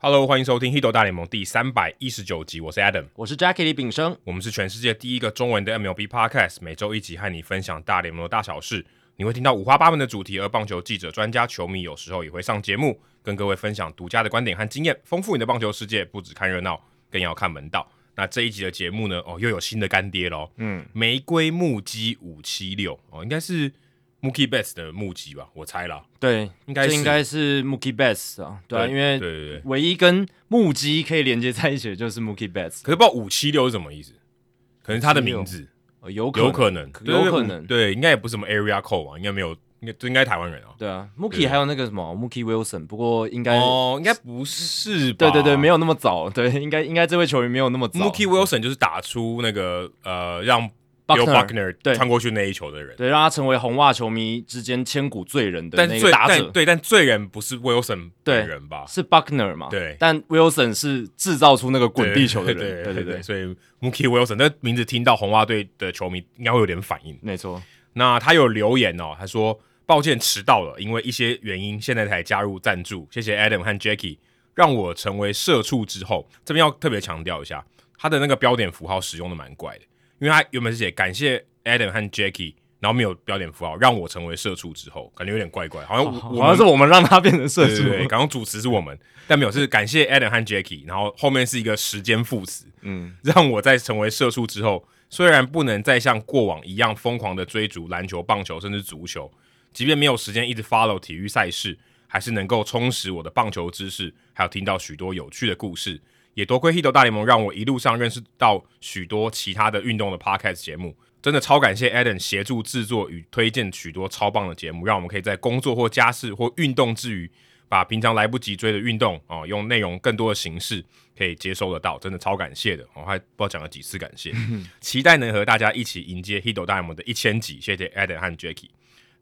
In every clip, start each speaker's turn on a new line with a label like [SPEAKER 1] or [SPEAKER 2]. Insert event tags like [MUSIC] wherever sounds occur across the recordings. [SPEAKER 1] Hello，欢迎收听《h i d o 大联盟》第三百一十九集，我是 Adam，
[SPEAKER 2] 我是 Jackie 李炳生。
[SPEAKER 1] 我们是全世界第一个中文的 MLB Podcast，每周一集和你分享大联盟的大小事。你会听到五花八门的主题，而棒球记者、专家、球迷有时候也会上节目，跟各位分享独家的观点和经验，丰富你的棒球世界。不只看热闹，更要看门道。那这一集的节目呢，哦，又有新的干爹喽，嗯，玫瑰木基五七六哦，应该是 Mookie Betts 的木基吧，我猜啦。
[SPEAKER 2] 对，
[SPEAKER 1] 应该
[SPEAKER 2] 这
[SPEAKER 1] 是
[SPEAKER 2] 应该是 Mookie Betts 啊，对啊，因
[SPEAKER 1] 对
[SPEAKER 2] 为
[SPEAKER 1] 对对，
[SPEAKER 2] 唯一跟木鸡可以连接在一起的就是 Mookie Betts，
[SPEAKER 1] 可是不知道五七六是什么意思，可能是他的名字。
[SPEAKER 2] 呃有可
[SPEAKER 1] 有
[SPEAKER 2] 能
[SPEAKER 1] 可能，对
[SPEAKER 2] 有
[SPEAKER 1] 对
[SPEAKER 2] 可
[SPEAKER 1] 五
[SPEAKER 2] 能
[SPEAKER 1] 对，应该也不是什么 area code 啊，应该没有，应该这应该台湾人啊，
[SPEAKER 2] 对啊
[SPEAKER 1] 对
[SPEAKER 2] ，Mookie 还有那个什么 Mookie Wilson，不过应该
[SPEAKER 1] 哦，应该不是吧？
[SPEAKER 2] 哎对对对，没
[SPEAKER 1] 有。
[SPEAKER 2] 有那么早， [LAUGHS] 对，应该应该这位球员没有那么早。
[SPEAKER 1] Mookie Wilson 就是打出那个呃，让 Bill
[SPEAKER 2] Buckner，
[SPEAKER 1] Buckner
[SPEAKER 2] 对
[SPEAKER 1] 穿过去那一球的人，
[SPEAKER 2] 对，让他成为红袜球迷之间千古罪人的
[SPEAKER 1] 但
[SPEAKER 2] 那
[SPEAKER 1] 最
[SPEAKER 2] 个打
[SPEAKER 1] 但
[SPEAKER 2] 者，
[SPEAKER 1] 对，但罪人不是 Wilson
[SPEAKER 2] 对
[SPEAKER 1] 本人吧？
[SPEAKER 2] 是 Buckner 嘛？
[SPEAKER 1] 对
[SPEAKER 2] 但 Wilson 是制造出那个滚地球的
[SPEAKER 1] 对
[SPEAKER 2] 人，
[SPEAKER 1] 对
[SPEAKER 2] 对
[SPEAKER 1] 对，所以 Mookie Wilson 这名字听到红袜队的球迷应该会有点反应。
[SPEAKER 2] 没错，
[SPEAKER 1] 那他有留言哦，他说抱歉迟到了，因为一些原因，现在才加入赞助，谢谢 Adam 和 Jackie，让我成为社畜之后，这边要特别强调一下，他的那个标点符号使用的蛮怪的，因为他原本是写感谢 Adam 和 Jackie，然后没有标点符号，让我成为社畜之后，感觉有点怪怪，好像我我
[SPEAKER 2] 好像是我们让他变成社
[SPEAKER 1] 对
[SPEAKER 2] 畜
[SPEAKER 1] 对，
[SPEAKER 2] [LAUGHS]
[SPEAKER 1] 对，刚刚主持是我们，但没有是感谢 Adam 和 Jackie，然后后面是一个时间副词，
[SPEAKER 2] 嗯，
[SPEAKER 1] 让我在成为社畜之后，虽然不能再像过往一样疯狂的追逐篮球、棒球甚至足球，即便没有时间一直 follow 体育赛事，还是能够充实我的棒球知识，还有听到许多有趣的故事。也多亏《h i t o 大联盟》，让我一路上认识到许多其他的运动的 podcast 节目。真的超感谢 Adam 协助制作与推荐许多超棒的节目，让我们可以在工作或家事或运动之余，把平常来不及追的运动哦，用内容更多的形式可以接收得到，真的超感谢的。我、哦、还不知道讲了几次感谢，期待能和大家一起迎接《h i t o 大联盟》的一千集。谢谢 Adam 和 Jackie。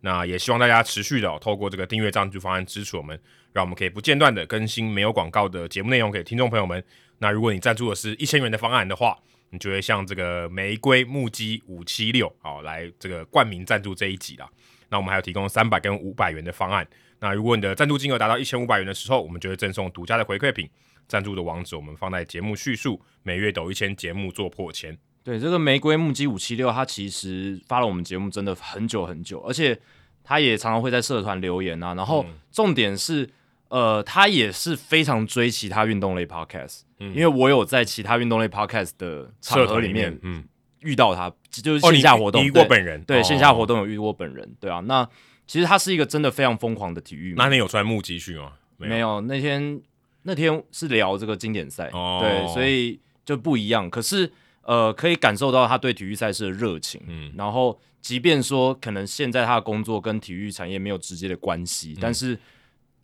[SPEAKER 1] 那也希望大家持续的、哦、透过这个订阅赞助方案支持我们，让我们可以不间断的更新没有广告的节目内容给听众朋友们。那如果你赞助的是一千元的方案的话，你就会像这个玫瑰木基五七六好来这个冠名赞助这一集啦。那我们还有提供三百跟五百元的方案。那如果你的赞助金额达到一千五百元的时候，我们就会赠送独家的回馈品。赞助的网址我们放在节目叙述，每月抖一千，节目做破千。
[SPEAKER 2] 对，这个玫瑰木基五七六，他其实发了我们节目真的很久很久，而且他也常常会在社团留言啊。然后
[SPEAKER 1] 嗯
[SPEAKER 2] 重点是，呃，他也是非常追其他运动类 podcast，、因为我有在其他运动类 podcast 的
[SPEAKER 1] 嗯
[SPEAKER 2] 场
[SPEAKER 1] 社
[SPEAKER 2] 合
[SPEAKER 1] 团
[SPEAKER 2] 里面
[SPEAKER 1] 嗯，
[SPEAKER 2] 遇到他，就是
[SPEAKER 1] 哦，
[SPEAKER 2] 线
[SPEAKER 1] 你
[SPEAKER 2] 下活动。
[SPEAKER 1] 你遇过
[SPEAKER 2] 对
[SPEAKER 1] 本人，哦
[SPEAKER 2] 对线下活
[SPEAKER 1] 动，
[SPEAKER 2] 动有遇过本人，对啊。那其实他是一个真的非常疯狂的体育迷
[SPEAKER 1] 哦那天有穿木屐去吗？
[SPEAKER 2] 没有，那天那天是聊这个经典赛，
[SPEAKER 1] 哦
[SPEAKER 2] 对，所以就不一样。可是呃，可以感受到他对体育赛事的热情。
[SPEAKER 1] 嗯
[SPEAKER 2] 然后，即便说可能现在他的工作跟体育产业没有直接的关系，
[SPEAKER 1] 嗯
[SPEAKER 2] 但是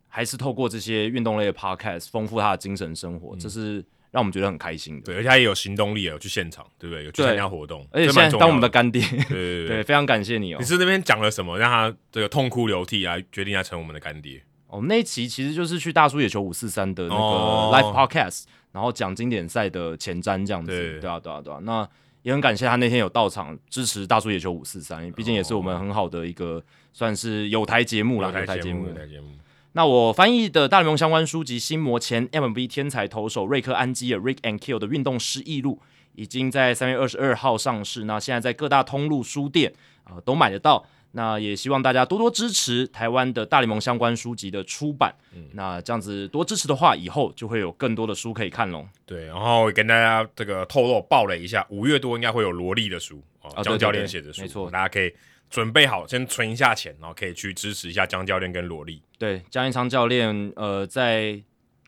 [SPEAKER 2] 还是透过这些运动类的 podcast 丰富他的精神生活，这是让我们觉得很开心的。
[SPEAKER 1] 嗯对，而且他也有行动力，有去现场，对不对？有去
[SPEAKER 2] 对
[SPEAKER 1] 参加活动，
[SPEAKER 2] 而且
[SPEAKER 1] 这
[SPEAKER 2] 现
[SPEAKER 1] 蛮
[SPEAKER 2] 在
[SPEAKER 1] 重要
[SPEAKER 2] 当我们的干爹，
[SPEAKER 1] 对对对
[SPEAKER 2] [LAUGHS] 对，非常感谢你哦
[SPEAKER 1] 你。是那边讲了什么，让他这个痛哭流涕啊，决定要成我们的干爹？
[SPEAKER 2] 哦，那一期其实就是去大叔野球五四三的那个
[SPEAKER 1] 哦
[SPEAKER 2] live podcast，、然后讲经典赛的前瞻这样子。
[SPEAKER 1] 对
[SPEAKER 2] 对啊，对啊，对啊。那也很感谢他那天有到场支持大叔野球五四三，毕竟也是我们很好的一个、算是有台节目啦，有
[SPEAKER 1] 台
[SPEAKER 2] 台节目
[SPEAKER 1] 有。台节目，
[SPEAKER 2] 那我翻译的大联盟相关书籍《心魔前 MLB 天才投手瑞克安基尔 Rick and Kill 的运动失忆录》已经在三月二十二号上市，那现在在各大通路书店啊、呃都买得到。那也希望大家多多支持台湾的大联盟相关书籍的出版。那这样子多支持的话，以后就会有更多的书可以看喽。
[SPEAKER 1] 对，然后也跟大家这个透露爆了一下，五月多应该会有萝莉的书哦，
[SPEAKER 2] 啊对
[SPEAKER 1] 江
[SPEAKER 2] 对
[SPEAKER 1] 教练
[SPEAKER 2] 对
[SPEAKER 1] 写的书，
[SPEAKER 2] 没错
[SPEAKER 1] 大家可以准备好，先存一下钱，然后可以去支持一下江教练跟萝莉。
[SPEAKER 2] 对，江一昌教练，呃，在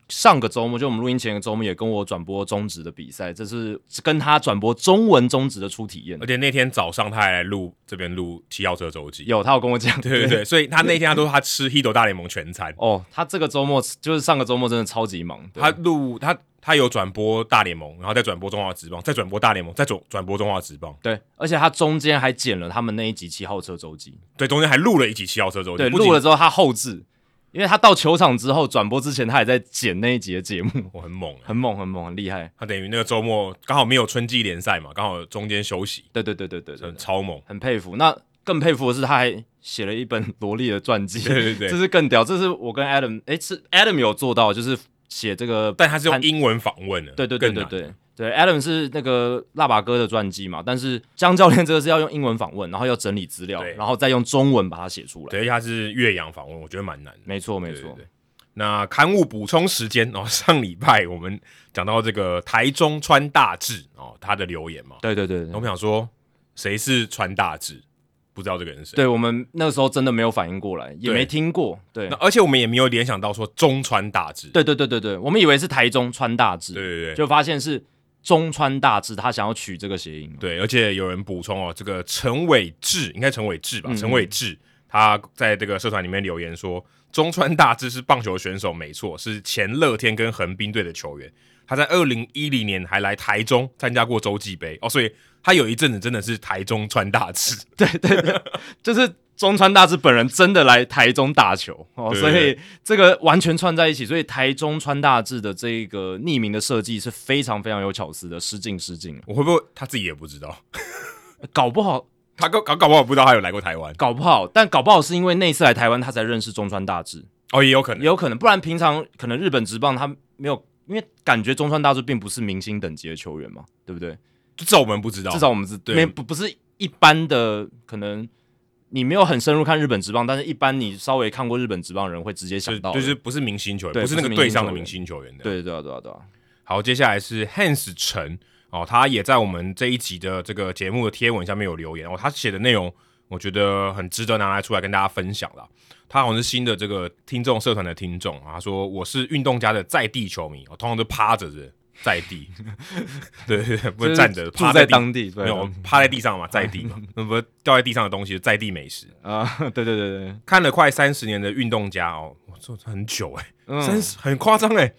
[SPEAKER 2] 上个周末，就我们录音前个周末，也跟我转播中职的比赛，这是跟他转播中文中职的初体验
[SPEAKER 1] 而。且那天早上他还来录这边录七号车周记，
[SPEAKER 2] 有，他有跟我讲，
[SPEAKER 1] 对对
[SPEAKER 2] [LAUGHS]
[SPEAKER 1] 对，所以他那天他都说他吃 h i d o 大联盟全餐，
[SPEAKER 2] 哦，他这个周末就是上个周末真的超级忙，对
[SPEAKER 1] 他录他他有转播大联盟，然后再转播中华职棒，再转播大联盟，再转转播中华职棒，
[SPEAKER 2] 对，而且他中间还剪了他们那一集七号车周记，
[SPEAKER 1] 对，中间还录了一集七号车周记，
[SPEAKER 2] 对，
[SPEAKER 1] 哦不仅
[SPEAKER 2] 录了之后他后置，因为他到球场之后转播之前，他也在剪那一集的节目， [LAUGHS]
[SPEAKER 1] 我很猛、欸，
[SPEAKER 2] 很猛很猛，很厉害，
[SPEAKER 1] 他等于那个周末刚好没有春季联赛嘛，刚好中间休息，
[SPEAKER 2] 对对对对对对
[SPEAKER 1] 真，的超猛。
[SPEAKER 2] 很佩服。那更佩服的是他还写了一本萝莉的传记，
[SPEAKER 1] 对对对
[SPEAKER 2] [LAUGHS] 这是更屌，这是我跟 Adam，哎，是 Adam 有做到，就是写这个，
[SPEAKER 1] 但他是用英文访问的，
[SPEAKER 2] 对对对
[SPEAKER 1] 更
[SPEAKER 2] 对
[SPEAKER 1] 难，
[SPEAKER 2] 对对，Adam 是那个辣爸哥的传记嘛，但是江教练这个是要用英文访问，然后要整理资料
[SPEAKER 1] 对，
[SPEAKER 2] 然后再用中文把它写出来。
[SPEAKER 1] 对，而且他是岳阳访问，我觉得蛮难的。
[SPEAKER 2] 没错没
[SPEAKER 1] 对
[SPEAKER 2] 错，
[SPEAKER 1] 对对那刊物补充时间哦，上礼拜我们讲到这个台中川大志哦，他的留言嘛，
[SPEAKER 2] 对对对对
[SPEAKER 1] 我们想说谁是川大志，不知道这个人是谁。
[SPEAKER 2] 对我们那个时候真的没有反应过来，也
[SPEAKER 1] 对
[SPEAKER 2] 没听过，对
[SPEAKER 1] 那，而且我们也没有联想到说中川大志，
[SPEAKER 2] 对对对对对，我们以为是台中川大
[SPEAKER 1] 对
[SPEAKER 2] 志，
[SPEAKER 1] 对对
[SPEAKER 2] 就发现是中川大志，他想要取这个谐音。
[SPEAKER 1] 对，而且有人补充哦，这个陈伟志应该陈伟志吧，
[SPEAKER 2] 嗯
[SPEAKER 1] 陈伟志他在这个社团里面留言说，中川大志是棒球选手，没错，是前乐天跟横滨队的球员。他在二零一零年还来台中参加过洲际杯哦，所以他有一阵子真的是台中川大
[SPEAKER 2] [LAUGHS]
[SPEAKER 1] 志。
[SPEAKER 2] 就是中川大志本人真的来台中打球哦，
[SPEAKER 1] 对
[SPEAKER 2] 所以这个完全串在一起，所以台中川大志的这个匿名的设计是非常非常有巧思的，失敬失敬，
[SPEAKER 1] 我会不会他自己也不知道？
[SPEAKER 2] 搞不好
[SPEAKER 1] 他搞搞搞不好不知道他有来过台湾
[SPEAKER 2] 搞不好，但搞不好是因为那一次来台湾他才认识中川大志，
[SPEAKER 1] 哦，也有可能
[SPEAKER 2] 也。有可能，不然平常可能日本职棒他没有，因为感觉中川大志并不是明星等级的球员嘛，对不对？
[SPEAKER 1] 至少我们不知道，
[SPEAKER 2] 至少我们是
[SPEAKER 1] 对
[SPEAKER 2] 没不不是一般的可能。你没有很深入看日本职棒，但是一般你稍微看过日本职棒的人会直接
[SPEAKER 1] 就
[SPEAKER 2] 想到的，
[SPEAKER 1] 就是不是明星球员，
[SPEAKER 2] 对
[SPEAKER 1] 不是那
[SPEAKER 2] 不
[SPEAKER 1] 个
[SPEAKER 2] 是明星
[SPEAKER 1] 队上的
[SPEAKER 2] 球员
[SPEAKER 1] 明星球员的。
[SPEAKER 2] 对对啊对啊对啊，
[SPEAKER 1] 好，接下来是 Hans 陈哦，他也在我们这一集的这个节目的贴文下面有留言哦，他写的内容我觉得很值得拿来出来跟大家分享啦。他好像是新的这个听众社团的听众啊，他说我是运动家的在地球迷，哦，通常都趴着的在地， [LAUGHS] 对对对，不是站着，
[SPEAKER 2] 住
[SPEAKER 1] 趴
[SPEAKER 2] 在
[SPEAKER 1] 地。
[SPEAKER 2] 当地，对
[SPEAKER 1] 没有趴在地上嘛，在
[SPEAKER 2] [LAUGHS]
[SPEAKER 1] 地嘛，那不是掉在地上的东西，在地美食。
[SPEAKER 2] 啊， [LAUGHS] 对对对对，
[SPEAKER 1] 看了快三十年的运动家哦，哇这很久哎、
[SPEAKER 2] 嗯
[SPEAKER 1] 真是很夸张哎！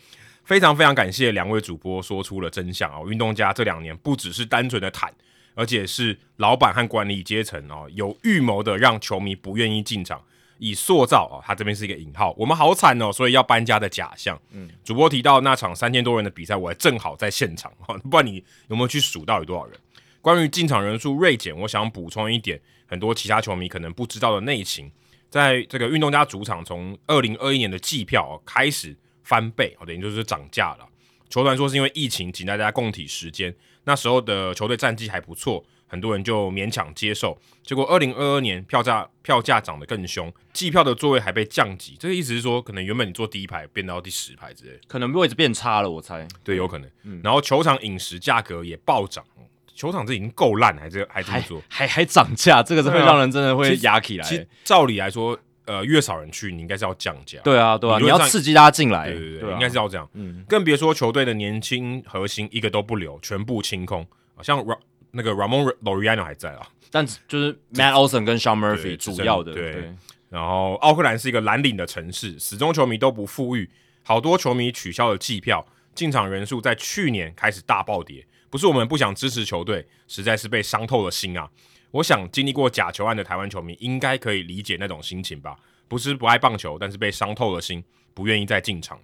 [SPEAKER 1] 非常非常感谢两位主播说出了真相哦。运动家这两年不只是单纯的谈，而且是老板和管理阶层哦有预谋的让球迷不愿意进场，以塑造哦，他这边是一个引号，我们好惨哦，所以要搬家的假象。嗯，主播提到那场三千多人的比赛，我还正好在现场 [LAUGHS] 哦，不知道你有没有去数到有多少人？关于进场人数锐减，我想补充一点，很多其他球迷可能不知道的内情。在这个运动家主场，从二零二一年的季票、哦、开始翻倍，哦，等于就是涨价了。球团说是因为疫情请大家共体时间，那时候的球队战绩还不错，很多人就勉强接受。结果二零二二年票价票价涨得更凶，季票的座位还被降级，这个意思是说，可能原本你坐第一排变到第十排之类的。
[SPEAKER 2] 可能位置变差了，我猜
[SPEAKER 1] 对，有可能。然后球场饮食价格也暴涨，哦球场这已经够烂，还这还这么
[SPEAKER 2] 还
[SPEAKER 1] 做。
[SPEAKER 2] 还还涨价，这个是会
[SPEAKER 1] 对啊
[SPEAKER 2] 让人真的会
[SPEAKER 1] 其实
[SPEAKER 2] 压起来
[SPEAKER 1] 其。实照理来说，呃，越少人去，你应该是要降价。
[SPEAKER 2] 对啊，对啊，
[SPEAKER 1] 理
[SPEAKER 2] 你
[SPEAKER 1] 论上
[SPEAKER 2] 要刺激大家进来，
[SPEAKER 1] 对对对，
[SPEAKER 2] 啊
[SPEAKER 1] 应该是要这样。
[SPEAKER 2] 嗯
[SPEAKER 1] 更别说球队的年轻核心一个都不留，全部清空。好像 Ra 那个 Ramon Loriano 还在啊，
[SPEAKER 2] 但就是 Matt Olson 跟 Sean
[SPEAKER 1] 对
[SPEAKER 2] Murphy
[SPEAKER 1] 这
[SPEAKER 2] 主要的，
[SPEAKER 1] 真的对
[SPEAKER 2] 对，
[SPEAKER 1] 然后奥克兰是一个蓝领的城市，始终球迷都不富裕，好多球迷取消了季票，进场人数在去年开始大暴跌。不是我们不想支持球队，实在是被伤透了心啊！我想经历过假球案的台湾球迷应该可以理解那种心情吧，不是不爱棒球，但是被伤透了心，不愿意再进场了。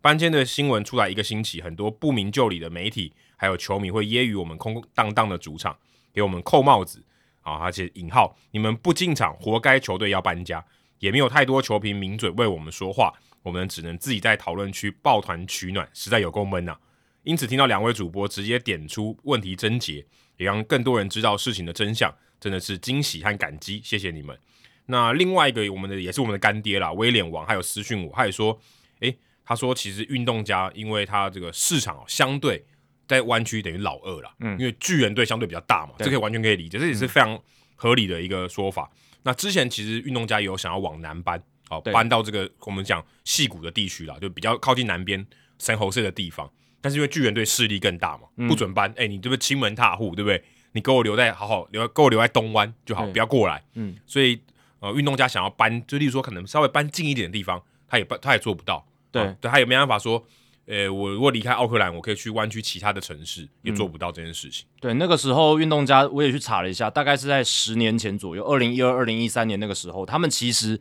[SPEAKER 1] 搬迁的新闻出来一个星期，很多不明就里的媒体还有球迷会揶揄我们空荡荡的主场，给我们扣帽子啊！而且引号，你们不进场，活该球队要搬家。也没有太多球评名嘴为我们说话，我们只能自己在讨论区抱团取暖，实在有够闷啊！因此，听到两位主播直接点出问题症结，也让更多人知道事情的真相，真的是惊喜和感激，谢谢你们。那另外一个我们的也是我们的干爹啦，威廉王，还有私讯我，他也说，诶、他说其实运动家，因为他这个市场哦相对在湾区等于老二啦，嗯，因为巨人队相对比较大嘛，这
[SPEAKER 2] 对
[SPEAKER 1] 可以完全可以理解，这也是非常合理的一个说法。那之前其实运动家也有想要往南搬，哦，
[SPEAKER 2] 对
[SPEAKER 1] 搬到这个我们讲戏谷的地区啦，就比较靠近南边神猴市的地方。但是因为巨人队势力更大嘛，
[SPEAKER 2] 嗯
[SPEAKER 1] 不准搬，哎、你这不亲门踏户，对不对？你给我留在好好留，给我留在东湾就好，
[SPEAKER 2] 对
[SPEAKER 1] 不要过来。
[SPEAKER 2] 嗯，
[SPEAKER 1] 所以呃，运动家想要搬，就例如说可能稍微搬近一点的地方，他也搬他也做不到，
[SPEAKER 2] 对
[SPEAKER 1] 啊对他也没办法说，呃，我如果离开奥克兰，我可以去湾区其他的城市，也做不到这件事情。
[SPEAKER 2] 对，那个时候运动家我也去查了一下，大概是在十年前左右，二零一二、二零一三年那个时候，他们其实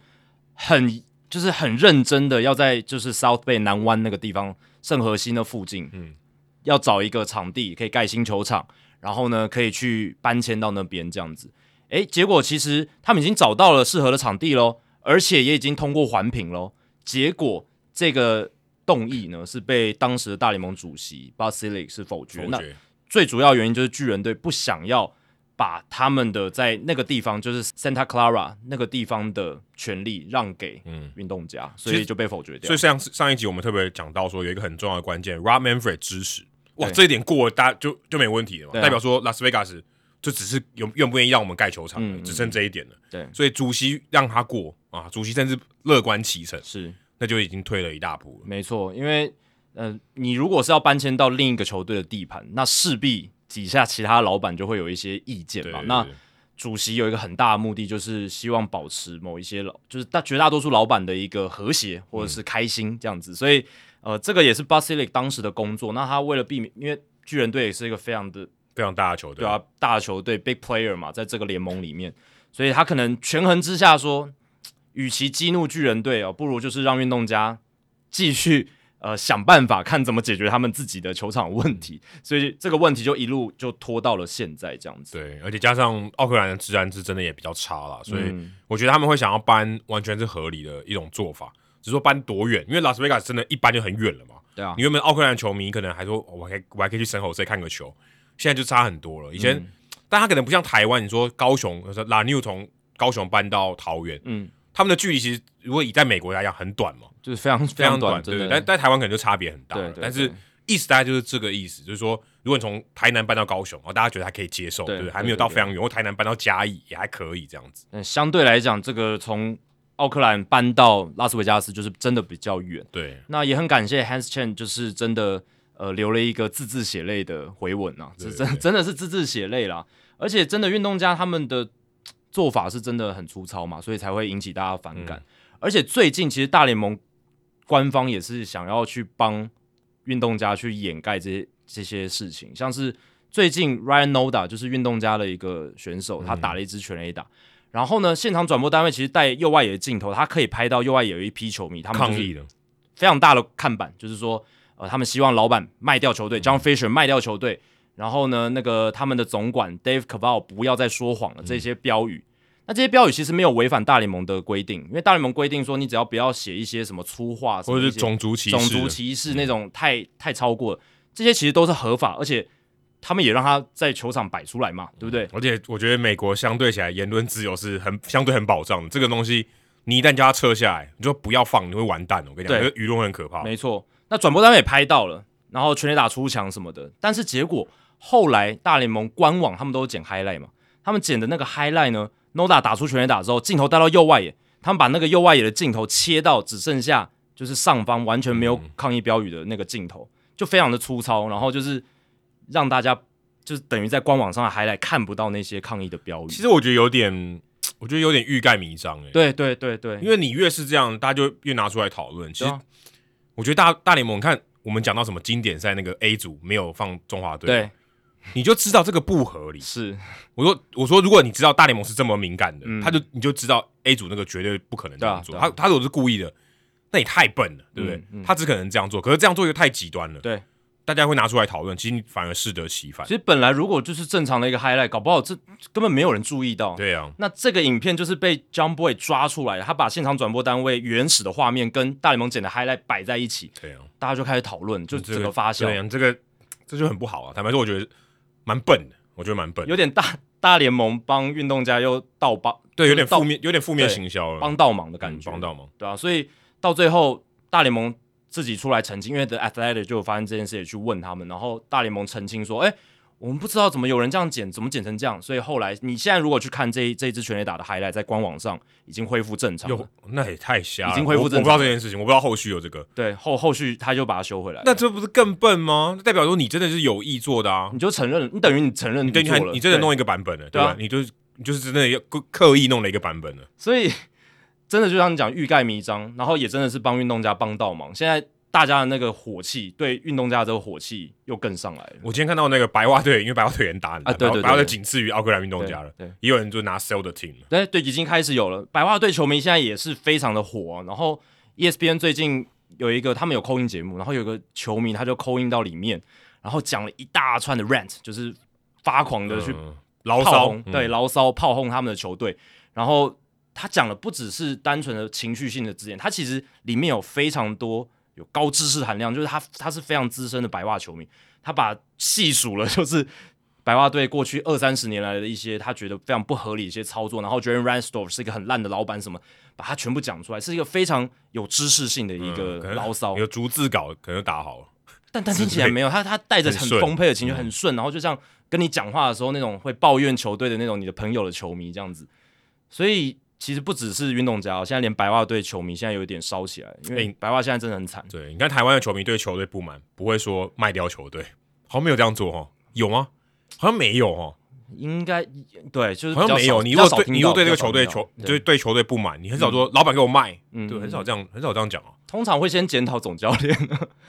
[SPEAKER 2] 很就是很认真的要在就是 South Bay 南湾那个地方圣核心的附近，
[SPEAKER 1] 嗯
[SPEAKER 2] 嗯，要找一个场地可以盖新球场，然后呢可以去搬迁到那边这样子。诶，结果其实他们已经找到了适合的场地喽，而且也已经通过环评喽。结果这个动议呢是被当时的大联盟主席 Basilic 是否决。
[SPEAKER 1] 否
[SPEAKER 2] 那
[SPEAKER 1] 决
[SPEAKER 2] 最主要原因就是巨人队不想要把他们的在那个地方，就是 Santa Clara 那个地方的权利让给
[SPEAKER 1] 嗯
[SPEAKER 2] 运动家，所
[SPEAKER 1] 其
[SPEAKER 2] 以
[SPEAKER 1] 实
[SPEAKER 2] 就被否决掉
[SPEAKER 1] 所以。上上一集我们特别讲到说有一个很重要的关键，Rob Manfred 支持，哇，
[SPEAKER 2] 对
[SPEAKER 1] 这一点过了，大家就就没问题了嘛，
[SPEAKER 2] 对啊
[SPEAKER 1] 代表说拉斯维加斯就只是有愿不愿意让我们盖球场了，
[SPEAKER 2] 嗯嗯
[SPEAKER 1] 只剩这一点了。
[SPEAKER 2] 对
[SPEAKER 1] 所以主席让他过啊，主席甚至乐观其成，
[SPEAKER 2] 是
[SPEAKER 1] 那就已经退了一大步了。
[SPEAKER 2] 没错，因为呃，你如果是要搬迁到另一个球队的地盘，那势必底下其他老板就会有一些意见
[SPEAKER 1] 对
[SPEAKER 2] 嘛。
[SPEAKER 1] 对
[SPEAKER 2] 那
[SPEAKER 1] 对
[SPEAKER 2] 主席有一个很大的目的，就是希望保持某一些老，就是大绝大多数老板的一个和谐或者是开心这样子。所以，呃，这个也是 Basilic 当时的工作。那他为了避免，因为巨人队也是一个非常的
[SPEAKER 1] 非常大的球队，
[SPEAKER 2] 对啊，大球队 big player 嘛，在这个联盟里面，所以他可能权衡之下说，与其激怒巨人队哦，不如就是让运动家继续呃想办法看怎么解决他们自己的球场问题，所以这个问题就一路就拖到了现在这样子。
[SPEAKER 1] 对，而且加上奥克兰的治安是真的也比较差啦，所以
[SPEAKER 2] 嗯
[SPEAKER 1] 我觉得他们会想要搬，完全是合理的一种做法。只是说搬多远，因为拉斯维加斯真的一搬就很远了嘛。
[SPEAKER 2] 对啊
[SPEAKER 1] 你，原本奥克兰的球迷可能还说，哦我还我还可以去神猴赛看个球，现在就差很多了。以
[SPEAKER 2] 嗯
[SPEAKER 1] 前，但他可能不像台湾，你说高雄，呃拉纽从高雄搬到桃园，
[SPEAKER 2] 嗯，
[SPEAKER 1] 他们的距离其实如果以在美国来讲很短嘛，
[SPEAKER 2] 就是非常非
[SPEAKER 1] 非常
[SPEAKER 2] 短，
[SPEAKER 1] 对对。
[SPEAKER 2] 真的。
[SPEAKER 1] 但但台湾可能就差别很大了
[SPEAKER 2] 对对
[SPEAKER 1] 但是
[SPEAKER 2] 对
[SPEAKER 1] 意思大概就是这个意思，就是说，如果你从台南搬到高雄，哦，大家觉得还可以接受，
[SPEAKER 2] 对
[SPEAKER 1] 对不对？
[SPEAKER 2] 对
[SPEAKER 1] 还没有到
[SPEAKER 2] 对对
[SPEAKER 1] 非常远，或台南搬到嘉义也还可以这样子。
[SPEAKER 2] 但呃相对来讲，这个从奥克兰搬到拉斯维加斯就是真的比较远。
[SPEAKER 1] 对，
[SPEAKER 2] 那也很感谢 Hans Chen，就是真的呃留了一个字字血泪的回吻啊，这
[SPEAKER 1] 对
[SPEAKER 2] 真
[SPEAKER 1] 对
[SPEAKER 2] 真的是字字血泪啦。而且真的运动家他们的嘖做法是真的很粗糙嘛，所以才会引起大家反感。
[SPEAKER 1] 嗯
[SPEAKER 2] 而且最近其实大联盟官方也是想要去帮运动家去掩盖这些这些事情，像是最近 Ryan Noda 就是运动家的一个选手，
[SPEAKER 1] 嗯
[SPEAKER 2] 他打了一支全垒打。然后呢，现场转播单位其实带右外野的镜头，他可以拍到右外野有一批球迷，他们、就
[SPEAKER 1] 抗
[SPEAKER 2] 是、
[SPEAKER 1] 议的，
[SPEAKER 2] 非常大的看板，就是说，呃，他们希望老板卖
[SPEAKER 1] 嗯
[SPEAKER 2] 掉球队、j o h n Fisher 卖掉球队，然后呢，那个他们的总管 Dave Caval 不要再说谎了，
[SPEAKER 1] 嗯
[SPEAKER 2] 这些标语。那这些标语其实没有违反大联盟的规定，因为大联盟规定说，你只要不要写一些什么粗话，什么
[SPEAKER 1] 或者
[SPEAKER 2] 一
[SPEAKER 1] 是
[SPEAKER 2] 些
[SPEAKER 1] 种族歧视啊
[SPEAKER 2] 种
[SPEAKER 1] 的，
[SPEAKER 2] 族歧视啊那种太太超过了，这些其实都是合法，而且他们也让他在球场摆出来嘛，对不对？
[SPEAKER 1] 而且我觉得美国相对起来言论自由是很相对很保障的，这个东西你一旦叫它撤下来，你就不要放，你会完蛋。我跟你讲，
[SPEAKER 2] 对
[SPEAKER 1] 这个舆论会很可怕。
[SPEAKER 2] 没错，那转播单位也拍到了，然后全垒打出墙什么的，但是结果后来大联盟官网他们都有剪 highlight 嘛，他们剪的那个 highlight 呢，Noda 打出全垒打之后，镜头带到右外野，他们把那个右外野的镜头切到只剩下就是上方完全没有抗议标语的那个镜头，就非常的粗糙，然后就是让大家就是等于在官网上的 highlight 看不到那些抗议的标语。
[SPEAKER 1] 其实我觉得有点，我觉得有点欲盖弥彰哎、
[SPEAKER 2] 对对对对，
[SPEAKER 1] 因为你越是这样，大家就越拿出来讨论。其
[SPEAKER 2] 对
[SPEAKER 1] 实
[SPEAKER 2] 啊
[SPEAKER 1] 我觉得大大联盟，你看我们讲到什么经典赛那个 A 组没有放中华队，
[SPEAKER 2] 对
[SPEAKER 1] 你就知道这个不合理。
[SPEAKER 2] 是
[SPEAKER 1] 我说我说，如果你知道大联盟是这么敏感的，
[SPEAKER 2] 嗯
[SPEAKER 1] 他就你就知道 A 组那个绝对不可能这样做。
[SPEAKER 2] 对啊对
[SPEAKER 1] 他他如果是故意的，那也太笨了，对不对？
[SPEAKER 2] 嗯嗯
[SPEAKER 1] 他只可能这样做，可是这样做又太极端了。
[SPEAKER 2] 对。
[SPEAKER 1] 大家会拿出来讨论，其实你反而适得其反
[SPEAKER 2] 其。实本来如果就是正常的一个 highlight，搞不好这根本没有人注意到。
[SPEAKER 1] 对啊，
[SPEAKER 2] 那这个影片就是被 John Boy 抓出来的，他把现场转播单位原始的画面跟大联盟剪的 highlight 摆在一起，
[SPEAKER 1] 对啊，
[SPEAKER 2] 大家就开始讨论，就
[SPEAKER 1] 这
[SPEAKER 2] 整个发酵，
[SPEAKER 1] 对啊，这个这就很不好啊。坦白说，我觉得蛮笨的，我觉得蛮笨的，
[SPEAKER 2] 有点大大联盟帮运动家又倒帮
[SPEAKER 1] 对，有点
[SPEAKER 2] 倒
[SPEAKER 1] 负面，有点负面
[SPEAKER 2] 对
[SPEAKER 1] 行销了，
[SPEAKER 2] 帮倒忙的感觉，
[SPEAKER 1] 帮到忙。
[SPEAKER 2] 对啊，所以到最后大联盟自己出来澄清，因为 The Athletic 就有发现这件事，也去问他们，然后大联盟澄清说，哎、我们不知道怎么有人这样剪，怎么剪成这样，所以后来你现在如果去看这一这一支全垒打的 highlight，在官网上已经恢复正常了
[SPEAKER 1] 又，那也太瞎了，
[SPEAKER 2] 已经恢复
[SPEAKER 1] 我我不
[SPEAKER 2] 正
[SPEAKER 1] 知
[SPEAKER 2] 常
[SPEAKER 1] 道这件事情，我不知道后续有这个，
[SPEAKER 2] 对后后续他就把它修回来了，
[SPEAKER 1] 那这不是更笨吗？代表说你真的是有意做的啊，
[SPEAKER 2] 你就承认了，你等于你承认
[SPEAKER 1] 对，你
[SPEAKER 2] 做
[SPEAKER 1] 看
[SPEAKER 2] 了，
[SPEAKER 1] 你真的
[SPEAKER 2] 对
[SPEAKER 1] 弄一个版本了，对
[SPEAKER 2] 对啊
[SPEAKER 1] 吧？你就是你就是真的要故刻意弄了一个版本了，
[SPEAKER 2] 所以 [LAUGHS] 真的就像你讲，欲盖弥彰，然后也真的是帮运动家帮倒忙。现在大家的那个火气，对运动家的这个火气又更上来了。
[SPEAKER 1] 我今天看到那个白袜队，因为白袜队很打很
[SPEAKER 2] 啊对对对
[SPEAKER 1] 白袜队
[SPEAKER 2] 对
[SPEAKER 1] 仅次于奥克兰运动
[SPEAKER 2] 对
[SPEAKER 1] 家了，
[SPEAKER 2] 对
[SPEAKER 1] 也有人就拿 sell 的 team 了，
[SPEAKER 2] 对对，已经开始有了。白袜队球迷现在也是非常的火、啊然后 E ESPN 最近有一个他们有扣印节目，然后有个球迷他就扣印到里面，然后讲了一大串的 rant，就是发狂的去
[SPEAKER 1] 嗯牢
[SPEAKER 2] 炮
[SPEAKER 1] 骚
[SPEAKER 2] 轰，，
[SPEAKER 1] 嗯
[SPEAKER 2] 对，牢骚炮轰他们的球队。然后他讲的不只是单纯的情绪性的字眼，他其实里面有非常多有高知识含量，就是他他是非常资深的白袜球迷，他把细数了就是白袜队过去二三十年来的一些他觉得非常不合理的一些操作，然后觉得 Ransdorf 是一个很烂的老板什么，把它全部讲出来，是一个非常有知识性的一个
[SPEAKER 1] 嗯可能
[SPEAKER 2] 牢骚。
[SPEAKER 1] 有逐字稿可能就打好了。
[SPEAKER 2] 但但听起来没有，他他带着很
[SPEAKER 1] 很顺嗯
[SPEAKER 2] 丰沛的情绪，很顺，然后就像跟你讲话的时候那种会抱怨球队的那种你的朋友的球迷这样子，所以其实不只是运动家、哦，现在连白袜队球迷现在有一点烧起来，因为
[SPEAKER 1] 哎
[SPEAKER 2] 白袜现在真的很惨，
[SPEAKER 1] 对，你看台湾的球迷对球队不满，不会说卖掉球队，好像没有这样做哦，有吗？好像没有哦，
[SPEAKER 2] 应该对就是
[SPEAKER 1] 好像
[SPEAKER 2] 比
[SPEAKER 1] 没
[SPEAKER 2] 较少
[SPEAKER 1] 有。你如果
[SPEAKER 2] 比较少
[SPEAKER 1] 对
[SPEAKER 2] 听
[SPEAKER 1] 你
[SPEAKER 2] 到
[SPEAKER 1] 如果对这个
[SPEAKER 2] 比较
[SPEAKER 1] 球
[SPEAKER 2] 少
[SPEAKER 1] 队
[SPEAKER 2] 听
[SPEAKER 1] 球
[SPEAKER 2] 到
[SPEAKER 1] 对
[SPEAKER 2] 对，
[SPEAKER 1] 对球队不满，你很少说老板给我卖，
[SPEAKER 2] 嗯
[SPEAKER 1] 对，
[SPEAKER 2] 嗯
[SPEAKER 1] 很少这样很少这样讲哦。
[SPEAKER 2] 通常会先检讨总教练，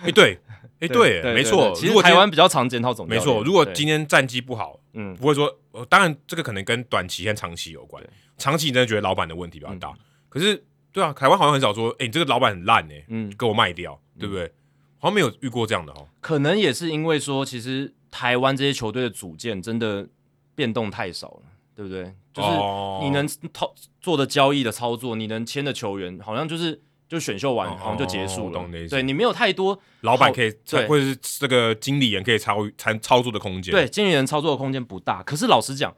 [SPEAKER 1] 哎，对，
[SPEAKER 2] [LAUGHS]
[SPEAKER 1] 哎，对，
[SPEAKER 2] 对
[SPEAKER 1] 没错
[SPEAKER 2] 对。其
[SPEAKER 1] 如
[SPEAKER 2] 实
[SPEAKER 1] 果今
[SPEAKER 2] 台
[SPEAKER 1] 天
[SPEAKER 2] 湾比较常检讨总教
[SPEAKER 1] 没
[SPEAKER 2] 练，
[SPEAKER 1] 错，如果
[SPEAKER 2] 对
[SPEAKER 1] 今天战绩不好，
[SPEAKER 2] 嗯
[SPEAKER 1] 不会说，呃当然这个可能跟短期和长期有关
[SPEAKER 2] 对。
[SPEAKER 1] 长期你真的觉得老板的问题比较大，可是对啊，台湾好像很少说，哎、你这个老板很烂哎、
[SPEAKER 2] 嗯
[SPEAKER 1] 给我卖掉，对不对？好像没有遇过这样的哦。
[SPEAKER 2] 可能也是因为说，其实台湾这些球队的组建真的变动太少了，对不对？就是
[SPEAKER 1] 哦
[SPEAKER 2] 你能操做的交易的操作，你能签的球员，好像就是就选秀完，
[SPEAKER 1] 哦
[SPEAKER 2] 好像就结束
[SPEAKER 1] 我
[SPEAKER 2] 了
[SPEAKER 1] 懂你的意。思
[SPEAKER 2] 对你没有太多
[SPEAKER 1] 老板可以
[SPEAKER 2] 对
[SPEAKER 1] 或者是这个经理人可以操操操作的空间。
[SPEAKER 2] 对经纪人操作的空间不大。可是老实讲，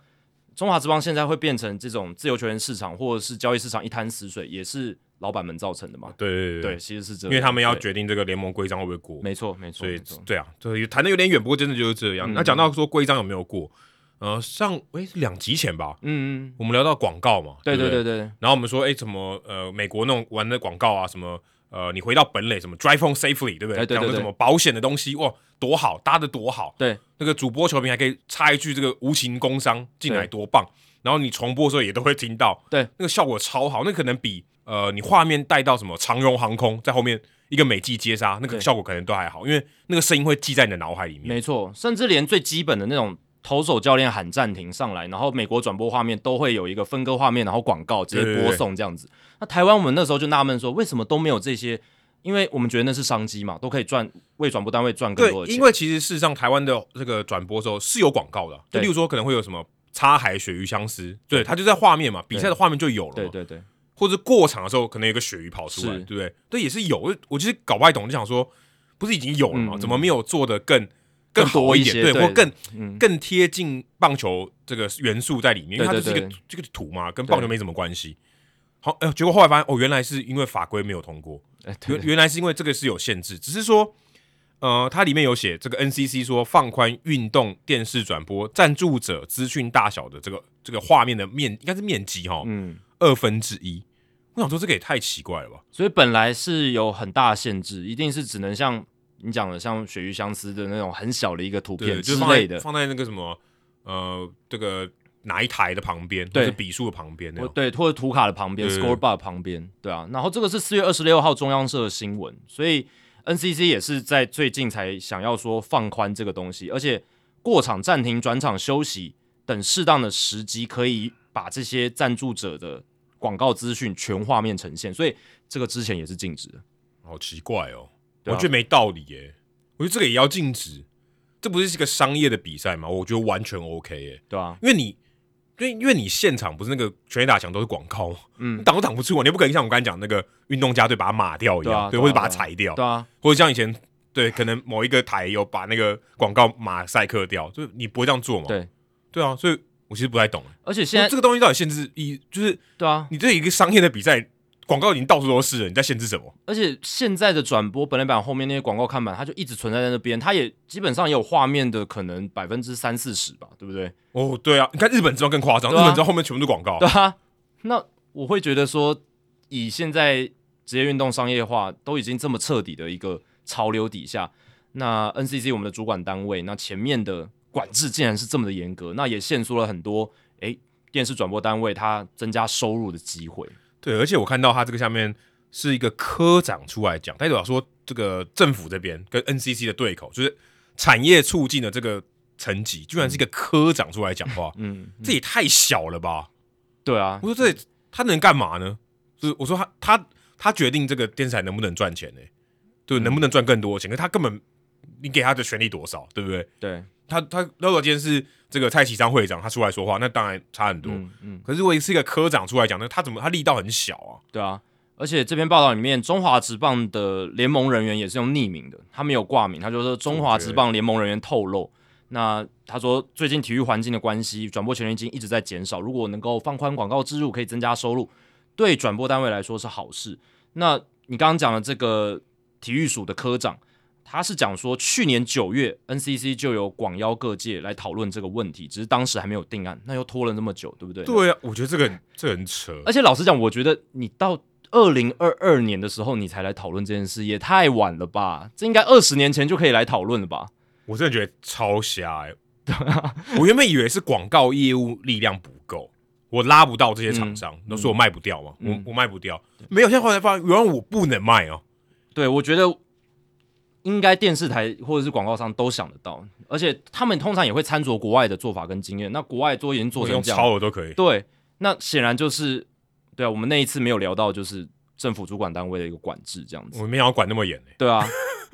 [SPEAKER 2] 中华职棒现在会变成这种自由球员市场或者是交易市场一滩死水，也是老板们造成的嘛？
[SPEAKER 1] 对对对
[SPEAKER 2] 对，其实是这
[SPEAKER 1] 因
[SPEAKER 2] 样，
[SPEAKER 1] 为他们要
[SPEAKER 2] 对，
[SPEAKER 1] 决定这个联盟规章会不会过，
[SPEAKER 2] 没错没错，
[SPEAKER 1] 所以
[SPEAKER 2] 没错
[SPEAKER 1] 对啊，对谈的有点远，不过真的就是这样。
[SPEAKER 2] 嗯
[SPEAKER 1] 那讲到说规章有没有过，呃，上诶是两集前吧，
[SPEAKER 2] 嗯嗯，
[SPEAKER 1] 我们聊到广告嘛，
[SPEAKER 2] 对
[SPEAKER 1] 对
[SPEAKER 2] 对
[SPEAKER 1] 不
[SPEAKER 2] 对对，
[SPEAKER 1] 然后我们说，哎，怎么呃，美国那种玩的广告啊，什么呃，你回到本垒，什么 drive home safely，对不对？
[SPEAKER 2] 哎对对
[SPEAKER 1] 讲的
[SPEAKER 2] 对
[SPEAKER 1] 什么保险的东西，哇，多好，搭的多好。
[SPEAKER 2] 对，
[SPEAKER 1] 那个主播球评还可以插一句这个无情工伤进来
[SPEAKER 2] 对
[SPEAKER 1] 多棒，然后你重播的时候也都会听到，
[SPEAKER 2] 对，
[SPEAKER 1] 那个效果超好，那可能比呃你画面带到什么长荣航空在后面一个美记接杀，那
[SPEAKER 2] 对
[SPEAKER 1] 个效果可能都还好，因为那个声音会记在你的脑海里面。
[SPEAKER 2] 没错，甚至连最基本的那种投手教练喊暂停上来，然后美国转播画面都会有一个分割画面，然后广告直接
[SPEAKER 1] 对对
[SPEAKER 2] 播
[SPEAKER 1] 对
[SPEAKER 2] 送这样子。那台湾我们那时候就纳闷说，为什么都没有这些？因为我们觉得那是商机嘛，都可以赚为转播单位赚更
[SPEAKER 1] 对
[SPEAKER 2] 多，的
[SPEAKER 1] 因
[SPEAKER 2] 钱。
[SPEAKER 1] 为其实事实上台湾的这个转播的时候是有广告的啊，就
[SPEAKER 2] 对
[SPEAKER 1] 例如说可能会有什么插海鳕鱼相思，对，它就在画面嘛，比赛的画面就有了嘛，
[SPEAKER 2] 对对对，
[SPEAKER 1] 或者过场的时候可能有个鳕鱼跑出来，
[SPEAKER 2] 是
[SPEAKER 1] 对不对？对，也是有，我我其实搞不太懂，就想说不是已经有了吗？
[SPEAKER 2] 嗯
[SPEAKER 1] 怎么没有做的更
[SPEAKER 2] 更多
[SPEAKER 1] 好
[SPEAKER 2] 一
[SPEAKER 1] 点？
[SPEAKER 2] 些
[SPEAKER 1] 对，
[SPEAKER 2] 对
[SPEAKER 1] 或更
[SPEAKER 2] 嗯，
[SPEAKER 1] 更贴近棒球这个元素在里面，因为它
[SPEAKER 2] 对
[SPEAKER 1] 就
[SPEAKER 2] 对
[SPEAKER 1] 是一个
[SPEAKER 2] 对
[SPEAKER 1] 这个图嘛，跟棒球没什么关系。好，哎、结果后来发现，哦，原来是因为法规没有通过，
[SPEAKER 2] 哎对
[SPEAKER 1] 原原来是因为这个是有限制，只是说，呃，它里面有写这个 NCC 说放宽运动电视转播赞助者资讯大小的这个这个画面的面应该是面积哈，
[SPEAKER 2] 嗯，
[SPEAKER 1] 二分之一。我想说这个也太奇怪了吧？
[SPEAKER 2] 所以本来是有很大的限制，一定是只能像你讲的，像鳕鱼相思的那种很小的一个图
[SPEAKER 1] 对，
[SPEAKER 2] 片
[SPEAKER 1] 就
[SPEAKER 2] 之
[SPEAKER 1] 是放
[SPEAKER 2] 类
[SPEAKER 1] 在
[SPEAKER 2] 的。
[SPEAKER 1] 放在那个什么呃这个哪一台的旁边，
[SPEAKER 2] 对
[SPEAKER 1] 或是笔数的旁边那
[SPEAKER 2] 我
[SPEAKER 1] 样。
[SPEAKER 2] 对，或者图卡的旁边
[SPEAKER 1] 对对对
[SPEAKER 2] ，score bar 旁边，对啊。然后这个是四月二十六号中央社的新闻，所以 NCC 也是在最近才想要说放宽这个东西，而且过场暂停、转场休息等适当的时机，可以把这些赞助者的广告资讯全画面呈现，所以这个之前也是禁止的。
[SPEAKER 1] 好奇怪哦，
[SPEAKER 2] 对啊
[SPEAKER 1] 我觉得没道理耶、我觉得这个也要禁止，这不是一个商业的比赛吗？我觉得完全 OK 耶、
[SPEAKER 2] 对啊，
[SPEAKER 1] 因为你，因为因为你现场不是那个全垒打墙都是广告吗？
[SPEAKER 2] 嗯
[SPEAKER 1] 你挡都挡不住啊，你也不可能像我刚才讲那个运动家队把它码掉一
[SPEAKER 2] 对
[SPEAKER 1] 样，
[SPEAKER 2] 啊对啊
[SPEAKER 1] 或者把它
[SPEAKER 2] 对啊
[SPEAKER 1] 裁掉，
[SPEAKER 2] 对啊，
[SPEAKER 1] 或者像以前对，可能某一个台有把那个广告码赛克掉，就是你不会这样做嘛？
[SPEAKER 2] 对，
[SPEAKER 1] 对啊，所以我其实不太懂，
[SPEAKER 2] 而且现
[SPEAKER 1] 那
[SPEAKER 2] 在
[SPEAKER 1] 哦这个东西到底限制意义，就是
[SPEAKER 2] 对啊，
[SPEAKER 1] 你这一个商业的比赛，广告已经到处都是了，你在限制什么？
[SPEAKER 2] 而且现在的转播本垒板后面那些广告看板，它就一直存在在那边，它也基本上也有画面的可能百分之三四十吧，对不对？
[SPEAKER 1] 哦，对啊，你看日本之后更夸张，日
[SPEAKER 2] 对啊
[SPEAKER 1] 本之后后面全部都广告，
[SPEAKER 2] 对啊，那我会觉得说，以现在职业运动商业化都已经这么彻底的一个潮流底下，那 NCC 我们的主管单位，那前面的管制竟然是这么的严格，那也限缩了很多诶电视转播单位它增加收入的机会。
[SPEAKER 1] 对，而且我看到他这个下面是一个科长出来讲，代表说这个政府这边跟 NCC 的对口，就是产业促进的这个层级，居然是一个科长出来讲话，
[SPEAKER 2] 嗯，
[SPEAKER 1] [LAUGHS] 这也太小了吧？
[SPEAKER 2] 对啊，
[SPEAKER 1] 我说这也他能干嘛呢？就是我说他他他决定这个电视台能不能赚钱呢、对，能不能赚更多钱？可是他根本你给他的权利多少，对不对？
[SPEAKER 2] 对，
[SPEAKER 1] 他他如果今天是这个蔡启章会长他出来说话，那当然差很多。
[SPEAKER 2] 嗯嗯，
[SPEAKER 1] 可是如果是一个科长出来讲，那他怎么他力道很小啊？
[SPEAKER 2] 对啊。而且这篇报道里面，中华职棒的联盟人员也是用匿名的，他没有挂名，他就说中华职棒联盟人员透露，那他说最近体育环境的关系，转播权利金一直在减少，如果能够放宽广告植入，可以增加收入，对转播单位来说是好事。那你刚刚讲的这个体育署的科长，他是讲说去年九月 NCC 就有广邀各界来讨论这个问题，只是当时还没有定案，那又拖了那么久，对不对？
[SPEAKER 1] 对啊，我觉得这个很这个很扯，
[SPEAKER 2] 而且老实讲，我觉得你到二零二二年的时候，你才来讨论这件事，也太晚了吧？这应该二十年前就可以来讨论了吧？
[SPEAKER 1] 我真的觉得超瞎
[SPEAKER 2] [LAUGHS]
[SPEAKER 1] 哎、
[SPEAKER 2] 啊
[SPEAKER 1] 我原本以为是广告业务力量不够，我拉不到这些厂商，都说我卖不掉嘛，
[SPEAKER 2] 嗯
[SPEAKER 1] 我我卖不掉，没有。现在后来发现，原来我不能卖哦、
[SPEAKER 2] 对，我觉得应该电视台或者是广告商都想得到，而且他们通常也会参酌国外的做法跟经验。那国外做已经做
[SPEAKER 1] 我
[SPEAKER 2] 成
[SPEAKER 1] 用
[SPEAKER 2] 这样，
[SPEAKER 1] 超额都可以。
[SPEAKER 2] 对，那显然就是对啊，我们那一次没有聊到就是政府主管单位的一个管制这样子。
[SPEAKER 1] 我没想要管那么严、欸，
[SPEAKER 2] 对啊，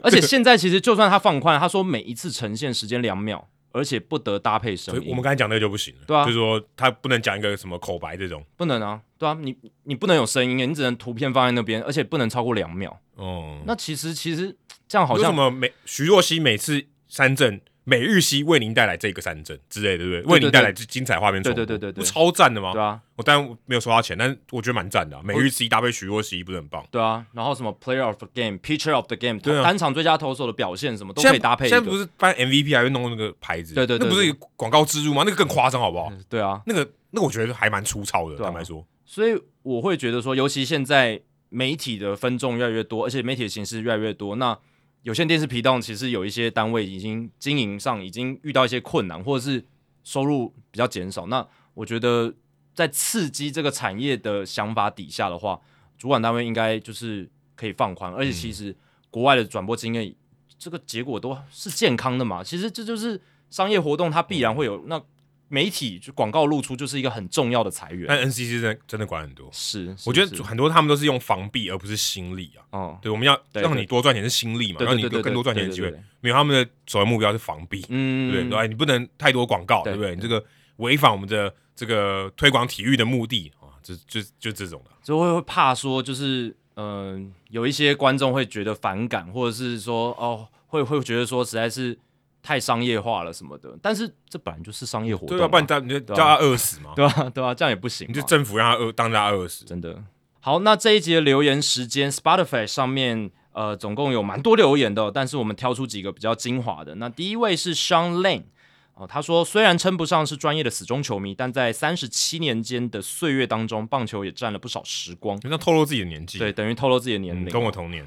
[SPEAKER 2] 而且现在其实就算他放宽，他说每一次呈现时间两秒，而且不得搭配声
[SPEAKER 1] 所
[SPEAKER 2] 音。
[SPEAKER 1] 以我们刚才讲那个就不行了。
[SPEAKER 2] 对啊
[SPEAKER 1] 就是说他不能讲一个什么口白这种。
[SPEAKER 2] 不能啊，对啊，你你不能有声音啊耶，你只能图片放在那边，而且不能超过两秒。
[SPEAKER 1] 哦、
[SPEAKER 2] 那其实其实这样好
[SPEAKER 1] 为什
[SPEAKER 2] 像
[SPEAKER 1] 么每徐若曦每次三振，每日西为您带来这个三振之类的，对不对？
[SPEAKER 2] 对
[SPEAKER 1] 为您带来这精彩画面重播，
[SPEAKER 2] 对对对对对
[SPEAKER 1] 不超赞的吗？
[SPEAKER 2] 对啊
[SPEAKER 1] 我当然没有收他钱，但是我觉得蛮赞的、啊。每日 C 搭配徐若曦不是很棒？
[SPEAKER 2] 对啊，然后什么 Player of the Game、Pitcher of the Game，
[SPEAKER 1] 对啊
[SPEAKER 2] 单场最佳投手的表现什么都
[SPEAKER 1] 现
[SPEAKER 2] 可
[SPEAKER 1] 在
[SPEAKER 2] 以搭配一
[SPEAKER 1] 现在不
[SPEAKER 2] 个。
[SPEAKER 1] 是颁 MVP 还会弄那个牌子，
[SPEAKER 2] 对对对
[SPEAKER 1] 那不是广告植入吗？那个更夸张好不好？
[SPEAKER 2] 对啊，
[SPEAKER 1] 那个那个我觉得还蛮粗糙的，
[SPEAKER 2] 对啊
[SPEAKER 1] 坦白说，
[SPEAKER 2] 所以我会觉得说，尤其现在媒体的分众越来越多，而且媒体的形式越来越多，那有线电视频道其实有一些单位已经经营上已经遇到一些困难，或者是收入比较减少。那我觉得在刺激这个产业的想法底下的话，主管单位应该就是可以放宽，而且其实国外的转播经验，这个结果都是健康的嘛。其实这就是商业活动它必然会有那。媒体就广告露出就是一个很重要的财源，
[SPEAKER 1] 但 NCC 真的真的管很多。
[SPEAKER 2] 是，
[SPEAKER 1] 我
[SPEAKER 2] 是
[SPEAKER 1] 觉得
[SPEAKER 2] 是
[SPEAKER 1] 很多他们都是用防弊而不是心力啊。
[SPEAKER 2] 哦，
[SPEAKER 1] 对，我们要
[SPEAKER 2] 对
[SPEAKER 1] 让你多赚钱是心力嘛，
[SPEAKER 2] 对
[SPEAKER 1] 让
[SPEAKER 2] 对
[SPEAKER 1] 你
[SPEAKER 2] 对对，
[SPEAKER 1] 有更多赚钱的
[SPEAKER 2] 对
[SPEAKER 1] 机会
[SPEAKER 2] 对。对对
[SPEAKER 1] 没有，他们的首要目标是防弊。
[SPEAKER 2] 嗯，
[SPEAKER 1] 对不对？哎，你不能太多广告，
[SPEAKER 2] 对
[SPEAKER 1] 对不对？你这个违反我们的这个推广体育的目的啊，这就就这种的。
[SPEAKER 2] 就会会怕说就是嗯、呃有一些观众会觉得反感，或者是说哦，会会觉得说实在是太商业化了什么的，但是这本来就是商业活动
[SPEAKER 1] 对
[SPEAKER 2] 嘛，
[SPEAKER 1] 啊，不然叫你就
[SPEAKER 2] 啊
[SPEAKER 1] 叫他饿死嘛，
[SPEAKER 2] 对吧、对吧、啊这样也不行嘛，
[SPEAKER 1] 你就政府让他饿，当他饿死。
[SPEAKER 2] 真的。好，那这一集的留言时间，Spotify 上面呃总共有蛮多留言的哦、但是我们挑出几个比较精华的。那第一位是 Sean Lane 哦，他说虽然称不上是专业的死忠球迷，但在三十七年间的岁月当中，棒球也占了不少时光。
[SPEAKER 1] 你要透露自己的年纪，
[SPEAKER 2] 对，等于透露自己的年
[SPEAKER 1] 嗯，
[SPEAKER 2] 龄。
[SPEAKER 1] 跟我同年。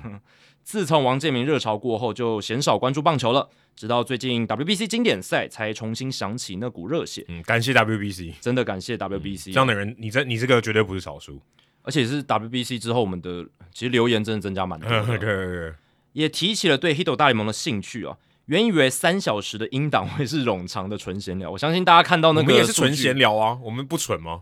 [SPEAKER 2] 自从王建民热潮过后，就鲜少关注棒球了，直到最近 WBC 经典赛才重新想起那股热血。
[SPEAKER 1] 嗯，感谢 WBC
[SPEAKER 2] 真的感谢
[SPEAKER 1] 这
[SPEAKER 2] WBC，、
[SPEAKER 1] 样的人，你这你这个绝对不是少数。
[SPEAKER 2] 啊而且是 WBC 之后，我们的其实留言真的增加蛮多
[SPEAKER 1] 对 [LAUGHS] 对
[SPEAKER 2] 的。
[SPEAKER 1] 对，
[SPEAKER 2] 也提起了对 Hito 大联盟的兴趣啊。原以为三小时的音档会是冗长的纯闲聊，我相信大家看到
[SPEAKER 1] 我
[SPEAKER 2] 那
[SPEAKER 1] 们
[SPEAKER 2] 个
[SPEAKER 1] 也是
[SPEAKER 2] 数据
[SPEAKER 1] 纯闲，聊啊，我们不纯吗？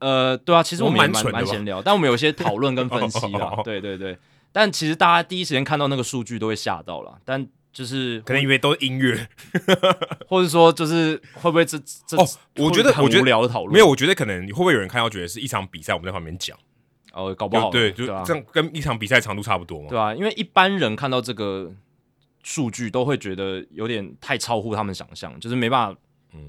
[SPEAKER 2] 呃，对啊，其实我们也
[SPEAKER 1] 我们蛮
[SPEAKER 2] 蛮
[SPEAKER 1] 蠢的
[SPEAKER 2] 蛮
[SPEAKER 1] 吧
[SPEAKER 2] 闲聊，但我们有一些讨论跟分析
[SPEAKER 1] 哦哦 [LAUGHS]
[SPEAKER 2] 啦
[SPEAKER 1] 哦，
[SPEAKER 2] 对对对。但其实大家第一时间看到那个数据都会吓到了，但就是
[SPEAKER 1] 可能以为都是音乐，
[SPEAKER 2] 或者说就是会不会这这
[SPEAKER 1] 哦我觉得
[SPEAKER 2] 会不会
[SPEAKER 1] 我觉
[SPEAKER 2] 很
[SPEAKER 1] 得
[SPEAKER 2] 无聊的讨论
[SPEAKER 1] 没有，我觉得可能会不会有人看到觉得是一场比赛，我们在旁边讲，
[SPEAKER 2] 哦，搞不好
[SPEAKER 1] 就对，就
[SPEAKER 2] 对啊
[SPEAKER 1] 这样跟一场比赛长度差不多嘛。
[SPEAKER 2] 对啊，因为一般人看到这个数据都会觉得有点太超乎他们想象，就是没办法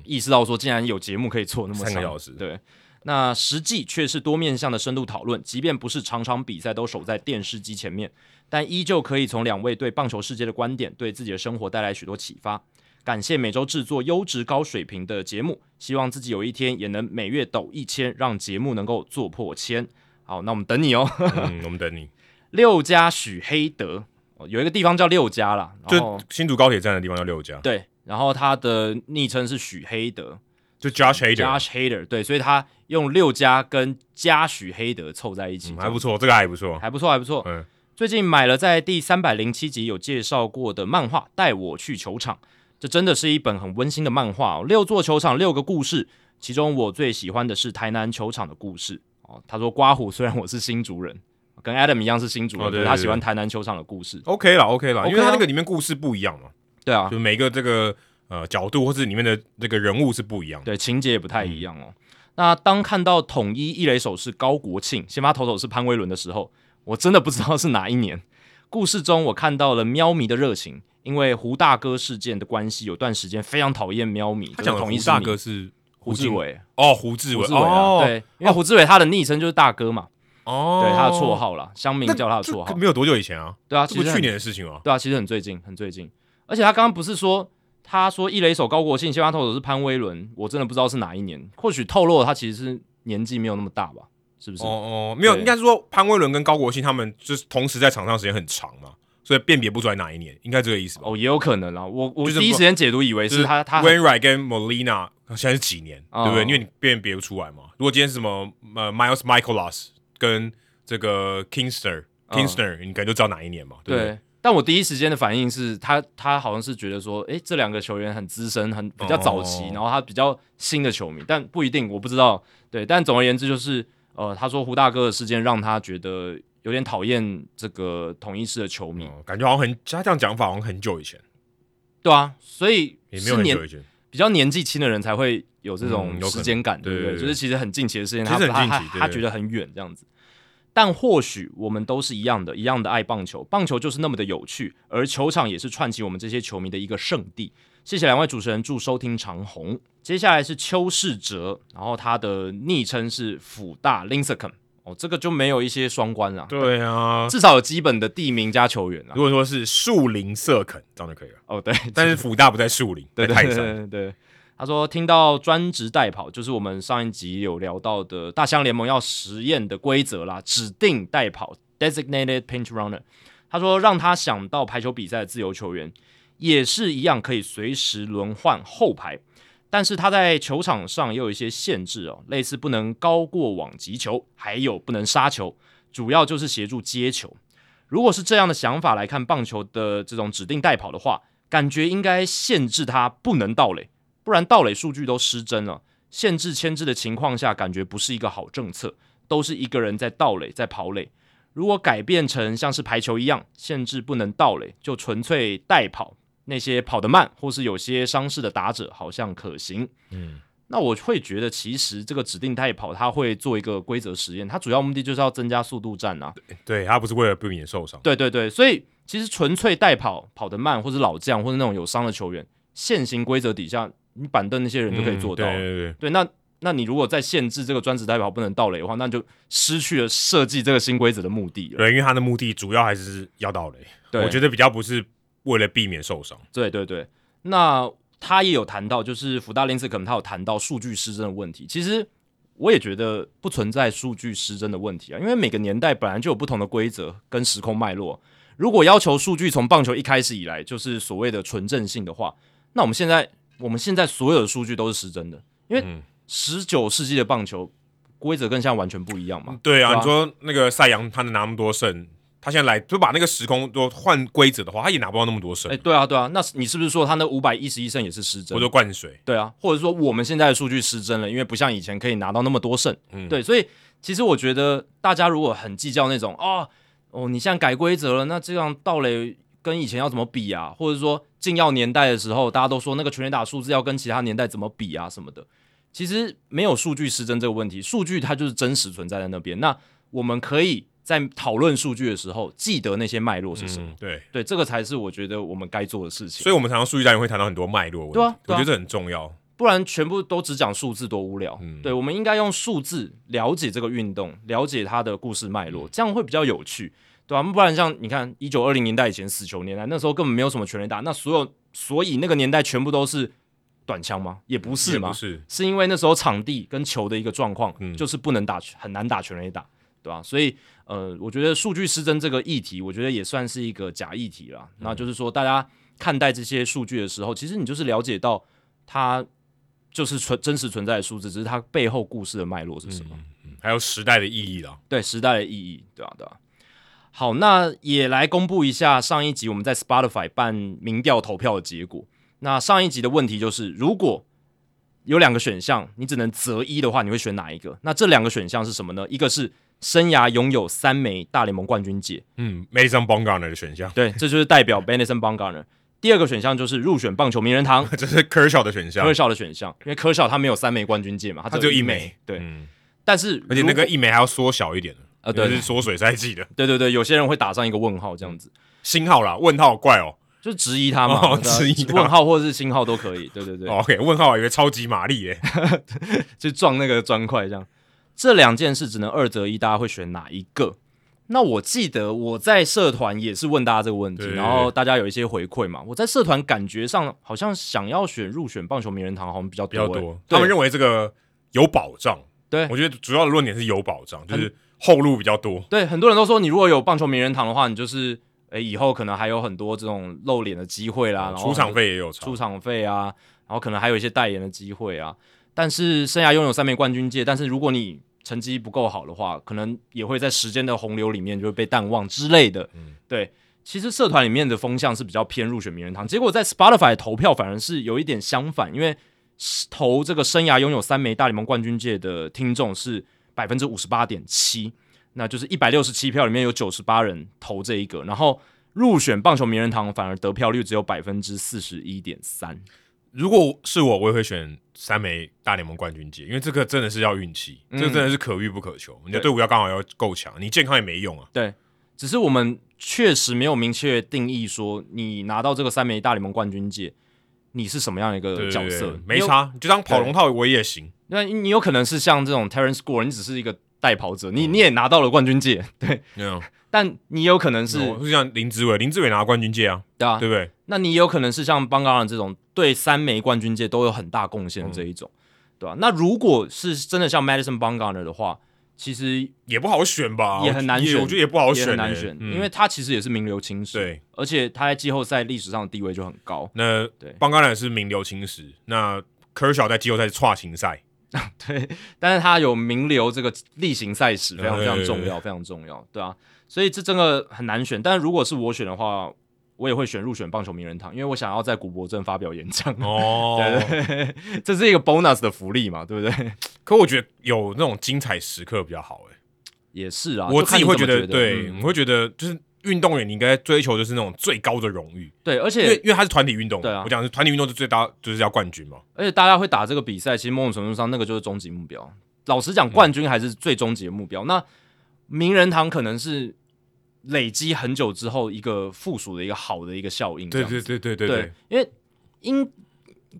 [SPEAKER 2] 意识到说竟然有节目可以做那么
[SPEAKER 1] 嗯三个
[SPEAKER 2] 长
[SPEAKER 1] 小时
[SPEAKER 2] 对。那实际却是多面向的深度讨论，即便不是场场比赛都守在电视机前面，但依旧可以从两位对棒球世界的观点，对自己的生活带来许多启发。感谢每周制作优质高水平的节目，希望自己有一天也能每月抖一千，让节目能够做破千。好，那我们等你哦。
[SPEAKER 1] 嗯，我们等
[SPEAKER 2] [LAUGHS]
[SPEAKER 1] 你，
[SPEAKER 2] 六家许黑德，哦有一个地方叫六家啦，然
[SPEAKER 1] 就
[SPEAKER 2] 后
[SPEAKER 1] 新竹高铁站的地方叫六家，
[SPEAKER 2] 对，然后他的昵称是许黑德
[SPEAKER 1] 就 Josh Hader，
[SPEAKER 2] 嗯 （Josh Hader），对，所以他用六家跟加许黑德凑在一起，
[SPEAKER 1] 嗯，
[SPEAKER 2] 这
[SPEAKER 1] 还
[SPEAKER 2] 样
[SPEAKER 1] 不错，这个还不错。
[SPEAKER 2] 还不错，还不错。
[SPEAKER 1] 嗯
[SPEAKER 2] 最近买了在第三百零七集有介绍过的漫画《带我去球场》，这真的是一本很温馨的漫画、哦。六座球场，六个故事，其中我最喜欢的是台南球场的故事。哦，他说刮胡，虽然我是新竹人，跟 Adam 一样是新竹人，
[SPEAKER 1] 哦对
[SPEAKER 2] 可是他
[SPEAKER 1] 对对
[SPEAKER 2] 喜欢台南球场的故事。
[SPEAKER 1] ，OK 啦，OK 啦，
[SPEAKER 2] OK 啊
[SPEAKER 1] 因为它那个里面故事不一样嘛，
[SPEAKER 2] 对啊，
[SPEAKER 1] 就每个这个呃角度或是里面的这个人物是不一样的。
[SPEAKER 2] 对，情节也不太
[SPEAKER 1] 嗯
[SPEAKER 2] 一样哦。那当看到统一一垒手是高国庆，先发投手是潘威伦的时候，我真的不知道是哪一年。故事中我看到了喵迷的热情，因为胡大哥事件的关系，有段时间非常讨厌喵迷，
[SPEAKER 1] 他
[SPEAKER 2] 就是
[SPEAKER 1] 讲的
[SPEAKER 2] 统
[SPEAKER 1] 胡
[SPEAKER 2] 一
[SPEAKER 1] 大
[SPEAKER 2] 市民
[SPEAKER 1] 哥是
[SPEAKER 2] 胡志
[SPEAKER 1] 敬
[SPEAKER 2] 伟，
[SPEAKER 1] 哦，胡志
[SPEAKER 2] 胡
[SPEAKER 1] 伟，
[SPEAKER 2] 志伟啊，
[SPEAKER 1] 哦，
[SPEAKER 2] 对，因为胡志伟他的昵称就是大哥嘛，
[SPEAKER 1] 哦，
[SPEAKER 2] 对他的绰号啦，乡民
[SPEAKER 1] 那
[SPEAKER 2] 叫他的
[SPEAKER 1] 这
[SPEAKER 2] 绰
[SPEAKER 1] 个
[SPEAKER 2] 号，
[SPEAKER 1] 没有多久以前啊，
[SPEAKER 2] 对啊，
[SPEAKER 1] 这
[SPEAKER 2] 其
[SPEAKER 1] 不
[SPEAKER 2] 实
[SPEAKER 1] 去
[SPEAKER 2] 很
[SPEAKER 1] 年的事情啊，
[SPEAKER 2] 对啊，其实很最近，很最近。而且他刚刚不是说他说一垒手高国庆，先发投手是潘威伦，我真的不知道是哪一年，或许透露了他其实是年纪没有那么大吧，是不是？
[SPEAKER 1] 哦哦，没有，
[SPEAKER 2] 对
[SPEAKER 1] 应该是说潘威伦跟高国庆他们就是同时在场上时间很长嘛，所以辨别不出来哪一年，应该这个意思吧？
[SPEAKER 2] 哦，也有可能啊。我我
[SPEAKER 1] 就是
[SPEAKER 2] 第一
[SPEAKER 1] 不
[SPEAKER 2] 时间解读以为
[SPEAKER 1] 就是
[SPEAKER 2] 他他
[SPEAKER 1] w a i n r i g h t 跟 Molina 现在是几年，
[SPEAKER 2] 哦
[SPEAKER 1] 对不对？因为你辨别不出来嘛。如果今天是什么呃 Miles Michaelas 跟这个 Kingster。
[SPEAKER 2] 嗯
[SPEAKER 1] Kingster，、你可能就知道哪一年嘛，对不对？
[SPEAKER 2] 对。但我第一时间的反应是他，他好像是觉得说，诶，这两个球员很资深，很比较早期，
[SPEAKER 1] 哦
[SPEAKER 2] 然后他比较新的球迷，但不一定，我不知道。对，但总而言之就是，呃，他说胡大哥的事件让他觉得有点讨厌这个统一师的球迷，
[SPEAKER 1] 嗯感觉好像很，他这样讲法好像很久以前，
[SPEAKER 2] 对啊，所以
[SPEAKER 1] 也没有
[SPEAKER 2] 是
[SPEAKER 1] 很
[SPEAKER 2] 年
[SPEAKER 1] 久以前，
[SPEAKER 2] 比较年纪轻的人才会有这
[SPEAKER 1] 嗯有
[SPEAKER 2] 种
[SPEAKER 1] 可能
[SPEAKER 2] 时间感，对不
[SPEAKER 1] 对对
[SPEAKER 2] 对？
[SPEAKER 1] 对
[SPEAKER 2] 就是其实很近期的事情，
[SPEAKER 1] 其
[SPEAKER 2] 他
[SPEAKER 1] 实很
[SPEAKER 2] 他
[SPEAKER 1] 近
[SPEAKER 2] 他
[SPEAKER 1] 期对
[SPEAKER 2] 他
[SPEAKER 1] 对
[SPEAKER 2] 觉得很远这样子。但或许我们都是一样的，一样的爱棒球，棒球就是那么的有趣，而球场也是串起我们这些球迷的一个圣地。谢谢两位主持人，祝收听长虹。接下来是邱世哲，然后他的昵称是辅大 Lincecum，哦，这个就没有一些双关啦，
[SPEAKER 1] 对啊。
[SPEAKER 2] 至少有基本的地名加球员啦
[SPEAKER 1] 如。果说是树林色肯，这样就可以了。
[SPEAKER 2] 哦，对，
[SPEAKER 1] 但是福大不在树林，在
[SPEAKER 2] 对
[SPEAKER 1] 泰
[SPEAKER 2] 对
[SPEAKER 1] 山。
[SPEAKER 2] 对对对他说听到专职代跑，就是我们上一集有聊到的大象联盟要实验的规则啦，指定代跑 （designated pinch runner）。他说让他想到排球比赛的自由球员也是一样，可以随时轮换后排，但是他在球场上也有一些限制哦，类似不能高过网击球，还有不能杀球，主要就是协助接球。如果是这样的想法来看棒球的这种指定代跑的话，感觉应该限制他不能盗垒，不然盗垒数据都失真了。限制牵制的情况下，感觉不是一个好政策，都是一个人在盗垒，在跑垒。如果改变成像是排球一样，限制不能盗垒，就纯粹代跑，那些跑得慢或是有些伤势的打者，好像可行。
[SPEAKER 1] 嗯，
[SPEAKER 2] 那我会觉得，其实这个指定代跑，它会做一个规则实验，它主要目的就是要增加速度战啊。
[SPEAKER 1] 对他不是为了避免受伤，
[SPEAKER 2] 对对对，所以其实纯粹带跑跑得慢，或者老将，或者那种有伤的球员，现行规则底下，你板凳那些人就可以做到了。
[SPEAKER 1] 嗯对对对，
[SPEAKER 2] 对，那那你如果再限制这个专职代跑不能盗垒的话，那就失去了设计这个新规则的目的了。
[SPEAKER 1] 对，因为他的目的主要还是要到雷。
[SPEAKER 2] 对
[SPEAKER 1] 我觉得比较不是为了避免受伤。
[SPEAKER 2] 对对对，那他也有谈到，就是福大林斯可能他有谈到数据失真的问题。其实我也觉得不存在数据失真的问题啊，因为每个年代本来就有不同的规则跟时空脉络。如果要求数据从棒球一开始以来就是所谓的纯正性的话，那我们现在我们现在所有的数据都是失真的，因为
[SPEAKER 1] 嗯
[SPEAKER 2] 十九世纪的棒球规则跟现在完全不一样嘛。
[SPEAKER 1] 对啊，
[SPEAKER 2] 对啊
[SPEAKER 1] 你说那个赛扬他能拿那么多胜，他现在来就把那个时空都换规则的话，他也拿不到那么多胜
[SPEAKER 2] 哎、，对啊，对啊，那你是不是说他那五百一十一胜也是失真
[SPEAKER 1] 我？就灌水。
[SPEAKER 2] 对啊，或者说我们现在的数据失真了，因为不像以前可以拿到那么多胜。
[SPEAKER 1] 嗯
[SPEAKER 2] 对，所以其实我觉得大家如果很计较那种哦哦，你现在改规则了，那这样盗垒跟以前要怎么比啊？或者说禁药年代的时候，大家都说那个全垒打数字要跟其他年代怎么比啊什么的，其实没有数据失真这个问题，数据它就是真实存在在那边。那我们可以在讨论数据的时候，记得那些脉络是什么。
[SPEAKER 1] 嗯，对，
[SPEAKER 2] 对，这个才是我觉得我们该做的事情。
[SPEAKER 1] 所以我们常常数据战也会谈到很多脉络的问题，
[SPEAKER 2] 对啊
[SPEAKER 1] 我
[SPEAKER 2] 对啊
[SPEAKER 1] 觉得这很重要。
[SPEAKER 2] 不然全部都只讲数字多无聊。
[SPEAKER 1] 嗯
[SPEAKER 2] 对，我们应该用数字了解这个运动，了解它的故事脉络，这样会比较有趣，对吧、啊不然像你看一九二零年代以前死球年代，那时候根本没有什么全垒打，那所有所以那个年代全部都是短枪吗？也不是
[SPEAKER 1] 也
[SPEAKER 2] 嘛，
[SPEAKER 1] 不是，
[SPEAKER 2] 是因为那时候场地跟球的一个状况，
[SPEAKER 1] 嗯
[SPEAKER 2] 就是不能打很难打全垒打，对吧、所以呃，我觉得数据失真这个议题，我觉得也算是一个假议题啦。那就是说，大家看待这些数据的时候，其实你就是了解到它就是存真实存在的数字，只是它背后故事的脉络是什么。
[SPEAKER 1] 还有时代的意义啦。
[SPEAKER 2] 对时代的意义，对啊，对啊。好，那也来公布一下上一集我们在 Spotify 办民调投票的结果。那上一集的问题就是，如果有两个选项，你只能择一的话，你会选哪一个？那这两个选项是什么呢？一个是生涯拥有三枚大联盟冠军戒，
[SPEAKER 1] 嗯，Madison Bumgarner 的选项，
[SPEAKER 2] 对，这就是代表 Benison Bumgarner。第二个选项就是入选棒球名人堂
[SPEAKER 1] 这是 Kershaw 的选项
[SPEAKER 2] 科。少的选项，因为科少他没有三枚冠军戒嘛，
[SPEAKER 1] 啊他
[SPEAKER 2] 只有
[SPEAKER 1] 只有一
[SPEAKER 2] 枚
[SPEAKER 1] 枚。
[SPEAKER 2] 对，
[SPEAKER 1] 嗯，
[SPEAKER 2] 但是
[SPEAKER 1] 而且那
[SPEAKER 2] 如果
[SPEAKER 1] 个一枚还要缩小一点，
[SPEAKER 2] 啊，
[SPEAKER 1] 对，
[SPEAKER 2] 对
[SPEAKER 1] 是缩水赛季的
[SPEAKER 2] 对对对，有些人会打上一个问号这样子，
[SPEAKER 1] 星号啦，问号怪哦。
[SPEAKER 2] 就质疑他嘛，
[SPEAKER 1] 哦
[SPEAKER 2] 对啊
[SPEAKER 1] 质疑他
[SPEAKER 2] 问号或者是星号都可以，对对对，
[SPEAKER 1] 哦 OK，问号还以为超级玛丽耶，
[SPEAKER 2] 就撞那个砖块这样。这两件事只能二择一，大家会选哪一个？那我记得我在社团也是问大家这个问题，
[SPEAKER 1] 对
[SPEAKER 2] 然后大家有一些回馈嘛。我在社团感觉上好像想要选入选棒球名人堂，好像比较
[SPEAKER 1] 比
[SPEAKER 2] 多、
[SPEAKER 1] 较
[SPEAKER 2] 欸
[SPEAKER 1] 多。
[SPEAKER 2] 对
[SPEAKER 1] 他们认为这个有保障，
[SPEAKER 2] 对
[SPEAKER 1] 我觉得主要的论点是有保障，就是后路比较多。
[SPEAKER 2] 对，很多人都说你如果有棒球名人堂的话，你就是诶以后可能还有很多这种露脸的机会啊啦，然后
[SPEAKER 1] 哦出场费也有差
[SPEAKER 2] 出，场费啊，然后可能还有一些代言的机会啊。但是生涯拥有三枚冠军戒，但是如果你成绩不够好的话，可能也会在时间的洪流里面就会被淡忘之类的。对，其实社团里面的风向是比较偏入选名人堂，结果在 Spotify 的投票反而是有一点相反，因为投这个生涯拥有三枚大联盟冠军戒的听众是百分之五十八点七，那就是一百六十七票里面有九十八人投这一个，然后入选棒球名人堂反而得票率只有百分之四十一点三。
[SPEAKER 1] 如果是我，我也会选三枚大联盟冠军戒，因为这个真的是要运气，
[SPEAKER 2] 嗯
[SPEAKER 1] 这个真的是可遇不可求。你的
[SPEAKER 2] 对
[SPEAKER 1] 队伍要刚好要够强，你健康也没用啊。
[SPEAKER 2] 对，只是我们确实没有明确定义说你拿到这个三枚大联盟冠军戒，你是什么样的一
[SPEAKER 1] 对
[SPEAKER 2] 个
[SPEAKER 1] 对
[SPEAKER 2] 角
[SPEAKER 1] 对
[SPEAKER 2] 色？
[SPEAKER 1] 没差，你就当跑龙套我也行。
[SPEAKER 2] 那你有可能是像这种 Terence Gore，你只是一个代跑者，你你也拿到了冠军戒，对，
[SPEAKER 1] 嗯，
[SPEAKER 2] 但你也有可能是
[SPEAKER 1] 我是像林志伟，林志伟拿冠军戒啊，
[SPEAKER 2] 对啊，
[SPEAKER 1] 对不对？
[SPEAKER 2] 那你也有可能是像邦嘎朗这种对三枚冠军界都有很大贡献的这一
[SPEAKER 1] 嗯
[SPEAKER 2] 种，对吧、那如果是真的像 Madison b u n g a r n e r 的话，其实
[SPEAKER 1] 也不好选吧，
[SPEAKER 2] 也很难选
[SPEAKER 1] 我觉得也不好
[SPEAKER 2] 也
[SPEAKER 1] 选欸，
[SPEAKER 2] 很难选，
[SPEAKER 1] 嗯
[SPEAKER 2] 因为他其实也是名留青史，
[SPEAKER 1] 对，
[SPEAKER 2] 而且他在季后赛历史上的地位就很高，
[SPEAKER 1] 那
[SPEAKER 2] 对
[SPEAKER 1] 邦刚然是名留青史，那科尔小在季后赛是跨行赛，
[SPEAKER 2] 对，但是他有名留这个例行赛史，非
[SPEAKER 1] 嗯
[SPEAKER 2] 常
[SPEAKER 1] 对
[SPEAKER 2] 非常重要，非常重要，对啊，所以这真的很难选。但如果是我选的话，我也会选入选棒球名人堂，因为我想要在古柏镇发表演讲，
[SPEAKER 1] 哦
[SPEAKER 2] 嗯 [LAUGHS] 对对对，这是一个 bonus 的福利嘛，对不对？
[SPEAKER 1] 可我觉得有那种精彩时刻比较好、欸，
[SPEAKER 2] 也是啊，
[SPEAKER 1] 我
[SPEAKER 2] 就
[SPEAKER 1] 自
[SPEAKER 2] 看你
[SPEAKER 1] 己会
[SPEAKER 2] 怎么
[SPEAKER 1] 得，
[SPEAKER 2] 得
[SPEAKER 1] 对，
[SPEAKER 2] 嗯
[SPEAKER 1] 我会觉得就是运动员你应该追求就是那种最高的荣誉，
[SPEAKER 2] 对，而
[SPEAKER 1] 因为
[SPEAKER 2] 且
[SPEAKER 1] 因为它是团体运动，
[SPEAKER 2] 对啊
[SPEAKER 1] 我讲的是团体运动是最大就是要冠军嘛，
[SPEAKER 2] 而且大家会打这个比赛，其实某种程度上那个就是终极目标。老实讲，冠军还是最终极的目标。那名人堂可能是累积很久之后一个附属的一个好的一个效嗯应这
[SPEAKER 1] 对
[SPEAKER 2] 样子，
[SPEAKER 1] 对对对对
[SPEAKER 2] 对，因为应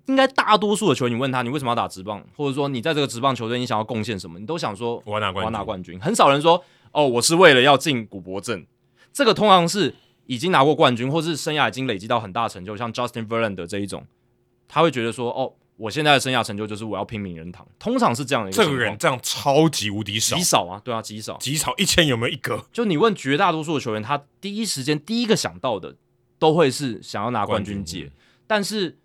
[SPEAKER 2] 应该大多数的球员，你问他你为什么要打职棒，或者说你在这个职棒球队你想要贡献什么，你都想说
[SPEAKER 1] 我要拿
[SPEAKER 2] 我
[SPEAKER 1] 冠
[SPEAKER 2] 要
[SPEAKER 1] 军，
[SPEAKER 2] 拿冠军，很少人说哦，我是为了要进古柏镇。这个通常是已经拿过冠军，或是生涯已经累积到很大成就，像 Justin Verlander 这一种，他会觉得说哦，我现在的生涯成就就是我要拼名人堂，通常是这样的一个
[SPEAKER 1] 这
[SPEAKER 2] 情
[SPEAKER 1] 个
[SPEAKER 2] 况。
[SPEAKER 1] 人这样超级无敌少
[SPEAKER 2] 极，少啊，对啊，极少。
[SPEAKER 1] 极少一千有没有一个？
[SPEAKER 2] 就你问绝大多数的球员，他第一时间第一个想到的都会是想要拿冠军
[SPEAKER 1] 冠
[SPEAKER 2] 戒，
[SPEAKER 1] 军
[SPEAKER 2] 但是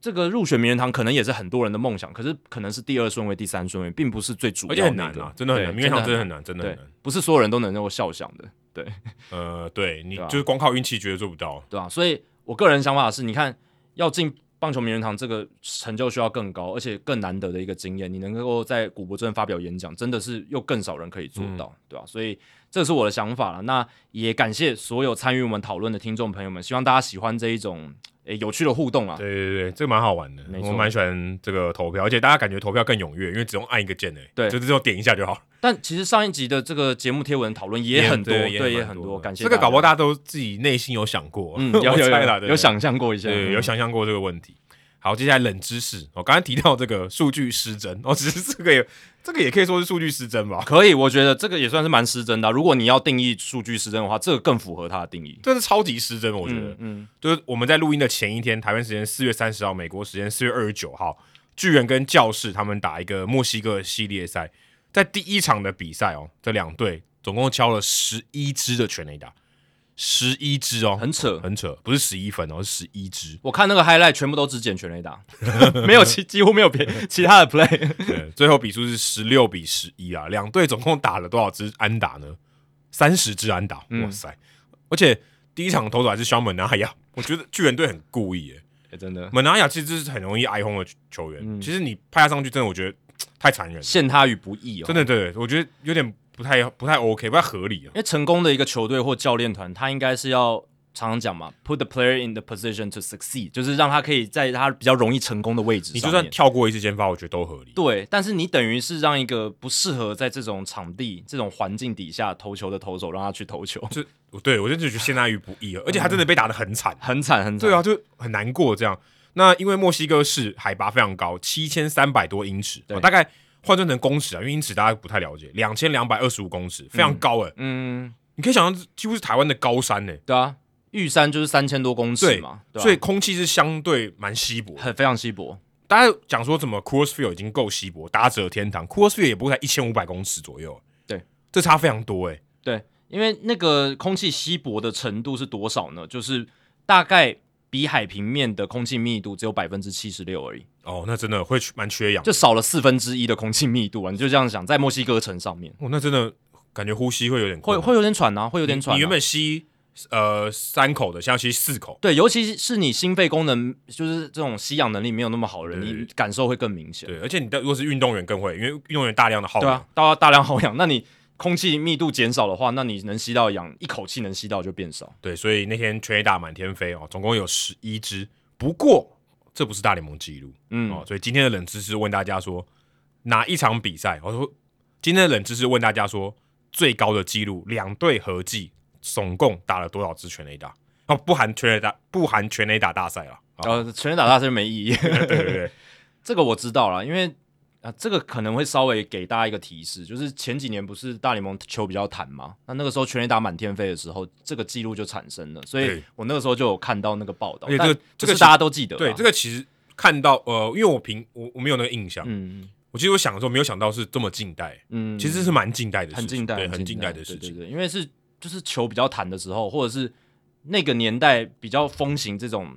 [SPEAKER 2] 这个入选名人堂可能也是很多人的梦想，可是可能是第二顺位、第三顺位，并不是最主要
[SPEAKER 1] 而
[SPEAKER 2] 的
[SPEAKER 1] 且
[SPEAKER 2] 那
[SPEAKER 1] 很
[SPEAKER 2] 个、
[SPEAKER 1] 难啊，真的很难，名人堂真的
[SPEAKER 2] 很
[SPEAKER 1] 很难，真的
[SPEAKER 2] 对
[SPEAKER 1] 很难。，
[SPEAKER 2] 不是所有人都能够笑想的，
[SPEAKER 1] 呃，对你
[SPEAKER 2] 对啊
[SPEAKER 1] 就是光靠运气绝对做不到。
[SPEAKER 2] 对吧、所以我个人想法是，你看要进棒球名人堂这个成就需要更高，而且更难得的一个经验，你能够在古柏镇发表演讲，真的是又更少人可以做到，
[SPEAKER 1] 嗯
[SPEAKER 2] 对吧、所以这是我的想法了。那也感谢所有参与我们讨论的听众朋友们，希望大家喜欢这一种诶有趣的互动啊。
[SPEAKER 1] 对对对，这个蛮好玩的，
[SPEAKER 2] 没错
[SPEAKER 1] 我蛮喜欢这个投票，而且大家感觉投票更踊跃，因为只用按一个键诶，
[SPEAKER 2] 对
[SPEAKER 1] 就只有点一下就好了。
[SPEAKER 2] 但其实上一集的这个节目贴文讨论也
[SPEAKER 1] 也
[SPEAKER 2] 很多，
[SPEAKER 1] 对
[SPEAKER 2] 对，
[SPEAKER 1] 也
[SPEAKER 2] 也
[SPEAKER 1] 很
[SPEAKER 2] 很多，感谢
[SPEAKER 1] 这个搞不好
[SPEAKER 2] 大
[SPEAKER 1] 大
[SPEAKER 2] 家，
[SPEAKER 1] 家都自己内心有想过，
[SPEAKER 2] 嗯，有
[SPEAKER 1] [LAUGHS]
[SPEAKER 2] 有
[SPEAKER 1] 我猜啦
[SPEAKER 2] 有
[SPEAKER 1] 对
[SPEAKER 2] 有想象过一下，
[SPEAKER 1] 对
[SPEAKER 2] 嗯
[SPEAKER 1] 有想象过这个问题。好，接下来冷知识，我刚才提到这个数据失真，哦，只是这个也这个也可以说是数据失真吧， [LAUGHS]
[SPEAKER 2] 可以，我觉得这个也算是蛮失真的啊、如果你要定义数据失真的话，这个更符合它的定义。
[SPEAKER 1] 这是超级失真，我觉得
[SPEAKER 2] 嗯。嗯，
[SPEAKER 1] 就是我们在录音的前一天，台湾时间四月三十号，美国时间四月二十九号，巨人跟教士他们打一个墨西哥系列赛，在第一场的比赛哦，这两队总共敲了十一支的全垒打，十一支哦，
[SPEAKER 2] 很扯。。
[SPEAKER 1] 很扯，不是十一分哦，是十一支
[SPEAKER 2] 我看那个 highlight 全部都只捡全垒打， [LAUGHS] 没有其几乎没有别其他的 play。
[SPEAKER 1] [LAUGHS] 对，最后比数是十六比十一啊，两队总共打了多少支安打呢？三十支安打，
[SPEAKER 2] 嗯
[SPEAKER 1] 哇塞！而且第一场投手还是肖门纳亚，我觉得巨人队很故意耶、
[SPEAKER 2] 欸真的
[SPEAKER 1] 门纳亚其实是很容易挨轰的球员，
[SPEAKER 2] 嗯
[SPEAKER 1] 其实你派他上去，真的我觉得太残忍了，
[SPEAKER 2] 陷他于不义哦，
[SPEAKER 1] 真的对，我觉得有点不太不太 OK，不太合理啊。
[SPEAKER 2] 因为成功的一个球队或教练团，他应该是要常常讲嘛，put the player in the position to succeed，就是让他可以在他比较容易成功的位置上
[SPEAKER 1] 你
[SPEAKER 2] 面。
[SPEAKER 1] 就算跳过一次先发，我觉得都合理。
[SPEAKER 2] 对，但是你等于是让一个不适合在这种场地、这种环境底下投球的投手让他去投球， [LAUGHS]
[SPEAKER 1] 就对我就觉得陷在于不易了，而且他真的被打得很惨。
[SPEAKER 2] 很惨很惨。
[SPEAKER 1] 对啊，就很难过这样。那因为墨西哥市海拔非常高，七千三百多英尺，
[SPEAKER 2] 对
[SPEAKER 1] 哦大概换算成公尺啊，因为英尺大家不太了解，两千两百二十五公尺，非常高诶、
[SPEAKER 2] 嗯，
[SPEAKER 1] 你可以想象，几乎是台湾的高山呢、
[SPEAKER 2] 对啊，玉山就是三千多公尺
[SPEAKER 1] 对
[SPEAKER 2] 嘛，对吧啊
[SPEAKER 1] 所以空气是相对蛮稀薄的。
[SPEAKER 2] 很非常稀薄。
[SPEAKER 1] 大家讲说怎么 Coors Field 已经够稀薄，打者天堂 Coors Field 也不过才一千五百公尺左右，
[SPEAKER 2] 对，
[SPEAKER 1] 这差非常多诶、欸
[SPEAKER 2] 对，因为那个空气稀薄的程度是多少呢？就是大概比海平面的空气密度只有百分之七十六而已，
[SPEAKER 1] 哦，那真的会蛮缺氧的，
[SPEAKER 2] 就少了四分之一的空气密度啊！你就这样想，在墨西哥城上面
[SPEAKER 1] 哦，那真的感觉呼吸会有点
[SPEAKER 2] 会
[SPEAKER 1] 困难
[SPEAKER 2] 会有点喘啊，会有点喘啊、
[SPEAKER 1] 你原本吸呃三口的，现在吸四口。
[SPEAKER 2] 对，尤其是你心肺功能，就是这种吸氧能力没有那么好的人，
[SPEAKER 1] 对
[SPEAKER 2] 你感受会更明显。
[SPEAKER 1] 对，而且你的如果是运动员更会，因为运动员大量的耗
[SPEAKER 2] 对
[SPEAKER 1] 氧，
[SPEAKER 2] 啊，大大量耗氧，那你空气密度减少的话，那你能吸到氧，一口气能吸到就变少。
[SPEAKER 1] 对所以那天全 A 打满天飞哦，总共有十一支。不过这不是大联盟记录、
[SPEAKER 2] 嗯，
[SPEAKER 1] 哦，所以今天的冷知识问大家说哪一场比赛？我说今天的冷知识问大家说最高的记录，两队合计总共打了多少支全 A 打？哦，不含全 A 打，不含全 A 打大赛了。哦、
[SPEAKER 2] 呃，全垒打大赛没意义， [LAUGHS]
[SPEAKER 1] 对对对，
[SPEAKER 2] 这个我知道了，因为啊、呃这个可能会稍微给大家一个提示，就是前几年不是大联盟球比较弹嘛，那那个时候全垒打满天飞的时候，这个记录就产生了，所以
[SPEAKER 1] 对
[SPEAKER 2] 我那个时候就有看到那个报道，
[SPEAKER 1] 而且
[SPEAKER 2] 但
[SPEAKER 1] 这个
[SPEAKER 2] 不
[SPEAKER 1] 这个
[SPEAKER 2] 是
[SPEAKER 1] 其
[SPEAKER 2] 大家都记得啦，
[SPEAKER 1] 对这个其实看到呃，因为我凭我我没有那个印象，
[SPEAKER 2] 嗯
[SPEAKER 1] 我其实我想的时候没有想到是这么近代，
[SPEAKER 2] 嗯，
[SPEAKER 1] 其实是蛮近代的事情，
[SPEAKER 2] 很近代，
[SPEAKER 1] 对，很
[SPEAKER 2] 近
[SPEAKER 1] 代的事情
[SPEAKER 2] 对。对对，因为是就是球比较弹的时候，或者是那个年代比较风行这种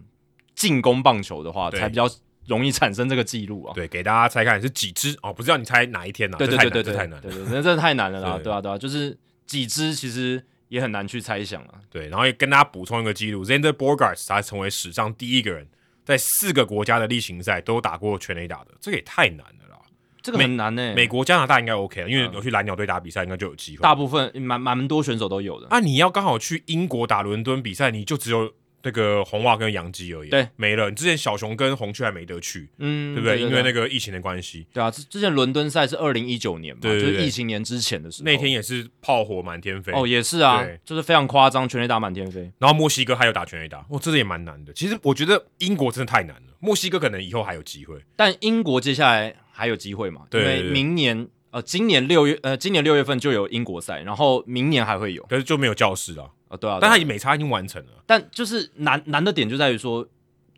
[SPEAKER 2] 进攻棒球的话，
[SPEAKER 1] 对
[SPEAKER 2] 才比较容易产生这个记录啊。
[SPEAKER 1] 对，给大家猜看是几只哦，不知道你猜哪一天呢、啊？
[SPEAKER 2] 对对对对
[SPEAKER 1] 这
[SPEAKER 2] 对，
[SPEAKER 1] 太难了，这太难
[SPEAKER 2] 对
[SPEAKER 1] 了。
[SPEAKER 2] 对，真的真的太难了啦，
[SPEAKER 1] [LAUGHS] 对
[SPEAKER 2] 对啊对啊，就是几支其实也很难去猜想啊。
[SPEAKER 1] 对，然后也跟大家补充一个记录 z a n d e r Borgarts 他成为史上第一个人在四个国家的例行赛都打过全垒打的，这个也太难了啦。
[SPEAKER 2] 这个很难呢、
[SPEAKER 1] 美国、加拿大应该 OK 了，因为
[SPEAKER 2] 嗯
[SPEAKER 1] 有去蓝鸟队打比赛，应该就有机会。
[SPEAKER 2] 大部分蛮蛮多选手都有的。
[SPEAKER 1] 啊，你要刚好去英国打伦敦比赛，你就只有那个红袜跟洋基而已，
[SPEAKER 2] 对，
[SPEAKER 1] 没了。你之前小熊跟红雀还没得去，
[SPEAKER 2] 嗯，
[SPEAKER 1] 对不对？因为那
[SPEAKER 2] 个
[SPEAKER 1] 个疫情的关系，
[SPEAKER 2] 对啊，之之前伦敦赛是二零一九年嘛，
[SPEAKER 1] 对对对
[SPEAKER 2] 就是疫情年之前的时候。
[SPEAKER 1] 那天也是炮火满天飞。
[SPEAKER 2] 哦，也是啊
[SPEAKER 1] 对，
[SPEAKER 2] 就是非常夸张，全垒打满天飞。
[SPEAKER 1] 然后墨西哥还有打全垒打，哦，这个也蛮难的。其实我觉得英国真的太难了，墨西哥可能以后还有机会。
[SPEAKER 2] 但英国接下来还有机会嘛？
[SPEAKER 1] 对对
[SPEAKER 2] 因为
[SPEAKER 1] 对
[SPEAKER 2] 明年呃，今年六月呃，今年六月份就有英国赛，然后明年还会有。
[SPEAKER 1] 可是就没有教室啊，
[SPEAKER 2] 呃，对啊，
[SPEAKER 1] 但
[SPEAKER 2] 对
[SPEAKER 1] 他
[SPEAKER 2] 啊
[SPEAKER 1] 也美差已经完成了，
[SPEAKER 2] 但就是难难的点就在于说，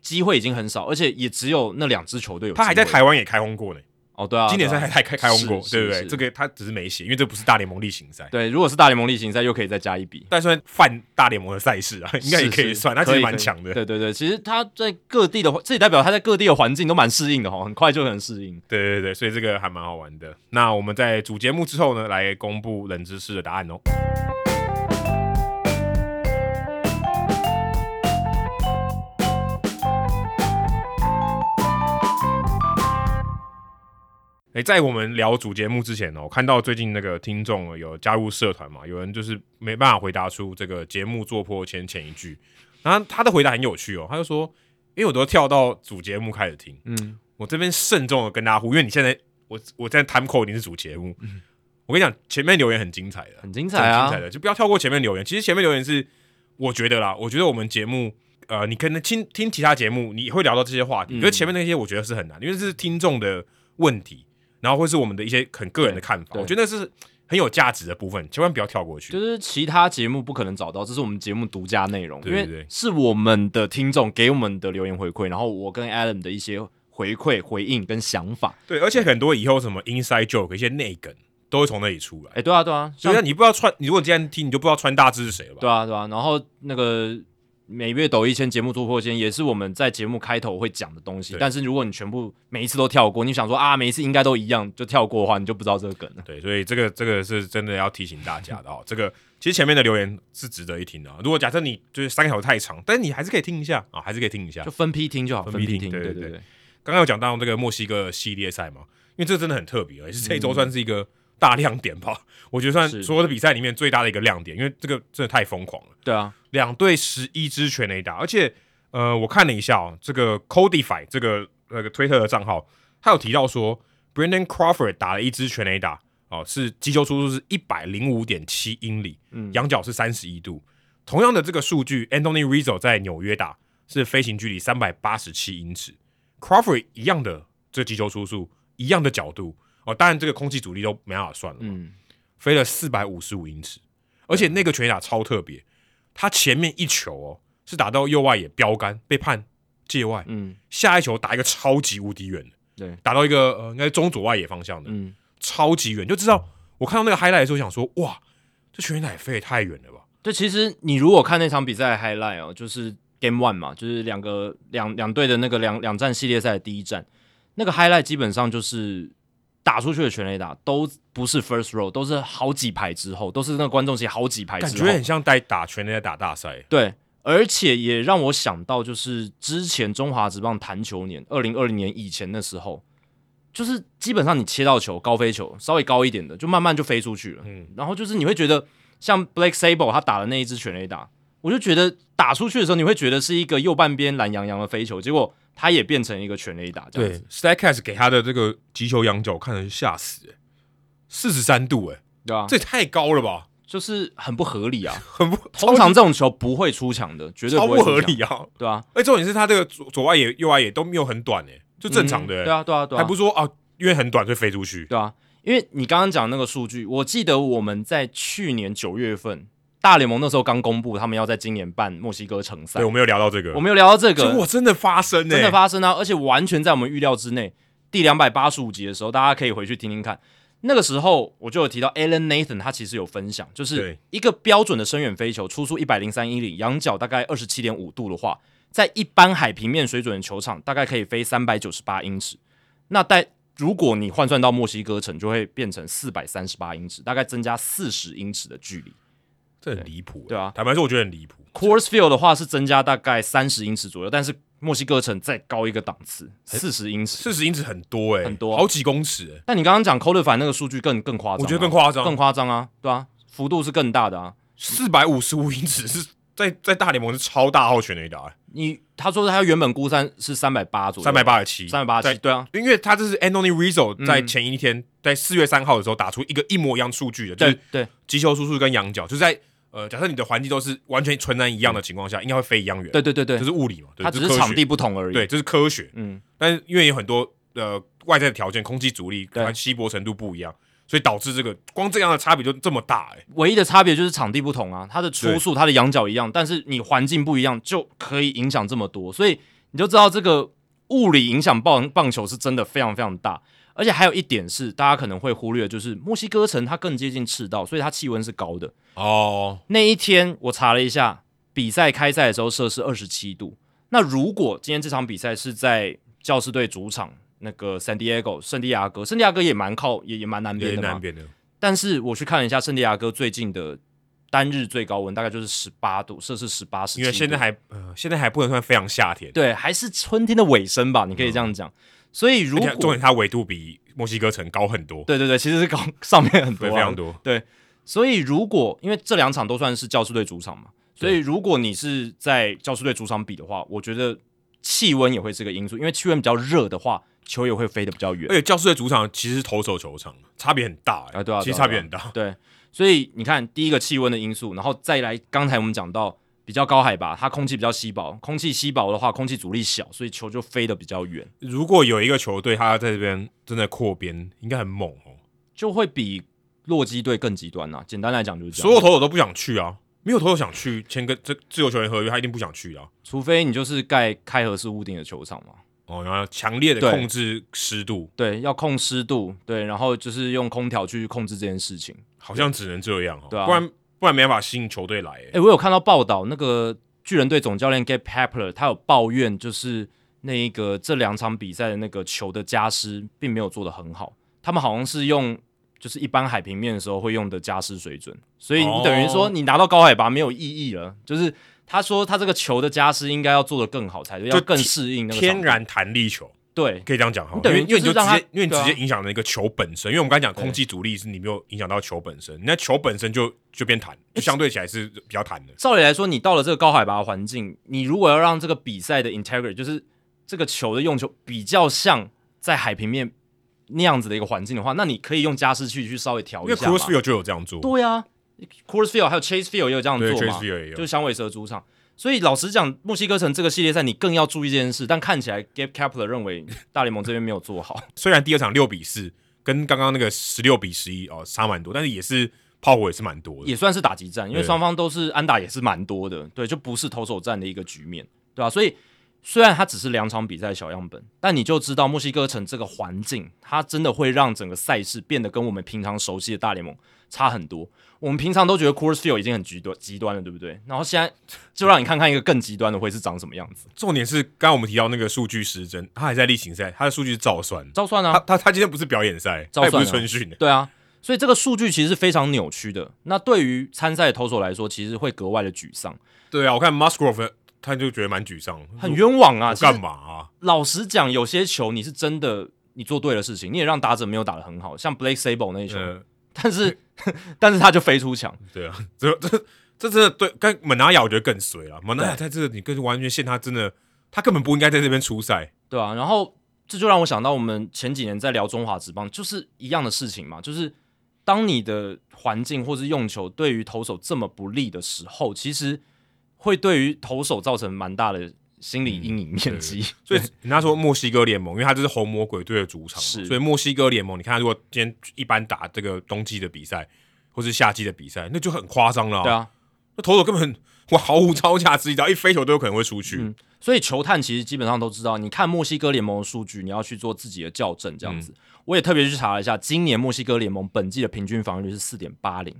[SPEAKER 2] 机会已经很少，而且也只有那两支球队有机会。
[SPEAKER 1] 他还在台湾也开轰过呢，
[SPEAKER 2] 哦，对啊，
[SPEAKER 1] 今年
[SPEAKER 2] 对
[SPEAKER 1] 赛还
[SPEAKER 2] 啊
[SPEAKER 1] 开开开轰过，
[SPEAKER 2] 是
[SPEAKER 1] 对不
[SPEAKER 2] 是
[SPEAKER 1] 对？
[SPEAKER 2] 是
[SPEAKER 1] 这个他只是没写，因为这不是大联盟例行赛，
[SPEAKER 2] 对，如果是大联盟例行赛，又可以再加一笔。
[SPEAKER 1] 但算泛大联盟的赛事啊，应该也可以
[SPEAKER 2] 是是
[SPEAKER 1] 算，他其
[SPEAKER 2] 可
[SPEAKER 1] 实
[SPEAKER 2] 以
[SPEAKER 1] 蛮
[SPEAKER 2] 可以
[SPEAKER 1] 强的。
[SPEAKER 2] 对对对，其实他在各地的环，这也代表他在各地的环境都蛮适应的哈，很快就很适应。
[SPEAKER 1] 对对对，所以这个还蛮好玩的。那我们在主节目之后呢，来公布冷知识的答案哦。哎，在我们聊主节目之前呢、我看到最近那个听众有加入社团嘛，有人就是没办法回答出这个节目做破前前一句，然后他的回答很有趣哦，他就说，因为我都跳到主节目开始听，
[SPEAKER 2] 嗯，
[SPEAKER 1] 我这边慎重的跟大家呼吁，因为你现在我我在 Time Code 你是主节目，我跟你讲，前面留言很精彩的，
[SPEAKER 2] 嗯很精
[SPEAKER 1] 很
[SPEAKER 2] 彩啊，
[SPEAKER 1] 精彩的，就不要跳过前面留言。其实前面留言是我觉得啦，我觉得我们节目呃，你可能听听其他节目，你会聊到这些话题，
[SPEAKER 2] 嗯
[SPEAKER 1] 可是前面那些我觉得是很难，因为是听众的问题，然后或是我们的一些很个人的看法，
[SPEAKER 2] 对对
[SPEAKER 1] 我觉得那是很有价值的部分，千万不要跳过去。
[SPEAKER 2] 就是其他节目不可能找到，这是我们节目独家内容，
[SPEAKER 1] 对对
[SPEAKER 2] 因为
[SPEAKER 1] 对
[SPEAKER 2] 是我们的听众给我们的留言回馈，然后我跟 Adam 的一些回馈、回应跟想法。
[SPEAKER 1] 对，而且很多以后什么 inside joke 一些内梗都会从那里出来
[SPEAKER 2] 哎、，对啊，对啊，
[SPEAKER 1] 所以
[SPEAKER 2] 像
[SPEAKER 1] 你不知道穿，你如果今天听，你就不知道穿大字是谁了吧？
[SPEAKER 2] 对啊，对啊，然后那个每月抖一千节目突破千，也是我们在节目开头会讲的东西。
[SPEAKER 1] 对
[SPEAKER 2] 但是如果你全部每一次都跳过，你想说啊，每一次应该都一样，就跳过的话，你就不知道这个梗了。
[SPEAKER 1] 对，所以这个这个是真的要提醒大家的哦。这个其实前面的留言是值得一听的啊、如果假设你就是三个小时太长，但是你还是可以听一下啊，还是可以听一下
[SPEAKER 2] 就。分批听就好，
[SPEAKER 1] 分
[SPEAKER 2] 分
[SPEAKER 1] 批听
[SPEAKER 2] 听，
[SPEAKER 1] 对
[SPEAKER 2] 对
[SPEAKER 1] 对
[SPEAKER 2] 对，
[SPEAKER 1] 刚刚有讲到这个墨西哥系列赛嘛，因为这真的很特别，也是这一周算是一个大亮点吧。我觉得算
[SPEAKER 2] 是
[SPEAKER 1] 所有的比赛里面最大的一个亮点，因为这个真的太疯狂了。
[SPEAKER 2] 对啊，
[SPEAKER 1] 两队十一支全垒打，而且呃，我看了一下哦，这个 Codify 这个那个推特的账号，他有提到说，Brandon Crawford 打了一支全垒打，哦，是击球速度是一百零五点七英里，
[SPEAKER 2] 嗯
[SPEAKER 1] 仰角是三十一度。同样的这个数据，Anthony Rizzo 在纽约打是飞行距离三百八十七英尺，Crawford 一样的这击球速度，一样的角度，哦，当然这个空气阻力都没办法算了，
[SPEAKER 2] 嗯，
[SPEAKER 1] 飞了四百五十五英尺，而且那个全垒打超特别，他前面一球哦是打到右外野标杆被判界外，
[SPEAKER 2] 嗯
[SPEAKER 1] 下一球打一个超级无敌远的，
[SPEAKER 2] 对，
[SPEAKER 1] 打到一个呃应该是中左外野方向的，
[SPEAKER 2] 嗯，
[SPEAKER 1] 超级远，就知道我看到那个 highlight 的时候想说，哇，这全垒打也飞得太远了吧？
[SPEAKER 2] 对，其实你如果看那场比赛的 highlight 哦，就是 Game One 嘛，就是两个两两队的那个两两战系列赛的第一战，那个 highlight 基本上就是打出去的全垒打都不是 first row，都是好几排之后，都是那个观众席好几排之
[SPEAKER 1] 感
[SPEAKER 2] 后，
[SPEAKER 1] 觉很像在打全垒打大赛，欸
[SPEAKER 2] 对，而且也让我想到，就是之前中华职棒弹球年，二零二零年以前的时候，就是基本上你切到球，高飞球稍微高一点的，就慢慢就飞出去了。
[SPEAKER 1] 嗯，
[SPEAKER 2] 然后就是你会觉得，像 Blake Sable 他打的那一支全垒打，我就觉得打出去的时候，你会觉得是一个右半边懒洋洋的飞球，结果它也变成一个全垒打这样
[SPEAKER 1] 对
[SPEAKER 2] 子。
[SPEAKER 1] ，Stacks 给他的这个击球仰角看的吓死、欸四十三度、哎，
[SPEAKER 2] 对啊，
[SPEAKER 1] 这也太高了吧？
[SPEAKER 2] 就是很不合理啊。
[SPEAKER 1] [LAUGHS] 很不，
[SPEAKER 2] 通常这种球不会出墙的，绝对
[SPEAKER 1] 超
[SPEAKER 2] 不会
[SPEAKER 1] 不
[SPEAKER 2] 出墙
[SPEAKER 1] 合，理啊！
[SPEAKER 2] 对啊，
[SPEAKER 1] 哎，重点是他这个左左外野、右外野都没有很短诶、就正常的、
[SPEAKER 2] 嗯
[SPEAKER 1] 欸
[SPEAKER 2] 对啊，对啊，对啊，
[SPEAKER 1] 还不是说啊，因为很短所以飞出去。
[SPEAKER 2] 对啊，因为你刚刚讲那个数据，我记得我们在去年九月份，大联盟那时候刚公布他们要在今年办墨西哥城赛
[SPEAKER 1] 对，我，们有聊到这个，
[SPEAKER 2] 我们有聊到这
[SPEAKER 1] 这
[SPEAKER 2] 个，
[SPEAKER 1] 哇真的发生欸呢、
[SPEAKER 2] 真的发生啊，而且完全在我们预料之内。第两百八十五集的时候，大家可以回去听听看。那个时候我就有提到 Alan Nathan，他其实有分享，就是
[SPEAKER 1] 对
[SPEAKER 2] 一个标准的深远飞球，出速一百零三英里，仰角大概二十七点五度的话，在一般海平面水准的球场，大概可以飞三百九十八英尺。那在如果你换算到墨西哥城，就会变成四百三十八英尺，大概增加四十英尺的距离。
[SPEAKER 1] 这很离谱、欸
[SPEAKER 2] 对啊
[SPEAKER 1] 坦白说，我觉得很离谱。
[SPEAKER 2] Coors Field 的话是增加大概三十英尺左右，但是墨西哥城再高一个档次，四十英尺。
[SPEAKER 1] 四十英尺很多哎、
[SPEAKER 2] 很多啊
[SPEAKER 1] 好几公尺、欸，
[SPEAKER 2] 但你刚刚讲 c o d i f y 那个数据更更夸张啊、
[SPEAKER 1] 我觉得更夸
[SPEAKER 2] 更
[SPEAKER 1] 张。
[SPEAKER 2] 夸张啊，对啊，幅度是更大的啊。
[SPEAKER 1] 四百五十五英尺是在在大联盟是超大号全垒打、欸，
[SPEAKER 2] 你他说他原本估三是三百八左右，
[SPEAKER 1] 三百八十七，
[SPEAKER 2] 三百八
[SPEAKER 1] 在
[SPEAKER 2] 七，对啊，
[SPEAKER 1] 因为他这是 Anthony Rizzo
[SPEAKER 2] 嗯
[SPEAKER 1] 在前一天，在四月三号的时候打出一个一模一样数据的，就
[SPEAKER 2] 对
[SPEAKER 1] 是
[SPEAKER 2] 对
[SPEAKER 1] 击球输出跟仰角，就是在呃，假设你的环境都是完全纯然一样的情况下，应该会飞一样远，
[SPEAKER 2] 对对对对
[SPEAKER 1] 这，是物理嘛，对
[SPEAKER 2] 他
[SPEAKER 1] 这
[SPEAKER 2] 只是
[SPEAKER 1] 科学
[SPEAKER 2] 场地不同而已。
[SPEAKER 1] 对，，这是科学，
[SPEAKER 2] 嗯，
[SPEAKER 1] 但是因为有很多呃外在的条件，空气阻力
[SPEAKER 2] 对
[SPEAKER 1] 和稀薄程度不一样，所以导致这个光这样的差别就这么大、欸，
[SPEAKER 2] 唯一的差别就是场地不同啊，它的出
[SPEAKER 1] 对
[SPEAKER 2] 速、它的仰角一样，但是你环境不一样，就可以影响这么多，所以你就知道这个物理影响棒棒球是真的非常非常大。而且还有一点是，大家可能会忽略，就是墨西哥城它更接近赤道，所以它气温是高的。
[SPEAKER 1] 哦，
[SPEAKER 2] 那一天我查了一下，比赛开赛的时候摄氏二十七度。那如果今天这场比赛是在教士队主场那个 San Diego 圣地亚哥，圣地亚哥也蛮靠也也蛮南边
[SPEAKER 1] 也
[SPEAKER 2] 的嘛
[SPEAKER 1] 南，边的，
[SPEAKER 2] 但是我去看了一下圣地亚哥最近的单日最高温，大概就是十八度，摄氏十八十。
[SPEAKER 1] 因为现在还呃现在还不能算非常夏天，
[SPEAKER 2] 对，还是春天的尾声吧，你可以这样讲。所以如
[SPEAKER 1] 而
[SPEAKER 2] 果
[SPEAKER 1] 且重点它纬度比墨西哥城高很多，
[SPEAKER 2] 对对对，其实是高上面很
[SPEAKER 1] 对，
[SPEAKER 2] 多、啊，
[SPEAKER 1] 非常多，
[SPEAKER 2] 所以如果因为这两场都算是教师队主场嘛，所以如果你是在教师队主场比的话，我觉得气温也会是个因素，因为气温比较热的话，球也会飞得比较远
[SPEAKER 1] 而。且教室的主场其实是投手球场，差别很大、欸，
[SPEAKER 2] 啊对啊对啊
[SPEAKER 1] 其实差别很大，
[SPEAKER 2] 对，所以你看，第一个气温的因素，然后再来刚才我们讲到比较高海拔，它空气比较稀薄，空气稀薄的话，空气阻力小，所以球就飞得比较远，
[SPEAKER 1] 如果有一个球队他在这边真的扩编，应该很猛哦，
[SPEAKER 2] 就会比洛基队更极端呐、简单来讲就是这样，
[SPEAKER 1] 所有投手都不想去啊，没有投手想去签个这自由球员合约，他一定不想去啊。
[SPEAKER 2] 除非你就是盖开合式屋顶的球场嘛，
[SPEAKER 1] 哦，然后强烈的
[SPEAKER 2] 对
[SPEAKER 1] 控制湿度，
[SPEAKER 2] 对，要控湿度，对，然后就是用空调去控制这件事情。
[SPEAKER 1] 好像只能这样哦，
[SPEAKER 2] 对啊哎
[SPEAKER 1] 不然不然没办法吸引球队来、欸。
[SPEAKER 2] 诶，我有看到报道，那个巨人队总教练 Gabe Kapler 他有抱怨，就是那一个这两场比赛的那个球的加湿并没有做得很好，他们好像是用就是一般海平面的时候会用的加湿水准，所以
[SPEAKER 1] 哦
[SPEAKER 2] 你等于说你拿到高海拔没有意义了。就是他说他这个球的加湿应该要做得更好才对，
[SPEAKER 1] 就
[SPEAKER 2] 要更
[SPEAKER 1] 天
[SPEAKER 2] 适应那个场
[SPEAKER 1] 天
[SPEAKER 2] 地
[SPEAKER 1] 然弹力球，
[SPEAKER 2] 对
[SPEAKER 1] 可以这样讲哈，
[SPEAKER 2] 你
[SPEAKER 1] 因
[SPEAKER 2] 等于
[SPEAKER 1] 为因为你
[SPEAKER 2] 就是
[SPEAKER 1] 就直
[SPEAKER 2] 让他
[SPEAKER 1] 接，因为你
[SPEAKER 2] 对
[SPEAKER 1] 直
[SPEAKER 2] 啊
[SPEAKER 1] 接影响了那个球本身，因为我们刚才讲
[SPEAKER 2] 对
[SPEAKER 1] 空气阻力是你没有影响到球本身，那球本身就就变弹，就相对起来是比较弹的。
[SPEAKER 2] 照理来说，你到了这个高海拔的环境，你如果要让这个比赛的 integrity，就是这个球的用球比较像在海平面那样子的一个环境的话，那你可以用加湿器去稍微调
[SPEAKER 1] 因
[SPEAKER 2] 一
[SPEAKER 1] 为
[SPEAKER 2] 下嘛。
[SPEAKER 1] Crossfield 就有这样做，
[SPEAKER 2] 对啊 c o o r s Field 还有 Chase Field 也有这样做
[SPEAKER 1] 对
[SPEAKER 2] 嘛
[SPEAKER 1] c h a s e f i e l 也有
[SPEAKER 2] 就。是响尾蛇主场。所以老实讲，墨西哥城这个系列赛你更要注意这件事。但看起来 Gabe Kapler 认为大联盟这边没有做好，
[SPEAKER 1] 虽然第二场六比四跟刚刚那个十六比十一哦差蛮多，但是也是炮火也是蛮多的
[SPEAKER 2] 也。算是打击战，因为
[SPEAKER 1] 对
[SPEAKER 2] 双方都是安打也是蛮多的，对，就不是投手战的一个局面，对吧、所以虽然它只是两场比赛小样本，但你就知道墨西哥城这个环境，它真的会让整个赛事变得跟我们平常熟悉的大联盟差很多。我们平常都觉得 Coors Field 已经很极端极端了，对不对？然后现在就让你看看一个更极端的会是长什么样子。
[SPEAKER 1] 重点是，刚刚我们提到那个数据失真，他还在例行赛，他的数据是照算的。
[SPEAKER 2] 照算啊
[SPEAKER 1] 他，他他今天不是表演赛，
[SPEAKER 2] 照
[SPEAKER 1] 他也不
[SPEAKER 2] 算啊
[SPEAKER 1] 是春训的。
[SPEAKER 2] 对啊，所以这个数据其实是非常扭曲的。那对于参赛的投手来说，其实会格外的沮丧，
[SPEAKER 1] 对啊，我看 Musgrove 他就觉得蛮沮丧，
[SPEAKER 2] 很冤枉啊！
[SPEAKER 1] 我
[SPEAKER 2] 其实
[SPEAKER 1] 干嘛啊？
[SPEAKER 2] 老实讲，有些球你是真的你做对了事情，你也让打者没有打得很好，像 Blake Sable 那一球，
[SPEAKER 1] 呃，
[SPEAKER 2] 但是 [LAUGHS] 但是他就飞出墙，
[SPEAKER 1] 对啊， [LAUGHS] 这这这真的对，跟蒙纳雅我觉得更衰了。蒙纳雅在这个你更完全现他真的，他根本不应该在这边出赛。
[SPEAKER 2] 对啊，然后这就让我想到我们前几年在聊中华职棒，就是一样的事情嘛，就是当你的环境或是用球对于投手这么不利的时候，其实会对于投手造成蛮大的心理阴影面积。
[SPEAKER 1] 所以人家说墨西哥联盟，因为他这是红魔鬼队的主场嘛，
[SPEAKER 2] 是
[SPEAKER 1] 所以墨西哥联盟，你看他如果今天一般打这个冬季的比赛或是夏季的比赛，那就很夸张了、
[SPEAKER 2] 对，啊，
[SPEAKER 1] 那投手根本我毫无招架之力，只要一飞球都有可能会出去。
[SPEAKER 2] 嗯所以球探其实基本上都知道，你看墨西哥联盟的数据，你要去做自己的校正，这样
[SPEAKER 1] 嗯
[SPEAKER 2] 子。我也特别去查了一下，今年墨西哥联盟本季的平均防御率是四点八零，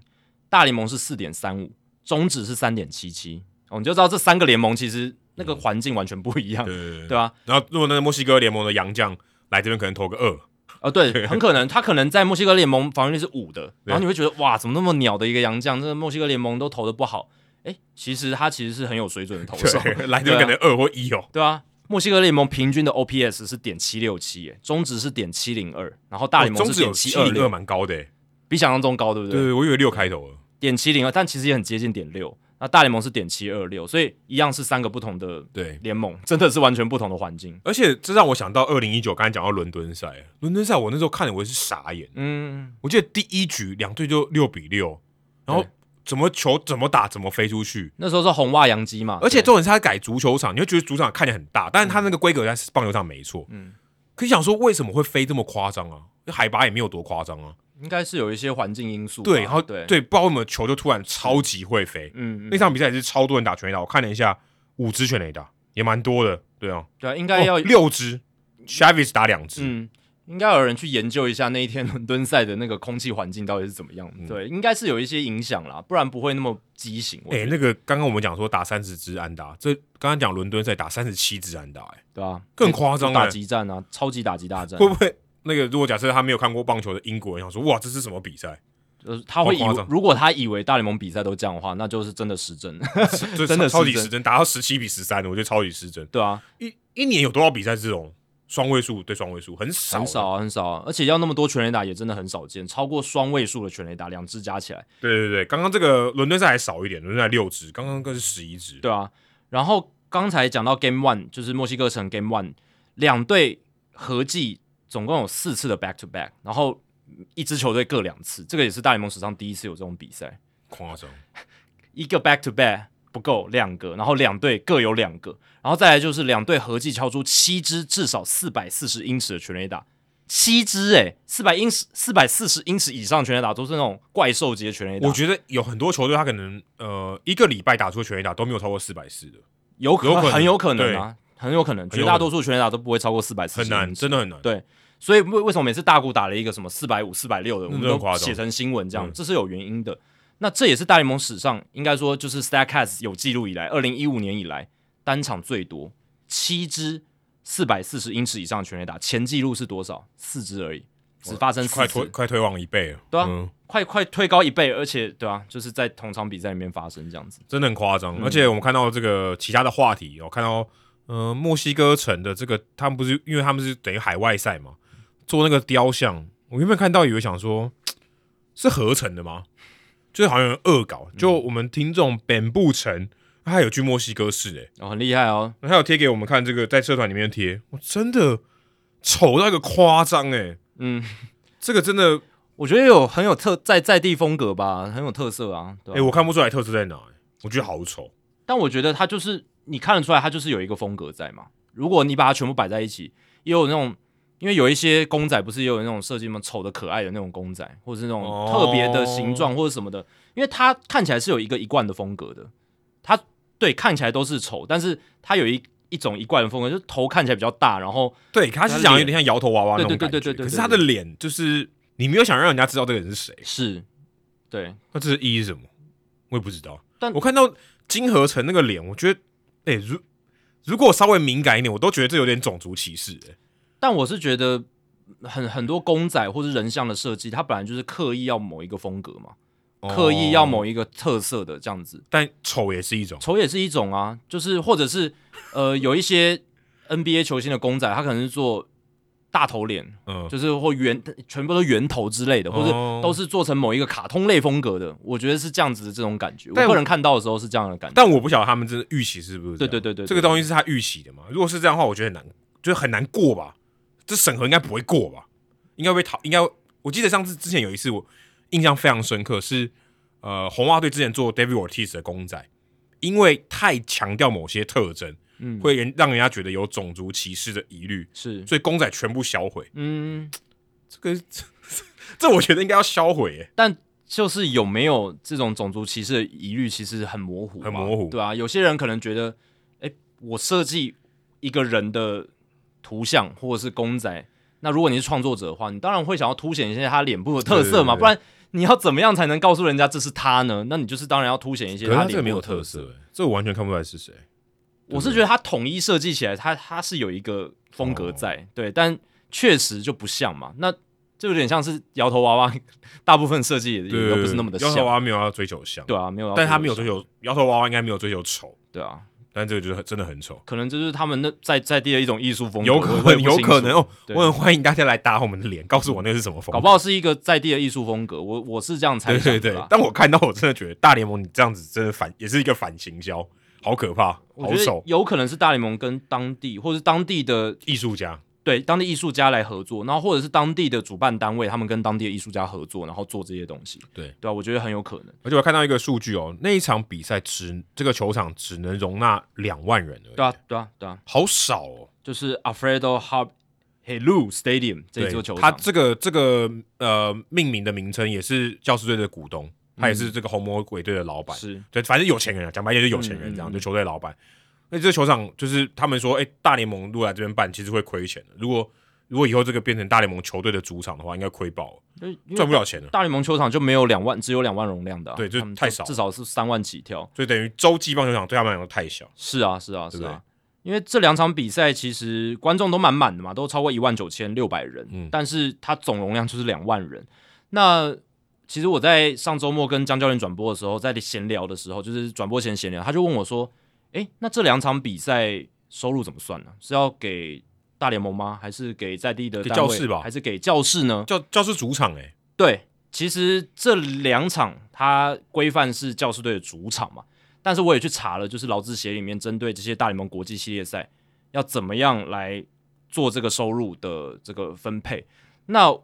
[SPEAKER 2] 大联盟是四点三五，中指是三点七七，哦，你就知道这三个联盟其实那个环境完全不一样，
[SPEAKER 1] 嗯对对对
[SPEAKER 2] 对吧、
[SPEAKER 1] 然后如果那个墨西哥联盟的洋将来这边，可能投个二，
[SPEAKER 2] 呃，对，很可能他可能在墨西哥联盟防御率是五的，然后你会觉得哇，怎么那么鸟的一个洋将，这个墨西哥联盟都投的不好。哎，其实他其实是很有水准的投手，
[SPEAKER 1] 对， [LAUGHS] 来
[SPEAKER 2] 啊
[SPEAKER 1] 这边可能二或一哦。
[SPEAKER 2] 对啊，墨西哥联盟平均的 OPS 是点七六七，哎，中值是点七零二，然后大联
[SPEAKER 1] 哦
[SPEAKER 2] 盟
[SPEAKER 1] 中
[SPEAKER 2] 是
[SPEAKER 1] 指有
[SPEAKER 2] 点
[SPEAKER 1] 七
[SPEAKER 2] 二
[SPEAKER 1] 零二，
[SPEAKER 2] 六，
[SPEAKER 1] 蛮高的、欸。
[SPEAKER 2] 比想象中高，对不对？
[SPEAKER 1] 对，我以为六开头了。
[SPEAKER 2] 点七零二，但其实也很接近点六。那大联盟是点七二六，所以一样是三个不同的
[SPEAKER 1] 对，
[SPEAKER 2] 联盟， [LAUGHS] 真的是完全不同的环境。
[SPEAKER 1] 而且这让我想到二零一九，刚才讲到伦敦赛，啊伦敦赛我那时候看的我也是傻眼，
[SPEAKER 2] 嗯，
[SPEAKER 1] 我记得第一局两队就六比六，然后
[SPEAKER 2] 对
[SPEAKER 1] 怎么球怎么打怎么飞出去，
[SPEAKER 2] 那时候是红袜洋基嘛，
[SPEAKER 1] 而且重点是他改足球场，你会觉得主场看起来很大，但是他那个规格在棒球场没错，
[SPEAKER 2] 嗯
[SPEAKER 1] 嗯，可以想说为什么会飞这么夸张啊？海拔也没有多夸张啊，
[SPEAKER 2] 应该是有一些环境因素吧。
[SPEAKER 1] 对，然后
[SPEAKER 2] 对，
[SPEAKER 1] 对，不知道为什么球就突然超级会飞，
[SPEAKER 2] 嗯，
[SPEAKER 1] 那
[SPEAKER 2] 嗯
[SPEAKER 1] 场比赛也是超多人打全垒打，我看了一下，五支全垒打也蛮多的，对啊，
[SPEAKER 2] 对啊，应该要
[SPEAKER 1] 哦、六支 c h a v i s 打两支，
[SPEAKER 2] 嗯，应该有人去研究一下那一天伦敦赛的那个空气环境到底是怎么样。
[SPEAKER 1] 嗯
[SPEAKER 2] 对，应该是有一些影响啦，不然不会那么畸形。我
[SPEAKER 1] 哎、
[SPEAKER 2] 觉得
[SPEAKER 1] 那个刚刚我们讲说打三十支安打，这刚刚讲伦敦赛打三十七支安打、欸，
[SPEAKER 2] 对啊，
[SPEAKER 1] 更夸张
[SPEAKER 2] 打
[SPEAKER 1] 了、
[SPEAKER 2] 击战啊，超级打击大战，
[SPEAKER 1] 会不会？那个如果假设他没有看过棒球的英国人，想说哇，这是什么比赛？
[SPEAKER 2] 呃，他会以
[SPEAKER 1] 好夸
[SPEAKER 2] 为
[SPEAKER 1] 张
[SPEAKER 2] 如果他以为大联盟比赛都这样的话，那就是真的失真，
[SPEAKER 1] 这
[SPEAKER 2] 真的
[SPEAKER 1] 超超级
[SPEAKER 2] 失真
[SPEAKER 1] 失真，打到十七比十三，我觉得超级失真。
[SPEAKER 2] [LAUGHS] 对啊，
[SPEAKER 1] 一一年有多少比赛这种双位数对双位数，很少，
[SPEAKER 2] 很少。啊，很少啊，而且要那么多全垒打也真的很少见，超过双位数的全垒打，两支加起来，
[SPEAKER 1] 对对对，刚刚这个伦敦赛还少一点，伦敦赛六支，刚刚更是十一支。
[SPEAKER 2] 对啊。然后刚才讲到 Game One，就是墨西哥城 Game One，两队合计总共有四次的 Back to Back，然后一支球队各两次，这个也是大联盟史上第一次有这种比赛，
[SPEAKER 1] 夸张，
[SPEAKER 2] 一个 Back to Back。不够两个，然后两队各有两个，然后再来就是两队合计敲出七支至少四百四十英尺的全垒打，七支诶四百英尺、四百四十英尺以上的全垒打都是那种怪兽级的全垒打，
[SPEAKER 1] 我觉得有很多球队他可能呃一个礼拜打出的全垒打都没有超过四百四的，
[SPEAKER 2] 有可
[SPEAKER 1] 有可能
[SPEAKER 2] 很有可能啊，很有可能，
[SPEAKER 1] 很有
[SPEAKER 2] 绝大多数全垒打都不会超过四百四
[SPEAKER 1] 很
[SPEAKER 2] 十
[SPEAKER 1] 难，
[SPEAKER 2] 英尺。
[SPEAKER 1] 真的很难。
[SPEAKER 2] 对所以为为什么每次大谷打了一个什么四百五、四百六的，我们
[SPEAKER 1] 真的
[SPEAKER 2] 都
[SPEAKER 1] 很夸张
[SPEAKER 2] 写成新闻这样，
[SPEAKER 1] 嗯
[SPEAKER 2] 这是有原因的。那这也是大联盟史上应该说就是 Statcast 有记录以来，二零一五年以来单场最多七支四百四十英尺以上的全垒打，前记录是多少？四支而已，只发生四
[SPEAKER 1] 快推
[SPEAKER 2] 次，
[SPEAKER 1] 快推往一倍了，
[SPEAKER 2] 对啊
[SPEAKER 1] 嗯
[SPEAKER 2] 快快推高一倍，而且对啊，就是在同场比赛里面发生这样子。嗯
[SPEAKER 1] 真的很夸张。而且我们看到这个其他的话题，哦，看到呃，墨西哥城的这个，他们不是因为他们是等于海外赛嘛，做那个雕像，我原本看到以为想说是合成的吗？就是好像有人恶搞，
[SPEAKER 2] 嗯
[SPEAKER 1] 就我们听众本部城，他有去墨西哥市、欸，
[SPEAKER 2] 哦，很厉害哦，
[SPEAKER 1] 他有贴给我们看这个在社团里面的贴，我真的丑到一个夸张哎，
[SPEAKER 2] 嗯，
[SPEAKER 1] 这个真的
[SPEAKER 2] 我觉得有很有特在在地风格吧，很有特色啊，对
[SPEAKER 1] 哎、
[SPEAKER 2] 吧
[SPEAKER 1] 欸我看不出来特色在哪、欸，我觉得好丑。
[SPEAKER 2] 但我觉得它就是你看得出来，它就是有一个风格在嘛。如果你把它全部摆在一起，也有那种，因为有一些公仔不是也有那种设计吗？丑的可爱的那种公仔，或者是那种
[SPEAKER 1] 哦
[SPEAKER 2] 特别的形状或者什么的，因为它看起来是有一个一贯的风格的。它对看起来都是丑，但是它有一一种一贯的风格，就是头看起来比较大，然后
[SPEAKER 1] 对，他是讲有点像摇头娃娃那种
[SPEAKER 2] 对对
[SPEAKER 1] 感觉，
[SPEAKER 2] 对对对对对
[SPEAKER 1] 可是他的脸就是你没有想让人家知道这个人是谁，
[SPEAKER 2] 是对
[SPEAKER 1] 那这是意义是什么？我也不知道。
[SPEAKER 2] 但
[SPEAKER 1] 我看到金合成那个脸，我觉得，哎、如如果我稍微敏感一点，我都觉得这有点种族歧视、欸。
[SPEAKER 2] 但我是觉得很很多公仔或是人像的设计，它本来就是刻意要某一个风格嘛，刻意要
[SPEAKER 1] 哦，
[SPEAKER 2] 某一个特色的这样子。
[SPEAKER 1] 但丑也是一种。
[SPEAKER 2] 丑也是一种啊，就是或者是呃，有一些 NBA 球星的公仔，他可能是做大头脸，
[SPEAKER 1] 嗯，
[SPEAKER 2] 就是或圆，全部都圆头之类的，或者
[SPEAKER 1] 哦
[SPEAKER 2] 都是做成某一个卡通类风格的。我觉得是这样子的这种感觉，我
[SPEAKER 1] 但
[SPEAKER 2] 个人看到的时候是这样的感觉。
[SPEAKER 1] 但我不晓得他们真的预期是不是这样
[SPEAKER 2] 对对对对对
[SPEAKER 1] 这个东西是他预期的嘛？如果是这样的话，我觉得很难，就是很难过吧。这审核应该不会过吧？应该被讨，应该我记得上次之前有一次我印象非常深刻，是呃红袜队之前做 David Ortiz 的公仔，因为太强调某些特征，
[SPEAKER 2] 嗯
[SPEAKER 1] 会人让人家觉得有种族歧视的疑虑，
[SPEAKER 2] 是，
[SPEAKER 1] 所以公仔全部销毁。 [LAUGHS]
[SPEAKER 2] 嗯，
[SPEAKER 1] 这个这我觉得应该要销毁、欸，
[SPEAKER 2] 但就是有没有这种种族歧视的疑虑，其实很模糊嘛，
[SPEAKER 1] 很模糊
[SPEAKER 2] 对啊，有些人可能觉得，哎、我设计一个人的图像或者是公仔，那如果你是创作者的话，你当然会想要凸显一些他脸部的特色嘛，
[SPEAKER 1] 对对对
[SPEAKER 2] 不然你要怎么样才能告诉人家这是他呢？那你就是当然要凸显一些
[SPEAKER 1] 可是他这
[SPEAKER 2] 脸
[SPEAKER 1] 个没
[SPEAKER 2] 部
[SPEAKER 1] 有
[SPEAKER 2] 的
[SPEAKER 1] 特
[SPEAKER 2] 特
[SPEAKER 1] 色、。欸，这我完全看不出来是谁。
[SPEAKER 2] 我是觉得他统一设计起来，他他是有一个风格在，
[SPEAKER 1] 哦
[SPEAKER 2] 对，但确实就不像嘛，那。就有点像是摇头娃 [LAUGHS] 娃，大部分设计也也都不是那么的像
[SPEAKER 1] 摇。头娃娃没有要追求像，
[SPEAKER 2] 对啊，没有要多想，
[SPEAKER 1] 但他没有追求摇头娃娃，应该没有追求丑，
[SPEAKER 2] 对啊，
[SPEAKER 1] 但这个就是真的很丑，
[SPEAKER 2] 可能这就是他们那在在地的一种艺术风格，
[SPEAKER 1] 有可
[SPEAKER 2] 我
[SPEAKER 1] 能，
[SPEAKER 2] 也不清
[SPEAKER 1] 有
[SPEAKER 2] 楚
[SPEAKER 1] 可能哦。
[SPEAKER 2] 对
[SPEAKER 1] 我很欢迎大家来打我们的脸，告诉我那是什么风格。
[SPEAKER 2] 搞不好是一个在地的艺术风格，我我是这样猜
[SPEAKER 1] 对
[SPEAKER 2] 想
[SPEAKER 1] 对
[SPEAKER 2] 的
[SPEAKER 1] 对
[SPEAKER 2] 啦。。
[SPEAKER 1] 但我看到我真的觉得大联盟你这样子真的反，也是一个反行销，好可怕，好
[SPEAKER 2] 我觉得
[SPEAKER 1] 丑。
[SPEAKER 2] 有可能是大联盟跟当地或是当地的
[SPEAKER 1] 艺术家，
[SPEAKER 2] 对当地艺术家来合作，然后或者是当地的主办单位，他们跟当地的艺术家合作，然后做这些东西。
[SPEAKER 1] 对
[SPEAKER 2] 对啊，我觉得很有可能。
[SPEAKER 1] 而且我看到一个数据哦，那一场比赛只这个球场只能容纳两万人而已，
[SPEAKER 2] 对啊，对啊，对啊，
[SPEAKER 1] 好少哦。
[SPEAKER 2] 就是 Alfredo Hub Helu Stadium 这
[SPEAKER 1] 对，
[SPEAKER 2] 座球
[SPEAKER 1] 他
[SPEAKER 2] 场，
[SPEAKER 1] 这个这个呃命名的名称也是教师队的股东，他
[SPEAKER 2] 嗯
[SPEAKER 1] 也是这个红魔鬼队的老板。
[SPEAKER 2] 是
[SPEAKER 1] 对，反正有钱人啊，讲白一点就是有钱人这样，
[SPEAKER 2] 嗯嗯
[SPEAKER 1] 就球队老板。那这球场就是他们说，哎、大联盟如果来这边办，其实会亏钱的。如果如果以后这个变成大联盟球队的主场的话，应该亏爆了，
[SPEAKER 2] 因为因为
[SPEAKER 1] 赚不了钱了。
[SPEAKER 2] 大联盟球场就没有两万，只有两万容量的啊、
[SPEAKER 1] 对就
[SPEAKER 2] 他们
[SPEAKER 1] 太少
[SPEAKER 2] 至少是三万起跳。
[SPEAKER 1] 所以等于洲际棒球场对他们来说太小。
[SPEAKER 2] 是啊，是啊，是
[SPEAKER 1] 对不对
[SPEAKER 2] 啊，因为这两场比赛其实观众都满满的嘛，都超过一万九千六百人，
[SPEAKER 1] 嗯
[SPEAKER 2] 但是它总容量就是两万人。那其实我在上周末跟江教练转播的时候，在闲聊的时候，就是转播前闲聊，他就问我说：“诶，那这两场比赛收入怎么算呢、是要给大联盟吗？还是给在地的
[SPEAKER 1] 给
[SPEAKER 2] 单位
[SPEAKER 1] 教室吧
[SPEAKER 2] 还是给教室呢？”
[SPEAKER 1] 教教师主场、哎，
[SPEAKER 2] 对，其实这两场它规范是教师队的主场嘛，但是我也去查了，就是劳资协里面针对这些大联盟国际系列赛要怎么样来做这个收入的这个分配。那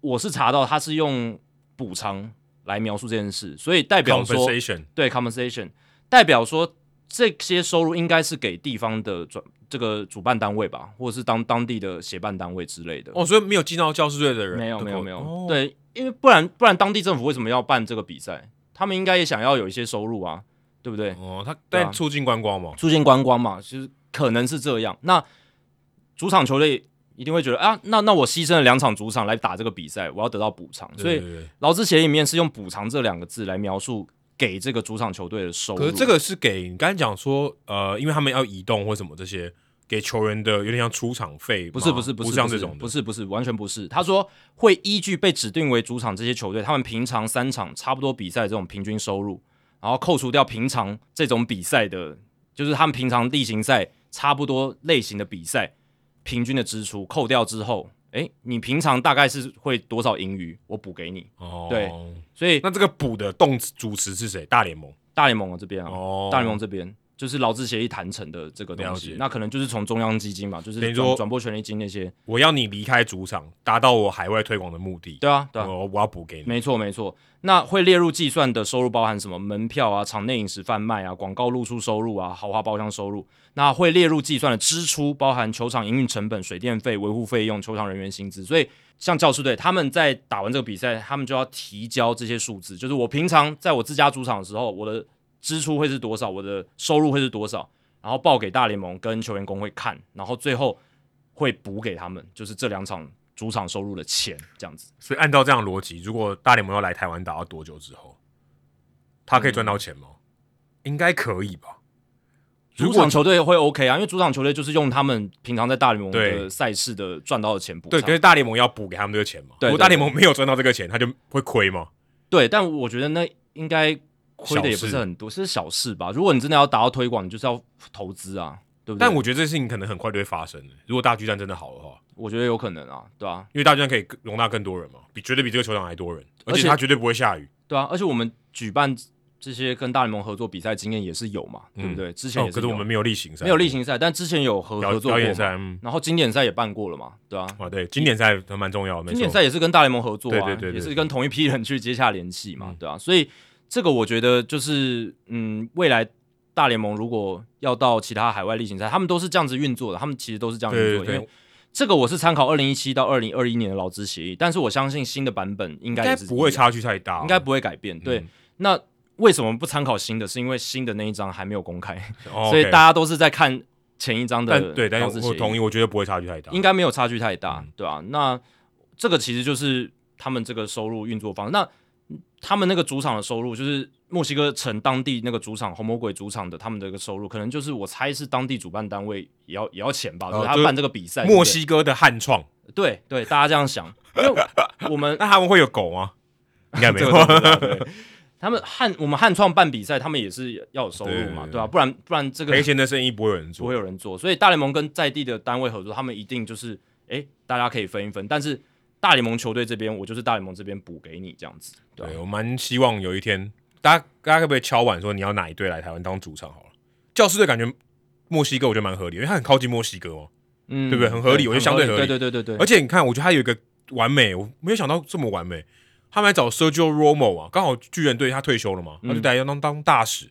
[SPEAKER 2] 我是查到它是用补偿来描述这件事，所以代表说
[SPEAKER 1] compensation
[SPEAKER 2] 对 compensation 代表说这些收入应该是给地方的转这个主办单位吧，或者是当当地的协办单位之类的。
[SPEAKER 1] 哦，所以没有进到教师队的人，
[SPEAKER 2] 没有
[SPEAKER 1] 的
[SPEAKER 2] 没有
[SPEAKER 1] 口
[SPEAKER 2] 没有、
[SPEAKER 1] 哦
[SPEAKER 2] 对，因为不然不然当地政府为什么要办这个比赛？他们应该也想要有一些收入啊，对不对？
[SPEAKER 1] 哦，他
[SPEAKER 2] 对啊
[SPEAKER 1] 但促进观光嘛，
[SPEAKER 2] 促进观光嘛，就是可能是这样。那主场球队一定会觉得啊，那那我牺牲了两场主场来打这个比赛，我要得到补偿。所
[SPEAKER 1] 对
[SPEAKER 2] 以
[SPEAKER 1] 对对
[SPEAKER 2] 劳资协里面是用“补偿”这两个字来描述给这个主场球队的收入。
[SPEAKER 1] 可是这个是给你刚才讲说，呃，因为他们要移动或什么这些，给球员的有点像出场费吗，
[SPEAKER 2] 不是不是
[SPEAKER 1] 不
[SPEAKER 2] 是
[SPEAKER 1] 像
[SPEAKER 2] 不
[SPEAKER 1] 这
[SPEAKER 2] 是
[SPEAKER 1] 种的，
[SPEAKER 2] 不是不是完全不是。他说会依据被指定为主场这些球队，他们平常三场差不多比赛这种平均收入，然后扣除掉平常这种比赛的，就是他们平常例行赛差不多类型的比赛，平均的支出扣掉之后，诶，你平常大概是会多少盈余，我补给你。
[SPEAKER 1] 哦，
[SPEAKER 2] 对所以
[SPEAKER 1] 那这个补的动词主词是谁？大联盟
[SPEAKER 2] 大联盟这边啊，
[SPEAKER 1] 哦，
[SPEAKER 2] 大联盟这边就是劳资协议谈成的这个东
[SPEAKER 1] 了
[SPEAKER 2] 西
[SPEAKER 1] 解，
[SPEAKER 2] 那可能就是从中央基金嘛，就是
[SPEAKER 1] 等于
[SPEAKER 2] 转
[SPEAKER 1] 说
[SPEAKER 2] 转播权利金那些。
[SPEAKER 1] 我要你离开主场，达到我海外推广的目的。
[SPEAKER 2] 对啊，对啊，
[SPEAKER 1] 我我要补给你。
[SPEAKER 2] 没错没错。那会列入计算的收入包含什么？门票啊、场内饮食贩卖啊、广告露出收入啊、豪华包厢收入。那会列入计算的支出包含球场营运成本、水电费、维护费用、球场人员薪资。所以像教师队他们在打完这个比赛，他们就要提交这些数字，就是我平常在我自家主场的时候，我的支出会是多少，我的收入会是多少，然后报给大联盟跟球员工会看，然后最后会补给他们，就是这两场主场收入的钱这样子。
[SPEAKER 1] 所以按照这样的逻辑，如果大联盟要来台湾打到多久之后，他可以赚到钱
[SPEAKER 2] 嗯
[SPEAKER 1] 吗？应该可以吧。如
[SPEAKER 2] 主
[SPEAKER 1] 果
[SPEAKER 2] 场球队会 OK 啊，因为主场球队就是用他们平常在大联盟的
[SPEAKER 1] 对
[SPEAKER 2] 赛事的赚到的钱补
[SPEAKER 1] 对，
[SPEAKER 2] 上。
[SPEAKER 1] 可是大联盟要补给他们这个钱嘛？
[SPEAKER 2] 对
[SPEAKER 1] 如果大联盟没有赚到这个钱，他就会亏嘛？
[SPEAKER 2] 对但我觉得那应该亏的也不
[SPEAKER 1] 小
[SPEAKER 2] 是
[SPEAKER 1] 事
[SPEAKER 2] 很多，是小事吧。如果你真的要达到推广，你就是要投资啊，对不对？
[SPEAKER 1] 但我觉得这事情可能很快就会发生的。如果大巨蛋真的好的话，
[SPEAKER 2] 我觉得有可能啊，对啊，
[SPEAKER 1] 因为大巨蛋可以容纳更多人嘛，比绝对比这个球场还多人，
[SPEAKER 2] 而
[SPEAKER 1] 而
[SPEAKER 2] 且
[SPEAKER 1] 且它绝对不会下雨。
[SPEAKER 2] 对啊。而且我们举办这些跟大联盟合作比赛经验也是有嘛，对不对？之前
[SPEAKER 1] 哦
[SPEAKER 2] 也，是
[SPEAKER 1] 可
[SPEAKER 2] 有、
[SPEAKER 1] 是我们没有例行赛，
[SPEAKER 2] 没有例行赛，但之前有合
[SPEAKER 1] 表
[SPEAKER 2] 合作
[SPEAKER 1] 表
[SPEAKER 2] 过
[SPEAKER 1] 演
[SPEAKER 2] 嘛，
[SPEAKER 1] 赛。嗯
[SPEAKER 2] 然后经典赛也办过了嘛，对啊。
[SPEAKER 1] 啊，对，经典赛还蛮重要的，没错
[SPEAKER 2] 经典赛也是跟大联盟合作啊，
[SPEAKER 1] 对对对对嗯
[SPEAKER 2] 也是跟同一批人去接洽联系嘛，对啊，所以这个我觉得就是，嗯，未来大联盟如果要到其他海外例行赛，他们都是这样子运作的，他们其实都是这样运
[SPEAKER 1] 对
[SPEAKER 2] 作的，
[SPEAKER 1] 对对
[SPEAKER 2] 因为。这个我是参考二零一七到二零二一年的劳资协议，但是我相信新的版本应
[SPEAKER 1] 应
[SPEAKER 2] 该
[SPEAKER 1] 该
[SPEAKER 2] 也是
[SPEAKER 1] 不会
[SPEAKER 2] 一样，
[SPEAKER 1] 差距太大，
[SPEAKER 2] 应该不会改变。对，
[SPEAKER 1] 嗯
[SPEAKER 2] 那为什么不参考新的？是因为新的那一张还没有公开，
[SPEAKER 1] 哦
[SPEAKER 2] 所以
[SPEAKER 1] OK
[SPEAKER 2] 大家都是在看前一张的
[SPEAKER 1] 但对，但
[SPEAKER 2] 劳资
[SPEAKER 1] 是
[SPEAKER 2] 协
[SPEAKER 1] 我
[SPEAKER 2] 议
[SPEAKER 1] 同意，我觉得不会差距太大。
[SPEAKER 2] 应该没有差距太大，
[SPEAKER 1] 嗯
[SPEAKER 2] 对吧、那这个其实就是他们这个收入运作方式。那他们那个主场的收入，就是墨西哥城当地那个主场红魔鬼主场的他们的一个收入，可能就是我猜是当地主办单位也要也要钱吧，
[SPEAKER 1] 哦
[SPEAKER 2] 就是他
[SPEAKER 1] 就是
[SPEAKER 2] 办这个比赛。
[SPEAKER 1] 墨西哥的汉创，
[SPEAKER 2] 对不对对对，大家这样想，因为我们
[SPEAKER 1] 那他们会有狗
[SPEAKER 2] [LAUGHS]
[SPEAKER 1] 吗？应该没
[SPEAKER 2] 这
[SPEAKER 1] 有
[SPEAKER 2] 个。都不知道对他们汉我们汉创办比赛，他们也是要有收入嘛，
[SPEAKER 1] 对对对
[SPEAKER 2] 对吧、不然不
[SPEAKER 1] [LAUGHS]
[SPEAKER 2] 然这个
[SPEAKER 1] 赔钱的生意不会有人
[SPEAKER 2] 不
[SPEAKER 1] 做
[SPEAKER 2] 会。有人做。所以大联盟跟在地的单位合作，他们一定就是，诶，大家可以分一分。但是大联盟球队这边，我就是大联盟这边补给你这样子，对啊吧、
[SPEAKER 1] 对，我蛮希望有一天，大家大家可不可以敲碗说你要哪一队来台湾当主场好了？教师队感觉墨西哥我觉得蛮合理，因为它很靠近墨西哥哦嘛。
[SPEAKER 2] 嗯，
[SPEAKER 1] 对不对很合理我觉得相对合理
[SPEAKER 2] 对对对对对，
[SPEAKER 1] 而且你看，我觉得它有一个完美，我没有想到这么完美。他们还找 Sergio Romo 啊，刚好巨人队他退休了嘛，
[SPEAKER 2] 嗯
[SPEAKER 1] 他就来要当当大使，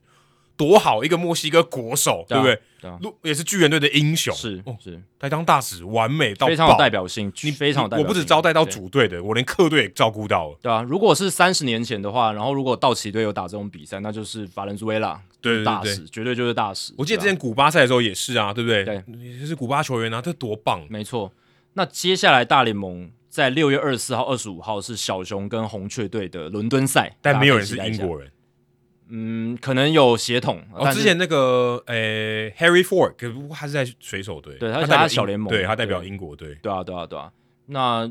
[SPEAKER 1] 多好一个墨西哥国手，
[SPEAKER 2] 对
[SPEAKER 1] 对
[SPEAKER 2] 啊
[SPEAKER 1] 不对？
[SPEAKER 2] 对啊
[SPEAKER 1] 如也是巨人队的英雄，
[SPEAKER 2] 是
[SPEAKER 1] 哦，
[SPEAKER 2] 是
[SPEAKER 1] 来当大使，完美到
[SPEAKER 2] 非常有
[SPEAKER 1] 爆
[SPEAKER 2] 代表性，
[SPEAKER 1] 你
[SPEAKER 2] 非常有代表
[SPEAKER 1] 我
[SPEAKER 2] 性。
[SPEAKER 1] 不止招待到
[SPEAKER 2] 对。
[SPEAKER 1] 主队的，我连客队也照顾到了。
[SPEAKER 2] 对啊，如果是三十年前的话，然后如果道奇队有打这种比赛，那就是法伦苏威拉
[SPEAKER 1] 对对
[SPEAKER 2] 大
[SPEAKER 1] 对
[SPEAKER 2] 使，绝对就是大使。
[SPEAKER 1] 我记得之
[SPEAKER 2] 对啊
[SPEAKER 1] 前古巴赛的时候也是啊，对不对？
[SPEAKER 2] 对，
[SPEAKER 1] 也是古巴球员啊，这多棒！
[SPEAKER 2] 没错。那接下来大联盟在六月二十四号、二十五号是小熊跟红雀队的伦敦赛，
[SPEAKER 1] 但没有人
[SPEAKER 2] 大
[SPEAKER 1] 是
[SPEAKER 2] 家可以期待一
[SPEAKER 1] 英
[SPEAKER 2] 下。
[SPEAKER 1] 国人。
[SPEAKER 2] 嗯，可能有血统。
[SPEAKER 1] 哦，
[SPEAKER 2] 但是
[SPEAKER 1] 之前那个呃，Harry Ford，可不过他是在水手队，
[SPEAKER 2] 对他
[SPEAKER 1] 他
[SPEAKER 2] 是
[SPEAKER 1] 代表
[SPEAKER 2] 他小
[SPEAKER 1] 英
[SPEAKER 2] 联盟
[SPEAKER 1] 对他代表
[SPEAKER 2] 对
[SPEAKER 1] 英国队。
[SPEAKER 2] 对啊，对啊，对啊。那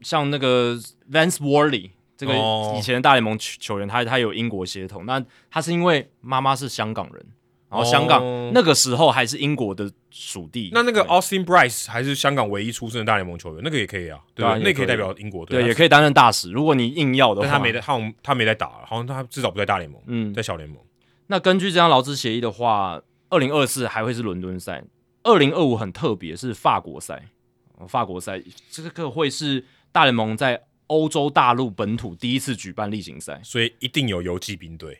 [SPEAKER 2] 像那个 Vance Worley 这个
[SPEAKER 1] 哦
[SPEAKER 2] 以前的大联盟球球员，他他有英国血统。那他是因为妈妈是香港人，然后香港、
[SPEAKER 1] 哦
[SPEAKER 2] 那个时候还是英国的属地。
[SPEAKER 1] 那那个哦
[SPEAKER 2] 对
[SPEAKER 1] Austin Bryce 还是香港唯一出生的大联盟球员，那个也可以啊，对
[SPEAKER 2] 对啊
[SPEAKER 1] 吧？
[SPEAKER 2] 也
[SPEAKER 1] 那可
[SPEAKER 2] 可以
[SPEAKER 1] 以代表英国队。
[SPEAKER 2] 对，也可以担任大使。如果你硬要的
[SPEAKER 1] 但
[SPEAKER 2] 话，
[SPEAKER 1] 啊他没在，他好像他没在打，好像他至少不在大联盟，
[SPEAKER 2] 嗯，
[SPEAKER 1] 在小联盟。
[SPEAKER 2] 那根据这张劳资协议的话，二零二四还会是伦敦赛，二零二五很特别，是法国赛。呃法国赛这个会是大联盟在欧洲大陆本土第一次举办例行赛，
[SPEAKER 1] 所以一定有游击兵队，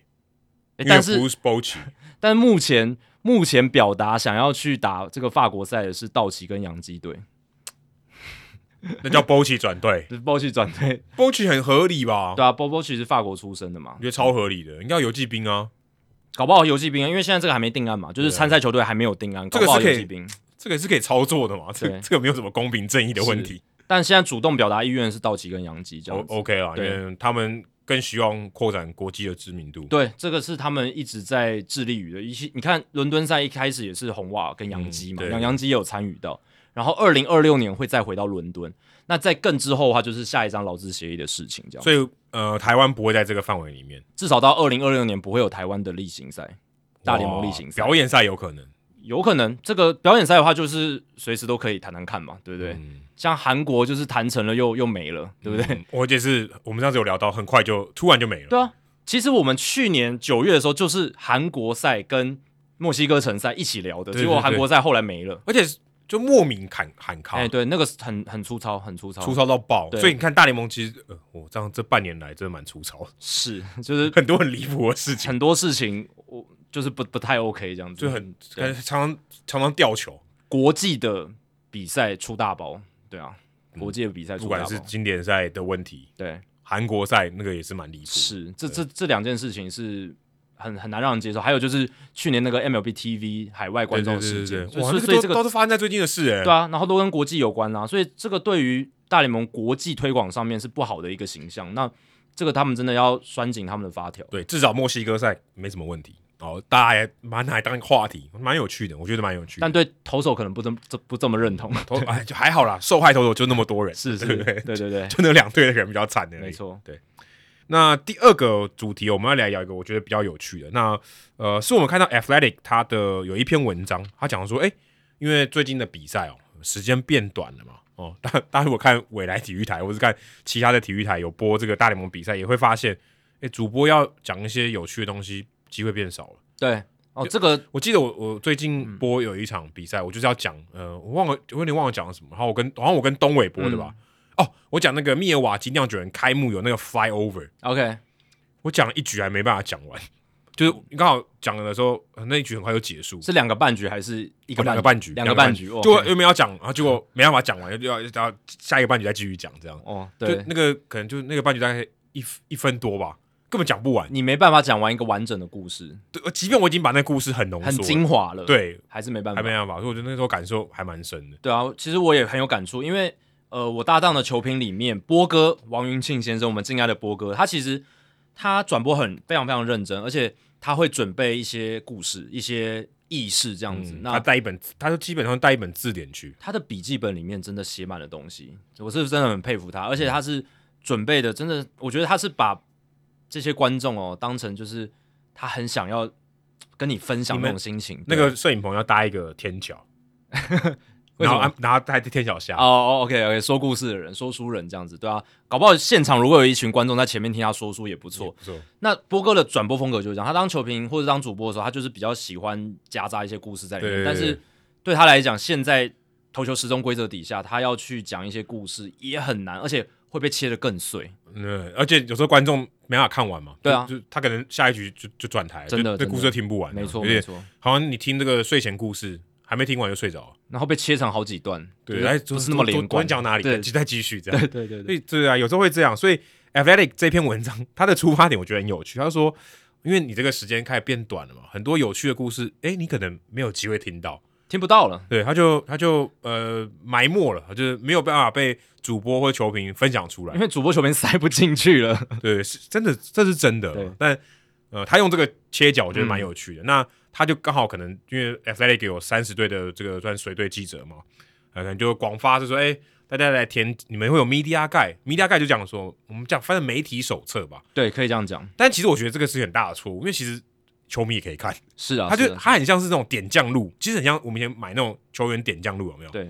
[SPEAKER 1] 因
[SPEAKER 2] 诶
[SPEAKER 1] 为
[SPEAKER 2] 但是
[SPEAKER 1] Bruce Bochy
[SPEAKER 2] 但目前目前表达想要去打这个法国赛的是道奇跟洋基队，
[SPEAKER 1] 那
[SPEAKER 2] [LAUGHS]
[SPEAKER 1] 叫 Bochy 转队
[SPEAKER 2] 就是包去转
[SPEAKER 1] [LAUGHS]
[SPEAKER 2] 队，
[SPEAKER 1] ，Bochy 很合理吧？
[SPEAKER 2] 对啊，波波其实法国出生的嘛
[SPEAKER 1] 我，觉得超合理的，应该有游击兵啊，
[SPEAKER 2] 搞不好游击兵啊，因为现在这个还没定案嘛，就是
[SPEAKER 1] 对啊
[SPEAKER 2] 参赛球队还没有定案，
[SPEAKER 1] 这
[SPEAKER 2] 搞
[SPEAKER 1] 个
[SPEAKER 2] 不好
[SPEAKER 1] 是可
[SPEAKER 2] 游
[SPEAKER 1] 以
[SPEAKER 2] 击兵。
[SPEAKER 1] 这个是可以操作的嘛，这
[SPEAKER 2] 对
[SPEAKER 1] 个这个没有什么公平正义的问题。
[SPEAKER 2] 但现在主动表达意愿的是道奇跟洋基这
[SPEAKER 1] O
[SPEAKER 2] 样子。
[SPEAKER 1] OK 啊，因
[SPEAKER 2] 对
[SPEAKER 1] 为他们更希望扩展国际的知名度。
[SPEAKER 2] 对，这个是他们一直在致力于的。一些你看，伦敦赛一开始也是红袜跟洋基嘛，
[SPEAKER 1] 嗯对
[SPEAKER 2] 杨、洋基也有参与到。然后二零二六年会再回到伦敦，那在更之后的话，就是下一张劳资协议的事情，这样。
[SPEAKER 1] 所以呃，台湾不会在这个范围里面。
[SPEAKER 2] 至少到二零二六年不会有台湾的例行赛，大联盟例行赛
[SPEAKER 1] 表演赛有可能，
[SPEAKER 2] 有可能这个表演赛的话，就是随时都可以谈谈看嘛，对不对？像韩国就是谈成了又又没了，对不对？
[SPEAKER 1] 嗯我也是，我们上次有聊到，很快就突然就没了。
[SPEAKER 2] [LAUGHS] 对啊，其实我们去年九月的时候，就是韩国赛跟墨西哥城赛一起聊的，
[SPEAKER 1] 对
[SPEAKER 2] 结果
[SPEAKER 1] 对对
[SPEAKER 2] 韩国赛后来没了。
[SPEAKER 1] 而且就莫名喊喊卡，
[SPEAKER 2] 哎、对，那个是很很粗糙，很粗糙，
[SPEAKER 1] 粗糙到爆。
[SPEAKER 2] 对
[SPEAKER 1] 所以你看大联盟其实，呃，我这样这半年来真的蛮粗糙的，
[SPEAKER 2] 是就是
[SPEAKER 1] 很多很离谱的事情，
[SPEAKER 2] 很多事情我就是不不太 OK 这样子，
[SPEAKER 1] 就很
[SPEAKER 2] 对
[SPEAKER 1] 常常常常掉球，
[SPEAKER 2] 国际的比赛出大包，对啊，国际的比赛
[SPEAKER 1] 嗯不
[SPEAKER 2] 出大
[SPEAKER 1] 管
[SPEAKER 2] 包，
[SPEAKER 1] 是经典赛的问题，
[SPEAKER 2] 对，
[SPEAKER 1] 韩国赛那个也是蛮离谱。
[SPEAKER 2] 是这这这两件事情是。很很难让人接受，还有就是去年那个 MLB TV 海外
[SPEAKER 1] 对
[SPEAKER 2] 观
[SPEAKER 1] 对
[SPEAKER 2] 众
[SPEAKER 1] 对
[SPEAKER 2] 事
[SPEAKER 1] 对
[SPEAKER 2] 件，
[SPEAKER 1] 对，哇，
[SPEAKER 2] 所以
[SPEAKER 1] 那
[SPEAKER 2] 所以
[SPEAKER 1] 个都
[SPEAKER 2] 这个
[SPEAKER 1] 都是发生在最近的事哎。
[SPEAKER 2] 对啊，然后都跟国际有关啊，所以这个对于大联盟国际推广上面是不好的一个形象。那这个他们真的要拴紧他们的发条。
[SPEAKER 1] 对，至少墨西哥赛没什么问题。哦，大家也蛮拿来当话题，蛮有趣的，我觉得蛮有趣的。
[SPEAKER 2] 但对投手可能不这么这不这么认同，啊
[SPEAKER 1] 投哎就还好啦，受害投手就那么多人，
[SPEAKER 2] 是是，
[SPEAKER 1] 对不对
[SPEAKER 2] [LAUGHS] 对对对，
[SPEAKER 1] [LAUGHS] 就那两队的人比较惨的，
[SPEAKER 2] 没。错，
[SPEAKER 1] 那第二个主题，我们要来聊一个我觉得比较有趣的。那呃，是我们看到 Athletic 它的有一篇文章，它讲说，哎、因为最近的比赛哦，时间变短了嘛，哦， [LAUGHS] 大大家如果看未来体育台或是看其他的体育台有播这个大联盟比赛，也会发现，哎、主播要讲一些有趣的东西，机会变少了。
[SPEAKER 2] 对哦，这个
[SPEAKER 1] 我记得我我最
[SPEAKER 2] 嗯
[SPEAKER 1] 近播有一场比赛，我就是要讲，呃，我忘了，我有点忘了讲了什么。然后我跟好像我跟东伟播的
[SPEAKER 2] 嗯
[SPEAKER 1] 吧，哦，我讲那个密尔瓦基酿酒人开幕有那个 fly over，
[SPEAKER 2] OK
[SPEAKER 1] 我讲了一局还没办法讲完， [LAUGHS] 就是刚好讲了的时候，呃那一局很快就结束，
[SPEAKER 2] 是两个半局还是一
[SPEAKER 1] 哦
[SPEAKER 2] 个
[SPEAKER 1] 两个
[SPEAKER 2] 半
[SPEAKER 1] 半局，
[SPEAKER 2] 两个半局？哦
[SPEAKER 1] 就原本要讲，然后结果没办法讲完，又要要下一个半局再继续讲，这样，
[SPEAKER 2] 哦，
[SPEAKER 1] 就
[SPEAKER 2] 对，
[SPEAKER 1] 那个可能就是那个半局大概一一分多吧，根本讲不完。
[SPEAKER 2] 你没办法讲完一个完整的故事，
[SPEAKER 1] 对，呃即便我已经把那个故事很浓
[SPEAKER 2] 嗯很
[SPEAKER 1] 缩了，
[SPEAKER 2] 精华了，，
[SPEAKER 1] 对，
[SPEAKER 2] 还是没办
[SPEAKER 1] 还
[SPEAKER 2] 法
[SPEAKER 1] 没。办法，所以我觉得那时候感受还蛮深的。
[SPEAKER 2] 对啊，其实我也很有感触，因为呃，我搭档的球评里面，波哥王云庆先生，我们敬爱的波哥，他其实他转播很非常非常认真，而且他会准备一些故事、一些意事这样子。
[SPEAKER 1] 嗯他
[SPEAKER 2] 那
[SPEAKER 1] 带一本，他就基本上带一本字典去，
[SPEAKER 2] 他的笔记本里面真的写满了东西，我是真的很佩服他，而且他是准备的，真的，我觉得他是把这些观众哦当成就是他很想要跟你分享
[SPEAKER 1] 你
[SPEAKER 2] 那
[SPEAKER 1] 们
[SPEAKER 2] 种心情。
[SPEAKER 1] 那
[SPEAKER 2] 对
[SPEAKER 1] 个摄影棚要搭一个天桥，
[SPEAKER 2] [LAUGHS] 为
[SPEAKER 1] 然
[SPEAKER 2] 什
[SPEAKER 1] 后
[SPEAKER 2] 么
[SPEAKER 1] 安然后搭在天桥下，
[SPEAKER 2] 哦哦，OK OK，说故事的人，说书人这样子，对啊，搞不好现场如果有一群观众在前面听他说书也不错。
[SPEAKER 1] 不错，
[SPEAKER 2] 那波哥的转播风格就是这样，他当球评或者当主播的时候，他就是比较喜欢夹杂一些故事在里面。
[SPEAKER 1] 对对对
[SPEAKER 2] 但是对他来讲，现在投球时钟规则底下，他要去讲一些故事也很难，而且会被切得更碎。
[SPEAKER 1] 嗯，而且有时候观众没办法看完嘛，
[SPEAKER 2] 对啊
[SPEAKER 1] 就就他可能下一局就就转台了，
[SPEAKER 2] 真的
[SPEAKER 1] 就
[SPEAKER 2] 真
[SPEAKER 1] 这
[SPEAKER 2] 的
[SPEAKER 1] 故事就听不完了，
[SPEAKER 2] 没错
[SPEAKER 1] 哎有点
[SPEAKER 2] 没错，
[SPEAKER 1] 好像你听这个睡前故事还没听完就睡着了，
[SPEAKER 2] 然后被切成好几段，
[SPEAKER 1] 对，
[SPEAKER 2] 就是
[SPEAKER 1] 哎，
[SPEAKER 2] 不是那么连
[SPEAKER 1] 昨
[SPEAKER 2] 贯
[SPEAKER 1] 天。讲哪里，
[SPEAKER 2] 对
[SPEAKER 1] 再再继续这样，
[SPEAKER 2] 对对对
[SPEAKER 1] 所
[SPEAKER 2] 对，
[SPEAKER 1] 以对啊，有时候会这样。所以 Athletic 这篇文章它的出发点我觉得很有趣，他说，因为你这个时间开始变短了嘛，很多有趣的故事，哎，你可能没有机会听到，
[SPEAKER 2] 听不到了。
[SPEAKER 1] 对，他就他就呃埋没了，就是没有办法被主播或球评分享出
[SPEAKER 2] 因
[SPEAKER 1] 来。
[SPEAKER 2] 为主播球评塞不进去了， [LAUGHS]
[SPEAKER 1] 对，是真的，这是真的
[SPEAKER 2] 对。嗯
[SPEAKER 1] 但呃，他用这个切角，我觉得蛮有趣的。那他就刚好可能因为 Athletic 有三十队的这个算随队记者嘛，呃，可能就广发是说，哎、大家来填，你们会有 media guide，media guide 就讲说，我们讲翻的媒体手册吧。
[SPEAKER 2] 对，可以这样讲，
[SPEAKER 1] 但其实我觉得这个是很大的错误，因为其实球迷也可以看，
[SPEAKER 2] 是啊，
[SPEAKER 1] 他
[SPEAKER 2] 是
[SPEAKER 1] 就
[SPEAKER 2] 啊
[SPEAKER 1] 他很像是那种点将录，其实很像我们以前买那种球员点将录，有没有？
[SPEAKER 2] 对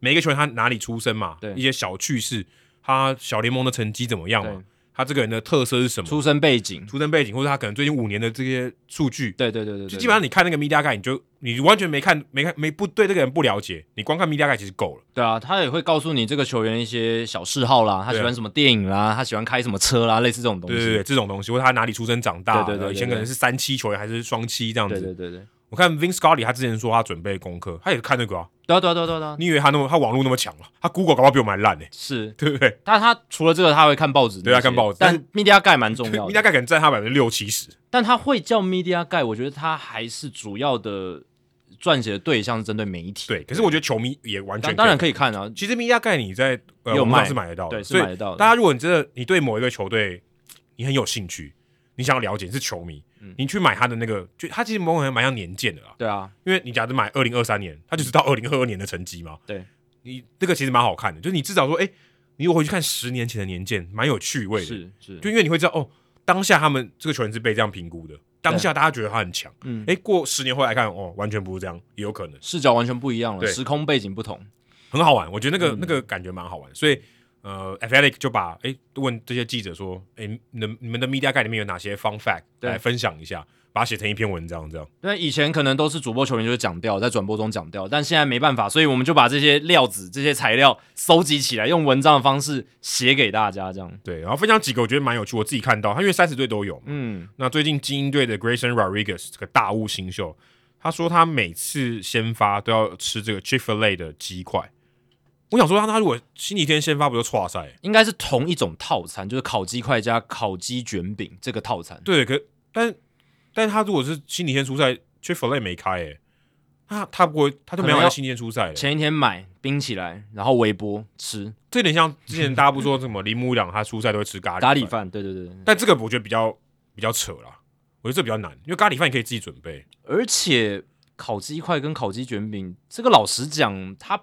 [SPEAKER 1] 每一个球员他哪里出身嘛，
[SPEAKER 2] 对
[SPEAKER 1] 一些小趣事，他小联盟的成绩怎么样嘛
[SPEAKER 2] 对，
[SPEAKER 1] 他这个人的特色是什么，
[SPEAKER 2] 出身背景，
[SPEAKER 1] 出身背景，或者他可能最近五年的这些数据，
[SPEAKER 2] 对对对对对，
[SPEAKER 1] 就
[SPEAKER 2] 对
[SPEAKER 1] 基本上你看那个 media guide，你就你完全没看没看没不对这个人不了解，你光看 media guide 其实够了，
[SPEAKER 2] 对啊，他也会告诉你这个球员一些小嗜好啦，他
[SPEAKER 1] 对啊
[SPEAKER 2] 喜欢什么电影啦，他喜欢开什么车啦，类似这种东
[SPEAKER 1] 对
[SPEAKER 2] 西。
[SPEAKER 1] 对对，这种东西，或者他哪里出生长大，
[SPEAKER 2] 对对对
[SPEAKER 1] 呃
[SPEAKER 2] 对
[SPEAKER 1] 以前可能是三七球员还是双七这样
[SPEAKER 2] 对
[SPEAKER 1] 子
[SPEAKER 2] 对。对对
[SPEAKER 1] 我看 Vince Scully 他之前说他准备功课，他也看那个啊，
[SPEAKER 2] 对啊对啊对啊对啊对啊，
[SPEAKER 1] 你以为他那么他网络那么强啊？他 Google 搞不好比我们还烂呢、
[SPEAKER 2] 是。
[SPEAKER 1] 对不对？
[SPEAKER 2] 但他除了这个，他会看报纸那些，
[SPEAKER 1] 对他看报纸
[SPEAKER 2] 但 media guy 蛮重要
[SPEAKER 1] [LAUGHS] media
[SPEAKER 2] 的，
[SPEAKER 1] guide 可能占他百分之六七十，
[SPEAKER 2] 但他会叫 media guy，我觉得他还是主要的撰写的对象是针对媒体。
[SPEAKER 1] 对。可是我觉得球迷也完全
[SPEAKER 2] 当
[SPEAKER 1] 可以
[SPEAKER 2] 当然可以看啊，
[SPEAKER 1] 其实 media guide 你在呃
[SPEAKER 2] 有
[SPEAKER 1] 网上
[SPEAKER 2] 卖
[SPEAKER 1] 是买得到的，
[SPEAKER 2] 对，
[SPEAKER 1] 所
[SPEAKER 2] 是
[SPEAKER 1] 以
[SPEAKER 2] 买得到的。
[SPEAKER 1] 大家如果你真的你对某一个球队你很有兴趣，你想要了解你是球迷，
[SPEAKER 2] 嗯
[SPEAKER 1] 你去买他的那个，就他其实某种程度蛮像年鉴的啦。
[SPEAKER 2] 对啊，
[SPEAKER 1] 因为你假如买二零二三年，他就是到二零二二年的成绩嘛。
[SPEAKER 2] 对，
[SPEAKER 1] 你那个其实蛮好看的，就是你至少说，哎、你如果回去看十年前的年鉴，蛮有趣味的。
[SPEAKER 2] 是是，
[SPEAKER 1] 就因为你会知道哦，当下他们这个球员是被这样评估的，当下大家觉得他很强，
[SPEAKER 2] 嗯
[SPEAKER 1] 诶，过十年后来看，哦，完全不是这样，也有可能，
[SPEAKER 2] 视角完全不一样了，
[SPEAKER 1] 对
[SPEAKER 2] 时空背景不同。
[SPEAKER 1] 很好玩，我觉得那个、那个感觉蛮好玩，所以。呃，Athletic 就把诶问这些记者说，诶，你们你们的 media guide 里面有哪些 fun fact
[SPEAKER 2] 对
[SPEAKER 1] 来分享一下，把它写成一篇文章这样。
[SPEAKER 2] 因为以前可能都是主播球员就是讲掉，在转播中讲掉，但现在没办法，所以我们就把这些料子、这些材料收集起来，用文章的方式写给大家，这样。
[SPEAKER 1] 对，然后分享几个我觉得蛮有趣，我自己看到，他因为三十队都有嘛，
[SPEAKER 2] 嗯，
[SPEAKER 1] 那最近精英队的 Grayson Rodriguez 这个大物新秀，他说他每次先发都要吃这个 Chick Fil A 的鸡块。我想说他，他如果星期天先发，不就错赛？
[SPEAKER 2] 应该是同一种套餐，就是烤鸡块加烤鸡卷饼这个套餐。
[SPEAKER 1] 对，可但但他如果是星期天出赛，Chick Fil A 没开诶、那他他不会，他就没
[SPEAKER 2] 可能
[SPEAKER 1] 有
[SPEAKER 2] 要
[SPEAKER 1] 在星期天出赛了。
[SPEAKER 2] 前一天买冰起来，然后微波吃
[SPEAKER 1] 这有点像之前大家不说什么铃木一朗他出赛都会吃咖喱
[SPEAKER 2] 咖喱
[SPEAKER 1] 饭，
[SPEAKER 2] 饭，对对对对。
[SPEAKER 1] 但这个我觉得比较比较扯啦，我觉得这比较难，因为咖喱饭你可以自己准备。
[SPEAKER 2] 而且烤鸡块跟烤鸡卷饼，这个老实讲，它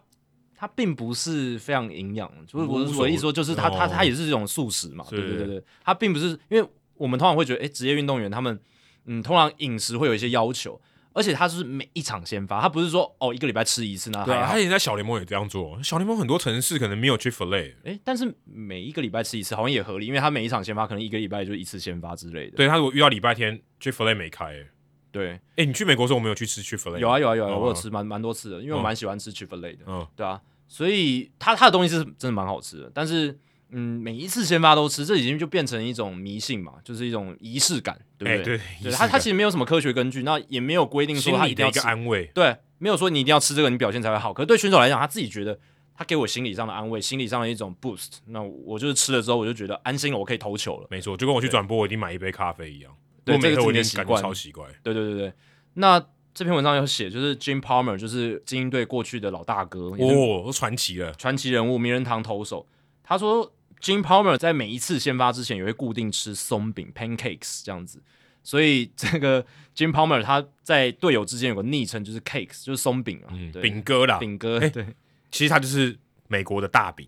[SPEAKER 2] 它并不是非常营养。就是我
[SPEAKER 1] 无所
[SPEAKER 2] 我的意思说，就是它它
[SPEAKER 1] 哦
[SPEAKER 2] 它也是一种素食嘛，
[SPEAKER 1] 是
[SPEAKER 2] 对对对对，它并不是因为我们通常会觉得，哎、职业运动员他们嗯，通常饮食会有一些要求。而且他是每一场先发，他不是说哦一个礼拜吃一次那
[SPEAKER 1] 对
[SPEAKER 2] 还
[SPEAKER 1] 啊，
[SPEAKER 2] 好
[SPEAKER 1] 他，以前在小联盟也这样做，小联盟很多城市可能没有 Chick Fil A，
[SPEAKER 2] 哎、但是每一个礼拜吃一次好像也合理，因为他每一场先发可能一个礼拜就一次先发之类的。
[SPEAKER 1] 对他如果遇到礼拜天 Chick Fil A 没开、欸，
[SPEAKER 2] 对，
[SPEAKER 1] 哎、你去美国的时候我们有去吃 Chick Fil A，
[SPEAKER 2] 有啊有啊有啊，
[SPEAKER 1] 哦
[SPEAKER 2] 我有吃蛮蛮多次的，因为
[SPEAKER 1] 嗯
[SPEAKER 2] 我蛮喜欢吃 Chick Fil A 的。
[SPEAKER 1] 嗯，
[SPEAKER 2] 对啊，所以他他的东西是真的蛮好吃的，但是嗯，每一次先发都吃，这已经就变成一种迷信嘛，就是一种仪式感，对
[SPEAKER 1] 哎、
[SPEAKER 2] 不对？
[SPEAKER 1] 对，
[SPEAKER 2] 对，
[SPEAKER 1] 仪式
[SPEAKER 2] 他他
[SPEAKER 1] 感
[SPEAKER 2] 其实没有什么科学根据，那也没有规定说
[SPEAKER 1] 心
[SPEAKER 2] 他
[SPEAKER 1] 里
[SPEAKER 2] 定
[SPEAKER 1] 的
[SPEAKER 2] 要
[SPEAKER 1] 一个
[SPEAKER 2] 吃，
[SPEAKER 1] 安慰，
[SPEAKER 2] 对，没有说你一定要吃这个，你表现才会好。可是对选手来讲，他自己觉得他给我心理上的安慰，心理上的一种 boost，那我就是吃了之后，我就觉得安心了，我可以投球了。
[SPEAKER 1] 没错，就跟我去转播我一定买一杯咖啡一样，
[SPEAKER 2] 对
[SPEAKER 1] 我每
[SPEAKER 2] 这个
[SPEAKER 1] 天
[SPEAKER 2] 是
[SPEAKER 1] 我
[SPEAKER 2] 你
[SPEAKER 1] 一
[SPEAKER 2] 的
[SPEAKER 1] 定
[SPEAKER 2] 习
[SPEAKER 1] 感觉
[SPEAKER 2] 惯
[SPEAKER 1] 超奇怪，
[SPEAKER 2] 对对对对，那。这篇文章有写，就是 Jim Palmer，就是精英队过去的老大哥，也是
[SPEAKER 1] 哦，都传奇了，
[SPEAKER 2] 传奇人物名人堂投手，他说 Jim Palmer 在每一次先发之前也会固定吃松饼 pancakes 这样子，所以这个 Jim Palmer 他在队友之间有个昵称就是 cakes，就是松饼啊，
[SPEAKER 1] 嗯，
[SPEAKER 2] 对
[SPEAKER 1] 饼哥啦，
[SPEAKER 2] 饼哥，
[SPEAKER 1] 哎
[SPEAKER 2] 对，哎、
[SPEAKER 1] 其实他就是美国的大饼，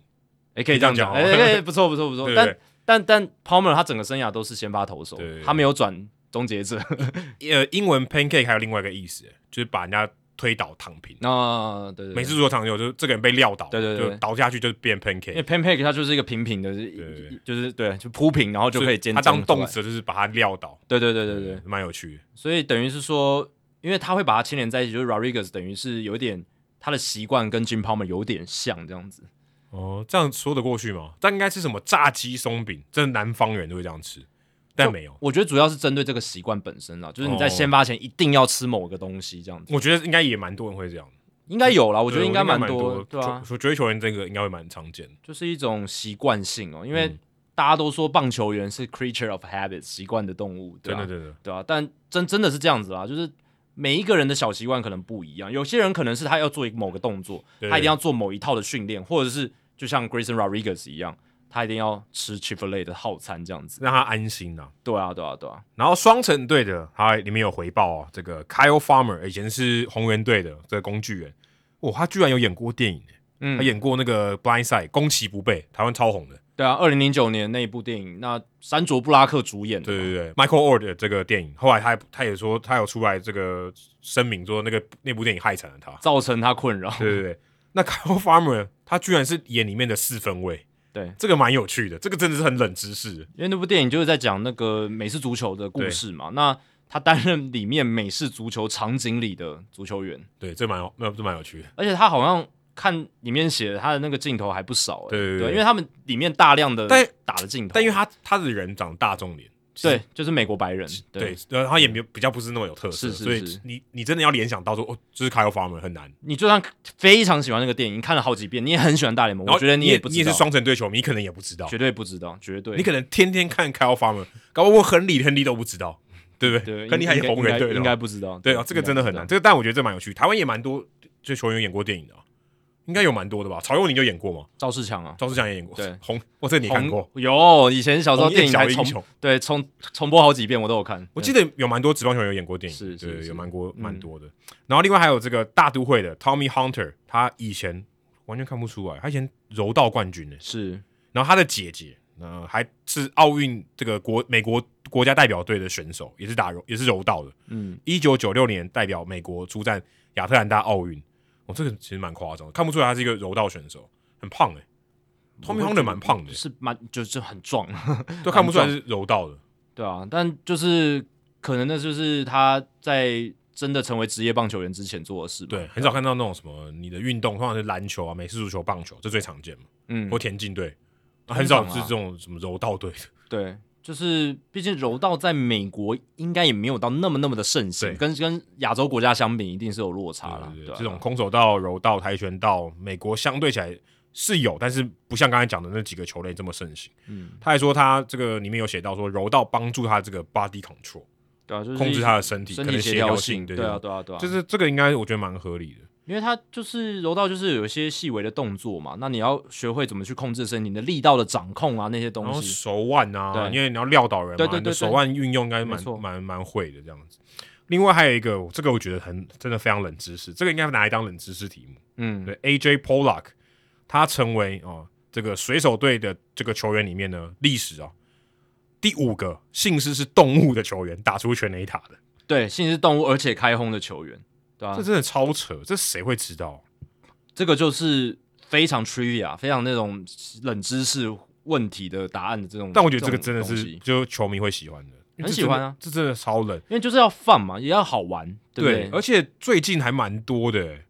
[SPEAKER 2] 可以这样
[SPEAKER 1] 这样讲
[SPEAKER 2] 讲，哎、
[SPEAKER 1] 哦
[SPEAKER 2] 哎哎不错不错不错，
[SPEAKER 1] [LAUGHS] 对不
[SPEAKER 2] 但
[SPEAKER 1] 对？
[SPEAKER 2] 但但 Palmer 他整个生涯都是先发投手
[SPEAKER 1] 对对，对
[SPEAKER 2] 他没有转终结者， [LAUGHS]
[SPEAKER 1] 呃，英文 pancake 还有另外一个意思，就是把人家推倒躺平。
[SPEAKER 2] 那对对对
[SPEAKER 1] 每次如果躺平，我就这个人被撂倒，
[SPEAKER 2] 对对对
[SPEAKER 1] 就倒下去就变
[SPEAKER 2] 因
[SPEAKER 1] pancake，
[SPEAKER 2] 为 pancake 它就是一个平平的，
[SPEAKER 1] 对对
[SPEAKER 2] 就是对，就铺平，然后就可以
[SPEAKER 1] 是
[SPEAKER 2] 煎
[SPEAKER 1] 他当
[SPEAKER 2] 动
[SPEAKER 1] 动词就是把他撂倒，
[SPEAKER 2] 对对对对对，
[SPEAKER 1] 蛮有趣的。
[SPEAKER 2] 所以等于是说，因为他会把它牵连在一起，就是 Rodriguez 等于是有点他的习惯跟 Jim Palmer 有点像这样子。
[SPEAKER 1] 哦，这样说得过去吗？但应该是什么炸鸡松饼，这南方人都会这样吃，但没有，
[SPEAKER 2] 我觉得主要是针对这个习惯本身啦，就是你在
[SPEAKER 1] 哦
[SPEAKER 2] 先发前一定要吃某个东西这样子，
[SPEAKER 1] 我觉得应该也蛮多人会这样。
[SPEAKER 2] 应该有啦，我
[SPEAKER 1] 我
[SPEAKER 2] 觉得应该蛮
[SPEAKER 1] 蛮
[SPEAKER 2] 多，对啊，
[SPEAKER 1] 球追球员这个应该会蛮常见的。
[SPEAKER 2] 就是一种习惯性哦、因为
[SPEAKER 1] 嗯
[SPEAKER 2] 大家都说棒球员是 creature of habit 习惯的动物，对
[SPEAKER 1] 真
[SPEAKER 2] 吧、
[SPEAKER 1] 的真的，
[SPEAKER 2] 对啊，但真真的是这样子啦，就是每一个人的小习惯可能不一样，有些人可能是他要做一个某个动作，
[SPEAKER 1] 对
[SPEAKER 2] 他一定要做某一套的训练，或者是就像 Grayson Rodriguez 一样，他一定要吃 Chick Fil A 的套餐这样子。
[SPEAKER 1] 让他安心呐、
[SPEAKER 2] 对啊，对啊，对啊，
[SPEAKER 1] 然后双城队的，他里面有回报啊，这个 Kyle Farmer 以前是红人队的这个工具人，哇，他居然有演过电影耶、
[SPEAKER 2] 嗯
[SPEAKER 1] 他，演过那个《Blind Side》，攻其不备，台湾超红的。
[SPEAKER 2] 对啊，二零零九年那一部电影，那山卓布拉克主演的
[SPEAKER 1] 对
[SPEAKER 2] 嘛，
[SPEAKER 1] 对对，Michael Ord 的这个电影，后来他也他也说他有出来这个声明说那个那部电影害惨了他。
[SPEAKER 2] [LAUGHS] 造成他困扰。
[SPEAKER 1] 对对对，那 Kyle Farmer 他居然是演里面的四分卫，
[SPEAKER 2] 对，
[SPEAKER 1] 这个蛮有趣的，这个真的是很冷知识。
[SPEAKER 2] 因为那部电影就是在讲那个美式足球的故事嘛。那他担任里面美式足球场景里的足球员，
[SPEAKER 1] 对，这蛮有，那这蛮有趣的。
[SPEAKER 2] 而且他好像看里面写的他的那个镜头还不少、欸，
[SPEAKER 1] 对对对
[SPEAKER 2] 因为他们里面大量的
[SPEAKER 1] 但
[SPEAKER 2] 打的镜头，
[SPEAKER 1] 但因为他他的人长大众脸，
[SPEAKER 2] 对就是美国白人，对嗯
[SPEAKER 1] 对，然后他也没有比较不是那么有特色，
[SPEAKER 2] 是是
[SPEAKER 1] 所
[SPEAKER 2] 是
[SPEAKER 1] 以你你真的要联想到说哦，这是 Kyle Farmer 很难。
[SPEAKER 2] 你就算非常喜欢那个电影，看了好几遍，你也很喜欢大联盟，
[SPEAKER 1] 然后
[SPEAKER 2] 我觉得
[SPEAKER 1] 你
[SPEAKER 2] 也不
[SPEAKER 1] 你
[SPEAKER 2] 知
[SPEAKER 1] 也
[SPEAKER 2] 道，
[SPEAKER 1] 是双城队球迷，你可能也不知道
[SPEAKER 2] 绝，对不知道，绝对
[SPEAKER 1] 你可能天天看 Kyle Farmer，搞不好问亨利，亨利都不知道，对不
[SPEAKER 2] 对，
[SPEAKER 1] 对？亨利还
[SPEAKER 2] 应
[SPEAKER 1] 是
[SPEAKER 2] 该
[SPEAKER 1] 红人队的
[SPEAKER 2] 应该
[SPEAKER 1] 哦，
[SPEAKER 2] 应该不知道，
[SPEAKER 1] 对啊，这个真的很难。
[SPEAKER 2] 应该不知
[SPEAKER 1] 这个但我觉得这蛮有趣，台湾也蛮多这球员演过电影的啊，应该有蛮多的吧？曹佑宁就演过嘛，
[SPEAKER 2] 道。赵世强啊，
[SPEAKER 1] 赵世强也演过，
[SPEAKER 2] 对
[SPEAKER 1] [LAUGHS] 红，我这个你看过？
[SPEAKER 2] 红有以前小时候电影还
[SPEAKER 1] 红叶小英
[SPEAKER 2] 重
[SPEAKER 1] 雄
[SPEAKER 2] 对重重播好几遍，我都有看，
[SPEAKER 1] 我
[SPEAKER 2] 对
[SPEAKER 1] 记得有蛮多职棒球员有演过电影，
[SPEAKER 2] 是是
[SPEAKER 1] 对，
[SPEAKER 2] 是
[SPEAKER 1] 有蛮多
[SPEAKER 2] 嗯
[SPEAKER 1] 蛮多的。然后另外还有这个大都会的 Tommy Hunter，他以前完全看不出来，他以前柔道冠军呢。
[SPEAKER 2] 是
[SPEAKER 1] 然后他的姐姐呃，还是奥运这个国美国国家代表队的选手，也是打柔也是柔道的。
[SPEAKER 2] 嗯，
[SPEAKER 1] 一九九六年代表美国出战亚特兰大奥运，哦，这个其实蛮夸张的，看不出来他是一个柔道选手，很胖哎、欸、，Tommy h o n 蛮胖的、
[SPEAKER 2] 是蛮就是很壮，
[SPEAKER 1] 都看不出来是柔道的。
[SPEAKER 2] 对啊，但就是可能那就是他在真的成为职业棒球员之前做的事吧。
[SPEAKER 1] 对，很少看到那种什么你的运动，通常是篮球啊、美式足球、棒球，这最常见嘛，
[SPEAKER 2] 嗯
[SPEAKER 1] 或，田径队，啊
[SPEAKER 2] 通常啊
[SPEAKER 1] 很少是这种什么柔道队的。
[SPEAKER 2] 对，就是毕竟柔道在美国应该也没有到那么那么的盛行
[SPEAKER 1] 对，
[SPEAKER 2] 跟跟亚洲国家相比，一定是有落差啦。
[SPEAKER 1] 对
[SPEAKER 2] 对啊
[SPEAKER 1] 这种空手道、柔道、跆拳道，美国相对起来是有，但是不像刚才讲的那几个球类这么盛行。
[SPEAKER 2] 嗯，
[SPEAKER 1] 他还说他这个里面有写到说，柔道帮助他这个 body control，
[SPEAKER 2] 对啊，就是
[SPEAKER 1] 控制他的身体，
[SPEAKER 2] 身
[SPEAKER 1] 可
[SPEAKER 2] 体
[SPEAKER 1] 能
[SPEAKER 2] 协
[SPEAKER 1] 协
[SPEAKER 2] 调
[SPEAKER 1] 性，
[SPEAKER 2] 对
[SPEAKER 1] 对
[SPEAKER 2] 啊，对啊，对啊，
[SPEAKER 1] 就是这个应该我觉得蛮合理的。
[SPEAKER 2] 因为它就是柔道，就是有一些细微的动作嘛，那你要学会怎么去控制身体，你的力道的掌控啊，那些
[SPEAKER 1] 然
[SPEAKER 2] 东
[SPEAKER 1] 后
[SPEAKER 2] 西。
[SPEAKER 1] 手腕啊，
[SPEAKER 2] 对
[SPEAKER 1] 因为你要撂倒人嘛，
[SPEAKER 2] 对对对
[SPEAKER 1] 你的手
[SPEAKER 2] 对
[SPEAKER 1] 腕运用应该
[SPEAKER 2] 没
[SPEAKER 1] 蛮
[SPEAKER 2] 错
[SPEAKER 1] 蛮蛮会的这样子。另外还有一个，这个我觉得很真的非常冷知识，这个应该拿来当冷知识题目。
[SPEAKER 2] 嗯，
[SPEAKER 1] 对，AJ Pollock，他成为哦这个水手队的这个球员里面呢，历史啊、第五个姓氏是动物的球员打出全垒打的，
[SPEAKER 2] 对，性是动物，而且开轰的球员，对啊
[SPEAKER 1] 这，真的超扯，这谁会知道？
[SPEAKER 2] 这个就是非常 trivia，非常那种冷知识问题的答案的这种。
[SPEAKER 1] 但我觉得这个
[SPEAKER 2] 种
[SPEAKER 1] 真的
[SPEAKER 2] 东
[SPEAKER 1] 是
[SPEAKER 2] 西
[SPEAKER 1] 就球迷会喜欢的，因为这
[SPEAKER 2] 很喜
[SPEAKER 1] 真的
[SPEAKER 2] 欢啊，
[SPEAKER 1] 这真的超冷。
[SPEAKER 2] 因为就是要放嘛，也要好玩，对不对？
[SPEAKER 1] 而且最近还蛮多的欸。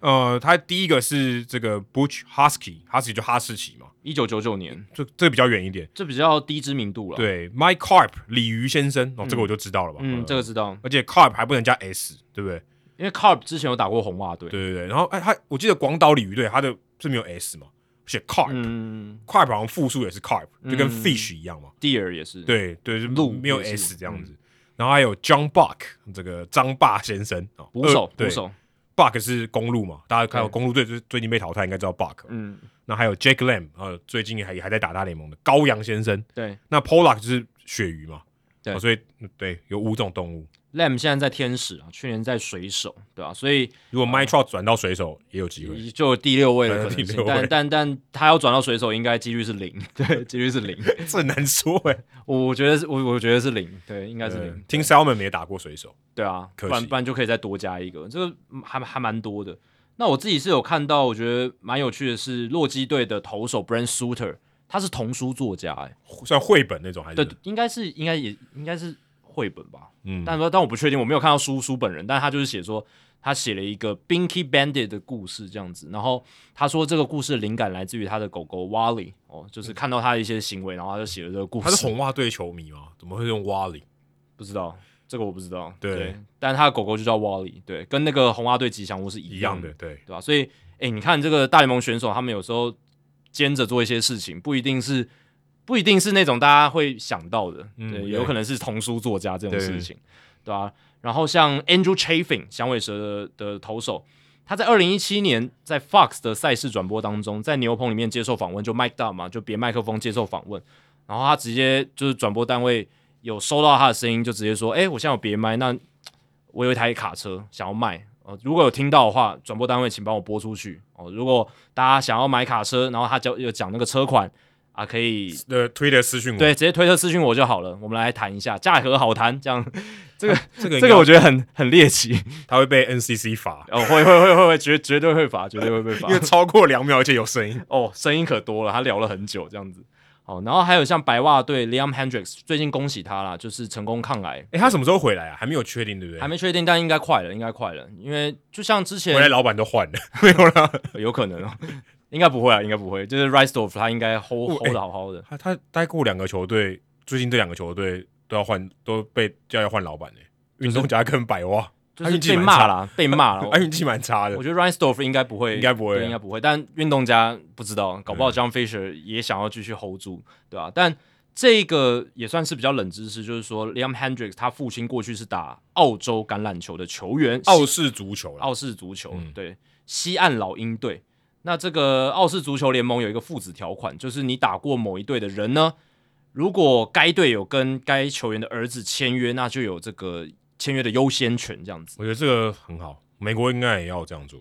[SPEAKER 1] 呃，他第一个是这个 Butch Husky，Husky 就哈士奇嘛，
[SPEAKER 2] 一九九九年，
[SPEAKER 1] 这这个比较远一点。
[SPEAKER 2] 这比较低知名度
[SPEAKER 1] 嗯
[SPEAKER 2] 了。，
[SPEAKER 1] 对，Mike Carp 鲤鱼先生，哦，这个我就知道了吧？
[SPEAKER 2] 嗯，这
[SPEAKER 1] 个，
[SPEAKER 2] 个知道，
[SPEAKER 1] 而且 Carp 还不能加 S，对不对？
[SPEAKER 2] 因为 Carp 之前有打过红袜队。
[SPEAKER 1] 对对对。然后，哎，他我记得广岛鲤鱼队他的是没有 S 嘛，写 Carp，Carp、
[SPEAKER 2] 嗯
[SPEAKER 1] Carp 好像复数也是 Carp，就跟
[SPEAKER 2] 嗯
[SPEAKER 1] Fish 一样嘛。
[SPEAKER 2] ，Deer 也是。，
[SPEAKER 1] 对对，就
[SPEAKER 2] 鹿嗯
[SPEAKER 1] 没有
[SPEAKER 2] 也是
[SPEAKER 1] S 这样子。然后还有 John Buck 这个张霸先生哦，
[SPEAKER 2] 捕手，
[SPEAKER 1] 呃对
[SPEAKER 2] 捕手，
[SPEAKER 1] Buck 是公路嘛，大家看到
[SPEAKER 2] 对
[SPEAKER 1] 公路队最最近被淘汰，应该知道 Buck。
[SPEAKER 2] 嗯，
[SPEAKER 1] 那还有 Jake Lamb，呃，最近还还在打大联盟的高阳先生。
[SPEAKER 2] 对
[SPEAKER 1] 那 Pollock 就是鳕鱼嘛，
[SPEAKER 2] 对
[SPEAKER 1] 哦所以嗯对有五种动物。
[SPEAKER 2] ，Lam 现在在天使啊，去年在水手，对吧、所以
[SPEAKER 1] 如果 m i t r o 转到水手也有机会，
[SPEAKER 2] 就有第六位的可
[SPEAKER 1] 对
[SPEAKER 2] 能
[SPEAKER 1] 第
[SPEAKER 2] 性
[SPEAKER 1] 六，位
[SPEAKER 2] 但但但他要转到水手，应该几率是零， [LAUGHS] 对，几率是零，
[SPEAKER 1] 这很难说哎、
[SPEAKER 2] 我我觉得是，我我觉得是零，对，应该是
[SPEAKER 1] 呃
[SPEAKER 2] 零，
[SPEAKER 1] 听 Salmon 也打过水手，
[SPEAKER 2] 对啊，
[SPEAKER 1] 可
[SPEAKER 2] 不然
[SPEAKER 1] 惜
[SPEAKER 2] 不然就可以再多加一个，这个嗯还还蛮多的。那我自己是有看到，我觉得蛮有趣的是，洛基队的投手 Brent Suter，他是童书作家、欸，
[SPEAKER 1] 算绘本那种还是？
[SPEAKER 2] 对，应该是应该也应该是绘本吧，
[SPEAKER 1] 嗯，
[SPEAKER 2] 但但我不确定，我没有看到书书本人，但他就是写说他写了一个 Binky Bandit 的故事这样子，然后他说这个故事的灵感来自于他的狗狗 Wally，哦，就是看到他的一些行为，然后他就写了这个故事。
[SPEAKER 1] 嗯他是红袜队球迷嘛，怎么会用 Wally？
[SPEAKER 2] 不知道这个我不知道，
[SPEAKER 1] 对
[SPEAKER 2] 但他的狗狗就叫 Wally，对，跟那个红袜队吉祥物是
[SPEAKER 1] 一
[SPEAKER 2] 一
[SPEAKER 1] 样
[SPEAKER 2] 样
[SPEAKER 1] 的，对，
[SPEAKER 2] 对吧、所以，哎、你看这个大联盟选手，他们有时候兼着做一些事情，不一定是不一定是那种大家会想到的，
[SPEAKER 1] 嗯
[SPEAKER 2] 对，
[SPEAKER 1] 对
[SPEAKER 2] 也有可能是童书作家这种
[SPEAKER 1] 对
[SPEAKER 2] 事情，对吧、然后像 Andrew Chafin 响尾蛇的的投手，他在二零一七年在 Fox 的赛事转播当中，在牛棚里面接受访问，就 mic down 嘛，就别麦克风接受访问，然后他直接就是转播单位有收到他的声音，就直接说：“哎、我现在有别麦，那我有一台卡车想要卖，呃，如果有听到的话，转播单位请帮我播出去哦。如果大家想要买卡车，然后他讲有讲那个车款啊，可以
[SPEAKER 1] 呃，推的私讯我，
[SPEAKER 2] 对直接推特私讯我就好了，我们来谈一下价格好谈，这样
[SPEAKER 1] 这个
[SPEAKER 2] 这个我觉得很很猎奇
[SPEAKER 1] 得他会被 NCC
[SPEAKER 2] [LAUGHS]
[SPEAKER 1] 罚，
[SPEAKER 2] 哦，会会会会会绝绝对会罚，绝对会被罚
[SPEAKER 1] 因，为超过两秒而且有声 [LAUGHS] 音，
[SPEAKER 2] 哦，声音可多了，他聊了很久这样子。哦，然后还有像白袜队 Liam Hendricks，最近恭喜他啦，就是成功抗癌，
[SPEAKER 1] 哎、他什么时候回来啊？还没有确定，对不对？
[SPEAKER 2] 还没确定，但应该快了，应该快了，因为就像之前
[SPEAKER 1] 回来，老板都换了， [LAUGHS] 没有啦。
[SPEAKER 2] 有可能哦，应该不会啊，应该不会，就是 Ristoff 他应该 hold
[SPEAKER 1] 哦
[SPEAKER 2] hold 得好好的，
[SPEAKER 1] 他他待过两个球队，最近这两个球队都要换，都被叫要换老板呢、运动家跟百 [LAUGHS] 袜，
[SPEAKER 2] 就
[SPEAKER 1] 他
[SPEAKER 2] 是
[SPEAKER 1] 运气
[SPEAKER 2] 被
[SPEAKER 1] 蛮
[SPEAKER 2] 骂
[SPEAKER 1] 差
[SPEAKER 2] 啦，被
[SPEAKER 1] [LAUGHS]
[SPEAKER 2] 骂啦。
[SPEAKER 1] 他
[SPEAKER 2] 我
[SPEAKER 1] 运气蛮差的
[SPEAKER 2] 我。觉得 Ristoff 应该不会，
[SPEAKER 1] 应该不会啊
[SPEAKER 2] 对应该不会。但运动家不知道，搞不好 John Fisher 也想要继续 hold 住，对吧、但这个也算是比较冷知识，就是说 Liam Hendricks 他父亲过去是打澳洲橄榄球的球员，
[SPEAKER 1] 澳式足球啦，
[SPEAKER 2] 澳式足球，
[SPEAKER 1] 嗯
[SPEAKER 2] 对西岸老鹰队。那这个澳式足球联盟有一个父子条款，就是你打过某一队的人呢，如果该队有跟该球员的儿子签约，那就有这个签约的优先权，这样子。
[SPEAKER 1] 我觉得这个很好，美国应该也要这样做，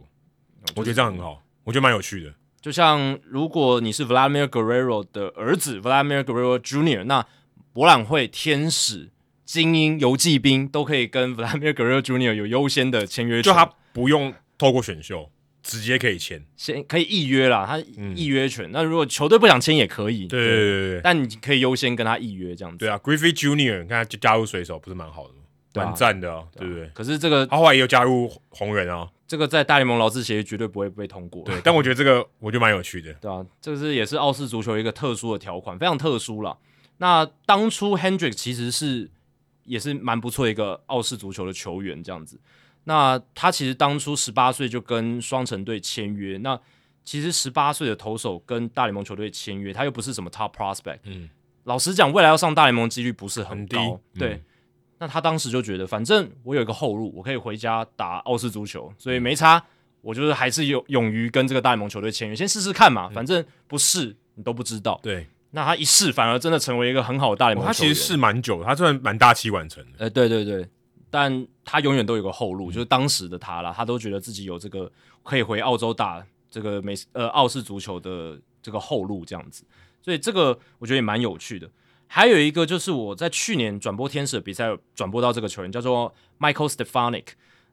[SPEAKER 1] 我觉得这样很好，我觉得蛮有趣的。
[SPEAKER 2] 就像如果你是 Vladimir Guerrero 的儿子 Vladimir Guerrero Jr.，那博览会天使、精英、游骑兵都可以跟 [LAUGHS] Vladimir Guerrero Jr. 有优先的签约权，
[SPEAKER 1] 就他不用透过选秀，直接可以签。
[SPEAKER 2] 先可以预约啦，他预约权。那如果球队不想签也可以，
[SPEAKER 1] 嗯对对对对对
[SPEAKER 2] 但你可以优先跟他预约这样子。
[SPEAKER 1] 对啊，Griffey Junior，你看他就加入水手，不是蛮好的吗，
[SPEAKER 2] 对啊
[SPEAKER 1] 蛮赞的啊，对不对？
[SPEAKER 2] 可是这个
[SPEAKER 1] 他后来也有加入红人啊，
[SPEAKER 2] 这个在大联盟劳资协议绝对不会被通过。
[SPEAKER 1] [LAUGHS] 对，但我觉得这个我觉得蛮有趣的。
[SPEAKER 2] 对啊，这是也是澳式足球一个特殊的条款，非常特殊啦。那当初 Hendrick 其实是也是蛮不错的一个澳式足球的球员，这样子。那他其实当初十八岁就跟双城队签约，那其实十八岁的投手跟大联盟球队签约，他又不是什么 top prospect，
[SPEAKER 1] 嗯，
[SPEAKER 2] 老实讲，未来要上大联盟几率不是很高，
[SPEAKER 1] 很低
[SPEAKER 2] 对。
[SPEAKER 1] 嗯
[SPEAKER 2] 那他当时就觉得，反正我有一个后路，我可以回家打澳式足球，所
[SPEAKER 1] 嗯
[SPEAKER 2] 以没差。我就是还是勇勇于跟这个大联盟球队签约，先试试看
[SPEAKER 1] 嗯
[SPEAKER 2] 嘛，反正不试你都不知道。
[SPEAKER 1] 对，
[SPEAKER 2] 那他一试，反而真的成为一个很好的大联
[SPEAKER 1] 哦
[SPEAKER 2] 盟
[SPEAKER 1] 他
[SPEAKER 2] 球
[SPEAKER 1] 其
[SPEAKER 2] 员。
[SPEAKER 1] 实是蛮久的，他算蛮大器晚成的。
[SPEAKER 2] 呃，对对对，但他永远都有个后路，就是当时的他啦，他都觉得自己有这个可以回澳洲打这个美呃澳式足球的这个后路这样子，所以这个我觉得也蛮有趣的。还有一个就是我在去年转播天使的比赛有转播到这个球员叫做 Michael Stefanik，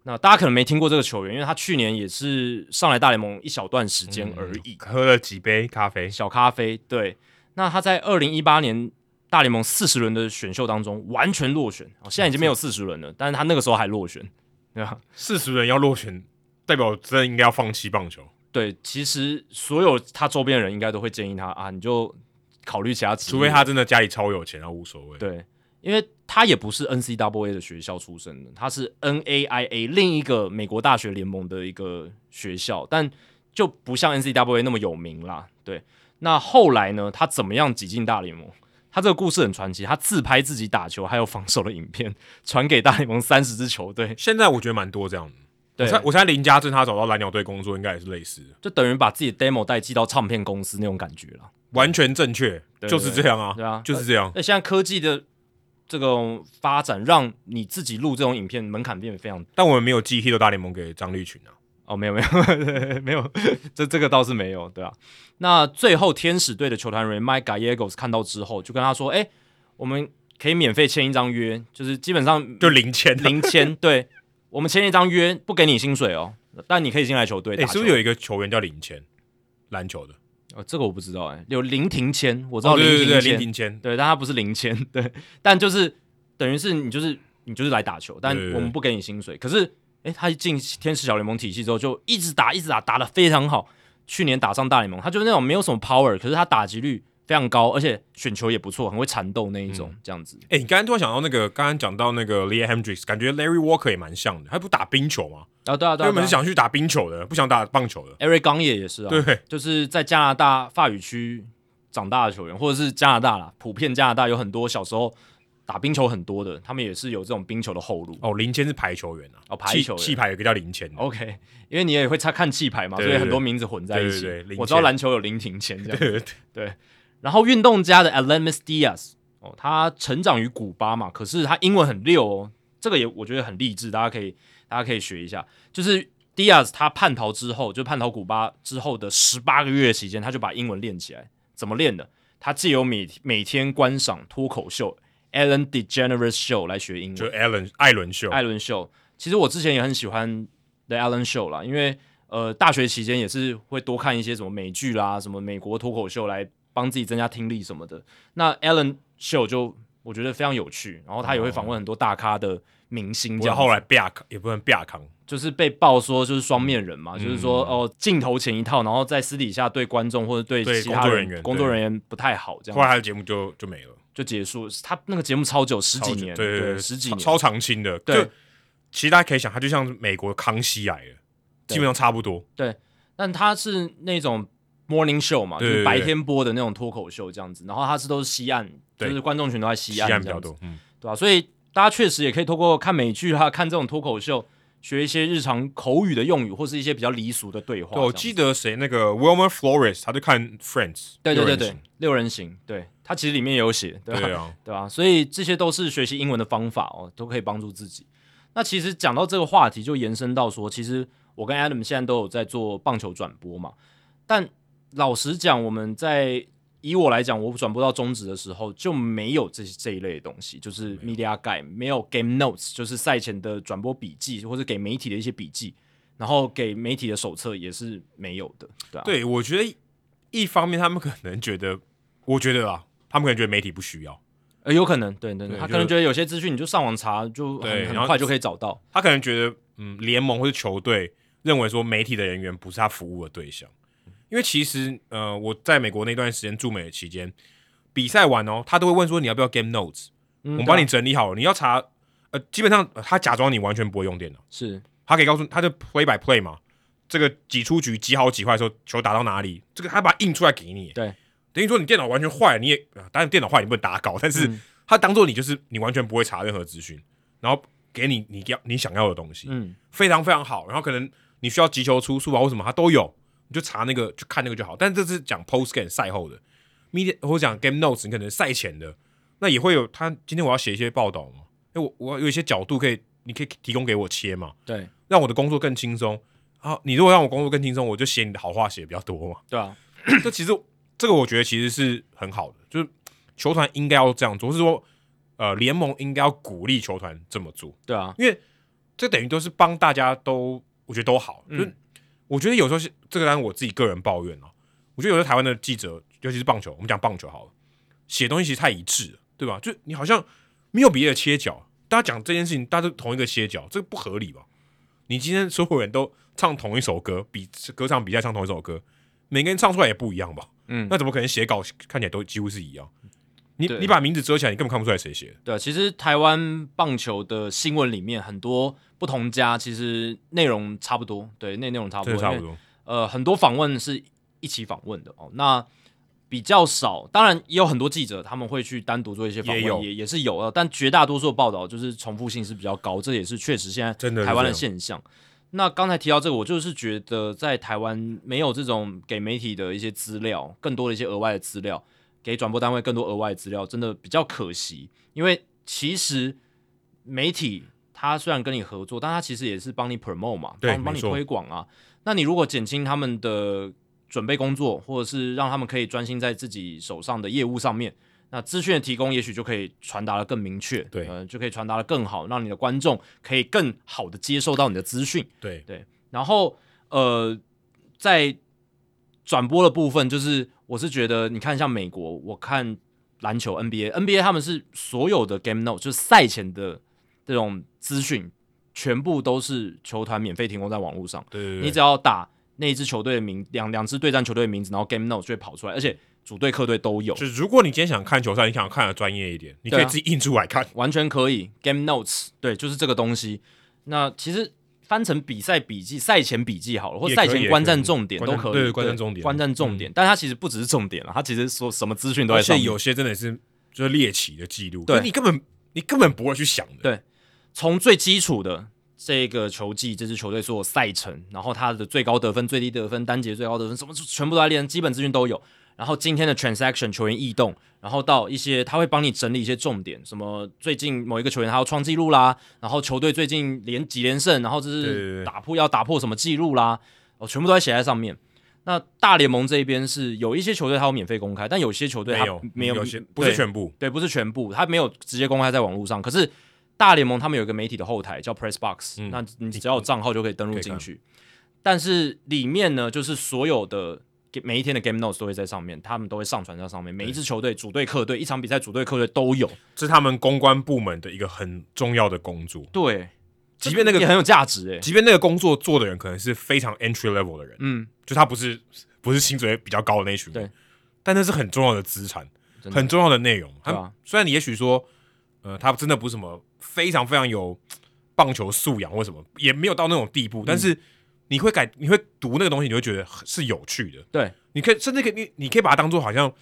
[SPEAKER 2] 那大家可能没听过这个球员，因为他去年也是上来大联盟一小段时
[SPEAKER 1] 嗯
[SPEAKER 2] 间而已。
[SPEAKER 1] 喝了几杯咖啡，
[SPEAKER 2] 小咖啡。对，那他在二零一八年大联盟四十轮的选秀当中完全落选，哦，现在已经没有四十轮了，但是他那个时候还落选， [LAUGHS] 对吧？
[SPEAKER 1] 四十人要落选，代表真的应该要放弃棒球，
[SPEAKER 2] 对，其实所有他周边的人应该都会建议他啊，你就考虑其他职业，
[SPEAKER 1] 除非他真的家里超有钱，那无所谓。
[SPEAKER 2] 对，因为他也不是 N C W A 的学校出身的，他是 N A I A 另一个美国大学联盟的一个学校，但就不像 N C W A 那么有名啦。对，那后来呢，他怎么样挤进大联盟？他这个故事很传奇，他自拍自己打球还有防守的影片，传给大联盟三十支球队，
[SPEAKER 1] 现在我觉得蛮多这样的。
[SPEAKER 2] 对
[SPEAKER 1] 我猜我猜林家正他找到蓝鸟队工作，应该也是类似的，
[SPEAKER 2] 就等于把自己的 demo 带寄到唱片公司那种感觉啦。
[SPEAKER 1] 完全正确，
[SPEAKER 2] 对
[SPEAKER 1] 就是这样啊，
[SPEAKER 2] 对啊
[SPEAKER 1] 就是这样。
[SPEAKER 2] 那现在科技的这种发展，让你自己录这种影片门槛变得非常
[SPEAKER 1] 但我们没有寄 Hit 大联盟给张立群啊，
[SPEAKER 2] 哦，没有没有 [LAUGHS] 没有，这这个倒是没有，对啊。那最后天使队的球团人员 Mike Gallegos 看到之后，就跟他说：“哎、我们可以免费签一张约，就是基本上
[SPEAKER 1] 就零签啊。
[SPEAKER 2] [LAUGHS] 零签，对我们签一张约，不给你薪水哦，但你可以进来球队
[SPEAKER 1] 哎、
[SPEAKER 2] 打球。
[SPEAKER 1] 是不是有一个球员叫林签？篮球的，
[SPEAKER 2] 哦，这个我不知道哎、有零停签，我知道
[SPEAKER 1] 哦对对
[SPEAKER 2] 零停
[SPEAKER 1] 对，
[SPEAKER 2] 签，
[SPEAKER 1] 林庭谦，
[SPEAKER 2] 对，但他不是零签，对，但就是等于是你就是你就是来打球，但
[SPEAKER 1] 对对
[SPEAKER 2] 我们不给你薪水。可是，诶，他一进天使小联盟体系之后，就一直打，一直打，打得非常好。去年打上大联盟，他就是那种没有什么 power，可是他打击率非常高，而且选球也不错，很会缠斗那一种，这样子。
[SPEAKER 1] 哎、你刚刚突然想到那个，刚刚讲到那个 Lee Hendricks，感觉 Larry Walker 也蛮像的，他不打冰球吗？
[SPEAKER 2] 啊，对
[SPEAKER 1] 他
[SPEAKER 2] 啊，对啊，
[SPEAKER 1] 原
[SPEAKER 2] 对
[SPEAKER 1] 本
[SPEAKER 2] 啊
[SPEAKER 1] 是想去打冰球的，不想打棒球的。
[SPEAKER 2] Eric 冈也也是啊，
[SPEAKER 1] 对，
[SPEAKER 2] 就是在加拿大法语区长大的球员，或者是加拿大啦，普遍加拿大有很多小时候打冰球很多的，他们也是有这种冰球的后路。
[SPEAKER 1] 哦，林谦是排球员啊，
[SPEAKER 2] 哦排球员哦
[SPEAKER 1] 气气排有一个叫林谦的，
[SPEAKER 2] OK，因为你也会看看气牌嘛，
[SPEAKER 1] 对
[SPEAKER 2] 所以
[SPEAKER 1] 对
[SPEAKER 2] 很多名字混在一起。
[SPEAKER 1] 对对对
[SPEAKER 2] 我知道
[SPEAKER 1] 零钱
[SPEAKER 2] 篮球有林庭谦这
[SPEAKER 1] [LAUGHS]
[SPEAKER 2] 样。
[SPEAKER 1] 对对对
[SPEAKER 2] 然后运动家的 Alamis Diaz 哦，他成长于古巴嘛，可是他英文很溜哦，这个也我觉得很励志，大家可以大家可以学一下。就是 Diaz 他叛逃之后，就叛逃古巴之后的十八个月期间，他就把英文练起来。怎么练的？他借由每每天观赏脱口秀 Ellen DeGeneres Show 来学英文
[SPEAKER 1] 就。Allen 艾伦秀，
[SPEAKER 2] 艾伦秀。其实我之前也很喜欢 The Ellen Show 啦，因为呃大学期间也是会多看一些什么美剧啦，什么美国脱口秀来帮自己增加听力什么的。那 Ellen Show 就我觉得非常有趣，然后他也会访问很多大咖的明星这
[SPEAKER 1] 我
[SPEAKER 2] 样子。
[SPEAKER 1] 后来比亚也不能比亚康，
[SPEAKER 2] 就是被爆说就是双面人
[SPEAKER 1] 嗯
[SPEAKER 2] 嘛，就是说哦镜头前一套，然后在私底下对观众或者对
[SPEAKER 1] 对
[SPEAKER 2] 其他
[SPEAKER 1] 工作
[SPEAKER 2] 人
[SPEAKER 1] 人员
[SPEAKER 2] 工作人员不太好，这
[SPEAKER 1] 后来
[SPEAKER 2] 样
[SPEAKER 1] 他的节目就就没了，
[SPEAKER 2] 就结束。他那个节目超久，十几
[SPEAKER 1] 超级
[SPEAKER 2] 年，
[SPEAKER 1] 对对，
[SPEAKER 2] 十几
[SPEAKER 1] 超
[SPEAKER 2] 年，
[SPEAKER 1] 超长青的，
[SPEAKER 2] 对
[SPEAKER 1] 就其实大家可以想，他就像美国康熙来了，
[SPEAKER 2] 对
[SPEAKER 1] 基本上差不多，
[SPEAKER 2] 但他是那种 morning show 嘛，
[SPEAKER 1] 对
[SPEAKER 2] 就是
[SPEAKER 1] 对
[SPEAKER 2] 白
[SPEAKER 1] 对
[SPEAKER 2] 天播的那种脱口秀这样子。然后他是都是西岸，就
[SPEAKER 1] 对
[SPEAKER 2] 是观众群都在西
[SPEAKER 1] 西
[SPEAKER 2] 岸
[SPEAKER 1] 岸
[SPEAKER 2] 这
[SPEAKER 1] 比较
[SPEAKER 2] 样子，
[SPEAKER 1] 多，嗯，
[SPEAKER 2] 对吧、所以大家确实也可以透过看美剧啊，看这种脱口秀，学一些日常口语的用语，或是一些比较离俗的对话这
[SPEAKER 1] 对，
[SPEAKER 2] 样
[SPEAKER 1] 我
[SPEAKER 2] 子。
[SPEAKER 1] 记得谁那个 Wilmer Flores，他就看 Friends，
[SPEAKER 2] 对
[SPEAKER 1] 六
[SPEAKER 2] 对对
[SPEAKER 1] 人
[SPEAKER 2] 对
[SPEAKER 1] 行，
[SPEAKER 2] 六人行，对他其实里面也有写，对吧、
[SPEAKER 1] 对
[SPEAKER 2] [LAUGHS]
[SPEAKER 1] 啊，
[SPEAKER 2] 对啊，所以这些都是学习英文的方法哦，都可以帮助自己。那其实讲到这个话题，就延伸到说，其实我跟 Adam 现在都有在做棒球转播嘛，但老实讲，我们在以我来讲，我转播到中职的时候就没有这这一类的东西，就是 media guide，没有 game notes，就是赛前的转播笔记，或者给媒体的一些笔记，然后给媒体的手册也是没有的，对啊，
[SPEAKER 1] 对，我觉得一方面他们可能觉得，我觉得啊，他们可能觉得媒体不需要，
[SPEAKER 2] 呃，有可能，对对
[SPEAKER 1] 对
[SPEAKER 2] 对，他
[SPEAKER 1] 就
[SPEAKER 2] 可能觉得有些资讯你就上网查，就
[SPEAKER 1] 对
[SPEAKER 2] 很
[SPEAKER 1] 然
[SPEAKER 2] 很
[SPEAKER 1] 后
[SPEAKER 2] 快就可以找到，
[SPEAKER 1] 他可能觉得，嗯，联盟或者球队认为说媒体的人员不是他服务的对象，因为其实，呃，我在美国那段时间驻美的期间，比赛完哦，他都会问说你要不要 game notes，、
[SPEAKER 2] 嗯
[SPEAKER 1] 我们帮
[SPEAKER 2] 对
[SPEAKER 1] 你
[SPEAKER 2] 啊
[SPEAKER 1] 整理好了，你要查，呃，基本上、呃他假装你完全不会用电脑，
[SPEAKER 2] 是
[SPEAKER 1] 他可以告诉他就 play by play 嘛，这个几出局几好几坏的时候球打到哪里，这个他把它印出来给你，
[SPEAKER 2] 对，
[SPEAKER 1] 等于说你电脑完全坏了，你也呃当然电脑坏你不能打稿，但是
[SPEAKER 2] 嗯
[SPEAKER 1] 他当做你就是你完全不会查任何资讯，然后给你你要你想要的东西，
[SPEAKER 2] 嗯，
[SPEAKER 1] 非常非常好，然后可能你需要急球出速啊，或什么他都有，你就查那个就看那个就好，但这是讲 post game 赛后的 media 或者讲 game notes，你可能赛前的那也会有他今天我要写一些报道嘛，哎我我有一些角度可以你可以提供给我切嘛，
[SPEAKER 2] 对
[SPEAKER 1] 让我的工作更轻松。啊，你如果让我工作更轻松，我就写你的好话写得比较多嘛。
[SPEAKER 2] 对啊，
[SPEAKER 1] 这其实这个我觉得其实是很好的，就是球团应该要这样做，或是说呃联盟应该要鼓励球团这么做，
[SPEAKER 2] 对啊，
[SPEAKER 1] 因为这等于都是帮大家都，我觉得都好。
[SPEAKER 2] 嗯
[SPEAKER 1] 就是我觉得有时候是这个当然我自己个人抱怨啊，我觉得有时候台湾的记者，尤其是棒球，我们讲棒球好了，写东西其实太一致了，对吧？就你好像没有别的切角，大家讲这件事情，大家都同一个切角，这个不合理吧？你今天所有人都唱同一首歌，比歌唱比赛唱同一首歌，每个人唱出来也不一样吧？
[SPEAKER 2] 嗯
[SPEAKER 1] 那怎么可能写稿看起来都几乎是一样？你
[SPEAKER 2] 对
[SPEAKER 1] 你把名字遮起来，你根本看不出来谁写的。
[SPEAKER 2] 对啊，其实台湾棒球的新闻里面很多不同家，其实内容差不多，对，内内容差啊不
[SPEAKER 1] 真
[SPEAKER 2] 多，
[SPEAKER 1] 的差
[SPEAKER 2] 因
[SPEAKER 1] 不
[SPEAKER 2] 为
[SPEAKER 1] 多，
[SPEAKER 2] 呃，很多访问是一起访问的哦。那比较少，当然也有很多记者他们会去单独做一些访问，
[SPEAKER 1] 也有
[SPEAKER 2] 也也是有的，但绝大多数的报道就是重复性是比较高，这也是确实现在
[SPEAKER 1] 真的是
[SPEAKER 2] 台湾
[SPEAKER 1] 这
[SPEAKER 2] 的
[SPEAKER 1] 样
[SPEAKER 2] 现象。那刚才提到这个，我就是觉得在台湾没有这种给媒体的一些资料，更多的一些额外的资料，给转播单位更多额外的资料，真的比较可惜。因为其实媒体它虽然跟你合作，但它其实也是帮你 promote 嘛，
[SPEAKER 1] 对
[SPEAKER 2] 帮帮你
[SPEAKER 1] 没错
[SPEAKER 2] 推广啊。那你如果减轻他们的准备工作，或者是让他们可以专心在自己手上的业务上面，那资讯的提供也许就可以传达的更明确，
[SPEAKER 1] 对
[SPEAKER 2] 呃，就可以传达的更好，让你的观众可以更好的接受到你的资讯。
[SPEAKER 1] 对，
[SPEAKER 2] 然后呃，在转播的部分，就是我是觉得，你看像美国，我看篮球 NBA，NBA 他们是所有的 game note，就是赛前的这种资讯，全部都是球团免费提供在网络上。
[SPEAKER 1] 对对对，
[SPEAKER 2] 你只要打那一支球队的名，两两支对战球队的名字，然后 game note 就会跑出来，而且主队、客队都有，
[SPEAKER 1] 就是如果你今天想看球赛，你想看的专业一点，你可
[SPEAKER 2] 对
[SPEAKER 1] 以
[SPEAKER 2] 啊
[SPEAKER 1] 自己印出来看。
[SPEAKER 2] 完全可以。Game notes，对，就是这个东西。那其实翻成比赛笔记、赛前笔记好了，或
[SPEAKER 1] 也可以
[SPEAKER 2] 赛前观战重点
[SPEAKER 1] 也可
[SPEAKER 2] 都
[SPEAKER 1] 以
[SPEAKER 2] 可以，
[SPEAKER 1] 对观战重点嗯
[SPEAKER 2] 观战重点。但它其实不只是重点了，它其实说什么资讯都在
[SPEAKER 1] 而
[SPEAKER 2] 上
[SPEAKER 1] 且
[SPEAKER 2] 面。
[SPEAKER 1] 有些真的是就是猎奇的记录，
[SPEAKER 2] 啊对
[SPEAKER 1] 就你根本你根本不会去想的。
[SPEAKER 2] 对从最基础的这个球技，这支球队所有赛程，然后它的最高得分、最低得分、单节最高得分，什么全部都在练，基本资讯都有。然后今天的 transaction 球员异动，然后到一些他会帮你整理一些重点，什么最近某一个球员他要创纪录啦，然后球队最近连几连胜，然后这
[SPEAKER 1] 对对
[SPEAKER 2] 是
[SPEAKER 1] 对
[SPEAKER 2] 打破要打破什么纪录啦，哦，全部都在写在上面。那大联盟这边是有一些球队它有免费公开，但有些球队
[SPEAKER 1] 没
[SPEAKER 2] 它
[SPEAKER 1] 有
[SPEAKER 2] 没有
[SPEAKER 1] 有些不是
[SPEAKER 2] 对
[SPEAKER 1] 全部，
[SPEAKER 2] 对，不是全部，他没有直接公开在网络上。可是大联盟他们有一个媒体的后台叫 Press Box，、
[SPEAKER 1] 嗯
[SPEAKER 2] 那你只要有账号就可以登录
[SPEAKER 1] 可以
[SPEAKER 2] 进
[SPEAKER 1] 看
[SPEAKER 2] 去。但是里面呢，就是所有的每一天的 Game Notes 都会在上面，他们都会上传到上面。每一支球队主队、客队，一场比赛主队、客队都有。
[SPEAKER 1] 这是他们公关部门的一个很重要的工作。
[SPEAKER 2] 对，
[SPEAKER 1] 即便那
[SPEAKER 2] 也
[SPEAKER 1] 个
[SPEAKER 2] 很有价值诶、欸
[SPEAKER 1] 即便那个工作做的人可能是非常 entry level 的人，
[SPEAKER 2] 嗯，
[SPEAKER 1] 就他不是不是薪水比较高的那一群人
[SPEAKER 2] 对，
[SPEAKER 1] 但那是很重要的资产，
[SPEAKER 2] 真的
[SPEAKER 1] 很重要的内容。他
[SPEAKER 2] 对啊
[SPEAKER 1] 虽然你也许说，呃，他真的不是什么非常非常有棒球素养或什么，也没有到那种地
[SPEAKER 2] 嗯
[SPEAKER 1] 步，但是你会改，你会读那个东西，你会觉得是有趣的。
[SPEAKER 2] 对，
[SPEAKER 1] 你可以甚至可以，你你可以把它当做好像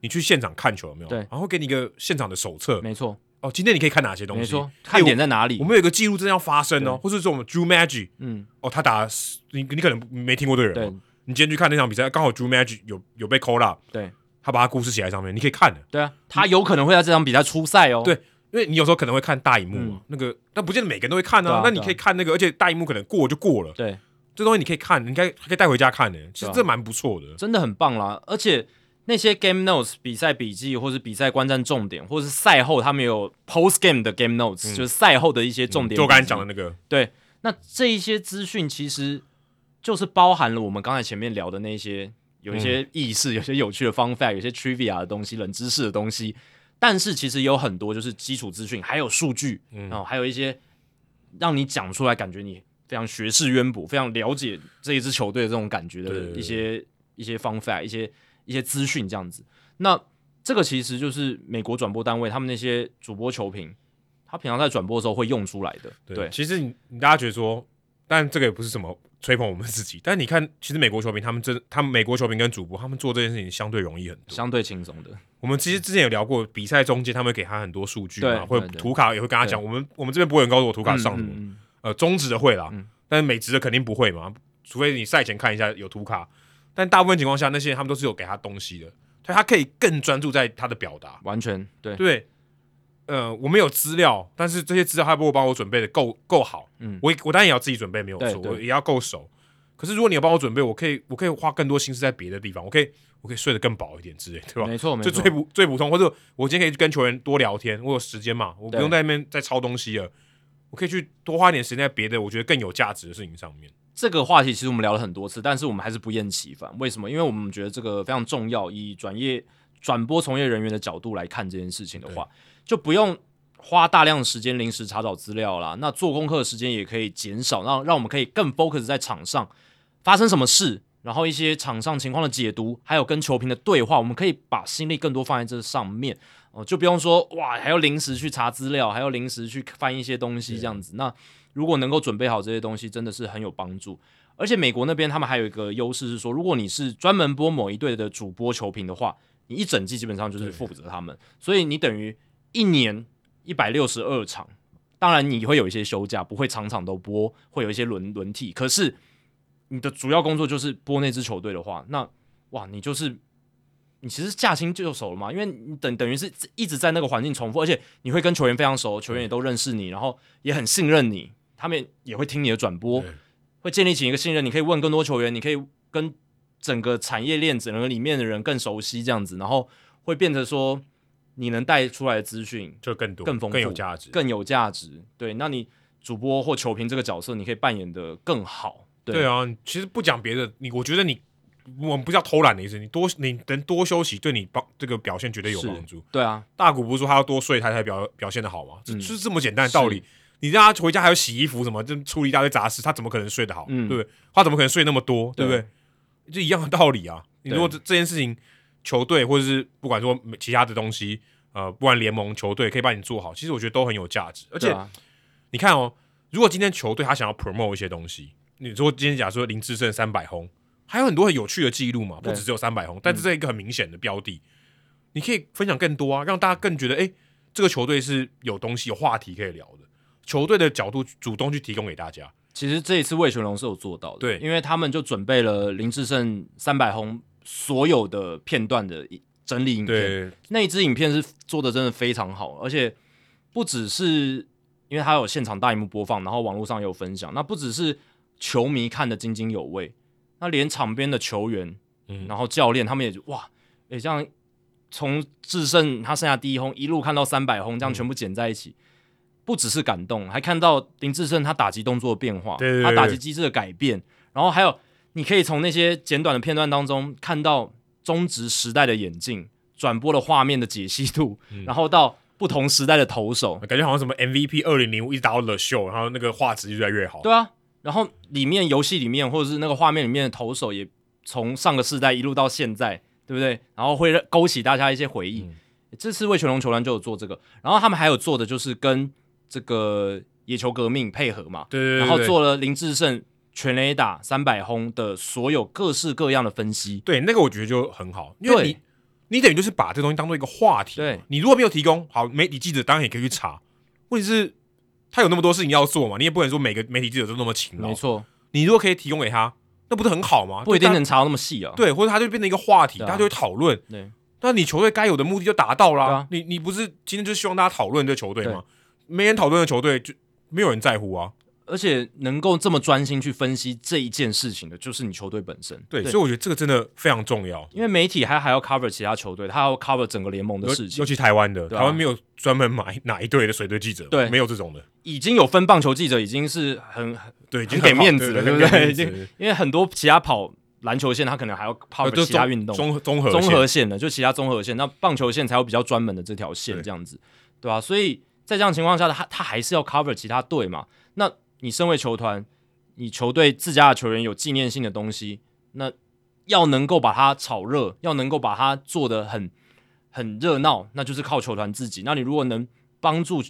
[SPEAKER 1] 你去现场看球有没有？
[SPEAKER 2] 对
[SPEAKER 1] 然后给你一个现场的手册。
[SPEAKER 2] 没错，
[SPEAKER 1] 哦，今天你可以看哪些东西？
[SPEAKER 2] 没错，
[SPEAKER 1] 哎
[SPEAKER 2] 看点在哪里
[SPEAKER 1] 我我？们有一个记录真的要发生哦，或是说我们 Drew Magic
[SPEAKER 2] 嗯，
[SPEAKER 1] 哦，他打十你你可能没听过这个人
[SPEAKER 2] 对
[SPEAKER 1] 哦，你今天去看那场比赛，刚好 Drew Magic 有有被 call up，
[SPEAKER 2] 对
[SPEAKER 1] 他把他故事写在上面，你可以看的。
[SPEAKER 2] 对啊，他有可能会在这场比赛出赛哦。
[SPEAKER 1] 对因为你有时候可能会看大荧幕嘛，那个，但不见得每个人都会看
[SPEAKER 2] 嗯对啊
[SPEAKER 1] 那你
[SPEAKER 2] 对啊
[SPEAKER 1] 可以看那个，而且大荧幕可能过就过了，
[SPEAKER 2] 对
[SPEAKER 1] 这东西你可以看，你应该还可以带回家看呢、其实
[SPEAKER 2] 对啊
[SPEAKER 1] 这蛮不错的。
[SPEAKER 2] 真的很棒啦！而且那些 game notes 比赛笔记，或是比赛观战重点，或是赛后他们有 post game 的 game notes，、就是赛后的一些重
[SPEAKER 1] 嗯
[SPEAKER 2] 点、
[SPEAKER 1] 就我刚才讲的，那个，
[SPEAKER 2] 对，那这一些资讯其实就是包含了我们刚才前面聊的那些，有一
[SPEAKER 1] 嗯
[SPEAKER 2] 些意识，有些有趣的 fun fact，有些 trivia 的东西，冷知识的东西。但是其实有很多就是基础资讯，还有数据，
[SPEAKER 1] 嗯
[SPEAKER 2] 然后还有一些让你讲出来，感觉你非常学识渊博，非常了解这一支球队的这种感觉
[SPEAKER 1] 对
[SPEAKER 2] 的
[SPEAKER 1] 对对
[SPEAKER 2] 一些一些 fun fact，一些一些资讯这样子。那这个其实就是美国转播单位他们那些主播球评，他平常在转播的时候会用出来的。对，
[SPEAKER 1] 其实你你大家觉得说，但这个也不是什么吹捧我们自己，但你看，其实美国球评他们真，他们美国球评跟主播他们做这件事情相对容易很多。
[SPEAKER 2] 相对轻松的。
[SPEAKER 1] 我们其实之前有聊过，比赛中间他们会给他很多数据
[SPEAKER 2] 对
[SPEAKER 1] 嘛，会
[SPEAKER 2] 对对
[SPEAKER 1] 图卡也会跟他讲，我们我们这边不会有人告诉我图卡上的，
[SPEAKER 2] 嗯
[SPEAKER 1] 呃，中职的会啦，但是美职的肯定不会嘛，除非你赛前看一下有图卡，但大部分情况下那些人他们都是有给他东西的，所以他可以更专注在他的表达。
[SPEAKER 2] 完全对，
[SPEAKER 1] 对，呃，我们有资料，但是这些资料他不会帮我准备的够够好，
[SPEAKER 2] 嗯
[SPEAKER 1] 我也我当然也要自己准备没有
[SPEAKER 2] 对
[SPEAKER 1] 错，
[SPEAKER 2] 对
[SPEAKER 1] 我也要够熟。可是如果你有帮我准备，我可以我可以花更多心思在别的地方，我可以我可以睡得更饱一点之类，对吧？
[SPEAKER 2] 没错没
[SPEAKER 1] 就
[SPEAKER 2] 错，
[SPEAKER 1] 最普最普通，或者我今天可以跟球员多聊天，我有时间嘛，我不
[SPEAKER 2] 对
[SPEAKER 1] 用在那边再抄东西了，我可以去多花一点时间在别的我觉得更有价值的事情上面。
[SPEAKER 2] 这个话题其实我们聊了很多次，但是我们还是不厌其烦。为什么？因为我们觉得这个非常重要。以转业转播从业人员的角度来看这件事情的话，就不用花大量的时间临时查找资料啦。那做功课的时间也可以减少，让让我们可以更 focus 在场上发生什么事，然后一些场上情况的解读，还有跟球评的对话，我们可以把心力更多放在这上面。哦、就不用说哇，还要临时去查资料，还要临时去翻一些东西这样子。那如果能够准备好这些东西，真的是很有帮助。而且美国那边他们还有一个优势是说，如果你是专门播某一队的主播球评的话，你一整季基本上就是负责他们，所以你等于一年一百六十二场。当然你会有一些休假，不会场场都播，会有一些轮轮替。可是你的主要工作就是播那支球队的话，那哇，你就是你其实驾轻就熟了嘛，因为你等等于是一直在那个环境重复，而且你会跟球员非常熟，球员也都认识你，然后也很信任你，他们也会听你的转播
[SPEAKER 1] 对，
[SPEAKER 2] 会建立起一个信任。你可以问更多球员，你可以跟整个产业链、整个里面的人更熟悉，这样子，然后会变得说你能带出来的资讯
[SPEAKER 1] 就更多、
[SPEAKER 2] 更丰富、
[SPEAKER 1] 更有价值。
[SPEAKER 2] 更有价值。对，那你主播或球评这个角色，你可以扮演的更好。对
[SPEAKER 1] 对啊，其实不讲别的，你我觉得你我们不叫偷懒的意思，你多你能多休息，对你帮这个表现绝对有
[SPEAKER 2] 是
[SPEAKER 1] 帮助。
[SPEAKER 2] 对啊，
[SPEAKER 1] 大谷不是说他要多睡，他才表表现的好吗？这就是这么简单的
[SPEAKER 2] 嗯是
[SPEAKER 1] 道理。你让他回家还要洗衣服什么，就处理一大堆杂事，他怎么可能睡得好？
[SPEAKER 2] 嗯
[SPEAKER 1] 对不对？他怎么可能睡那么多？对
[SPEAKER 2] 对
[SPEAKER 1] 不对？就一样的道理啊。你
[SPEAKER 2] 对
[SPEAKER 1] 如果这这件事情，球队或者是不管说其他的东西，呃，不管联盟、球队可以帮你做好，其实我觉得都很有价值。而
[SPEAKER 2] 而
[SPEAKER 1] 且你看哦，如果今天球队他想要 promote 一些东西，你说今天假如说林志胜三百轰，还有很多很有趣的记录嘛，不
[SPEAKER 2] 对嗯
[SPEAKER 1] 止只有三百轰，但是这一个很明显的标的，你可以分享更多啊，让大家更觉得，诶，这个球队是有东西、有话题可以聊的。球队的角度主动去提供给大家，
[SPEAKER 2] 其实这一次魏全龙是有做到的，
[SPEAKER 1] 对
[SPEAKER 2] 因为他们就准备了林志胜三百轰所有的片段的一整理影片，
[SPEAKER 1] 对
[SPEAKER 2] 那一支影片是做的真的非常好，而且不只是因为它有现场大荧幕播放，然后网络上也有分享，那不只是球迷看得津津有味，那连场边的球员，
[SPEAKER 1] 嗯
[SPEAKER 2] 然后教练他们也就哇，也、这样从制胜他剩下第一轰一路看到三百轰，
[SPEAKER 1] 嗯
[SPEAKER 2] 这样全部剪在一起。不只是感动，还看到林志胜他打击动作的变化，
[SPEAKER 1] 对对对
[SPEAKER 2] 他打击机制的改变，然后还有你可以从那些简短的片段当中看到中职时代的演进，转播的画面的解析度，
[SPEAKER 1] 嗯
[SPEAKER 2] 然后到不同时代的投手，
[SPEAKER 1] 感觉好像什么 MVP 二零零一直打到 The Show，然后那个画质越来越好。
[SPEAKER 2] 对啊，然后里面游戏里面或者是那个画面里面的投手也从上个世代一路到现在，对不对？然后会让勾起大家一些回忆。
[SPEAKER 1] 嗯
[SPEAKER 2] 这次为全龙球团就有做这个，然后他们还有做的就是跟这个野球革命配合嘛，
[SPEAKER 1] 对对对对
[SPEAKER 2] 然后
[SPEAKER 1] 对
[SPEAKER 2] 做了林志胜全垒打三百轰的所有各式各样的分析。
[SPEAKER 1] 对，那个我觉得就很好，因为
[SPEAKER 2] 对
[SPEAKER 1] 你你等于就是把这东西当做一个话题嘛。
[SPEAKER 2] 对
[SPEAKER 1] 你如果没有提供好，媒体记者当然也可以去查。问题是，他有那么多事情要做嘛，你也不能说每个媒体记者都那么勤劳
[SPEAKER 2] 没。错，
[SPEAKER 1] 你如果可以提供给他，那不是很好吗？
[SPEAKER 2] 不一
[SPEAKER 1] 就
[SPEAKER 2] 定
[SPEAKER 1] 大
[SPEAKER 2] 能查到那么细啊。
[SPEAKER 1] 对，或者他就变成一个话题，
[SPEAKER 2] 对啊
[SPEAKER 1] 大家就会讨论。
[SPEAKER 2] 对
[SPEAKER 1] 那你球队该有的目的就达到啦。
[SPEAKER 2] 对啊
[SPEAKER 1] 你你不是今天就希望大家讨论这球队
[SPEAKER 2] 对
[SPEAKER 1] 吗？没人讨论的球队就没有人在乎啊。
[SPEAKER 2] 而且能够这么专心去分析这一件事情的，就是你球队本身。
[SPEAKER 1] 对，所以我觉得这个真的非常重要，
[SPEAKER 2] 因为媒体还还要 cover 其他球队，他还要 cover 整个联盟的
[SPEAKER 1] 尤
[SPEAKER 2] 事情
[SPEAKER 1] 尤。其台湾的，
[SPEAKER 2] 对啊
[SPEAKER 1] 台湾没有专门买哪一队的水队记者，
[SPEAKER 2] 对
[SPEAKER 1] 没有这种的，
[SPEAKER 2] 已经有分棒球记者，已经是很
[SPEAKER 1] 对，已经
[SPEAKER 2] 很给
[SPEAKER 1] 好
[SPEAKER 2] 面子了，
[SPEAKER 1] 对
[SPEAKER 2] 对不
[SPEAKER 1] 很给
[SPEAKER 2] 对？已
[SPEAKER 1] 面子
[SPEAKER 2] 经因为很多其他跑篮球线，他可能还要
[SPEAKER 1] 呃
[SPEAKER 2] cover
[SPEAKER 1] 就
[SPEAKER 2] 其他
[SPEAKER 1] 综
[SPEAKER 2] 运动，
[SPEAKER 1] 综综合
[SPEAKER 2] 综
[SPEAKER 1] 线
[SPEAKER 2] 合线的，就其他综合线，那棒球线才有比较专门的这条线，
[SPEAKER 1] 对
[SPEAKER 2] 这样子，对吧、所以在这样的情况下，他他还是要 cover 其他队嘛。那你身为球团，你球队自家的球员有纪念性的东西，那要能够把它炒热，要能够把它做得很很热闹，那就是靠球团自己。那你如果能帮助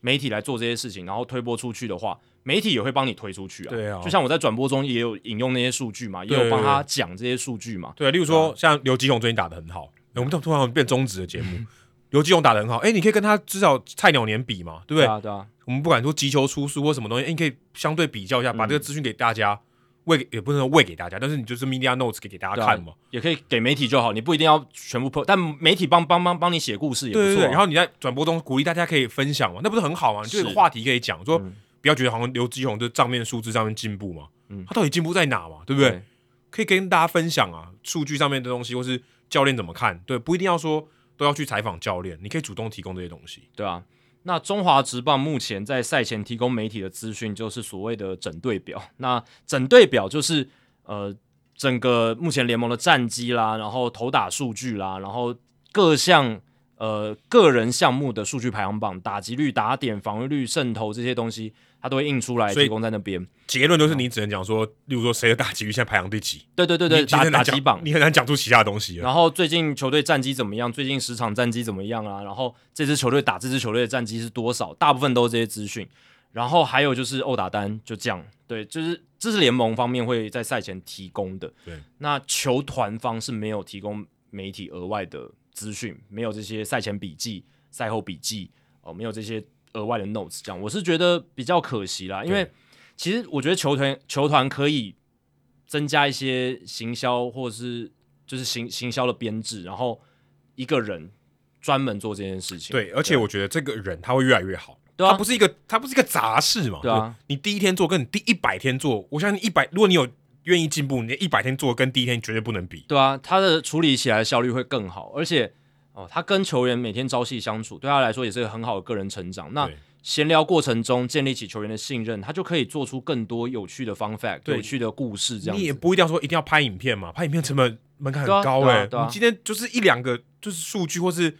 [SPEAKER 2] 媒体来做这些事情，然后推播出去的话，媒体也会帮你推出去啊。
[SPEAKER 1] 对啊
[SPEAKER 2] 就像我在转播中也有引用那些数据嘛，也有
[SPEAKER 1] 对
[SPEAKER 2] 帮他讲这些数据嘛。
[SPEAKER 1] 对，例如
[SPEAKER 2] 啊
[SPEAKER 1] 说像刘基宏最近打的很好，我们突突然变中职的节目，刘基宏打的很好，哎，你可以跟他至少菜鸟年比嘛，对不对？
[SPEAKER 2] 啊，对啊。
[SPEAKER 1] 我们不管说急球出书或什么东西，哎，你可以相对比较一下，
[SPEAKER 2] 嗯
[SPEAKER 1] 把这个资讯给大家喂给，也不能说喂给大家，但是你就是 media notes 给给大
[SPEAKER 2] 对
[SPEAKER 1] 家
[SPEAKER 2] 啊
[SPEAKER 1] 看嘛，
[SPEAKER 2] 也可以给媒体就好，你不一定要全部 po，但媒体帮帮帮帮你写故事也不错啊、
[SPEAKER 1] 对对对。然后你在转播中鼓励大家可以分享嘛，那不是很好吗？你就有
[SPEAKER 2] 是嗯
[SPEAKER 1] 话题可以讲，说不要觉得好像刘基宏这账面数字上面进步嘛，
[SPEAKER 2] 嗯
[SPEAKER 1] 他到底进步在哪嘛，对不对？可以跟大家分享啊，数据上面的东西，或是教练怎么看，对，不一定要说都要去采访教练，你可以主动提供这些东西。
[SPEAKER 2] 对啊。那中华职棒目前在赛前提供媒体的资讯，就是所谓的整队表。那整队表就是呃，整个目前联盟的战绩啦，然后投打数据啦，然后各项呃个人项目的数据排行榜，打击率、打点、防御率、渗透这些东西，它都会印出来
[SPEAKER 1] 所以
[SPEAKER 2] 提供在那边。
[SPEAKER 1] 结论就是你只能讲说，例如说谁的打击率现在排行第几，
[SPEAKER 2] 对对对对，
[SPEAKER 1] 你其实
[SPEAKER 2] 打
[SPEAKER 1] 很难
[SPEAKER 2] 打
[SPEAKER 1] 讲
[SPEAKER 2] 击榜，
[SPEAKER 1] 你很难讲出其他的东西了。
[SPEAKER 2] 然后最近球队战绩怎么样？最近十场战绩怎么样啊？然后这支球队打这支球队的战绩是多少？大部分都是这些资讯。然后还有就是殴打单，就这样。对，就是这是联盟方面会在赛前提供的。
[SPEAKER 1] 对，
[SPEAKER 2] 那球团方是没有提供媒体额外的资讯，没有这些赛前笔记、赛后笔记，哦、没有这些额外的 notes。这样我是觉得比较可惜啦，因为
[SPEAKER 1] 对
[SPEAKER 2] 其实我觉得球团球团可以增加一些行销或者是就是行行销的编制，然后一个人专门做这件事情。啊
[SPEAKER 1] 对，而且我觉得这个人他会越来越好，
[SPEAKER 2] 对啊
[SPEAKER 1] 他不是一个他不是一个杂事嘛。
[SPEAKER 2] 对啊
[SPEAKER 1] 你第一天做跟你第一百天做，我相信一百，如果你有愿意进步，你一百天做跟第一天绝对不能比。
[SPEAKER 2] 对啊，他的处理起来的效率会更好，而且哦，他跟球员每天朝夕相处，对他来说也是个很好的个人成长。那
[SPEAKER 1] 对
[SPEAKER 2] 闲聊过程中建立起球员的信任，他就可以做出更多有趣的 fun fact、
[SPEAKER 1] 对
[SPEAKER 2] 有趣的故事，这样
[SPEAKER 1] 你也
[SPEAKER 2] 子。
[SPEAKER 1] 不一定要说一定要拍影片嘛，拍影片成本门槛很
[SPEAKER 2] 对啊
[SPEAKER 1] 高
[SPEAKER 2] 对啊
[SPEAKER 1] 哎、
[SPEAKER 2] 对啊
[SPEAKER 1] 你今天就是一两个就是数据或是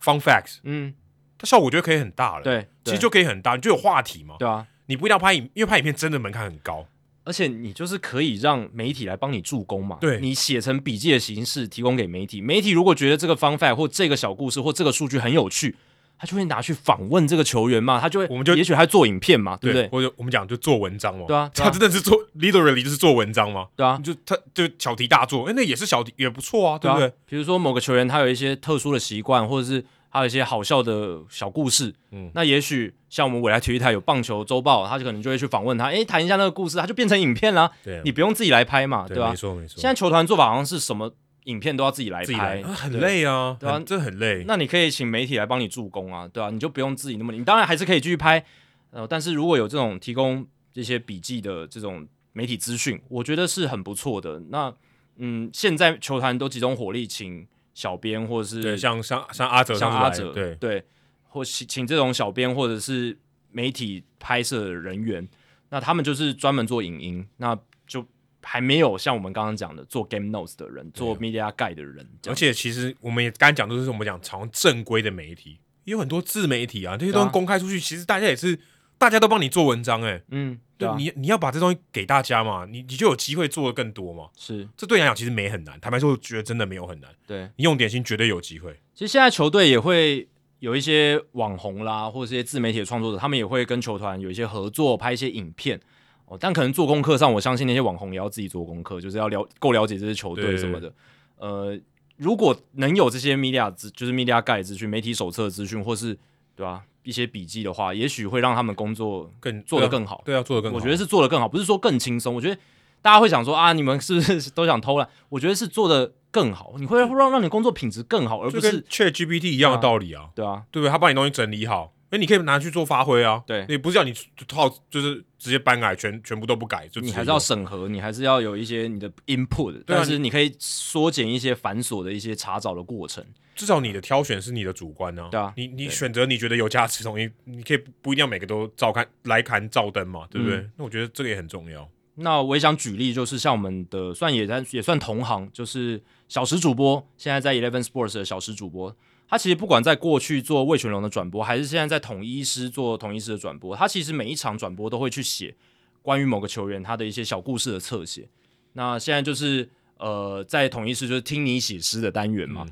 [SPEAKER 1] fun facts，
[SPEAKER 2] 嗯，
[SPEAKER 1] 它效果就可以很大了。，
[SPEAKER 2] 对，
[SPEAKER 1] 其
[SPEAKER 2] 对
[SPEAKER 1] 实就可以很大，你就有话题嘛。
[SPEAKER 2] 对啊，
[SPEAKER 1] 你不一定要拍影，因为拍影片真的门槛很高。
[SPEAKER 2] 而且你就是可以让媒体来帮你助攻嘛，
[SPEAKER 1] 对
[SPEAKER 2] 你写成笔记的形式提供给媒体，媒体如果觉得这个方法或这个小故事或这个数据很有趣，他就会拿去访问这个球员嘛，他就会，
[SPEAKER 1] 我们就
[SPEAKER 2] 也许他做影片嘛，对不对？
[SPEAKER 1] 或者我们讲就做文章嘛。
[SPEAKER 2] 对啊对啊
[SPEAKER 1] 他真的是做 literally 就是做文章嘛。
[SPEAKER 2] 对啊，
[SPEAKER 1] 就他就小题大做，哎、那也是小题也不错啊，对不
[SPEAKER 2] 啊
[SPEAKER 1] 对？？
[SPEAKER 2] 比如说某个球员他有一些特殊的习惯，或者是他有一些好笑的小故事，嗯
[SPEAKER 1] 嗯，
[SPEAKER 2] 那也许像我们未来体育台有棒球周报，他就可能就会去访问他，诶，谈一下那个故事，他就变成影片啦，
[SPEAKER 1] 对啊
[SPEAKER 2] 你不用自己来拍嘛，对吧、
[SPEAKER 1] 没错没错。
[SPEAKER 2] 现在球团做法好像是什么影片都要自己来
[SPEAKER 1] 自己来、
[SPEAKER 2] 拍，
[SPEAKER 1] 啊很
[SPEAKER 2] 对。
[SPEAKER 1] 累啊，
[SPEAKER 2] 对啊
[SPEAKER 1] 很真的很累。
[SPEAKER 2] 那你可以请媒体来帮你助攻啊，对啊，你就不用自己那么，你当然还是可以继续拍，呃，但是如果有这种提供这些笔记的这种媒体资讯，我觉得是很不错的。那嗯，现在球团都集中火力请小编或者是
[SPEAKER 1] 对，像像像阿哲
[SPEAKER 2] 像
[SPEAKER 1] 上次来，
[SPEAKER 2] 阿哲
[SPEAKER 1] 对
[SPEAKER 2] 对，或请请这种小编或者是媒体拍摄的人员，那他们就是专门做影音，那就还没有像我们刚刚讲的做 game notes 的人，做 media guide 的人，这
[SPEAKER 1] 而
[SPEAKER 2] 样
[SPEAKER 1] 且其实我们也刚才讲，就是我们讲常正规的媒体，也有很多自媒体啊，这些
[SPEAKER 2] 对啊
[SPEAKER 1] 东西公开出去，其实大家也是大家都帮你做文章、哎，
[SPEAKER 2] 嗯，对
[SPEAKER 1] 对
[SPEAKER 2] 啊，
[SPEAKER 1] 你你要把这东西给大家嘛，你你就有机会做的更多嘛。
[SPEAKER 2] 是
[SPEAKER 1] 这对你来讲其实没很难，坦白说，我觉得真的没有很难。
[SPEAKER 2] 对。
[SPEAKER 1] 你用点心绝对有机会，
[SPEAKER 2] 其实现在球队也会有一些网红啦，或者是一些自媒体的创作者，他们也会跟球团有一些合作，拍一些影片。哦，但可能做功课上，我相信那些网红也要自己做功课，就是要了够了解这支球队
[SPEAKER 1] 对
[SPEAKER 2] 什么的。呃，如果能有这些 media 资，就是 media guide 资讯、媒体手册资讯，或是对吧、一些笔记的话，也许会让他们工作
[SPEAKER 1] 更
[SPEAKER 2] 做得
[SPEAKER 1] 对啊
[SPEAKER 2] 更好
[SPEAKER 1] 对啊，做得更好。
[SPEAKER 2] 我觉得是做的更好，不是说更轻松。我觉得大家会想说啊，你们是不是都想偷懒？我觉得是做的更好，你会让让你工作品质更好，而
[SPEAKER 1] 就
[SPEAKER 2] 不
[SPEAKER 1] 跟
[SPEAKER 2] 是
[SPEAKER 1] Chat GPT 一样的道理啊，
[SPEAKER 2] 对啊，
[SPEAKER 1] 对不对？他帮你东西整理好，为你可以拿去做发挥啊。
[SPEAKER 2] 对
[SPEAKER 1] 你不是叫你套，就是直接搬改，全全部都不改，就
[SPEAKER 2] 你
[SPEAKER 1] 只
[SPEAKER 2] 还是
[SPEAKER 1] 有
[SPEAKER 2] 要审核，你还是要有一些你的 input，、
[SPEAKER 1] 对啊
[SPEAKER 2] 但是你可以缩减一些繁琐的一些查找的过程。
[SPEAKER 1] 至少你的挑选是你的主观啊。
[SPEAKER 2] 对啊
[SPEAKER 1] 你你
[SPEAKER 2] 对
[SPEAKER 1] 选择你觉得有价值的东西，你可以不不一定要每个都照看来看照灯嘛，对不对？
[SPEAKER 2] 嗯
[SPEAKER 1] 那我觉得这个也很重要。
[SPEAKER 2] 那我也想举例，就是像我们的算也在也算同行，就是小时主播，现在在 Eleven Sports 的小时主播，他其实不管在过去做魏全龙的转播，还是现在在统一师做统一师的转播，他其实每一场转播都会去写关于某个球员他的一些小故事的侧写。那现在就是呃，在统一师就是听你写诗的单元
[SPEAKER 1] 嗯
[SPEAKER 2] 嘛。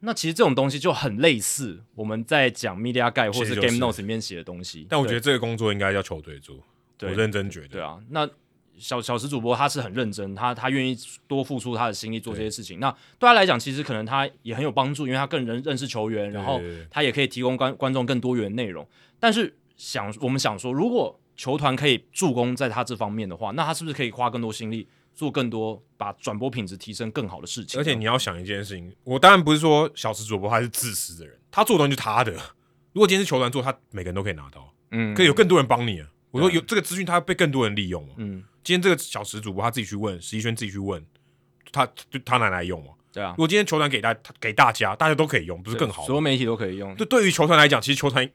[SPEAKER 2] 那其实这种东西就很类似我们在讲 Media Guide 或
[SPEAKER 1] 其实
[SPEAKER 2] 是
[SPEAKER 1] 就是
[SPEAKER 2] Game Notes 里面写的东西，
[SPEAKER 1] 但我
[SPEAKER 2] 对
[SPEAKER 1] 觉得这个工作应该叫球队做，我
[SPEAKER 2] 对
[SPEAKER 1] 认真觉得。
[SPEAKER 2] 对啊，那小小时主播他是很认真，他他愿意多付出他的心力做这些事情。那对他来讲，其实可能他也很有帮助，因为他更认认识球员，然后
[SPEAKER 1] 对对对
[SPEAKER 2] 他也可以提供观观众更多元内容。但是想我们想说，如果球团可以助攻在他这方面的话，那他是不是可以花更多心力做更多把转播品质提升更好的事情？
[SPEAKER 1] 而且你要想一件事情，我当然不是说小池主播他是自私的人，他做的东西就是他的。如果今天是球团做，他每个人都可以拿到，
[SPEAKER 2] 嗯
[SPEAKER 1] 可以有更多人帮你啊。我说有这个资讯，他被更多人利用嘛。
[SPEAKER 2] 嗯，
[SPEAKER 1] 今天这个小池主播他自己去问，十一轩自己去问，他就他拿来用嘛。
[SPEAKER 2] 对啊
[SPEAKER 1] 如，果今天球团给大他给大家，大家都可以用，不是更好
[SPEAKER 2] 所
[SPEAKER 1] 吗？
[SPEAKER 2] 有媒体都可以用。
[SPEAKER 1] 对，对于球团来讲，其实球团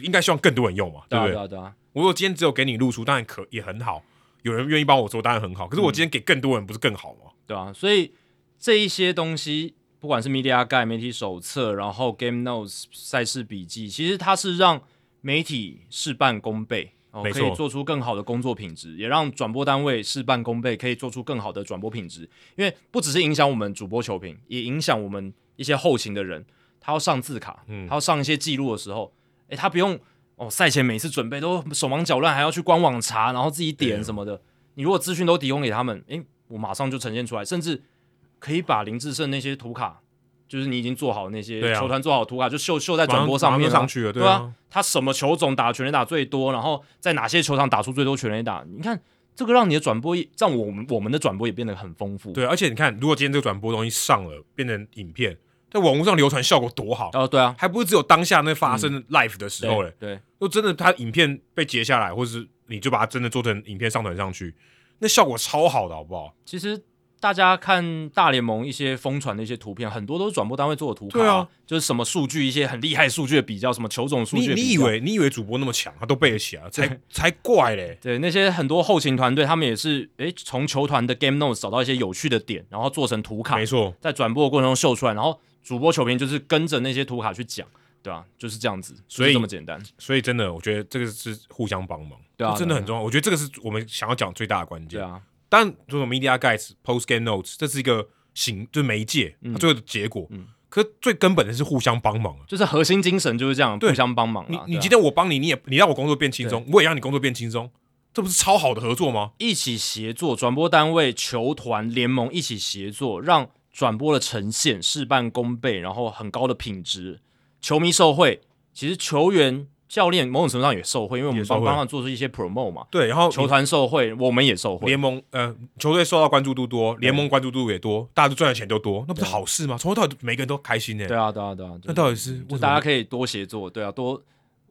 [SPEAKER 1] 应该希望更多人用嘛，
[SPEAKER 2] 对
[SPEAKER 1] 不
[SPEAKER 2] 啊，
[SPEAKER 1] 对
[SPEAKER 2] 对？啊，对啊，
[SPEAKER 1] 我如果今天只有给你露出，当然可也很好，有人愿意帮我做，当然很好。可是我今天给更多人，不是更好吗？
[SPEAKER 2] 对啊，所以这一些东西，不管是 Media Guide 媒体手册，然后 Game Notes 赛事笔记，其实它是让媒体事半功倍，哦，
[SPEAKER 1] 没
[SPEAKER 2] 可
[SPEAKER 1] 错
[SPEAKER 2] 以做出更好的工作品质，也让转播单位事半功倍，可以做出更好的转播品质。因为不只是影响我们主播球评，也影响我们一些后勤的人，他要上字卡，
[SPEAKER 1] 嗯
[SPEAKER 2] 他要上一些记录的时候，诶，他不用哦，赛前每次准备都手忙脚乱，还要去官网查，然后自己点什么的。你如果资讯都提供给他们，诶，我马上就呈现出来，甚至可以把林志胜那些图卡，就是你已经做好那些
[SPEAKER 1] 对啊
[SPEAKER 2] 球团做好的图卡，就秀秀在
[SPEAKER 1] 马
[SPEAKER 2] 转播上
[SPEAKER 1] 马
[SPEAKER 2] 面啊
[SPEAKER 1] 上去了，
[SPEAKER 2] 对
[SPEAKER 1] 啊
[SPEAKER 2] 啊，，他什么球种打全垒打最多，然后在哪些球场打出最多全垒打？你看这个让你的转播也，让我们我们的转播也变得很丰富。，
[SPEAKER 1] 对。而且你看，如果今天这个转播东西上了，变成影片，在网络上流传效果多好，
[SPEAKER 2] 哦，对啊，
[SPEAKER 1] 还不是只有当下那发生 live 的时候嘞哎
[SPEAKER 2] 对。对，
[SPEAKER 1] 如果真的他影片被截下来，或是你就把它真的做成影片上传上去，那效果超好的，好不好？
[SPEAKER 2] 其实大家看大联盟一些疯传的一些图片，很多都是转播单位做的图卡、
[SPEAKER 1] 对啊，
[SPEAKER 2] 就是什么数据一些很厉害数据的比较，什么球种数
[SPEAKER 1] 你
[SPEAKER 2] 据的比较
[SPEAKER 1] 你以为你以为主播那么强，他都背得起来， [LAUGHS] 才才怪嘞。
[SPEAKER 2] 对那些很多后勤团队，他们也是诶从球团的 game notes 找到一些有趣的点，然后做成图卡
[SPEAKER 1] 没，错，
[SPEAKER 2] 在转播的过程中秀出来，然后主播球评就是跟着那些图卡去讲，对啊，就是这样子，
[SPEAKER 1] 所以
[SPEAKER 2] 就是这么简单。
[SPEAKER 1] 所以真的，我觉得这个是互相帮忙，
[SPEAKER 2] 对啊
[SPEAKER 1] 这真的
[SPEAKER 2] 对啊
[SPEAKER 1] 很重要。我觉得这个是我们想要讲最大的关键
[SPEAKER 2] 对。啊，
[SPEAKER 1] 当然，这种 media guides、post game notes，这是一个形，就是媒介，
[SPEAKER 2] 嗯
[SPEAKER 1] 它最后的结果。可是最根本的是互相帮忙啊！
[SPEAKER 2] 就是核心精神就是这样，
[SPEAKER 1] 对
[SPEAKER 2] 互相帮忙
[SPEAKER 1] 你
[SPEAKER 2] 啦。
[SPEAKER 1] 你
[SPEAKER 2] 对啊
[SPEAKER 1] 今天我帮你，你也你让我工作变轻松，我也让你工作变轻松，这不是超好的合作吗？
[SPEAKER 2] 一起协作，转播单位、球团、联盟一起协作，让转播的呈现事半功倍，然后很高的品质，球迷受惠。其实球员、教练某种程度上也受惠，因为我们
[SPEAKER 1] 也受
[SPEAKER 2] 帮
[SPEAKER 1] 惠
[SPEAKER 2] 帮他做出一些 promo 嘛，
[SPEAKER 1] 对，然后
[SPEAKER 2] 球团受惠，我们也受惠。哦
[SPEAKER 1] 联盟呃球队受到关注度多，联盟关注度也多，大家都赚的钱都多，那不是好事吗？从头到尾每个人都开心呢、
[SPEAKER 2] 对啊，对啊，对啊，
[SPEAKER 1] 那
[SPEAKER 2] 就
[SPEAKER 1] 到底是为
[SPEAKER 2] 就
[SPEAKER 1] 什
[SPEAKER 2] 大家
[SPEAKER 1] 么？
[SPEAKER 2] 可以多协作，对啊，多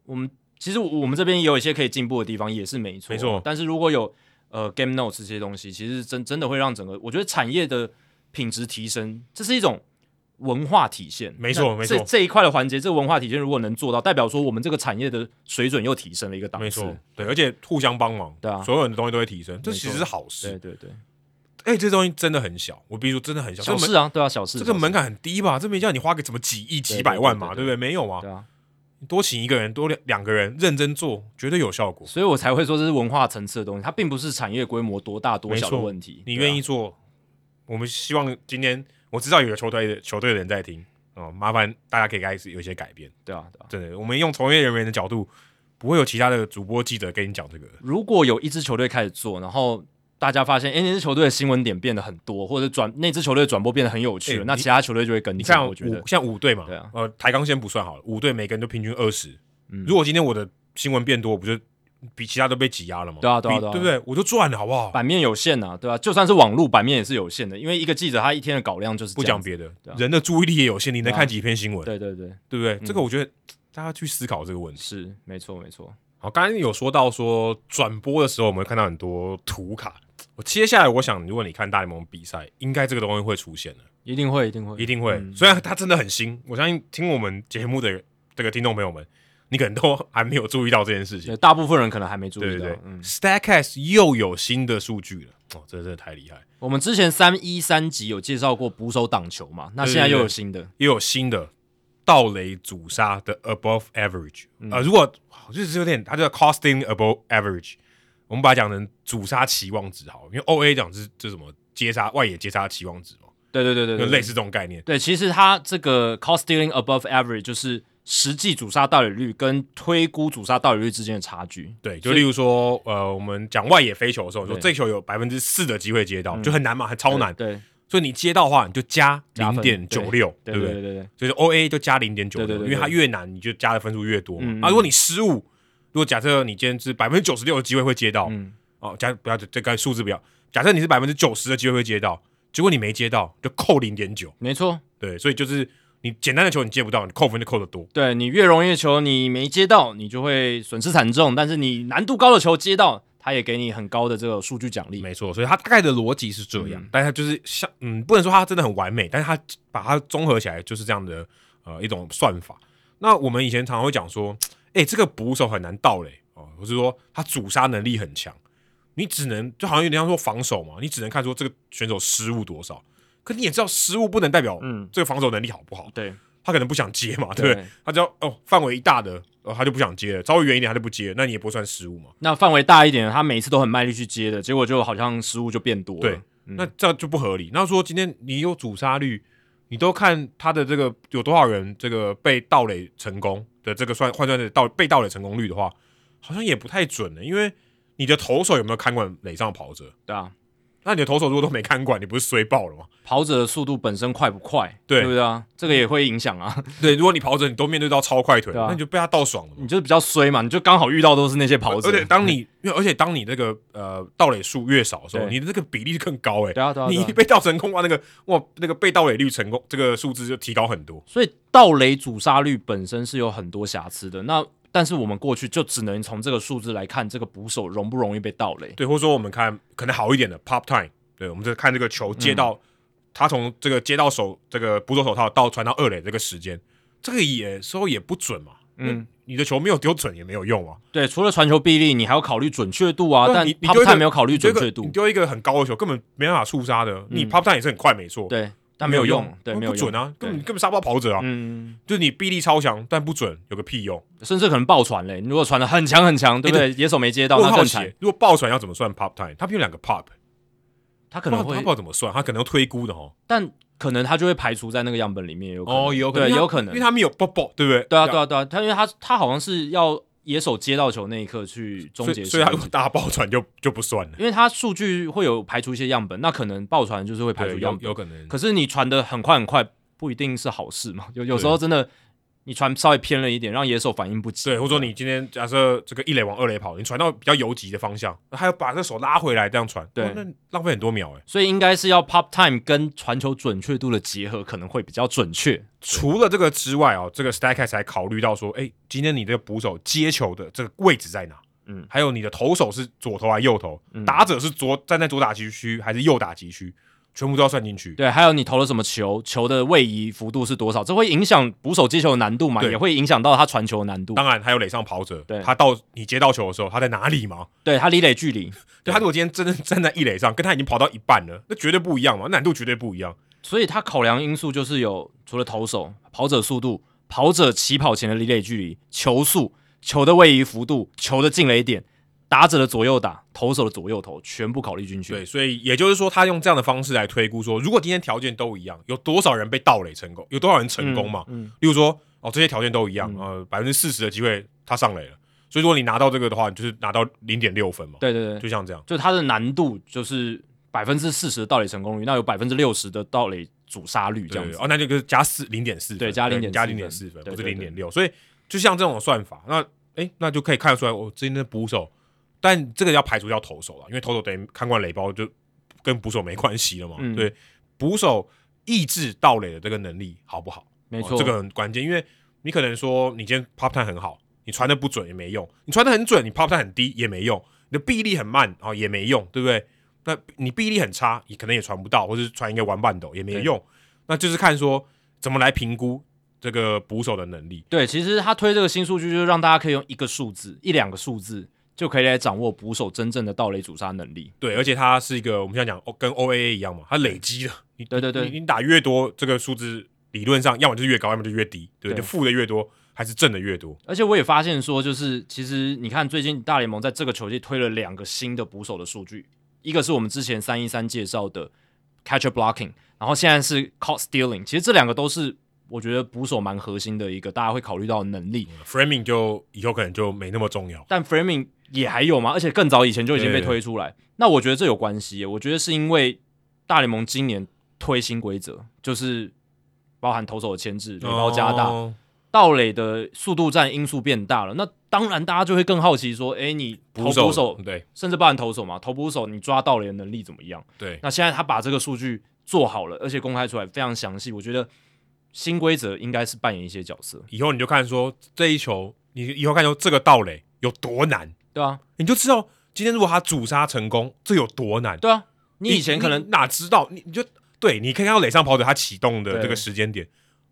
[SPEAKER 2] 我们其实我们这边也有一些可以进步的地方，也是没错，
[SPEAKER 1] 没错
[SPEAKER 2] 但是如果有呃 game notes 这些东西，其实真真的会让整个我觉得产业的品质提升，这是一种文化体现。
[SPEAKER 1] 没错
[SPEAKER 2] 那
[SPEAKER 1] 没错
[SPEAKER 2] 这这一块的环节，这个文化体现如果能做到，代表说我们这个产业的水准又提升了一个档次。
[SPEAKER 1] 没错，对，而且互相帮忙，
[SPEAKER 2] 对啊
[SPEAKER 1] 所有人的东西都会提升，这
[SPEAKER 2] 没
[SPEAKER 1] 其
[SPEAKER 2] 错
[SPEAKER 1] 实是好
[SPEAKER 2] 对
[SPEAKER 1] 事。
[SPEAKER 2] 对对，
[SPEAKER 1] 哎、这东西真的很小，我比如说真的很小，
[SPEAKER 2] 小
[SPEAKER 1] 这
[SPEAKER 2] 事
[SPEAKER 1] 门
[SPEAKER 2] 啊，对啊，小事。
[SPEAKER 1] 这个
[SPEAKER 2] 小事
[SPEAKER 1] 门槛很低吧？这没叫你花个什么几亿、几百万嘛，
[SPEAKER 2] 对
[SPEAKER 1] 对不对？没有嘛，
[SPEAKER 2] 对啊，
[SPEAKER 1] 你多请一个人，多两两个人认真做，绝对有效果。
[SPEAKER 2] 所以我才会说这是文啊化层次的东西，它并不是产业规模多大多小的
[SPEAKER 1] 没错
[SPEAKER 2] 问题。
[SPEAKER 1] 你
[SPEAKER 2] 对啊
[SPEAKER 1] 愿意做，我们希望今天我知道有球队的球队的人在听哦，麻烦大家可以开始有一些改变。
[SPEAKER 2] 对啊，对啊。
[SPEAKER 1] 真的，我们用从业人员的角度，不会有其他的主播记者跟你讲这个。
[SPEAKER 2] 如果有一支球队开始做，然后大家发现，哎、那支球队的新闻点变得很多，或者转那支球队的转播变得很有趣了，
[SPEAKER 1] 诶
[SPEAKER 2] 那
[SPEAKER 1] 你
[SPEAKER 2] 其他球队就会跟
[SPEAKER 1] 你
[SPEAKER 2] 进。
[SPEAKER 1] 看
[SPEAKER 2] 我
[SPEAKER 1] 五
[SPEAKER 2] 觉得，
[SPEAKER 1] 像五队嘛，
[SPEAKER 2] 对啊
[SPEAKER 1] 呃，台钢先不算好了，五队每个人都平均二十、
[SPEAKER 2] 嗯
[SPEAKER 1] 如果今天我的新闻变多，我不就比其他都被挤压了吗？
[SPEAKER 2] 对啊对啊
[SPEAKER 1] 比
[SPEAKER 2] 对啊
[SPEAKER 1] 不对？我就赚了，好不好？
[SPEAKER 2] 版面有限啊，对吧、就算是网络版面也是有限的，因为一个记者他一天的稿量就是
[SPEAKER 1] 不
[SPEAKER 2] 这样
[SPEAKER 1] 讲
[SPEAKER 2] 子。
[SPEAKER 1] 别的
[SPEAKER 2] 对啊，
[SPEAKER 1] 人的注意力也有限，你能
[SPEAKER 2] 对啊嗯
[SPEAKER 1] 看几篇新闻，
[SPEAKER 2] 对对对，
[SPEAKER 1] 对不对？这个我觉得大家去思考这个问题。
[SPEAKER 2] 是没错没错，
[SPEAKER 1] 好，刚刚有说到说转播的时候，我们会看到很多图卡。我接下来我想，如果你看大联盟比赛，应该这个东西会出现的，
[SPEAKER 2] 一定会一定会
[SPEAKER 1] 一定会。
[SPEAKER 2] 嗯
[SPEAKER 1] 虽然它真的很新，我相信听我们节目的这个听众朋友们，你可能都还没有注意到这件事情。
[SPEAKER 2] 对，大部分人可能还没注
[SPEAKER 1] 对对
[SPEAKER 2] 意到。
[SPEAKER 1] 对、
[SPEAKER 2] 嗯，
[SPEAKER 1] s t a c k a s 又有新的数据了，哦，这真的太厉害，
[SPEAKER 2] 我们之前三一三集有介绍过捕手挡球嘛，那
[SPEAKER 1] 对
[SPEAKER 2] 现在
[SPEAKER 1] 对
[SPEAKER 2] 又
[SPEAKER 1] 对
[SPEAKER 2] 有新的，
[SPEAKER 1] 又有新的盗垒阻杀的 above average，、呃，
[SPEAKER 2] 嗯
[SPEAKER 1] 如果好就是有点，它叫 costing above average，我们把它讲成阻杀期望值好了，因为 OA 讲是这什么接杀外野接杀期望值嘛，
[SPEAKER 2] 对对对对
[SPEAKER 1] 就
[SPEAKER 2] 对，
[SPEAKER 1] 类似这种概念，
[SPEAKER 2] 对，其实它这个 cost stealing above average 就是实际主杀盗垒率跟推估主杀盗垒率之间的差距。
[SPEAKER 1] 对，就例如说呃，我们讲外野飞球的时候，说
[SPEAKER 2] 对嗯
[SPEAKER 1] 这球有百分之四的机会接到，就很难嘛，很超难，
[SPEAKER 2] 对
[SPEAKER 1] 所以你接到的话，你就加
[SPEAKER 2] 加
[SPEAKER 1] 零
[SPEAKER 2] 分
[SPEAKER 1] 点九六，
[SPEAKER 2] 对
[SPEAKER 1] 不
[SPEAKER 2] 对对对对，
[SPEAKER 1] 就是 O A 就加零点九
[SPEAKER 2] 对
[SPEAKER 1] 六，
[SPEAKER 2] 对
[SPEAKER 1] 因
[SPEAKER 2] 对
[SPEAKER 1] 为它
[SPEAKER 2] 对
[SPEAKER 1] 越难，你就加的分数越多嘛。
[SPEAKER 2] 嗯
[SPEAKER 1] 啊，如果你失误，如果假设你今天是百分之九十六的机会会接到，
[SPEAKER 2] 嗯
[SPEAKER 1] 哦，假不要这个数字不要，假设你是百分之九十的机会会接到，结果你没接到，就扣零点九。
[SPEAKER 2] 没错。
[SPEAKER 1] 对，所以就是你简单的球你接不到，你扣分就扣的多。
[SPEAKER 2] 对你越容易的球你没接到，你就会损失惨重；但是你难度高的球接到，它也给你很高的这个数据奖励。
[SPEAKER 1] 没错，所以它大概的逻辑是这样，但它就是像嗯，不能说它真的很完美，但是它把它综合起来就是这样的呃一种算法。那我们以前常常会讲说，哎、这个捕手很难盗垒哦，或是说他阻杀能力很强，你只能就好像有点像说防守嘛，你只能看说这个选手失误多少。可你也知道，失误不能代表
[SPEAKER 2] 嗯
[SPEAKER 1] 这个防守能力好不好，
[SPEAKER 2] 对
[SPEAKER 1] 他可能不想接嘛，对不对
[SPEAKER 2] 对？
[SPEAKER 1] 他只要哦范围一大的，哦他就不想接了，稍微远一点他就不接，那你也不会算失误嘛。
[SPEAKER 2] 那范围大一点，他每次都很卖力去接的，结果就好像失误就变多了。
[SPEAKER 1] 对，那这样就不合理。那说今天你有主杀率，你都看他的这个有多少人这个被盗垒成功的这个算换算的盗被盗垒成功率的话，好像也不太准欸了，因为你的投手有没有看管垒上的跑者？
[SPEAKER 2] 对啊，
[SPEAKER 1] 那你的投手如果都没看管，你不是衰爆了吗？
[SPEAKER 2] 跑者的速度本身快不快，
[SPEAKER 1] 对
[SPEAKER 2] 对不对啊？这个也会影响啊。
[SPEAKER 1] 对，如果你跑者你都面对到超快腿，
[SPEAKER 2] 对啊
[SPEAKER 1] 那你就被他倒爽了嘛
[SPEAKER 2] 你。就是比较衰嘛，你就刚好遇到都是那些跑者。
[SPEAKER 1] 而且当你，因为而且当你那个呃盗垒数越少的时候，
[SPEAKER 2] 对
[SPEAKER 1] 你的这个比例更高哎、
[SPEAKER 2] 对啊对啊对
[SPEAKER 1] 你
[SPEAKER 2] 啊
[SPEAKER 1] 一被盗成功哇，那个哇那个被盗垒率成功这个数字就提高很多。
[SPEAKER 2] 所以盗垒阻杀率本身是有很多瑕疵的。那但是我们过去就只能从这个数字来看，这个捕手容不容易被盗垒。
[SPEAKER 1] 对，或者说我们看可能好一点的 pop time，对，我们就看这个球
[SPEAKER 2] 嗯
[SPEAKER 1] 接到、他从这个接到手这个捕手手套到传到二垒这个时间，这个也时候也不准嘛，嗯，你的球没有丢准也没有用啊，
[SPEAKER 2] 对，除了传球臂力，你还要考虑准确度啊。
[SPEAKER 1] 对
[SPEAKER 2] 但
[SPEAKER 1] 你你
[SPEAKER 2] pop
[SPEAKER 1] 丢一
[SPEAKER 2] time
[SPEAKER 1] 个
[SPEAKER 2] 没有考虑
[SPEAKER 1] 你丢一
[SPEAKER 2] 准
[SPEAKER 1] 个
[SPEAKER 2] 确
[SPEAKER 1] 你
[SPEAKER 2] 度，嗯
[SPEAKER 1] 丢一个很高的球根本没办法触杀的，你 pop time 也是很快没错，，
[SPEAKER 2] 对，但没有用，对，没有
[SPEAKER 1] 不准
[SPEAKER 2] 用。
[SPEAKER 1] 啊，根本
[SPEAKER 2] 对
[SPEAKER 1] 根本杀不到跑者啊，
[SPEAKER 2] 嗯，
[SPEAKER 1] 就是你臂力超强但不准有个屁用，
[SPEAKER 2] 甚至可能爆传嘞。你如果传的很强很强，对不对？野手没接到，
[SPEAKER 1] 我
[SPEAKER 2] 那
[SPEAKER 1] 很好
[SPEAKER 2] 更
[SPEAKER 1] 奇
[SPEAKER 2] 惨。，
[SPEAKER 1] 如果爆传要怎么算 pop time？他不有两个 pop，
[SPEAKER 2] 他可
[SPEAKER 1] 可
[SPEAKER 2] 能
[SPEAKER 1] 他不
[SPEAKER 2] 会
[SPEAKER 1] 知，道怎么算，他可能要推估的哦。
[SPEAKER 2] 但可能他就会排除在那个样本里面，哦有可
[SPEAKER 1] 有
[SPEAKER 2] 能。对，
[SPEAKER 1] 因为
[SPEAKER 2] 有
[SPEAKER 1] 他
[SPEAKER 2] 可能
[SPEAKER 1] 因为。他们有 b o b 对不对？
[SPEAKER 2] 对啊，对啊，对啊，他因为他他好像是要野手接到球那一刻去终
[SPEAKER 1] 所
[SPEAKER 2] 结
[SPEAKER 1] 以
[SPEAKER 2] 性，
[SPEAKER 1] 所以他如果大爆传就就不算了，
[SPEAKER 2] 因为他数据会有排除一些样本，那可能爆传就是会排除
[SPEAKER 1] 对
[SPEAKER 2] 样
[SPEAKER 1] 有
[SPEAKER 2] 本，
[SPEAKER 1] 有可能。
[SPEAKER 2] 可是你传的很快很快，不一定是好事嘛，有有时候真的你传稍微偏了一点，让野手反应不及，
[SPEAKER 1] 对，或者说你今天假设这个一垒往二垒跑，你传到比较游击的方向，还要把这手拉回来这样传，
[SPEAKER 2] 对
[SPEAKER 1] 哇那浪费很多秒哎、
[SPEAKER 2] 所以应该是要 pop time 跟传球准确度的结合，可能会比较准确。
[SPEAKER 1] 除了这个之外哦，这个 Stacks 还考虑到说，哎、今天你这个捕手接球的这个位置在哪？
[SPEAKER 2] 嗯
[SPEAKER 1] 还有你的投手是左投还是右投，打者是左站在左打击区还是右打击区，全部都要算进去。
[SPEAKER 2] 对，还有你投了什么球，球的位移幅度是多少，这会影响捕手接球的难度嘛，
[SPEAKER 1] 对
[SPEAKER 2] 也会影响到他传球的难度，
[SPEAKER 1] 当然还有垒上跑者
[SPEAKER 2] 对，
[SPEAKER 1] 他到你接到球的时候，他在哪里嘛？
[SPEAKER 2] 对他离垒距离，
[SPEAKER 1] 对他如果今天真的 [LAUGHS] 站在一垒上，跟他已经跑到一半了，那绝对不一样嘛，难度绝对不一样。
[SPEAKER 2] 所以他考量因素就是有除了投手、跑者速度、跑者起跑前的离垒距离、球速、球的位移幅度、球的进垒点、打者的左右打、投手的左右投，全部考虑进去。
[SPEAKER 1] 对，，所以也就是说，他用这样的方式来推估说，如果今天条件都一样，有多少人被盗垒成功，有多少人成功嘛？
[SPEAKER 2] 嗯，
[SPEAKER 1] 例如说，哦，这些条件都一样，呃，百分之四十的机会他上垒了，所以如果你拿到这个的话，你就是拿到零点六分嘛，
[SPEAKER 2] 对对对，
[SPEAKER 1] 就像这样。
[SPEAKER 2] 就它的难度就是百分之四十的盗垒成功率，那有百分之六十的盗垒阻杀率这
[SPEAKER 1] 对
[SPEAKER 2] 样
[SPEAKER 1] 对
[SPEAKER 2] 子。
[SPEAKER 1] 哦，那就是加四零点四，
[SPEAKER 2] 对加0.4
[SPEAKER 1] 加零
[SPEAKER 2] 分
[SPEAKER 1] 点四分，
[SPEAKER 2] 对
[SPEAKER 1] 不是
[SPEAKER 2] 对
[SPEAKER 1] 零
[SPEAKER 2] 对
[SPEAKER 1] 点六，所以就像这种算法，那哎，那就可以看得出来，我、今天的捕手，但这个要排除掉投手了，因为投手等于看惯垒包就跟捕手没关系了嘛，
[SPEAKER 2] 嗯
[SPEAKER 1] 对，捕手抑制盗垒的这个能力好不好？
[SPEAKER 2] 没错，
[SPEAKER 1] 哦这个很关键，因为你可能说你今天 pop time 很好，你传的不准也没用；你传的很准，你 pop time 很低也没用；你的臂力很慢哦也没用，对不对？那你臂力很差，也可能也传不到，或是传一个玩半斗也没
[SPEAKER 2] 对
[SPEAKER 1] 用。那就是看说怎么来评估这个捕手的能力。
[SPEAKER 2] 对，其实他推这个新数据，就是让大家可以用一个数字、一两个数字就可以来掌握捕手真正的盗垒阻杀能力。
[SPEAKER 1] 对，而且它是一个我们现在讲哦跟 OAA 一样嘛，它累积的。你
[SPEAKER 2] 对对对
[SPEAKER 1] 你你打越多，这个数字理论上要么就是越高，要么就越低，对不对，
[SPEAKER 2] 对
[SPEAKER 1] 就负的越多还是正的越多。
[SPEAKER 2] 而且我也发现说，就是其实你看，最近大联盟在这个球季推了两个新的捕手的数据，一个是我们之前三一三介绍的 catcher blocking，然后现在是 caught stealing。其实这两个都是我觉得捕手蛮核心的一个大家会考虑到的能力。
[SPEAKER 1] Framing 就以后可能就没那么重要。
[SPEAKER 2] 但 framing 也还有嘛，而且更早以前就已经被推出来。那我觉得这有关系耶，我觉得是因为大联盟今年推新规则，就是包含投手的牵制、垒包加大、
[SPEAKER 1] 哦
[SPEAKER 2] 盗垒的速度战因素变大了。那当然，大家就会更好奇说，诶，你投
[SPEAKER 1] 捕手，
[SPEAKER 2] 捕手，
[SPEAKER 1] 对
[SPEAKER 2] 甚至包含投手嘛，投捕手你抓盗垒的能力怎么样？
[SPEAKER 1] 对，
[SPEAKER 2] 那现在他把这个数据做好了，而且公开出来非常详细，我觉得新规则应该是扮演一些角色，
[SPEAKER 1] 以后你就看说这一球，你以后看说这个盗垒有多难，
[SPEAKER 2] 对啊，
[SPEAKER 1] 你就知道今天如果他主杀成功，这有多难。
[SPEAKER 2] 对啊。你以前可能
[SPEAKER 1] 哪知道，你你就对你可以看到垒上跑者他启动的
[SPEAKER 2] 对
[SPEAKER 1] 这个时间点，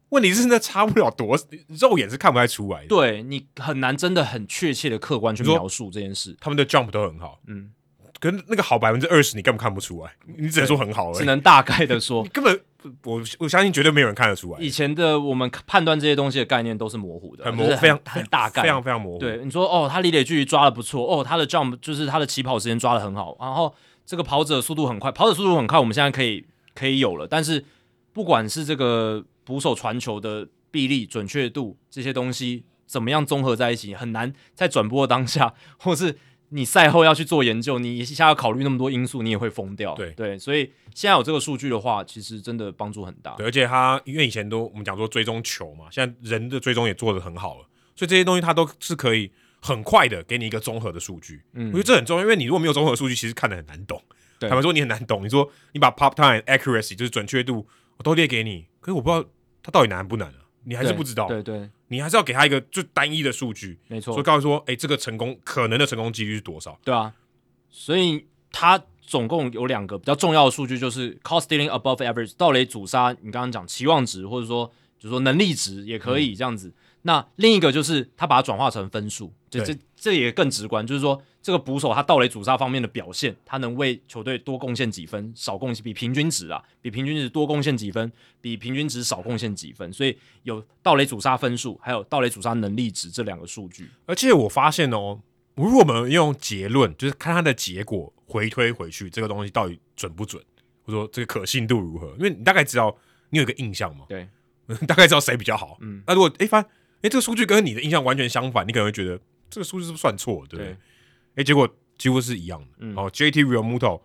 [SPEAKER 1] 问题是那差不了多，肉眼是看不太出来的。
[SPEAKER 2] 对你很难真的很确切的客观去
[SPEAKER 1] 你说
[SPEAKER 2] 描述这件事，
[SPEAKER 1] 他们的 jump 都很好，
[SPEAKER 2] 嗯，
[SPEAKER 1] 可是那个好百分之二十你根本看不出来，你只能说很好而
[SPEAKER 2] 只
[SPEAKER 1] 已，
[SPEAKER 2] 能大概的说
[SPEAKER 1] 你，根本我我相信绝对没有人看得出来，
[SPEAKER 2] 以前的我们判断这些东西的概念都是模糊的，
[SPEAKER 1] 很
[SPEAKER 2] 就
[SPEAKER 1] 模
[SPEAKER 2] 是
[SPEAKER 1] 非常
[SPEAKER 2] 很大概，
[SPEAKER 1] 非常非常模糊。，
[SPEAKER 2] 对你说哦，他离垒距离抓的不错，哦，他的 jump 就是他的起跑时间抓的很好，然后这个跑者速度很快，跑者速度很快，我们现在可以可以有了，但是不管是这个捕手传球的臂力、准确度这些东西，怎么样综合在一起，很难在转播当下，或是你赛后要去做研究，你一下要考虑那么多因素，你也会疯掉。
[SPEAKER 1] 对
[SPEAKER 2] 对，所以现在有这个数据的话，其实真的帮助很大。
[SPEAKER 1] 对，而且他因为以前都我们讲说追踪球嘛，现在人的追踪也做得很好了，所以这些东西它都是可以很快的给你一个综合的数据。嗯，我觉得这很重要，因为你如果没有综合的数据，其实看得很难懂。
[SPEAKER 2] 对
[SPEAKER 1] 坦白说，你很难懂。你说你把 pop time accuracy 就是准确度我都列给你，可是我不知道它到底难不难啊，你还是
[SPEAKER 2] 对
[SPEAKER 1] 不知道，
[SPEAKER 2] 对对，
[SPEAKER 1] 你还是要给他一个最单一的数据，
[SPEAKER 2] 没错
[SPEAKER 1] 所以。告诉说，哎、这个成功可能的成功几率是多少？
[SPEAKER 2] 对啊，所以它总共有两个比较重要的数据，就是 cost stealing above average 盗垒阻杀，你刚刚讲期望值，或者说就是说能力值也可以这样子。那另一个就是他把它转化成分数，这这这也更直观，就是说这个捕手他盗垒阻杀方面的表现，他能为球队多贡献几分，少贡献比平均值啊，比平均值多贡献几分，比平均值少贡献几分，所以有盗垒阻杀分数，还有盗垒阻杀能力值这两个数据。
[SPEAKER 1] 而且我发现哦，如果我们用结论，就是看它的结果回推回去，这个东西到底准不准，或者说这个可信度如何？因为你大概知道你有一个印象嘛， [LAUGHS]
[SPEAKER 2] 对，
[SPEAKER 1] 大概知道谁比较好。
[SPEAKER 2] 嗯，
[SPEAKER 1] 那如果哎发现哎这个数据跟你的印象完全相反，你可能会觉得这个数据是不是算错了，对不对
[SPEAKER 2] 对？
[SPEAKER 1] 哎，结果几乎是一样的。
[SPEAKER 2] 嗯
[SPEAKER 1] 哦，JT Realmuto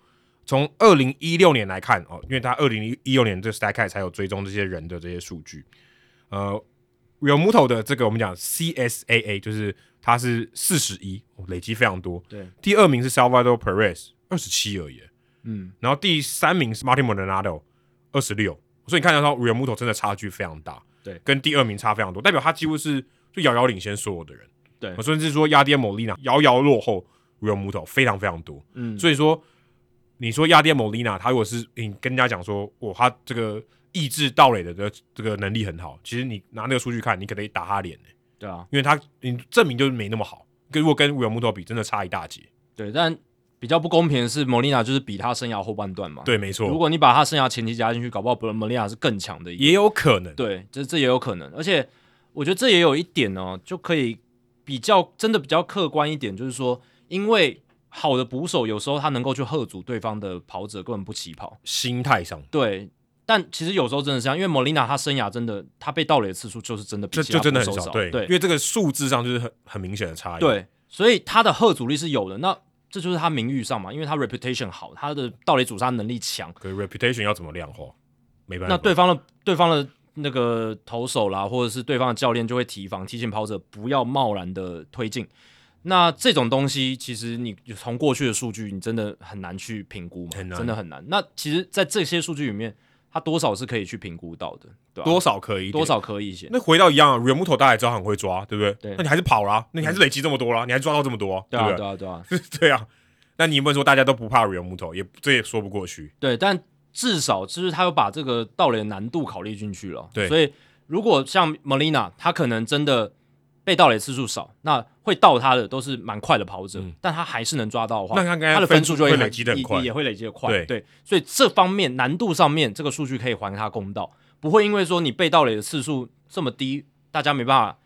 [SPEAKER 1] 从二零一六年来看哦，因为他二零一六年这 Stack 才有追踪这些人的这些数据。呃，Realmuto 的这个我们讲 CSAA 就是他是四十一，哦累积非常多。
[SPEAKER 2] 对，
[SPEAKER 1] 第二名是 Salvador Perez 二十七而已，
[SPEAKER 2] 嗯，
[SPEAKER 1] 然后第三名是 Martin Maldonado 二十六，所以你看得到 Realmuto 真的差距非常大，
[SPEAKER 2] 对
[SPEAKER 1] 跟第二名差非常多，代表他几乎是就遥遥领先所有的人，
[SPEAKER 2] 对
[SPEAKER 1] 甚至说亚迪莫利娜遥遥落后 Realmuto 非常非常多，
[SPEAKER 2] 嗯，
[SPEAKER 1] 所以说你说亚迪莫利娜他如果是你跟人家讲说，哇，他这个抑制盗垒的这这个能力很好，其实你拿那个数据看，你可能打他脸、欸、
[SPEAKER 2] 对啊。
[SPEAKER 1] 因为他你证明就是没那么好，跟如果跟 Realmuto 比，真的差一大截，
[SPEAKER 2] 对，但比较不公平的是，莫莉娜就是比他生涯后半段嘛。，
[SPEAKER 1] 对，没错，
[SPEAKER 2] 如果你把他生涯前期加进去，搞不好莫莉娜是更强的一个。
[SPEAKER 1] 也有可能。
[SPEAKER 2] 对，这这也有可能，而且我觉得这也有一点哦，就可以比较真的比较客观一点，就是说，因为好的捕手有时候他能够去喝阻对方的跑者根本不起跑。
[SPEAKER 1] 心态上，
[SPEAKER 2] 对。但其实有时候真的是这样，因为莫莉娜她生涯真的，她被盗垒的次数就是真的比
[SPEAKER 1] 就
[SPEAKER 2] 其他
[SPEAKER 1] 就真的
[SPEAKER 2] 捕
[SPEAKER 1] 很
[SPEAKER 2] 手
[SPEAKER 1] 少，对，
[SPEAKER 2] 对
[SPEAKER 1] 因，为这个数字上就是很很明显的差异，，
[SPEAKER 2] 对，所以他的贺阻力是有的。那这就是他名誉上嘛，因为他 reputation 好，他的盗垒阻杀能力强，
[SPEAKER 1] 可是 reputation 要怎么量化，没办法，
[SPEAKER 2] 那对方的对方的那个投手啦，或者是对方的教练就会提防，提醒跑者不要贸然的推进。那这种东西，其实你从过去的数据，你真的很难去评估嘛，
[SPEAKER 1] 很难
[SPEAKER 2] 真的很难。那其实，在这些数据里面，他多少是可以去评估到的，对吧、
[SPEAKER 1] 多少可以一点
[SPEAKER 2] 多。少可以一些，
[SPEAKER 1] 那回到一样啊，原木头大家也知道很会抓，对不对？
[SPEAKER 2] 对
[SPEAKER 1] 那你还是跑啦、那你还是累积这么多啦、你还抓到这么多、
[SPEAKER 2] 对
[SPEAKER 1] 不
[SPEAKER 2] 啊，
[SPEAKER 1] 对？
[SPEAKER 2] 对啊，对啊，
[SPEAKER 1] [LAUGHS] 对啊，那你不能说大家都不怕原木头，也这也说不过去。
[SPEAKER 2] 对，但至少就是他有把这个盗垒的难度考虑进去了。
[SPEAKER 1] 对
[SPEAKER 2] 所以如果像 Molina，他可能真的被盗垒次数少，那会盗他的都是蛮快的跑者，但他还是能抓到的话，
[SPEAKER 1] 嗯那他刚才
[SPEAKER 2] 的分数就
[SPEAKER 1] 会
[SPEAKER 2] 很
[SPEAKER 1] 累积的很快
[SPEAKER 2] 也，也会累积的快。
[SPEAKER 1] 对
[SPEAKER 2] 所以这方面难度上面，这个数据可以还他公道，不会因为说你被盗垒的次数这么低，大家没办法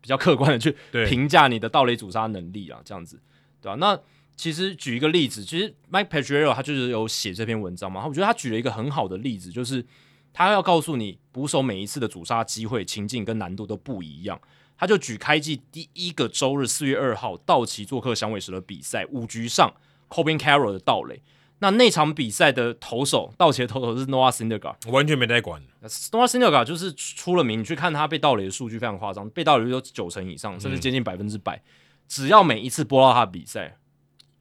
[SPEAKER 2] 比较客观的去
[SPEAKER 1] 对
[SPEAKER 2] 评价你的盗垒阻杀能力啊，这样子，对吧、那其实举一个例子，其实 Mike p a t r i e r 他就是有写这篇文章嘛，我觉得他举了一个很好的例子，就是他要告诉你捕手每一次的阻杀机会情境跟难度都不一样。他就举开季第一个周日四月二号，道奇做客响尾蛇的比赛，五局上 Corbin Carroll 的盗垒。那那场比赛的投手，道奇的投手是 Noah Syndergaard。
[SPEAKER 1] 我完全没在管。
[SPEAKER 2] Noah Syndergaard 就是出了名，你去看他被盗垒的数据非常夸张，被盗垒率有九成以上，甚至接
[SPEAKER 1] 嗯
[SPEAKER 2] 近百分之百。只要每一次播到他的比赛，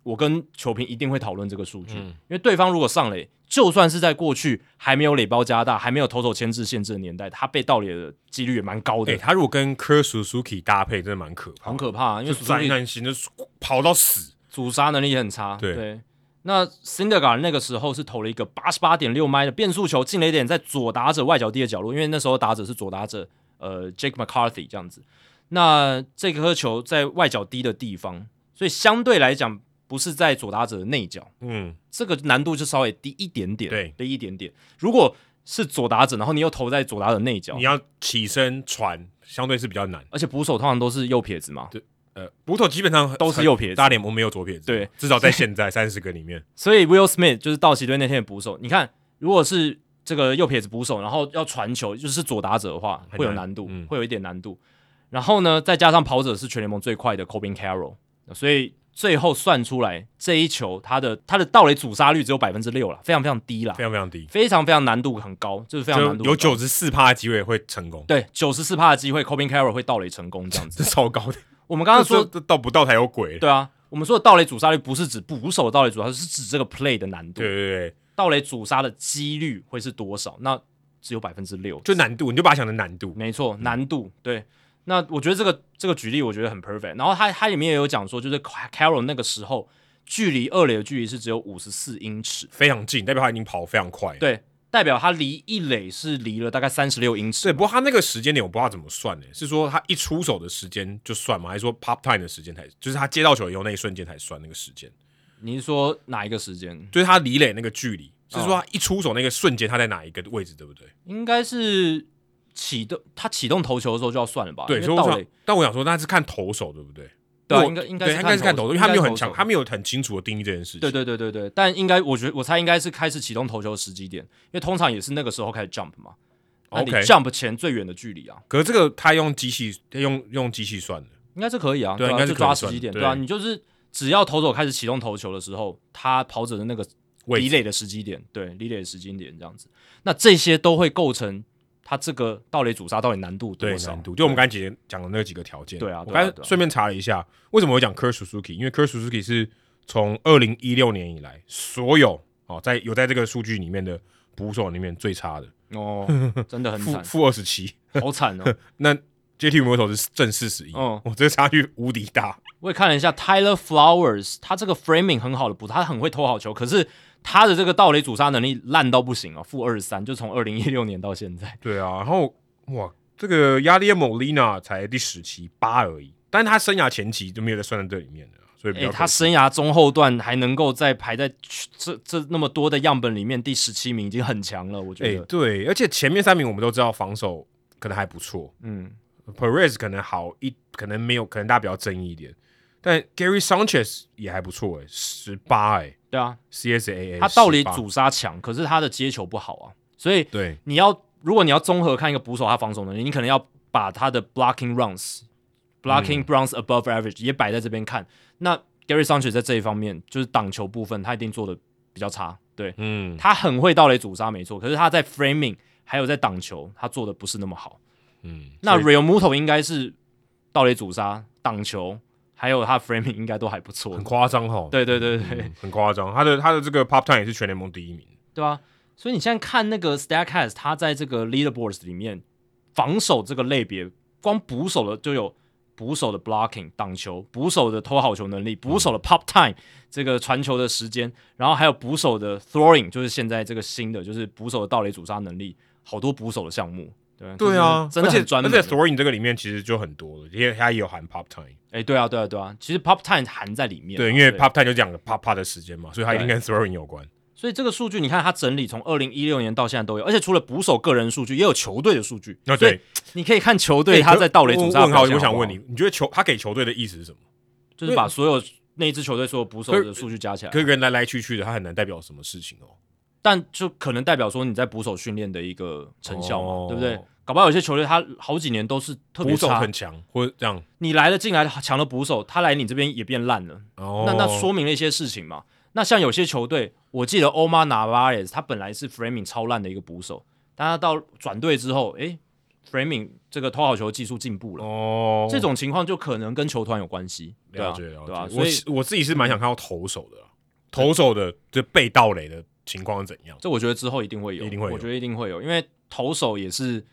[SPEAKER 2] 我跟球评一定会讨论这个数据，
[SPEAKER 1] 嗯
[SPEAKER 2] 因为对方如果上垒，就算是在过去还没有垒包加拿大、还没有投手牵制限制的年代，他被盗垒的几率也蛮高
[SPEAKER 1] 哎、
[SPEAKER 2] 的，
[SPEAKER 1] 他如果跟 Ker Suzuki 搭配，真的蛮可怕
[SPEAKER 2] 很。可怕、因为
[SPEAKER 1] 就灾难型的跑到死，
[SPEAKER 2] 阻杀能力也很差。
[SPEAKER 1] 对
[SPEAKER 2] 那 s i n d e r g a r 那个时候是投了一个八十八点六迈的变速球进了一点，在左打者外角地的角落，因为那时候打者是左打者，呃，Jake McCarthy 这样子。那这颗球在外角低的地方，所以相对来讲不是在左打者的内角，
[SPEAKER 1] 嗯，
[SPEAKER 2] 这个难度就稍微低一点点，
[SPEAKER 1] 对
[SPEAKER 2] 低一点点。如果是左打者，然后你又投在左打者内角
[SPEAKER 1] 你，要起身传，相对是比较难。
[SPEAKER 2] 而且捕手通常都是右撇子嘛，
[SPEAKER 1] 呃，捕手基本上
[SPEAKER 2] 都是右撇子
[SPEAKER 1] 大联盟没有左撇子，
[SPEAKER 2] 对，
[SPEAKER 1] 至少在现在三十个里面，
[SPEAKER 2] 所以 Will Smith 就是道奇队那天的捕手。你看，如果是这个右撇子捕手，然后要传球，就是左打者的话，
[SPEAKER 1] 很难
[SPEAKER 2] 会有难度，
[SPEAKER 1] 嗯
[SPEAKER 2] 会有一点难度。然后呢，再加上跑者是全联盟最快的 Corbin Carroll，所以最后算出来这一球他的他的盗垒阻杀率只有百分之六了，非常非常低啦
[SPEAKER 1] 非，常非常低，
[SPEAKER 2] 非常非常难度很高，就是非常
[SPEAKER 1] 就
[SPEAKER 2] 难度
[SPEAKER 1] 有
[SPEAKER 2] 很高
[SPEAKER 1] 九十四趴的机会会成功，
[SPEAKER 2] 对九十四帕的机会，Corbin Carroll 会盗垒成功这样
[SPEAKER 1] 这
[SPEAKER 2] 子。
[SPEAKER 1] 超高的。
[SPEAKER 2] 我 [LAUGHS] 们刚刚
[SPEAKER 1] 这
[SPEAKER 2] 说
[SPEAKER 1] 这到不到才有鬼，
[SPEAKER 2] 对啊，我们说的盗垒阻杀率不是指捕手的盗垒阻杀率，是指这个 play 的难度。
[SPEAKER 1] 对对对，
[SPEAKER 2] 盗垒阻杀的几率会是多少？那只有百分之六，
[SPEAKER 1] 就难度，你就把它想成难度，
[SPEAKER 2] 没错，难度对。那我觉得这个这个举例我觉得很 perfect。然后他他里面也有讲说，就是 Carol 那个时候距离二垒的距离是只有五十四英尺，
[SPEAKER 1] 非常近，代表他已经跑非常快。，
[SPEAKER 2] 对，代表他离一垒是离了大概三十六英尺。
[SPEAKER 1] 对。不过他那个时间点我不知道怎么算呢、是说他一出手的时间就算吗？还是说 pop time 的时间才，就是他接到球以后那一瞬间才算那个时间？
[SPEAKER 2] 你是说哪一个时间？
[SPEAKER 1] 就是他离垒那个距离，是
[SPEAKER 2] 嗯
[SPEAKER 1] 说他一出手那个瞬间他在哪一个位置，对不对？
[SPEAKER 2] 应该是启动他启动投球的时候就要算了吧？
[SPEAKER 1] 对，
[SPEAKER 2] 因
[SPEAKER 1] 所
[SPEAKER 2] 为
[SPEAKER 1] 以我
[SPEAKER 2] 盗
[SPEAKER 1] 想
[SPEAKER 2] 垒，
[SPEAKER 1] 但我想说那是看投手，对不对？
[SPEAKER 2] 对
[SPEAKER 1] 如
[SPEAKER 2] 啊
[SPEAKER 1] 果
[SPEAKER 2] 应该应该
[SPEAKER 1] 对
[SPEAKER 2] 是
[SPEAKER 1] 应
[SPEAKER 2] 看
[SPEAKER 1] 该是看
[SPEAKER 2] 投
[SPEAKER 1] 投手，
[SPEAKER 2] 手
[SPEAKER 1] 因为他没有
[SPEAKER 2] 应
[SPEAKER 1] 很
[SPEAKER 2] 该投手
[SPEAKER 1] 强，他没有很清楚的定义这件事情。
[SPEAKER 2] 对对对对对，但应该我觉得我猜应该是开始启动投球的时机点，因为通常也是那个时候开始 jump 嘛。那你
[SPEAKER 1] OK
[SPEAKER 2] jump 前最远的距离啊，
[SPEAKER 1] 可是这个他用机器，他用用机器算的，
[SPEAKER 2] 应该是可以啊，
[SPEAKER 1] 对啊
[SPEAKER 2] 吧
[SPEAKER 1] 应该是
[SPEAKER 2] 就
[SPEAKER 1] 可以
[SPEAKER 2] 抓时
[SPEAKER 1] 算
[SPEAKER 2] 机点，
[SPEAKER 1] 对
[SPEAKER 2] 对啊，你就是只要投手开始启动投球的时候，他跑者的那个
[SPEAKER 1] 位置
[SPEAKER 2] 离垒的时机点，对，离垒的时机点这样子，那这些都会构成他这个盗垒阻杀到底难度
[SPEAKER 1] 对
[SPEAKER 2] 多少？
[SPEAKER 1] 难度，就我们刚才姐姐讲的那几个条件。
[SPEAKER 2] 对啊
[SPEAKER 1] 我
[SPEAKER 2] 对啊
[SPEAKER 1] 刚才
[SPEAKER 2] 对啊
[SPEAKER 1] 顺便查了一下，为什么我会讲 Ker Suzuki？因为 Ker Suzuki 是从二零一六年以来所有哦，在有在这个数据里面的捕手里面最差的， [LAUGHS]
[SPEAKER 2] 哦，真的很
[SPEAKER 1] 负
[SPEAKER 2] 惨，
[SPEAKER 1] 负二十七。
[SPEAKER 2] 好
[SPEAKER 1] [LAUGHS]
[SPEAKER 2] 惨哦。
[SPEAKER 1] 那 JT 摩托是正四十一，
[SPEAKER 2] 嗯
[SPEAKER 1] 哦，这个差距无敌大。
[SPEAKER 2] 我也看了一下 Tyler Flowers，他这个 framing 很好的捕手，他很会投好球，可是他的这个盗垒阻杀能力烂到不行啊，负二十三，就从二零一六年到现在。
[SPEAKER 1] 对啊，然后哇，这个亚利耶莫利娜才第十期八而已，但是他生涯前期就没有在算在这里面的，所以比
[SPEAKER 2] 诶、
[SPEAKER 1] 较可惜、
[SPEAKER 2] 他生涯中后段还能够在排在这这那么多的样本里面第十七名，已经很强了，我觉
[SPEAKER 1] 哎、
[SPEAKER 2] 得。
[SPEAKER 1] 对，而且前面三名我们都知道防守可能还不错
[SPEAKER 2] 嗯，
[SPEAKER 1] ，Perez 可能好一，可能没有，可能大家比较争议一点，但 Gary Sanchez 也还不错哎、十八哎
[SPEAKER 2] 对啊，
[SPEAKER 1] ，CSAA
[SPEAKER 2] 他道理
[SPEAKER 1] 18
[SPEAKER 2] 阻杀强，可是他的接球不好啊，所以
[SPEAKER 1] 对
[SPEAKER 2] 你要如果你要综合看一个捕手他防守能力，你可能要把他的 blocking runs、blocking runs above average 也摆在这边看。那 Gary Sanchez 在这一方面就是挡球部分，他一定做的比较差。对
[SPEAKER 1] 嗯，
[SPEAKER 2] 他很会盗垒阻杀，没错，可是他在 framing 还有在挡球，他做的不是那么好。
[SPEAKER 1] 嗯，
[SPEAKER 2] 那
[SPEAKER 1] 所以
[SPEAKER 2] Real Muto 应该是盗垒阻杀、挡球，还有他 framing 应该都还不错
[SPEAKER 1] 很。夸张哈，
[SPEAKER 2] 对对对对
[SPEAKER 1] 嗯，很夸张，他的他的这个 Pop Time 也是全联盟第一名，
[SPEAKER 2] 对啊，所以你现在看那个 Statcast，它在这个 Leaderboards 里面，防守这个类别，光捕手的就有捕手的 blocking 挡球，捕手的投好球能力，捕
[SPEAKER 1] 嗯
[SPEAKER 2] 手的 pop time 这个传球的时间，然后还有捕手的 throwing，就是现在这个新的，就是捕手的盗垒阻杀能力，好多捕手的项目。对
[SPEAKER 1] 对啊，
[SPEAKER 2] 就是真的
[SPEAKER 1] 而且
[SPEAKER 2] 很专门。
[SPEAKER 1] 而且 throwing 这个里面其实就很多了，因为它也有含 pop time，
[SPEAKER 2] 哎、对啊，对啊，对啊，其实 pop time 含在里面嘛。啊
[SPEAKER 1] 对，因为 pop time 就讲 pop pop 的时间嘛，所以它一定跟 throwing 有关。
[SPEAKER 2] 所以这个数据你看，它整理从二零一六年到现在都有，而且除了捕手个人数据，也有球队的数据。
[SPEAKER 1] 哦，对，，
[SPEAKER 2] 你可以看球队他在盗垒阻杀。
[SPEAKER 1] 问问号，哎我想问
[SPEAKER 2] 啊
[SPEAKER 1] 你，，你觉得球他给球队的意思是什么？
[SPEAKER 2] 就是把所有那一支球队所有捕手的数据加起来
[SPEAKER 1] 可，是人来来去去的，他很难代表什么事情哦。
[SPEAKER 2] 但就可能代表说你在捕手训练的一个成效嘛，
[SPEAKER 1] 哦
[SPEAKER 2] 对不对？搞不好有些球队他好几年都是特别
[SPEAKER 1] 捕手
[SPEAKER 2] 差
[SPEAKER 1] 很，强，或者这样
[SPEAKER 2] 你来了进来强的捕手，他来你这边也变烂了，
[SPEAKER 1] 哦。
[SPEAKER 2] 那那说明了一些事情嘛。那像有些球队，我记得 Omar Navarez 他本来是 Framing 超烂的一个捕手，但他到转队之后，诶 f r a m i n g 这个投好球技术进步了，
[SPEAKER 1] 哦，
[SPEAKER 2] 这种情况就可能跟球团有关系，对
[SPEAKER 1] 了
[SPEAKER 2] 啊，
[SPEAKER 1] 解
[SPEAKER 2] 对
[SPEAKER 1] 了
[SPEAKER 2] 啊，
[SPEAKER 1] 解。
[SPEAKER 2] 所
[SPEAKER 1] 我
[SPEAKER 2] 以
[SPEAKER 1] 是我自己是蛮想看到投手的啦，啊投手的就被盗垒的情况是怎样？
[SPEAKER 2] 这我觉得之后一定会有，
[SPEAKER 1] 一定会有
[SPEAKER 2] 我觉得一定会有，因为投手也是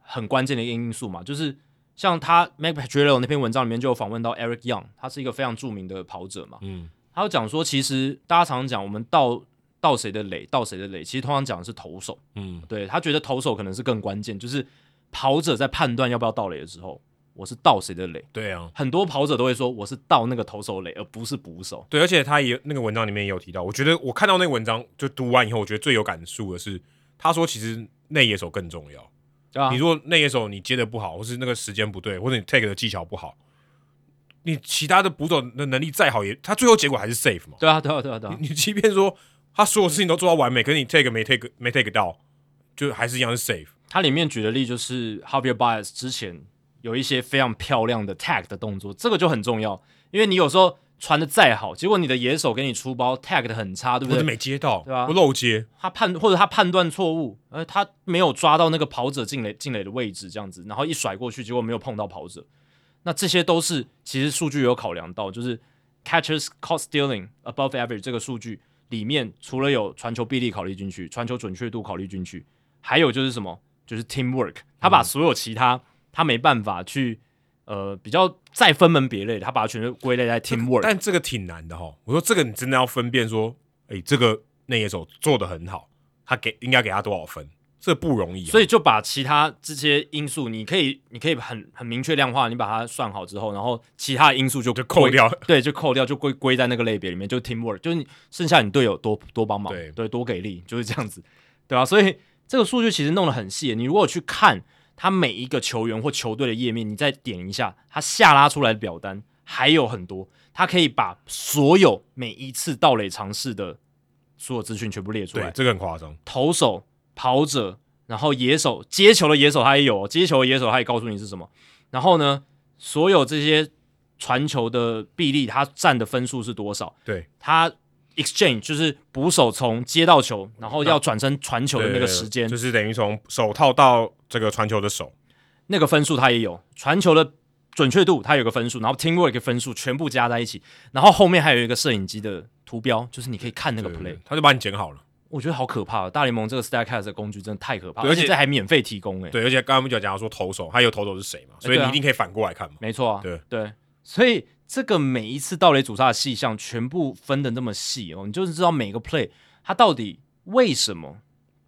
[SPEAKER 2] 很关键的一个因素嘛。就是像他 Mac Patrillo 那篇文章里面就有访问到 Eric Young，他是一个非常著名的跑者嘛。
[SPEAKER 1] 嗯，
[SPEAKER 2] 他有讲说，其实大家常常讲我们到到谁的垒，到谁的垒，其实通常讲的是投手。
[SPEAKER 1] 嗯，
[SPEAKER 2] 对他觉得投手可能是更关键，就是跑者在判断要不要到垒的时候，我是到谁的垒。
[SPEAKER 1] 对啊，
[SPEAKER 2] 很多跑者都会说我是到那个投手垒，而不是捕手。
[SPEAKER 1] 对，而且他也那个文章里面也有提到，我觉得我看到那个文章就读完以后，我觉得最有感触的是，他说其实内野手更重要。
[SPEAKER 2] 对啊
[SPEAKER 1] 你，如果内野手你接的不好，或是那个时间不对，或者你 take 的技巧不好，你其他的捕手的能力再好也，他最后结果还是 safe 嘛。
[SPEAKER 2] 对啊，对啊，对啊，对啊，
[SPEAKER 1] 你你即便说他所有事情都做到完美，可是你 take 没 take 没 take 到，就还是一样是 safe。
[SPEAKER 2] 它里面举的例就是 Javier Baez 之前有一些非常漂亮的 tag 的动作，这个就很重要，因为你有时候传的再好，结果你的野手给你出包 tag 的很差，对不
[SPEAKER 1] 我就
[SPEAKER 2] 对？
[SPEAKER 1] 没接到，
[SPEAKER 2] 对啊
[SPEAKER 1] 我漏接，
[SPEAKER 2] 他判或者他判断错误，呃，他没有抓到那个跑者进垒进垒的位置，这样子，然后一甩过去，结果没有碰到跑者，那这些都是其实数据有考量到，就是 catchers caught stealing above average 这个数据里面，除了有传球臂力考虑进去，传球准确度考虑进去，还有就是什么，就是 teamwork，他把所有其他他没办法去呃比较再分门别类的，他把它全部归类在 teamwork。
[SPEAKER 1] 但这个挺难的哈。我说这个你真的要分辨说，诶，这个内野手做的很好，他给应该给他多少分，这不容易、啊。
[SPEAKER 2] 所以就把其他这些因素，你可以，你可以很很明确量化，你把它算好之后，然后其他因素就
[SPEAKER 1] 就扣
[SPEAKER 2] 归
[SPEAKER 1] 掉，
[SPEAKER 2] [LAUGHS] 对，就扣掉，就归归在那个类别里面，就 teamwork，就是你剩下你队友多多帮忙，
[SPEAKER 1] 对
[SPEAKER 2] 多给力，就是这样子， [LAUGHS] 对吧、啊所以这个数据其实弄得很细，你如果去看他每一个球员或球队的页面，你再点一下，他下拉出来的表单还有很多，他可以把所有每一次盗垒尝试的所有资讯全部列出来
[SPEAKER 1] 对，，这个很夸张。
[SPEAKER 2] 投手、跑者，然后野手接球的野手他也有哦，接球的野手他也告诉你是什么。然后呢，所有这些传球的比例，他占的分数是多少？
[SPEAKER 1] 对，
[SPEAKER 2] 他 exchange 就是捕手从接到球，然后
[SPEAKER 1] 啊
[SPEAKER 2] 要转身传球的那个时间，
[SPEAKER 1] 就是等于从手套到这个传球的手，
[SPEAKER 2] 那个分数它也有，传球的准确度它有个分数，然后 teamwork 的分数全部加在一起，然后后面还有一个摄影机的图标，就是你可以看那个
[SPEAKER 1] 对
[SPEAKER 2] play，
[SPEAKER 1] 对对他就把你剪好了。
[SPEAKER 2] 我觉得好可怕、哦，大联盟这个 Statcast 的工具真的太可怕，
[SPEAKER 1] 对
[SPEAKER 2] 而
[SPEAKER 1] 而且
[SPEAKER 2] 且这还免费提供诶、欸
[SPEAKER 1] 对，而且刚刚我们就讲说投手，他有投手是谁嘛，所以
[SPEAKER 2] 对啊
[SPEAKER 1] 你一定可以反过来看嘛。
[SPEAKER 2] 没错啊，
[SPEAKER 1] 对
[SPEAKER 2] 所以这个每一次盗垒阻杀的细项全部分的那么细哦，你就是知道每个 play 它到底为什么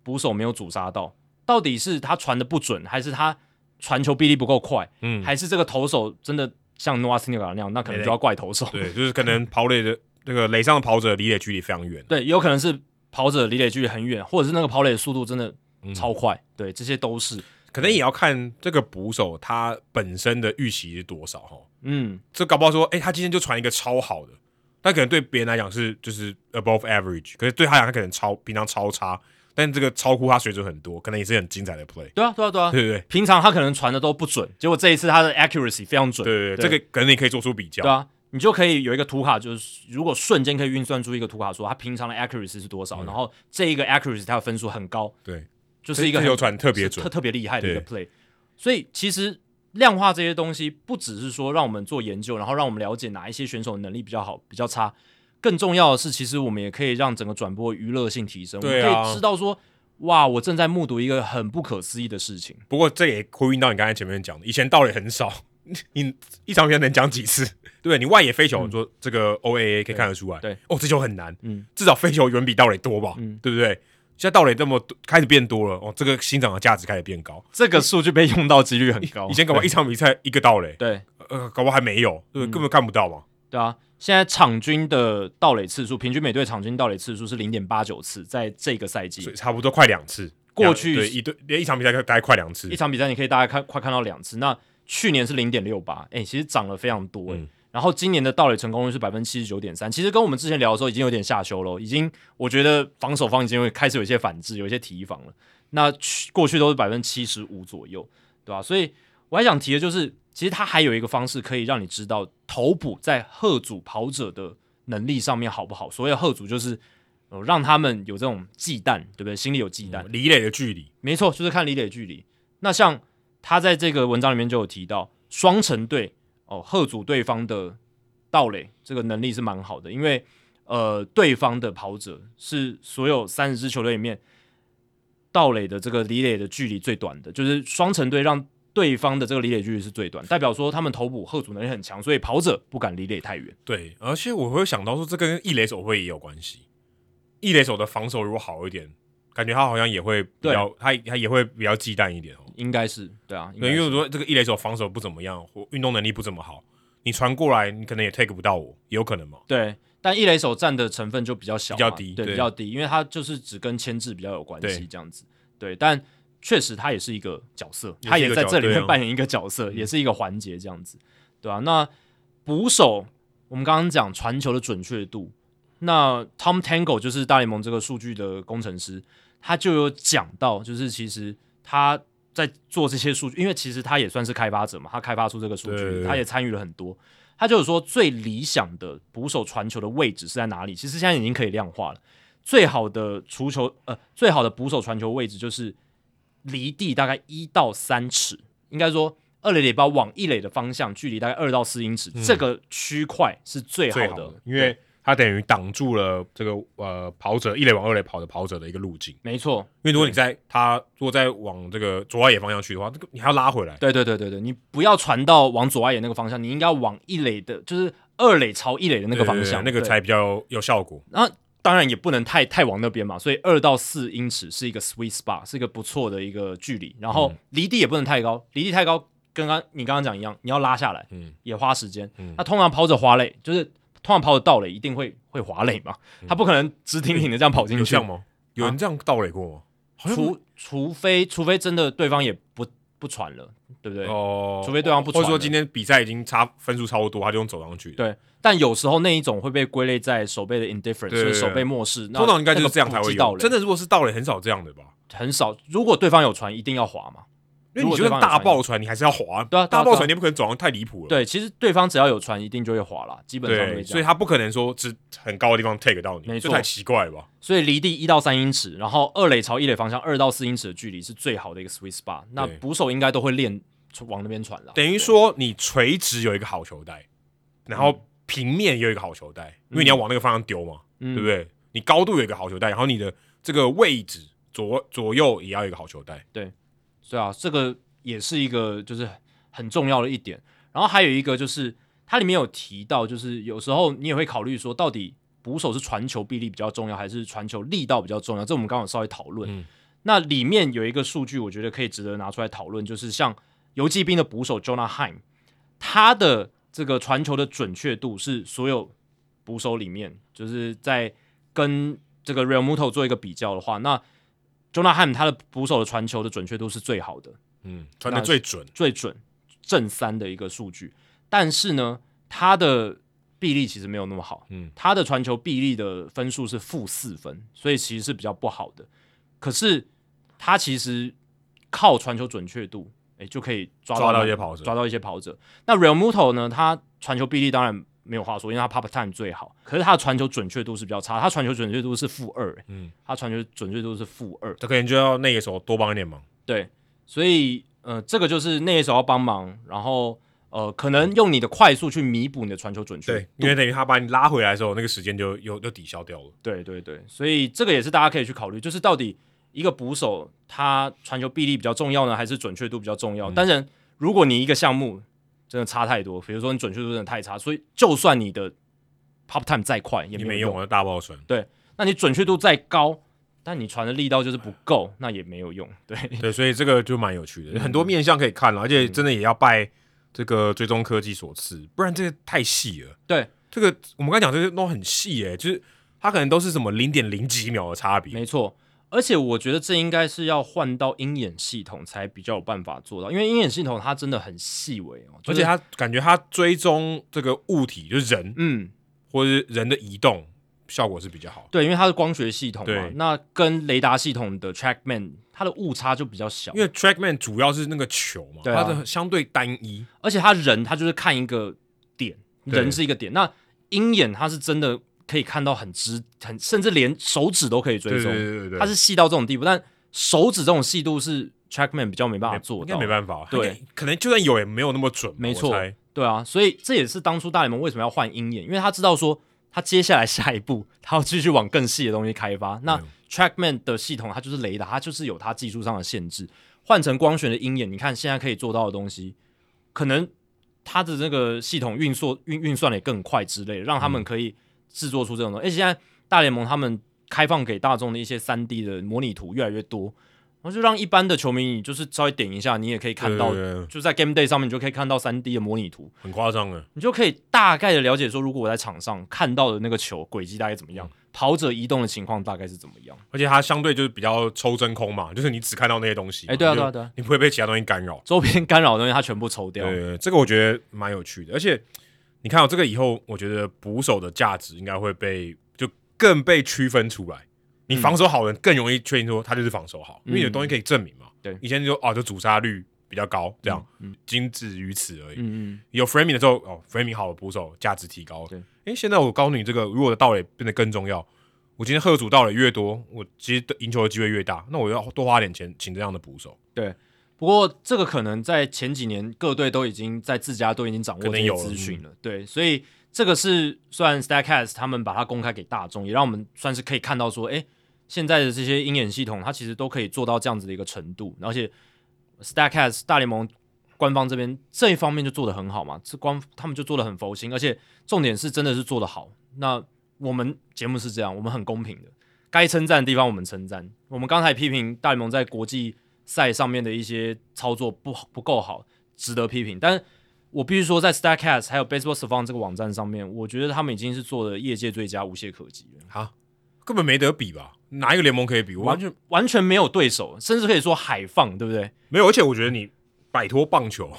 [SPEAKER 2] 捕手没有阻杀到，到底是他传的不准，还是他传球臂力不够快，
[SPEAKER 1] 嗯，哎
[SPEAKER 2] 还是这个投手真的像 Noah s i n g a 那样，那可能就要怪投手。
[SPEAKER 1] 对，就是可能跑垒的那个垒上的跑者离垒距离非常远，
[SPEAKER 2] 对，有可能是跑者离垒距离很远，或者是那个跑垒的速度真的
[SPEAKER 1] 嗯
[SPEAKER 2] 超快，对，这些都是，
[SPEAKER 1] 可能也要看这个捕手他本身的预期是多少哈。
[SPEAKER 2] 嗯，
[SPEAKER 1] 这搞不好说，哎、他今天就传一个超好的，但可能对别人来讲是就是 above average，可是对他来讲他可能超平常超差，但这个超乎他水准很多，可能也是很精彩的 play，
[SPEAKER 2] 对啊，对啊，对啊，
[SPEAKER 1] 对不对？
[SPEAKER 2] 平常他可能传的都不准，结果这一次他的 accuracy 非常准，
[SPEAKER 1] 对对对，这个可能你可以做出比较，
[SPEAKER 2] 对啊，你就可以有一个图卡，就是如果瞬间可以运算出一个图卡，说它平常的 accuracy 是多少，然后这一个 accuracy 它的分数很高，
[SPEAKER 1] 对
[SPEAKER 2] 就是一个
[SPEAKER 1] 这
[SPEAKER 2] 很
[SPEAKER 1] 球传特别
[SPEAKER 2] 是
[SPEAKER 1] 准
[SPEAKER 2] 特，特别厉害的一个
[SPEAKER 1] 对
[SPEAKER 2] play。所以其实量化这些东西，不只是说让我们做研究，然后让我们了解哪一些选手能力比较好、比较差，更重要的是，其实我们也可以让整个转播娱乐性提升，
[SPEAKER 1] 对啊
[SPEAKER 2] 我们可以知道说。哇，我正在目睹一个很不可思议的事情。
[SPEAKER 1] 不过这也呼应到你刚才前面讲的，以前道理很少， [LAUGHS] 你一场比赛能讲几次？对你外野飞球，你说这个 OAA 可以看得出来，
[SPEAKER 2] 嗯对
[SPEAKER 1] 哦，这球很难，
[SPEAKER 2] 嗯，
[SPEAKER 1] 至少飞球远比道垒多吧，
[SPEAKER 2] 嗯
[SPEAKER 1] 对不对？现在道垒这么多开始变多了，哦，这个欣赏的价值开始变高。
[SPEAKER 2] 这个数据被用到几率很 [LAUGHS] 高。
[SPEAKER 1] 以前搞不好一场比赛一个道垒，
[SPEAKER 2] 对
[SPEAKER 1] 呃，搞不好还没有，
[SPEAKER 2] 嗯
[SPEAKER 1] 对，根本看不到嘛。
[SPEAKER 2] 对啊，现在场均的盗垒次数，平均每队场均盗垒次数是零点八九次，在这个赛
[SPEAKER 1] 所以
[SPEAKER 2] 季
[SPEAKER 1] 差不多快两次。
[SPEAKER 2] 过去
[SPEAKER 1] 两对一对连一场比赛大概快两次
[SPEAKER 2] 一，场比赛你可以大概看快看到两次。那去年是零点六八，哎，其实涨了非常多、诶
[SPEAKER 1] 嗯
[SPEAKER 2] 然后今年的盗垒成功率是百分之七十九点三，其实跟我们之前聊的时候已经有点下修了，已经我觉得防守方已经会开始有一些反制，有一些提防了。那去过去都是百分之七十五左右，对吧、所以我还想提的就是，其实它还有一个方式可以让你知道头捕在贺组跑者的能力上面好不好。所谓的贺组就是、呃、让他们有这种忌惮，对不对？心里有忌惮。
[SPEAKER 1] 嗯离垒的距离，
[SPEAKER 2] 没错，就是看离垒距离。那像他在这个文章里面就有提到，双城队哦，贺阻对方的盗垒这个能力是蛮好的，因为呃，对方的跑者是所有三十支球队里面盗垒的这个离垒的距离最短的，就是双城队让对方的这个离垒距离是最短，代表说他们头捕贺阻能力很强，所以跑者不敢离垒太远。
[SPEAKER 1] 对，而且我会想到说，这跟一垒手会也有关系。一垒手的防守如果好一点，感觉他好像也会比较，他他也会比较忌惮一点哦。
[SPEAKER 2] 应该是对啊，应该
[SPEAKER 1] 对，因为
[SPEAKER 2] 是
[SPEAKER 1] 如果这个一垒手防守不怎么样，或运动能力不怎么好，你传过来，你可能也 take 不到我，也有可能嘛。
[SPEAKER 2] 对，但一垒手占的成分就比较小嘛，
[SPEAKER 1] 比较低
[SPEAKER 2] 对，
[SPEAKER 1] 对
[SPEAKER 2] 比较低，因为他就是只跟牵制比较有关系
[SPEAKER 1] 对
[SPEAKER 2] 这样子。对，但确实他也是一个角色，
[SPEAKER 1] 也
[SPEAKER 2] 他
[SPEAKER 1] 是一
[SPEAKER 2] 也
[SPEAKER 1] 个
[SPEAKER 2] 在
[SPEAKER 1] 角
[SPEAKER 2] 这里
[SPEAKER 1] 对
[SPEAKER 2] 面
[SPEAKER 1] 啊
[SPEAKER 2] 扮演一个角色，也是一个环节这样子，对啊，那捕手，我们刚刚讲传球的准确度，那 Tom Tango 就是大联盟这个数据的工程师，他就有讲到，就是其实他在做这些数据，因为其实他也算是开发者嘛，他开发出这个数
[SPEAKER 1] 对对
[SPEAKER 2] 据，
[SPEAKER 1] 对
[SPEAKER 2] 他也参与了很多。他就是说，最理想的捕手传球的位置是在哪里？其实现在已经可以量化了。最好的除球，呃，最好的捕手传球位置就是离地大概一到三尺，应该说二垒垒包往一垒的方向，距离大概二到四英尺，这个区块是最好
[SPEAKER 1] 嗯最
[SPEAKER 2] 的，
[SPEAKER 1] 好的，因为他等于挡住了这个呃跑者一垒往二垒跑的跑者的一个路径。
[SPEAKER 2] 没错，
[SPEAKER 1] 因为如果你在他如果再往这个左外野方向去的话，这个你还要拉回来。
[SPEAKER 2] 对对对对对，你不要传到往左外野那个方向，你应该往一垒的，就是二垒朝一垒的那个方向，
[SPEAKER 1] 对对对那个
[SPEAKER 2] 对
[SPEAKER 1] 才比较有效果。
[SPEAKER 2] 那当然也不能太太往那边嘛，所以二到四英尺是一个 sweet spot，是一个不错的一个距离。然
[SPEAKER 1] 嗯
[SPEAKER 2] 后离地也不能太高，离地太高，跟刚你刚刚讲一样，你要拉下来，
[SPEAKER 1] 嗯，
[SPEAKER 2] 也花时间。
[SPEAKER 1] 嗯
[SPEAKER 2] 那通常跑者滑垒，就是通常跑者倒垒一定会会滑垒嘛，他不可能直挺挺的这样跑进
[SPEAKER 1] 嗯有
[SPEAKER 2] 去啊
[SPEAKER 1] 像，吗？有人这样倒垒过吗？好像不
[SPEAKER 2] 除除非除非真的对方也不不传了，对不对？
[SPEAKER 1] 哦，
[SPEAKER 2] 除非对方不
[SPEAKER 1] 或
[SPEAKER 2] 传
[SPEAKER 1] 者
[SPEAKER 2] 了
[SPEAKER 1] 说今天比赛已经差分数超多，他就用走上去。
[SPEAKER 2] 对，但有时候那一种会被归类在手背的 indifference，
[SPEAKER 1] 对
[SPEAKER 2] 就是手背漠视。那
[SPEAKER 1] 通常应该就
[SPEAKER 2] 那
[SPEAKER 1] 是
[SPEAKER 2] 个
[SPEAKER 1] 这样
[SPEAKER 2] 不
[SPEAKER 1] 才会
[SPEAKER 2] 知道
[SPEAKER 1] 有。
[SPEAKER 2] 嘞
[SPEAKER 1] 真的，如果是倒垒，很少这样的吧？
[SPEAKER 2] 很少。如果对方有传，一定要滑嘛。
[SPEAKER 1] 因
[SPEAKER 2] 如
[SPEAKER 1] 为
[SPEAKER 2] 果
[SPEAKER 1] 你就
[SPEAKER 2] 对
[SPEAKER 1] 算
[SPEAKER 2] 方有
[SPEAKER 1] 大
[SPEAKER 2] 传
[SPEAKER 1] 爆传，你还是要滑。
[SPEAKER 2] 对啊对
[SPEAKER 1] 大
[SPEAKER 2] 啊对啊
[SPEAKER 1] 爆传你也不可能走上太离谱了。
[SPEAKER 2] 对，其实对方只要有传，一定就会滑啦，基本上
[SPEAKER 1] 对，
[SPEAKER 2] 会这
[SPEAKER 1] 所以
[SPEAKER 2] 样。
[SPEAKER 1] 他不可能说只很高的地方 take 到你，
[SPEAKER 2] 没错
[SPEAKER 1] 这太奇怪了吧？
[SPEAKER 2] 所以离地一到三英尺，然后二垒朝一垒方向二到四英尺的距离是最好的一个 sweet spot。那
[SPEAKER 1] 对
[SPEAKER 2] 捕手应该都会练往那边传了。
[SPEAKER 1] 等于说你垂直有一个好球带，然后平面也有一个好球带，因为你要往那个方向丢嘛，
[SPEAKER 2] 嗯
[SPEAKER 1] 对不对？你高度有一个好球带，然后你的这个位置左左右也要有一个好球带。
[SPEAKER 2] 对啊，这个也是一个就是很重要的一点。然后还有一个就是它里面有提到，就是有时候你也会考虑说，到底捕手是传球臂力比较重要，还是传球力道比较重要？这我们刚好稍微讨论。
[SPEAKER 1] 嗯
[SPEAKER 2] 那里面有一个数据，我觉得可以值得拿出来讨论，就是像游击兵的捕手 Jonah Heim，他的这个传球的准确度是所有捕手里面，就是在跟这个 Real Muto 做一个比较的话，那 Jonah Heim 他的捕手的传球的准确度是最好的，
[SPEAKER 1] 嗯，传的最准，
[SPEAKER 2] 最准正三的一个数据。但是呢，他的臂力其实没有那么好，
[SPEAKER 1] 嗯，
[SPEAKER 2] 他的传球臂力的分数是负四分，所以其实是比较不好的。可是他其实靠传球准确度，诶、就可以抓
[SPEAKER 1] 抓到
[SPEAKER 2] 蛮
[SPEAKER 1] 一些跑者
[SPEAKER 2] 抓到一些跑者。那 Real Muto 呢，他传球臂力当然没有话说，因为他 Pop Time 最好，可是他的传球准确度是比较差，他传球准确度是负二、诶
[SPEAKER 1] 嗯，
[SPEAKER 2] 他传球准确度是负二，
[SPEAKER 1] 这可能就要那个时候多帮一点忙。
[SPEAKER 2] 对，所以呃，这个就是那一手要帮忙，然后呃，可能用你的快速去弥补你的传球准确
[SPEAKER 1] 对，，因为等于他把你拉回来的时候，那个时间就又又抵消掉了。
[SPEAKER 2] 对对对，所以这个也是大家可以去考虑，就是到底一个捕手他传球臂力比较重要呢，还是准确度比较重
[SPEAKER 1] 嗯
[SPEAKER 2] 要？当然，如果你一个项目真的差太多，比如说你准确度真的太差，所以就算你的 pop time 再快也
[SPEAKER 1] 你
[SPEAKER 2] 没
[SPEAKER 1] 没
[SPEAKER 2] 有
[SPEAKER 1] 用，我的大爆 [LAUGHS] 传。
[SPEAKER 2] 那你准确度再高，但你传的力道就是不够，那也没有用。对，
[SPEAKER 1] 对，所以这个就蛮有趣的，很嗯多面向可以看了，而且真的也要拜这个追踪科技所赐，不然这个太细了。
[SPEAKER 2] 对，
[SPEAKER 1] 这个我们刚才讲这些都很细诶、就是它可能都是什么零点零几秒的差别。
[SPEAKER 2] 没错。而且我觉得这应该是要换到鹰眼系统才比较有办法做到，因为鹰眼系统它真的很细微哦，就
[SPEAKER 1] 而
[SPEAKER 2] 是
[SPEAKER 1] 且它感觉它追踪这个物体，就是人、
[SPEAKER 2] 嗯，
[SPEAKER 1] 或者是人的移动，效果是比较好的。
[SPEAKER 2] 对，因为它是光学系统嘛
[SPEAKER 1] 对，
[SPEAKER 2] 那跟雷达系统的 TrackMan 它的误差就比较小，
[SPEAKER 1] 因为 TrackMan 主要是那个球嘛，
[SPEAKER 2] 对啊
[SPEAKER 1] 它的相对单一，
[SPEAKER 2] 而且他人他就是看一个点，
[SPEAKER 1] 对
[SPEAKER 2] 人是一个点。那鹰眼他是真的可以看到很直，很甚至连手指都可以追
[SPEAKER 1] 对
[SPEAKER 2] 踪，
[SPEAKER 1] 对对对对，
[SPEAKER 2] 它是细到这种地步。但手指这种细度是 TrackMan 比较没办法
[SPEAKER 1] 没
[SPEAKER 2] 做
[SPEAKER 1] 应该
[SPEAKER 2] 到，
[SPEAKER 1] 没办法，
[SPEAKER 2] 对
[SPEAKER 1] 它应该，可能就算有也没有那么准吧，
[SPEAKER 2] 没
[SPEAKER 1] 我
[SPEAKER 2] 错
[SPEAKER 1] 猜
[SPEAKER 2] 对啊，所以这也是当初大联盟为什么要换鹰眼，因为他知道说他接下来下一步他要继续往更细的东西开发。那
[SPEAKER 1] 嗯
[SPEAKER 2] TrackMan 的系统它就是雷达，它就是有它技术上的限制。换成光学的鹰眼，你看现在可以做到的东西，可能它的这个系统运算运运算的也更快之类的，让他们可以制作出这种东西。而且现在大联盟他们开放给大众的一些三 D 的模拟图越来越多，然后就让一般的球迷，你就是稍微点一下，你也可以看到
[SPEAKER 1] 对对对对
[SPEAKER 2] 就在 Game Day 上面，你就可以看到三 D 的模拟图，
[SPEAKER 1] 很夸张啊。
[SPEAKER 2] 你就可以大概的了解说，如果我在场上看到的那个球轨迹大概怎么样，跑者移动的情况大概是怎么样。
[SPEAKER 1] 而且它相对就是比较抽真空嘛，就是你只看到那些东西嘛，
[SPEAKER 2] 哎对啊
[SPEAKER 1] 你就
[SPEAKER 2] 对啊对啊啊
[SPEAKER 1] 你不会被其他东西干扰。
[SPEAKER 2] 周边干扰的东西，它全部抽掉。
[SPEAKER 1] 对，这个我觉得蛮有趣的，而且你看到、这个以后，我觉得捕手的价值应该会被就更被区分出来。你
[SPEAKER 2] 嗯
[SPEAKER 1] 防守好的人更容易确定说他就是防守好，因为有东西可以证明嘛。
[SPEAKER 2] 对
[SPEAKER 1] 以前就说哦，就主杀率比较高，这样
[SPEAKER 2] 嗯
[SPEAKER 1] 仅止于此而已。
[SPEAKER 2] 嗯嗯，
[SPEAKER 1] 有 framing 的时候，哦，framing 好的捕手价值提高。
[SPEAKER 2] 对，
[SPEAKER 1] 哎，现在我告诉你，这个如果我的盗垒变得更重要，我今天贺主盗垒越多，我其实赢球的机会越大，那我要多花点钱请这样的捕手，
[SPEAKER 2] 不过这个可能在前几年各队都已经在自家队已经掌握
[SPEAKER 1] 可
[SPEAKER 2] 这
[SPEAKER 1] 能
[SPEAKER 2] 些
[SPEAKER 1] 有了嗯
[SPEAKER 2] 资讯了。对，所以这个是虽然 Stacks 他们把它公开给大众，也让我们算是可以看到说，哎，现在的这些鹰眼系统，它其实都可以做到这样子的一个程度，而且 Stacks 大联盟。官方这边这一方面就做得很好嘛，这官他们就做得很佛心，而且重点是真的是做得好。那我们节目是这样，我们很公平的，该称赞的地方我们称赞。我们刚才批评大联盟在国际赛上面的一些操作不好不够好，值得批评。但是我必须说，在 Statcast 还有 Baseball Savant 这个网站上面，我觉得他们已经是做的业界最佳，无懈可击了，
[SPEAKER 1] 哈，根本没得比吧？哪一个联盟可以比？我完全
[SPEAKER 2] 完全没有对手，甚至可以说海放，对不对？
[SPEAKER 1] 没有，而且我觉得你摆脱棒球，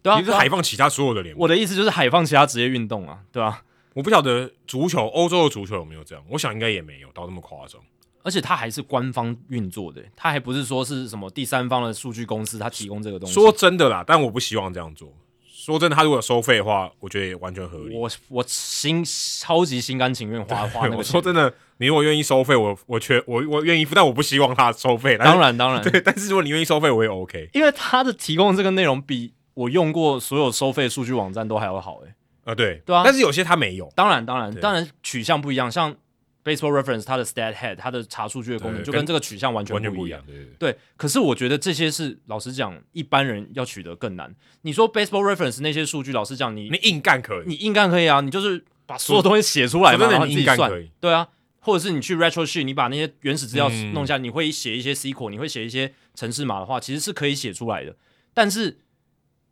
[SPEAKER 2] 对啊，
[SPEAKER 1] 你是
[SPEAKER 2] 对啊
[SPEAKER 1] 海放其他所有的联盟。
[SPEAKER 2] 我的意思就是海放其他职业运动啊，对吧、
[SPEAKER 1] 我不晓得足球，欧洲的足球有没有这样？我想应该也没有到那么夸张。
[SPEAKER 2] 而且它还是官方运作的，它还不是说是什么第三方的数据公司，它提供这个东西。
[SPEAKER 1] 说真的啦，但我不希望这样做。说真的，他如果有收费的话，我觉得也完全合理。
[SPEAKER 2] 我我心超级心甘情愿花
[SPEAKER 1] 对
[SPEAKER 2] 花那个
[SPEAKER 1] 我
[SPEAKER 2] 钱
[SPEAKER 1] 说真的，你如果愿意收费，我我缺我我愿意付，但我不希望他收费。但是
[SPEAKER 2] 当然当
[SPEAKER 1] [LAUGHS]
[SPEAKER 2] 然，
[SPEAKER 1] 对，但是如果你愿意收费，我也 OK。
[SPEAKER 2] 因为它的提供的这个内容比我用过所有收费数据网站都还要好诶、
[SPEAKER 1] 呃，对，
[SPEAKER 2] 对啊
[SPEAKER 1] 但是有些他没有，
[SPEAKER 2] 当然当然
[SPEAKER 1] 对
[SPEAKER 2] 当然取向不一样，像 Baseball Reference 它的 Stat Head 它的查数据的功能
[SPEAKER 1] 对
[SPEAKER 2] 就跟
[SPEAKER 1] 跟
[SPEAKER 2] 这个取向完全
[SPEAKER 1] 完全
[SPEAKER 2] 不
[SPEAKER 1] 不
[SPEAKER 2] 一
[SPEAKER 1] 一
[SPEAKER 2] 样
[SPEAKER 1] 样。。对对对，
[SPEAKER 2] 对，可是我觉得这些是老实讲，一般人要取得更难。你说 Baseball Reference 那些数据，老实讲，你
[SPEAKER 1] 你硬干可以，
[SPEAKER 2] 你硬干可以啊，你就是把所有东西写出来
[SPEAKER 1] 说
[SPEAKER 2] 嘛，
[SPEAKER 1] 真的
[SPEAKER 2] 然后
[SPEAKER 1] 你
[SPEAKER 2] 你自己
[SPEAKER 1] 硬干
[SPEAKER 2] 算
[SPEAKER 1] 可以，
[SPEAKER 2] 对啊，或者是你去 Retrosheet，你把那些原始资料
[SPEAKER 1] 嗯
[SPEAKER 2] 弄下，你会写一些 SQL，你会写一些程式码的话，其实是可以写出来的。但是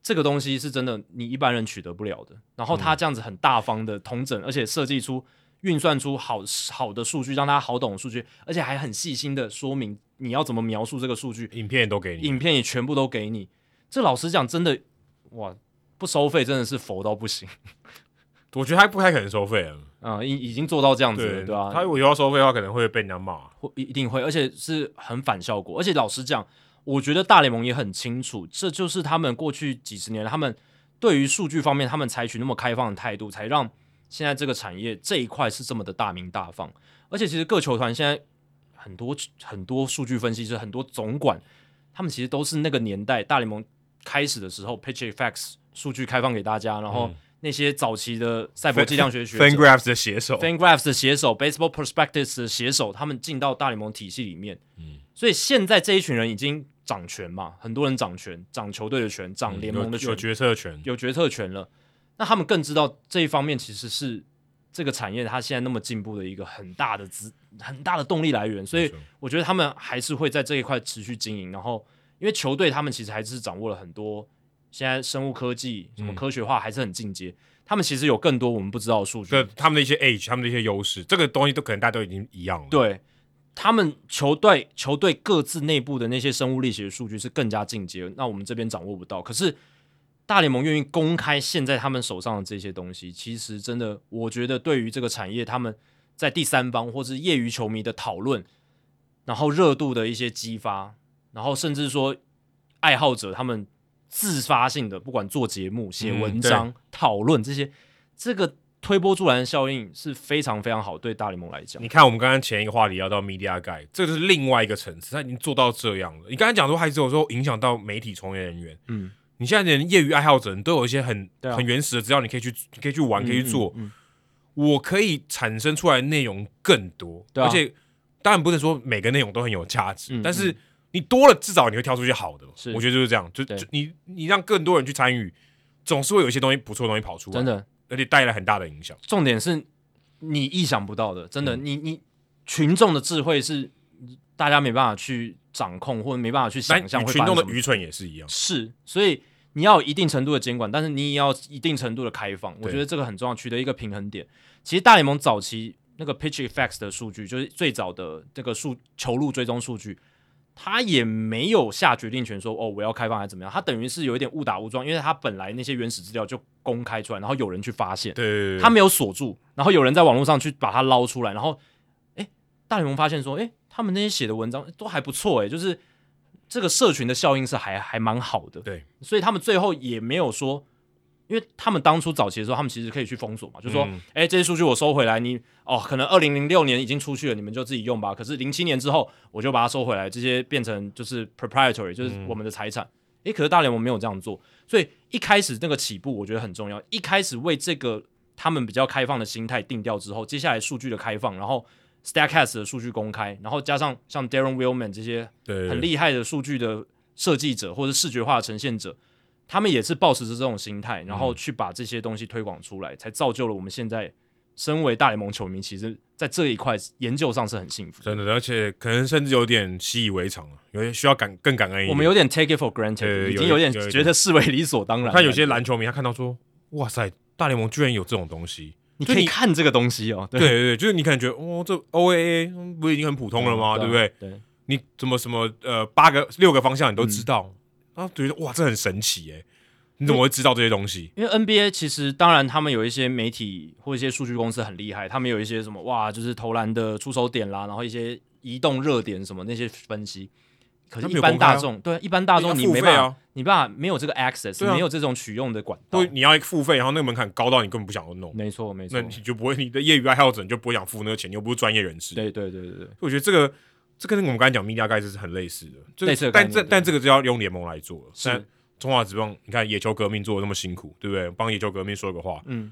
[SPEAKER 2] 这个东西是真的，你一般人取得不了的。然后他这样子很大方的统整，而且设计出运算出好好的数据，让大家好懂的数据，而且还很细心的说明你要怎么描述这个数据，
[SPEAKER 1] 影片都给你。
[SPEAKER 2] 影片也全部都给你。这老实讲，真的哇，不收费真的是佛到不行。
[SPEAKER 1] 我觉得他不太可能收费了，
[SPEAKER 2] 嗯，已已经做到这样子了，对啊吧、
[SPEAKER 1] 他如果要收费的话，可能会被人家骂。
[SPEAKER 2] 会一定会，而且是很反效果。而且老实讲，我觉得大联盟也很清楚，这就是他们过去几十年他们对于数据方面他们采取那么开放的态度，才让现在这个产业这一块是这么的大名大放。而且其实各球团现在很多很多数据分析师、很多总管，他们其实都是那个年代大联盟开始的时候，Pitch Facts 数据开放给大家，然后那些早期的赛博计量学学者
[SPEAKER 1] FanGraphs 的写手，
[SPEAKER 2] FanGraphs 的写手、Baseball Prospectus 的写手，他们进到大联盟体系里面，嗯，所以现在这一群人已经掌权嘛，很多人掌权，掌球队的权，掌联盟的
[SPEAKER 1] 嗯有
[SPEAKER 2] 权，
[SPEAKER 1] 有决策权，
[SPEAKER 2] 有决策权了。那他们更知道这一方面其实是这个产业它现在那么进步的一个很大的资很大的动力来源，所
[SPEAKER 1] 没
[SPEAKER 2] 以
[SPEAKER 1] 错
[SPEAKER 2] 我觉得他们还是会在这一块持续经营。然后，因为球队他们其实还是掌握了很多现在生物科技什么
[SPEAKER 1] 嗯
[SPEAKER 2] 科学化还是很进阶，他们其实有更多我们不知道的数据。
[SPEAKER 1] 这他们的一些 edge，他们的一些优势，这个东西都可能大家都已经一样了。，
[SPEAKER 2] 对他们球队球队各自内部的那些生物力学数据是更加进阶，那我们这边掌握不到。可是大联盟愿意公开现在他们手上的这些东西，其实真的，我觉得对于这个产业，他们在第三方或是业余球迷的讨论，然后热度的一些激发，然后甚至说爱好者他们自发性的，不管做节目、写
[SPEAKER 1] 嗯
[SPEAKER 2] 文
[SPEAKER 1] 对
[SPEAKER 2] 章、讨论这些，这个推波助澜的效应是非常非常好，对大联盟来讲。
[SPEAKER 1] 你看我们刚刚前一个话题聊到 media guy，这个是另外一个层次，他已经做到这样了。你刚才讲说，还是有时候影响到媒体从业人员，
[SPEAKER 2] 嗯，
[SPEAKER 1] 你现在连业余爱好者，你都有一些很、
[SPEAKER 2] 对啊
[SPEAKER 1] 很原始的资料，你可以去你可以去玩，可以去做。
[SPEAKER 2] 嗯嗯
[SPEAKER 1] 我可以产生出来的内容更多，
[SPEAKER 2] 对啊
[SPEAKER 1] 而且当然不能说每个内容都很有价值，
[SPEAKER 2] 嗯
[SPEAKER 1] 但是你多了，至少你会挑出一些好的。
[SPEAKER 2] 是
[SPEAKER 1] 我觉得就是这样，就
[SPEAKER 2] 对
[SPEAKER 1] 就你你让更多人去参与，总是会有一些东西不错的东西跑出来，
[SPEAKER 2] 真，的，
[SPEAKER 1] 而且带来很大的影响。
[SPEAKER 2] 重点是你意想不到的，真
[SPEAKER 1] 嗯
[SPEAKER 2] 的，你你群众的智慧是大家没办法去掌控，或者没办法去
[SPEAKER 1] 但
[SPEAKER 2] 想象会
[SPEAKER 1] 哎群
[SPEAKER 2] 发生
[SPEAKER 1] 众的
[SPEAKER 2] 什么
[SPEAKER 1] 愚蠢也是一样，
[SPEAKER 2] 是，所以你要有一定程度的监管，但是你也要一定程度的开放。我
[SPEAKER 1] 对
[SPEAKER 2] 觉得这个很重要，取得一个平衡点。其实大联盟早期那个 Pitch Effects 的数据，就是最早的这个数球路追踪数据，他也没有下决定权说哦我要开放还是怎么样，他等于是有一点误打误撞，因为他本来那些原始资料就公开出来，然后有人去发现。
[SPEAKER 1] 对对对，
[SPEAKER 2] 他没有锁住，然后有人在网络上去把它捞出来，然后，哎，大联盟发现说，哎，他们那些写的文章都还不错，哎，就是这个社群的效应是还还蛮好的，
[SPEAKER 1] 对，
[SPEAKER 2] 所以他们最后也没有说，因为他们当初早期的时候，他们其实可以去封锁嘛，就说，
[SPEAKER 1] 嗯
[SPEAKER 2] 哎、这些数据我收回来，你哦，可能二零零六年已经出去了，你们就自己用吧，可是零七年之后我就把它收回来，这些变成就是 proprietary，就是
[SPEAKER 1] 嗯
[SPEAKER 2] 我们的财产。诶，可是大联盟没有这样做，所以一开始那个起步我觉得很重要，一开始为这个他们比较开放的心态定调之后，接下来数据的开放，然后 Stacks 的数据公开，然后加上像 Darren Willman 这些
[SPEAKER 1] 对对对
[SPEAKER 2] 很厉害的数据的设计者或者视觉化的呈现者，他们也是抱持着这种心态，然
[SPEAKER 1] 嗯
[SPEAKER 2] 后去把这些东西推广出来，才造就了我们现在身为大联盟球迷，其实在这一块研究上是很幸福的。
[SPEAKER 1] 真的，而且可能甚至有点习以为常了，有些需要感更感恩一点。
[SPEAKER 2] 我们有点 take it for granted，
[SPEAKER 1] 对
[SPEAKER 2] 已
[SPEAKER 1] 有
[SPEAKER 2] 经有
[SPEAKER 1] 一
[SPEAKER 2] 点
[SPEAKER 1] 有一
[SPEAKER 2] 觉得视为理所当然。
[SPEAKER 1] 看有些篮球迷，他看到说，哇塞，大联盟居然有这种东西。
[SPEAKER 2] 你
[SPEAKER 1] 就
[SPEAKER 2] 可以
[SPEAKER 1] 你
[SPEAKER 2] 看这个东西哦，
[SPEAKER 1] 对
[SPEAKER 2] 对
[SPEAKER 1] 对对，就是你可能觉得，哦，这 OAA 嗯不是已经很普通了吗？对不对？？
[SPEAKER 2] 对，啊
[SPEAKER 1] 你怎么什么呃八个六个方向你都知道，
[SPEAKER 2] 嗯
[SPEAKER 1] 然后觉得哇，这很神奇哎，你怎么会知道这些东西？
[SPEAKER 2] 因为 NBA 其实当然他们有一些媒体或一些数据公司很厉害，他们有一些什么哇，就是投篮的出手点啦，然后一些移动热点什么那些分析。可
[SPEAKER 1] 他
[SPEAKER 2] 是，
[SPEAKER 1] 们
[SPEAKER 2] 一
[SPEAKER 1] 有
[SPEAKER 2] 般
[SPEAKER 1] 公开啊
[SPEAKER 2] 大众、对一般大众
[SPEAKER 1] 你
[SPEAKER 2] 你
[SPEAKER 1] 要付
[SPEAKER 2] 没办
[SPEAKER 1] 费
[SPEAKER 2] 法，
[SPEAKER 1] 啊
[SPEAKER 2] 你办法没有这个 access，、
[SPEAKER 1] 对啊
[SPEAKER 2] 没有这种取用的管道
[SPEAKER 1] 对，。你要付费，然后那个门槛高到你根本不想要弄，
[SPEAKER 2] 嗯没错，没错
[SPEAKER 1] 那，你就不会，你的业余爱好者你就不会想付那个钱，你又不是专业人士。
[SPEAKER 2] 对对对对对，
[SPEAKER 1] 我觉得这个这跟我们刚才讲 media guide 是很类似的，这个
[SPEAKER 2] 类似的概
[SPEAKER 1] 但
[SPEAKER 2] 念
[SPEAKER 1] 这
[SPEAKER 2] 对
[SPEAKER 1] 但这个就要用联盟来做了。
[SPEAKER 2] 是
[SPEAKER 1] 但中华职棒，你看野球革命做的那么辛苦，对不对？帮野球革命说个话，
[SPEAKER 2] 嗯，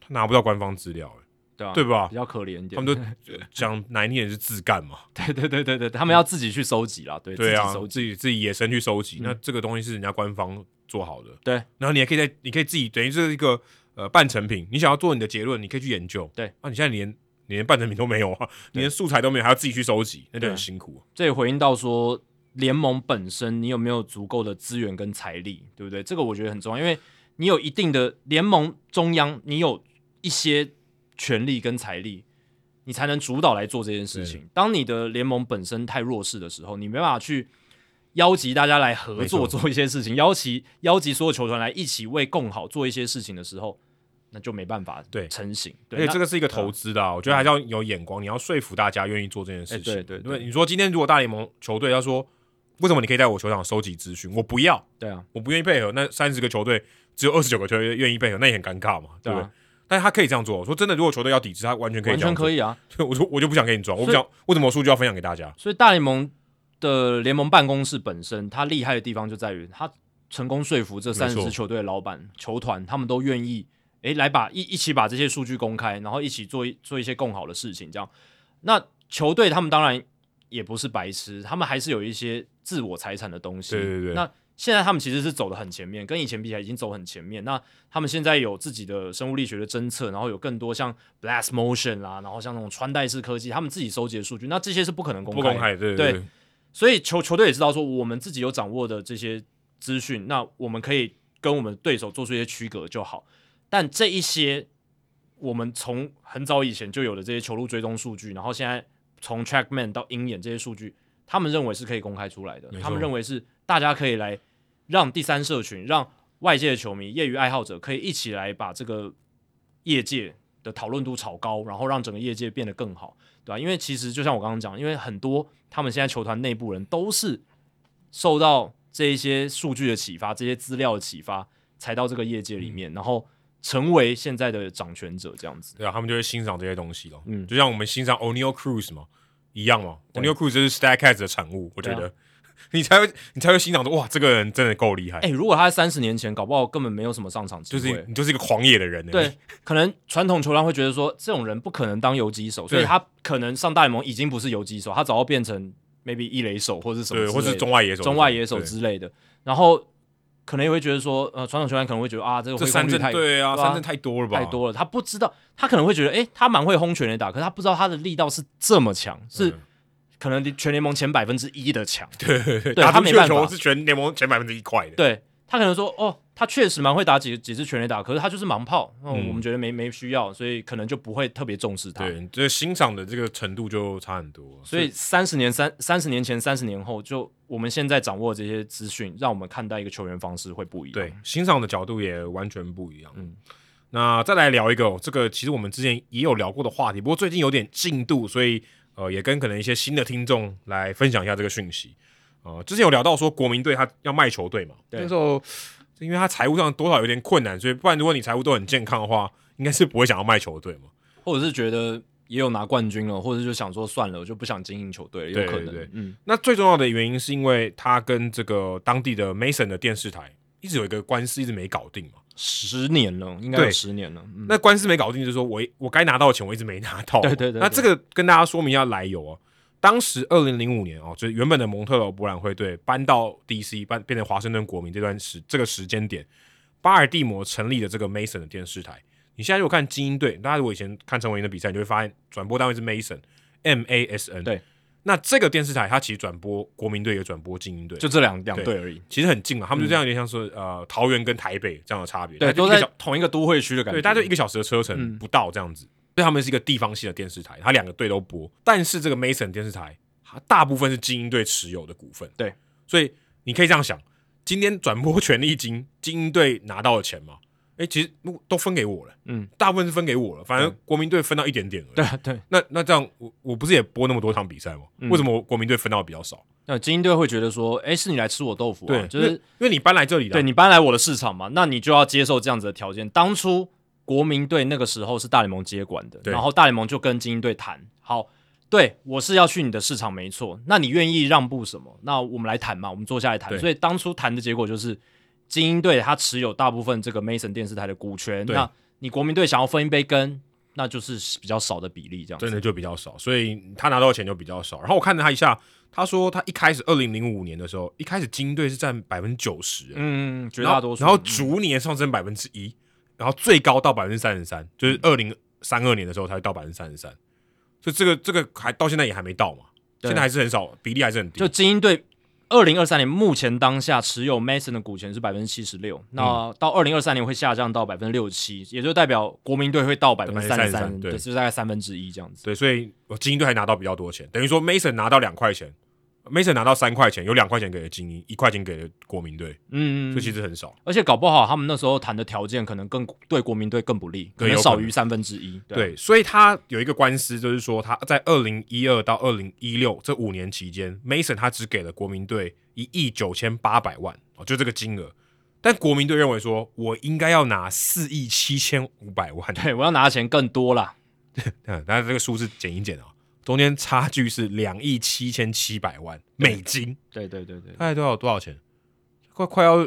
[SPEAKER 1] 他拿不到官方资料、欸
[SPEAKER 2] 对啊，
[SPEAKER 1] 对吧
[SPEAKER 2] 比？较可怜一
[SPEAKER 1] 他
[SPEAKER 2] 点，
[SPEAKER 1] 们都呃讲难听点是自干嘛，
[SPEAKER 2] [LAUGHS] 对对对对对，他们要自己去收集啦，对，
[SPEAKER 1] 对
[SPEAKER 2] 自
[SPEAKER 1] 啊
[SPEAKER 2] 己收，集，
[SPEAKER 1] 自己自己野生去收集，
[SPEAKER 2] 嗯
[SPEAKER 1] 那这个东西是人家官方做好的，
[SPEAKER 2] 对。
[SPEAKER 1] 然后你也可以在，你可以自己等于是一个呃半成品，你想要做你的结论，你可以去研究，
[SPEAKER 2] 对。
[SPEAKER 1] 啊，你现在连你连半成品都没有啊，你连素材都没有，还要自己去收集，那就
[SPEAKER 2] 对啊
[SPEAKER 1] 很辛苦、
[SPEAKER 2] 这也回应到说，联盟本身你有没有足够的资源跟财力，对不对？这个我觉得很重要，因为你有一定的联盟中央，你有一些权力跟财力，你才能主导来做这件事情。当你的联盟本身太弱势的时候，你没办法去。邀集大家来合作
[SPEAKER 1] 没错
[SPEAKER 2] 做一些事情，邀集邀集所有球团来一起为共好做一些事情的时候，那就没办法
[SPEAKER 1] 对
[SPEAKER 2] 成型。
[SPEAKER 1] 而且这
[SPEAKER 2] 个
[SPEAKER 1] 个是一个投资的、啊，我觉得还是要有眼光，你要说服大家愿意做这件事情。
[SPEAKER 2] 哎对对对
[SPEAKER 1] 你说今天如果大联盟球队要说，为什么你可以在我球场收集资讯，我不要，
[SPEAKER 2] 对啊，
[SPEAKER 1] 我不愿意配合，那三十个球队只有二十九个球队愿意配合，那也很尴尬嘛，对
[SPEAKER 2] 对
[SPEAKER 1] 不对？
[SPEAKER 2] 啊，
[SPEAKER 1] 但是他可以这样做，我说真的，如果球队要抵制，他完全可以
[SPEAKER 2] 完
[SPEAKER 1] 这
[SPEAKER 2] 全
[SPEAKER 1] 样做。
[SPEAKER 2] 可以啊。
[SPEAKER 1] 以， [LAUGHS] 我就我就不想跟你装，我不
[SPEAKER 2] 所以
[SPEAKER 1] 想，为什么我数据要分享给大家？
[SPEAKER 2] 所以大联盟的联盟办公室本身，它厉害的地方就在于它成功说服这三
[SPEAKER 1] 没
[SPEAKER 2] 十
[SPEAKER 1] 错
[SPEAKER 2] 支球队的老板、球团，他们都愿意诶来把一一起把这些数据公开，然后一起做一做一些更好的事情，这样。那球队他们当然也不是白痴，他们还是有一些自我财产的东西。
[SPEAKER 1] 对对对
[SPEAKER 2] 那现在他们其实是走的很前面，跟以前比起来已经走很前面。那他们现在有自己的生物力学的侦测，然后有更多像 blast motion 啦，然后像那种穿戴式科技，他们自己收集的数据，那这些是不可能公
[SPEAKER 1] 不
[SPEAKER 2] 开
[SPEAKER 1] 公
[SPEAKER 2] 的。
[SPEAKER 1] 开，对
[SPEAKER 2] 对
[SPEAKER 1] 对，
[SPEAKER 2] 所以球球队也知道说，我们自己有掌握的这些资讯，那我们可以跟我们对手做出一些区隔就好。但这一些我们从很早以前就有的这些球路追踪数据，然后现在从 TrackMan 到鹰眼这些数据，他们认为是可以公开出来的
[SPEAKER 1] 没，错
[SPEAKER 2] 他们认为是大家可以来让第三社群、让外界的球迷、业余爱好者可以一起来把这个业界的讨论度炒高，然后让整个业界变得更好，对吧、因为其实就像我刚刚讲，因为很多他们现在球团内部人都是受到这一些数据的启发、这些资料的启发，才到这个业界
[SPEAKER 1] 嗯
[SPEAKER 2] 里面，然后成为现在的掌权者这样子。
[SPEAKER 1] 对啊，他们就会欣赏这些东西咯。
[SPEAKER 2] 嗯
[SPEAKER 1] 就像我们欣赏 O'Neal Cruz 嘛，一样嘛。
[SPEAKER 2] 对
[SPEAKER 1] O'Neal Cruz 就是 Stacks 的产物，我觉
[SPEAKER 2] 对啊
[SPEAKER 1] 得、 [LAUGHS] 你才会你才会欣赏说哇，这个人真的够厉害，
[SPEAKER 2] 哎、如果他在三十年前，搞不好根本没有什么上场机
[SPEAKER 1] 就
[SPEAKER 2] 会。
[SPEAKER 1] 是你就是一个狂野的人欸呢。
[SPEAKER 2] 对，可能传统球团会觉得说，这种人不可能当游击手，所以
[SPEAKER 1] 对
[SPEAKER 2] 他可能上大联盟已经不是游击手，他早要变成 maybe 一垒手或是什么
[SPEAKER 1] 对，
[SPEAKER 2] 之类的，
[SPEAKER 1] 或是中外野手，
[SPEAKER 2] 中外野手
[SPEAKER 1] 对
[SPEAKER 2] 之类的。然后可能也会觉得说，呃，传统球团可能会觉得啊，这个
[SPEAKER 1] 这
[SPEAKER 2] 挥
[SPEAKER 1] 三
[SPEAKER 2] 空率
[SPEAKER 1] 振
[SPEAKER 2] 太
[SPEAKER 1] 对啊，
[SPEAKER 2] 对啊
[SPEAKER 1] 三振太多了吧？
[SPEAKER 2] 太
[SPEAKER 1] [LAUGHS]
[SPEAKER 2] 多了，他不知道，他可能会觉得，诶，他蛮会轰全垒打，可是他不知道他的力道是这么强，是
[SPEAKER 1] 嗯
[SPEAKER 2] 可能全联盟前百分之一的强。
[SPEAKER 1] 对，
[SPEAKER 2] 对
[SPEAKER 1] 打
[SPEAKER 2] 他
[SPEAKER 1] 出
[SPEAKER 2] 没
[SPEAKER 1] 去的
[SPEAKER 2] 办
[SPEAKER 1] 球
[SPEAKER 2] 法
[SPEAKER 1] 是全联盟前百分之一块的。
[SPEAKER 2] [LAUGHS] 对他可能说，哦，他确实蛮会打几几支全垒打，可是他就是盲炮，哦、
[SPEAKER 1] 嗯
[SPEAKER 2] 我们觉得没没需要，所以可能就不会特别重视他。
[SPEAKER 1] 对，这欣赏的这个程度就差很多。
[SPEAKER 2] 所以三十年三三十年前三十年后，就我们现在掌握这些资讯，让我们看待一个球员方式会不一样。
[SPEAKER 1] 对，欣赏的角度也完全不一样。
[SPEAKER 2] 哦嗯
[SPEAKER 1] 嗯，那再来聊一个、哦，这个其实我们之前也有聊过的话题，不过最近有点进度，所以呃，也跟可能一些新的听众来分享一下这个讯息。呃，之前有聊到说国民队他要卖球队嘛，
[SPEAKER 2] 对
[SPEAKER 1] 那时候因为他财务上多少有点困难，所以不然如果你财务都很健康的话，应该是不会想要卖球队嘛。
[SPEAKER 2] 或者是觉得也有拿冠军了，或者就想说算了，我就不想经营球队了，有
[SPEAKER 1] 对
[SPEAKER 2] 可能。
[SPEAKER 1] 对对
[SPEAKER 2] 嗯，
[SPEAKER 1] 那最重要的原因是因为他跟这个当地的 Mason 的电视台一直有一个官司，一直没搞定嘛。
[SPEAKER 2] 十年了，应该有
[SPEAKER 1] 对
[SPEAKER 2] 十年了。嗯，
[SPEAKER 1] 那官司没搞定，就是说我我该拿到的钱我一直没拿到。
[SPEAKER 2] 对对对
[SPEAKER 1] 那这个跟大家说明一下来由哦。当时二零零五年哦，就是原本的蒙特罗博览会队搬到 DC，搬变成华盛顿国民这段时这个时间点，巴尔的摩成立了这个 Mason 的电视台。你现在如果看精英队，大家如果以前看陈伟霆的比赛，你就会发现转播单位是 Mason，M A S N。
[SPEAKER 2] 对，
[SPEAKER 1] 那这个电视台它其实转播国民队也转播精英队，
[SPEAKER 2] 就
[SPEAKER 1] 就
[SPEAKER 2] 这两两
[SPEAKER 1] 对
[SPEAKER 2] 队而已，
[SPEAKER 1] 其实很近嘛，他们就这样有点像是、呃桃园跟台北这样的差别，
[SPEAKER 2] 对，
[SPEAKER 1] 它就
[SPEAKER 2] 都
[SPEAKER 1] 一个
[SPEAKER 2] 在
[SPEAKER 1] 小
[SPEAKER 2] 同一个都会区的感觉。嗯
[SPEAKER 1] 对，大概就一个小时的车程不到这样子。所以他们是一个地方性的电视台，它两个队都播。但是这个 Mason 电视台，它大部分是精英队持有的股份。
[SPEAKER 2] 对，
[SPEAKER 1] 所以你可以这样想：今天转播权利金，精英队拿到的钱嘛，诶，其实都分给我了。
[SPEAKER 2] 嗯，
[SPEAKER 1] 大部分是分给我了，反正国民队分到一点点而已。
[SPEAKER 2] 对啊对，
[SPEAKER 1] 那那这样，我我不是也播那么多场比赛吗？
[SPEAKER 2] 嗯
[SPEAKER 1] 为什么我国民队分到的比较少？
[SPEAKER 2] 那精英队会觉得说，哎，是你来吃我豆腐啊，就
[SPEAKER 1] 因为
[SPEAKER 2] 是
[SPEAKER 1] 因为你搬来这里了
[SPEAKER 2] 对，你搬来我的市场嘛，那你就要接受这样子的条件。当初国民队那个时候是大联盟接管的，
[SPEAKER 1] 对
[SPEAKER 2] 然后大联盟就跟精英队谈，好，对我是要去你的市场没错，那你愿意让步什么？那我们来谈嘛，我们坐下来谈。
[SPEAKER 1] 对
[SPEAKER 2] 所以当初谈的结果就是，精英队他持有大部分这个 Mason 电视台的股权，
[SPEAKER 1] 对
[SPEAKER 2] 那你国民队想要分一杯羹，那就是比较少的比例这样
[SPEAKER 1] 真
[SPEAKER 2] 子。
[SPEAKER 1] 的就比较少，所以他拿到的钱就比较少。然后我看了他一下，他说他一开始二零零五年的时候，一开始金队是占百分之九十，
[SPEAKER 2] 嗯，绝
[SPEAKER 1] 然后
[SPEAKER 2] 大多数。
[SPEAKER 1] 然后
[SPEAKER 2] 嗯
[SPEAKER 1] 逐年上升百分之一，然后最高到百分之三十三，就是二零三二年的时候才会到百分之三十三，所以这个这个还到现在也还没到嘛，
[SPEAKER 2] 对
[SPEAKER 1] 现在还是很少，比例还是很低
[SPEAKER 2] 就。精英队二零二三年目前当下持有 Mason 的股权是百分之七十六，
[SPEAKER 1] 嗯
[SPEAKER 2] 那到二零二三年会下降到百分之六七，也就代表国民队会到百分之三十三，
[SPEAKER 1] 33%对
[SPEAKER 2] 就是大概三分之一这样子。
[SPEAKER 1] 对，所以我精英队还拿到比较多钱，等于说 Mason 拿到两块钱，Mason 拿到三块钱，有两块钱给了精英，一块钱给了国民队，
[SPEAKER 2] 嗯，嗯
[SPEAKER 1] 所以
[SPEAKER 2] 嗯
[SPEAKER 1] 其实很少。
[SPEAKER 2] 而且搞不好他们那时候谈的条件可能更对国民队更不利，可
[SPEAKER 1] 对
[SPEAKER 2] 能
[SPEAKER 1] 有
[SPEAKER 2] 少
[SPEAKER 1] 可
[SPEAKER 2] 于
[SPEAKER 1] 能
[SPEAKER 2] 三分之一。啊，
[SPEAKER 1] 对，所以他有一个官司，就是说他在二零一二到二零一六这五年期间，Mason 他只给了国民队一亿九千八百万哦，就这个金额。但国民队认为说，我应该要拿四亿七千五百万，
[SPEAKER 2] 对我要拿的钱更多啦。
[SPEAKER 1] 嗯，但是这个数字减一减啊，中间差距是两亿七千七百万美金，
[SPEAKER 2] 对对对对，
[SPEAKER 1] 大概多少多少钱？快快要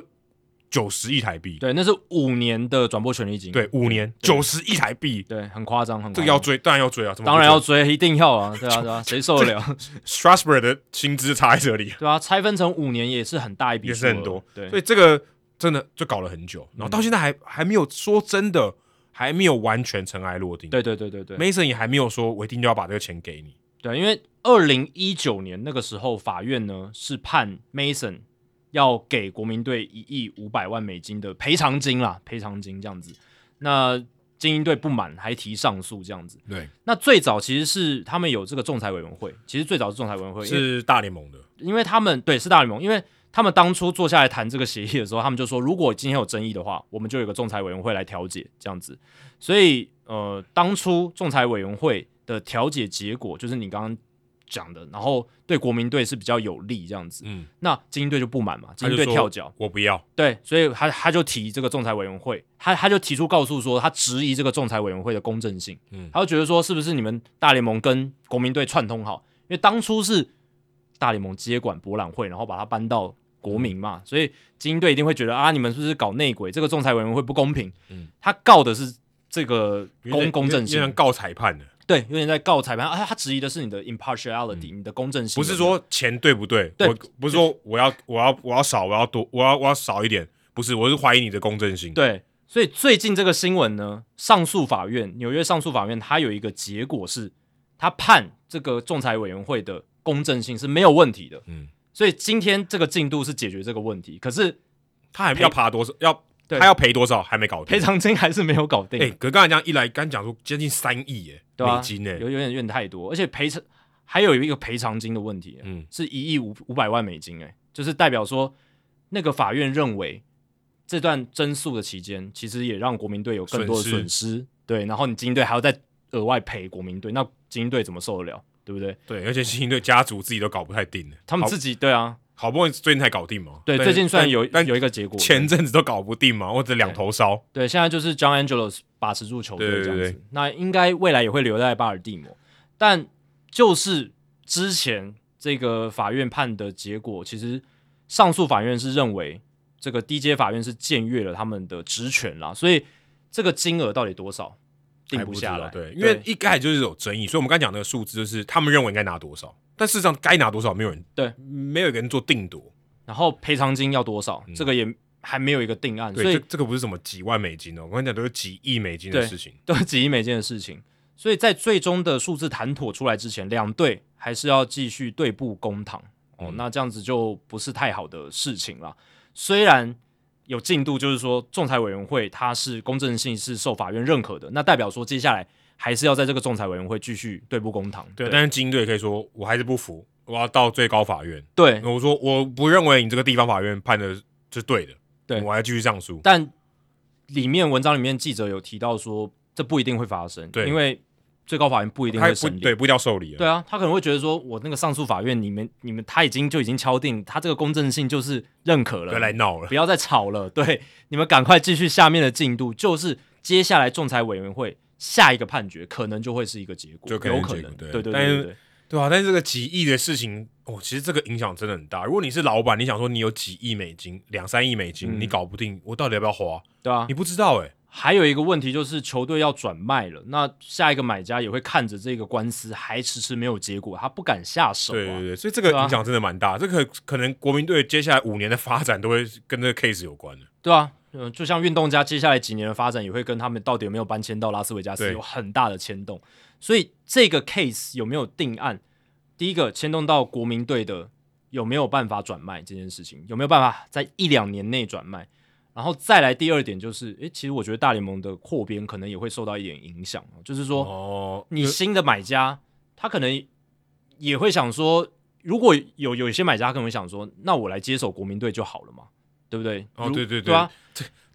[SPEAKER 1] 九十亿台币，
[SPEAKER 2] 对，那是五年的转播权利金，
[SPEAKER 1] 对，五年九十亿台币，
[SPEAKER 2] 对，很夸张，很
[SPEAKER 1] 这
[SPEAKER 2] 夸
[SPEAKER 1] 个要
[SPEAKER 2] 张。
[SPEAKER 1] 追，当然要追啊，怎么
[SPEAKER 2] 当然要追，一定要啊！对啊，对啊，谁受得
[SPEAKER 1] [LAUGHS]
[SPEAKER 2] 了？
[SPEAKER 1] Strasburg 的薪资差在这里，
[SPEAKER 2] 对啊，拆分成五年也是很大一笔，
[SPEAKER 1] 也是很多。
[SPEAKER 2] 对，嗯
[SPEAKER 1] 所以这个真的就搞了很久，然后到现在还还没有说真的，还没有完全尘埃落定。
[SPEAKER 2] 对对对对对，
[SPEAKER 1] Mason 也还没有说我一定就要把这个钱给你，
[SPEAKER 2] 对，因为二零一九年那个时候，法院呢是判 Mason 要给国民队一亿五百万美金的赔偿金啦，赔偿金这样子。那精英队不满，还提上诉这样子。
[SPEAKER 1] 对，
[SPEAKER 2] 那最早其实是他们有这个仲裁委员会，其实最早是仲裁委员会，因为
[SPEAKER 1] 是大联盟的，
[SPEAKER 2] 因为他们对是大联盟，因为他们当初坐下来谈这个协议的时候，他们就说，如果今天有争议的话，我们就有一个仲裁委员会来调解这样子。所以呃，当初仲裁委员会的调解结果就是你刚刚讲的，然后对国民队是比较有利这样子。
[SPEAKER 1] 嗯，
[SPEAKER 2] 那精英队就不满嘛，精
[SPEAKER 1] 他
[SPEAKER 2] 英
[SPEAKER 1] 就
[SPEAKER 2] 队
[SPEAKER 1] 说
[SPEAKER 2] 跳脚，
[SPEAKER 1] 我不要，
[SPEAKER 2] 对，所以他他就提这个仲裁委员会，他他就提出告诉说，他质疑这个仲裁委员会的公正性，
[SPEAKER 1] 嗯
[SPEAKER 2] 他就觉得说是不是你们大联盟跟国民队串通好，因为当初是大联盟接管博览会，然后把它搬到国民嘛，所以精英队一定会觉得啊，你们是不是搞内鬼？这个仲裁委员会不公平，
[SPEAKER 1] 嗯
[SPEAKER 2] 他告的是这个
[SPEAKER 1] 有点
[SPEAKER 2] 公公正
[SPEAKER 1] 有点
[SPEAKER 2] 性，
[SPEAKER 1] 告裁判的，
[SPEAKER 2] 对，有点在告裁判，啊、他质疑的是你的 impartiality，、你的公正
[SPEAKER 1] 嗯
[SPEAKER 2] 性，
[SPEAKER 1] 不是说钱对不对，
[SPEAKER 2] 对
[SPEAKER 1] 我不是说我要我要我要少，我要多，我要我要少一点，不是，我是怀疑你的公正性，
[SPEAKER 2] 对，所以最近这个新闻呢，上诉法院纽约上诉法院它有一个结果是，它判这个仲裁委员会的公正性是没有问题的。
[SPEAKER 1] 嗯，
[SPEAKER 2] 所以今天这个进度是解决这个问题，可是
[SPEAKER 1] 他还要爬多少，要
[SPEAKER 2] 对
[SPEAKER 1] 他要赔多少，还没搞定
[SPEAKER 2] 赔。偿金还是没有搞定，
[SPEAKER 1] 哎、可是刚才讲一来，刚讲说接近三亿耶，
[SPEAKER 2] 对吧、
[SPEAKER 1] 美金哎，
[SPEAKER 2] 有有点有点太多，而且赔偿还有一个赔偿金的问题，啊
[SPEAKER 1] 嗯
[SPEAKER 2] 是一亿五五百万美金，哎，就是代表说那个法院认为这段争诉的期间，其实也让国民队有更多的
[SPEAKER 1] 损
[SPEAKER 2] 损失，对，然后你精英队还要再额外赔国民队，那精英队怎么受得了，对不对？
[SPEAKER 1] 对，而且新队家族自己都搞不太定了，
[SPEAKER 2] 他们自己对啊，
[SPEAKER 1] 好好不容易最近才搞定嘛，
[SPEAKER 2] 对，
[SPEAKER 1] 但
[SPEAKER 2] 最近虽然有
[SPEAKER 1] 但
[SPEAKER 2] 有一个结果，
[SPEAKER 1] 前阵子都搞不定嘛，或者两头烧，
[SPEAKER 2] 对，现在就是 John Angelos 把持住球队这
[SPEAKER 1] 对
[SPEAKER 2] 样子，
[SPEAKER 1] 对对
[SPEAKER 2] 那应该未来也会留在巴尔的摩，但就是之前这个法院判的结果，其实上诉法院是认为这个低阶法院是僭越了他们的职权啦，所以这个金额到底多少定
[SPEAKER 1] 还不知
[SPEAKER 2] 下
[SPEAKER 1] 道
[SPEAKER 2] 来，
[SPEAKER 1] 对，因为一开始就是有争议，所以我们刚讲那个数字就是他们认为应该拿多少，但事实上该拿多少没有人
[SPEAKER 2] 对，
[SPEAKER 1] 没有一个人做定夺，
[SPEAKER 2] 然后赔偿金要多少，这个也还没有一个定案，所
[SPEAKER 1] 嗯对，
[SPEAKER 2] 以
[SPEAKER 1] 这这个不是什么几万美金哦，我刚才讲都是几亿美金的
[SPEAKER 2] 对
[SPEAKER 1] 事情，
[SPEAKER 2] 都是几亿美金的事情。所以在最终的数字谈妥出来之前，两队还是要继续对簿公堂哦。
[SPEAKER 1] 嗯
[SPEAKER 2] 那这样子就不是太好的事情了。虽然有进度，就是说仲裁委员会它是公正性是受法院认可的，那代表说接下来还是要在这个仲裁委员会继续对簿公堂。
[SPEAKER 1] 对，
[SPEAKER 2] 对
[SPEAKER 1] 但是精英队可以说我还是不服，我要到最高法院，
[SPEAKER 2] 对
[SPEAKER 1] 我说我不认为你这个地方法院判的是对的，
[SPEAKER 2] 对
[SPEAKER 1] 我还继续上诉，
[SPEAKER 2] 但里面文章里面记者有提到说，这不一定会发生，
[SPEAKER 1] 对
[SPEAKER 2] 因为最高法院不一定
[SPEAKER 1] 他
[SPEAKER 2] 会
[SPEAKER 1] 不
[SPEAKER 2] 审理。
[SPEAKER 1] 对不一定要受理了，
[SPEAKER 2] 对啊，他可能会觉得说，我那个上诉法院，你们你们他已经就已经敲定，他这个公正性就是认可
[SPEAKER 1] 不要
[SPEAKER 2] 了，
[SPEAKER 1] 来闹了
[SPEAKER 2] 不。要再吵了。对，你们赶快继续下面的进度，就是接下来仲裁委员会下一个判决可能就会是一个结果，
[SPEAKER 1] 就可能
[SPEAKER 2] 有
[SPEAKER 1] 是
[SPEAKER 2] 可
[SPEAKER 1] 结
[SPEAKER 2] 能，
[SPEAKER 1] 果
[SPEAKER 2] 对
[SPEAKER 1] 对
[SPEAKER 2] 对对
[SPEAKER 1] 但是
[SPEAKER 2] 对对
[SPEAKER 1] 对啊，但是这个几亿的事情，哦，其实这个影响真的很大。如果你是老板，你想说你有几亿美金、两三亿美金，
[SPEAKER 2] 嗯
[SPEAKER 1] 你搞不定，我到底要不要花？
[SPEAKER 2] 对啊
[SPEAKER 1] 你。不知道哎、
[SPEAKER 2] 还有一个问题就是球队要转卖了，那下一个买家也会看着这个官司还迟迟没有结果，他不敢下手啊。
[SPEAKER 1] 对对对，所以这个
[SPEAKER 2] 对啊
[SPEAKER 1] 影响真的蛮大。这个可能国民队接下来五年的发展都会跟这个 case 有关的。
[SPEAKER 2] 对啊，嗯、就像运动家接下来几年的发展，也会跟他们到底有没有搬迁到拉斯维加斯
[SPEAKER 1] 对
[SPEAKER 2] 有很大的牵动。所以这个 case 有没有定案，第一个牵动到国民队的有没有办法转卖这件事情，有没有办法在一两年内转卖？然后再来第二点就是，诶，其实我觉得大联盟的扩编可能也会受到一点影响，就是说，
[SPEAKER 1] 哦，
[SPEAKER 2] 你新的买家，他可能也会想说，如果有有一些买家可能会想说，那我来接手国民队就好了嘛，对不对？
[SPEAKER 1] 哦
[SPEAKER 2] 如
[SPEAKER 1] 对对对
[SPEAKER 2] 对啊，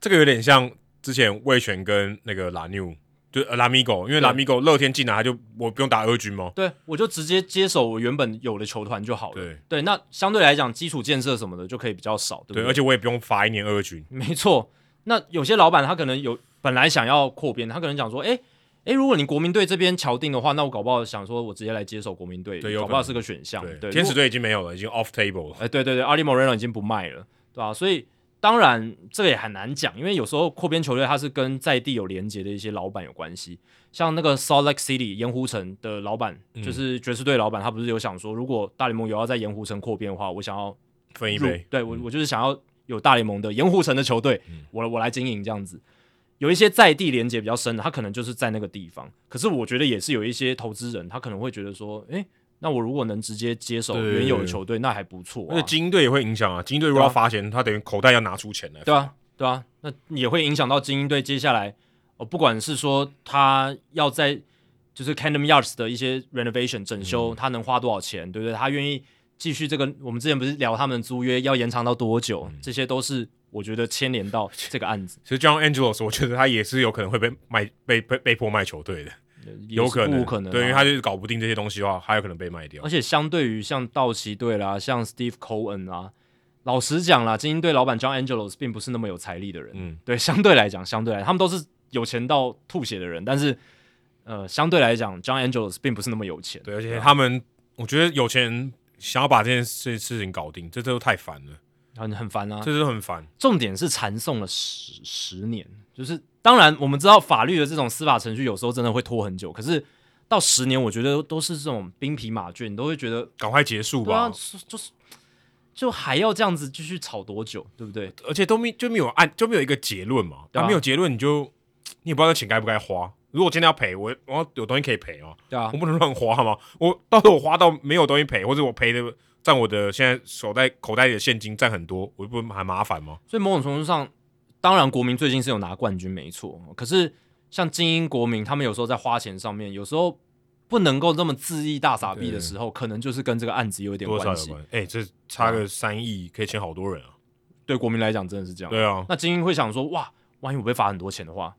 [SPEAKER 1] 这个有点像之前魏权跟那个拉纽，就拉米狗，因为拉米狗乐天进来他就我不用打二军吗？
[SPEAKER 2] 对，我就直接接手我原本有的球团就好了。
[SPEAKER 1] 对
[SPEAKER 2] 那相对来讲，基础建设什么的就可以比较少，对不
[SPEAKER 1] 对，
[SPEAKER 2] 对？
[SPEAKER 1] 而且我也不用罚一年二军。
[SPEAKER 2] 没错，那有些老板他可能有本来想要扩编，他可能讲说，哎、哎、如果你国民队这边敲定的话，那我搞不好想说，我直接来接手国民队，
[SPEAKER 1] 对有
[SPEAKER 2] 搞不
[SPEAKER 1] 可
[SPEAKER 2] 好
[SPEAKER 1] 能
[SPEAKER 2] 是个选项。对，
[SPEAKER 1] 天使
[SPEAKER 2] 如果，
[SPEAKER 1] 队已经没有了，已经 off table 了。
[SPEAKER 2] 哎、对对对，阿里莫雷诺已经不卖了，对吧、所以当然，这个也很难讲，因为有时候扩编球队它是跟在地有连接的一些老板有关系。像那个 Salt Lake City 盐湖城的老板，
[SPEAKER 1] 嗯
[SPEAKER 2] 就是爵士队老板，他不是有想说，如果大联盟有要在盐湖城扩编的话，我想要
[SPEAKER 1] 分一
[SPEAKER 2] 入
[SPEAKER 1] 杯，
[SPEAKER 2] 对我，我就是想要有大联盟的盐湖城的球队，
[SPEAKER 1] 嗯
[SPEAKER 2] 我我来经营这样子。有一些在地连接比较深的，他可能就是在那个地方。可是我觉得也是有一些投资人，他可能会觉得说，诶，那我如果能直接接手
[SPEAKER 1] 对对对
[SPEAKER 2] 原有的球队，那还不错、
[SPEAKER 1] 而
[SPEAKER 2] 啊
[SPEAKER 1] 且。精英队也会影响啊。精英队如果要发钱，他等于口袋要拿出钱来。
[SPEAKER 2] 对啊，对啊，那也会影响到精英队接下来，哦，不管是说他要在就是 Camden Yards 的一些 renovation 整修，
[SPEAKER 1] 嗯
[SPEAKER 2] 他能花多少钱，对不对？他愿意继续这个，我们之前不是聊他们的租约要延长到多久，
[SPEAKER 1] 嗯
[SPEAKER 2] 这些都是我觉得牵连到这个案子，
[SPEAKER 1] 其实 John Angelos，我觉得他也是有可能会被卖、被被被迫卖球队的，[LAUGHS]
[SPEAKER 2] 也
[SPEAKER 1] 有
[SPEAKER 2] 是
[SPEAKER 1] 可能，
[SPEAKER 2] 不可能、啊
[SPEAKER 1] 对，因为他。就是搞不定这些东西的话，他有可能被卖掉
[SPEAKER 2] 而。且相对于像道奇队啦，像 Steve Cohen 啊，老实讲啦，精英队老板 John Angelos 并不是那么有财力的人，
[SPEAKER 1] 嗯，
[SPEAKER 2] 对，相对来讲，相对来他们都是有钱到吐血的人，但是呃，相对来讲，John Angelos 并不是那么有钱。
[SPEAKER 1] 对，而且他们，我觉得有钱人想要把这件事事情搞定，这都太烦了，
[SPEAKER 2] 很很烦啊。
[SPEAKER 1] 这都很烦。
[SPEAKER 2] 重点是缠送了十十年，就是当然我们知道法律的这种司法程序有时候真的会拖很久，可是到十年，我觉得都是这种兵疲马倦，你都会觉得
[SPEAKER 1] 赶快结束
[SPEAKER 2] 对
[SPEAKER 1] 吧
[SPEAKER 2] 啊，，就就是就还要这样子继续吵多久，对不对？
[SPEAKER 1] 而且都没就没有按就没有一个结论嘛，
[SPEAKER 2] 对啊
[SPEAKER 1] 啊、没有结论你就你也不知道这钱该不该花。如果今天要赔，我我要有东西可以赔啊，
[SPEAKER 2] 对啊
[SPEAKER 1] 我，不能乱花嘛。我到时候我花到没有东西赔，或者我赔的占我的现在手袋口袋里的现金占很多，我不还麻烦吗？
[SPEAKER 2] 所以某种程度上，当然国民最近是有拿冠军没错，可是像精英国民，他们有时候在花钱上面，有时候不能够这么恣意大傻逼的时候，可能就是跟这个案子有一点
[SPEAKER 1] 多少
[SPEAKER 2] 关
[SPEAKER 1] 有
[SPEAKER 2] 系。啊
[SPEAKER 1] 关？哎、这差个三亿可以签好多人啊。
[SPEAKER 2] 对国民来讲，真的是这样。
[SPEAKER 1] 对啊，
[SPEAKER 2] 那精英会想说，哇，万一我被罚很多钱的话，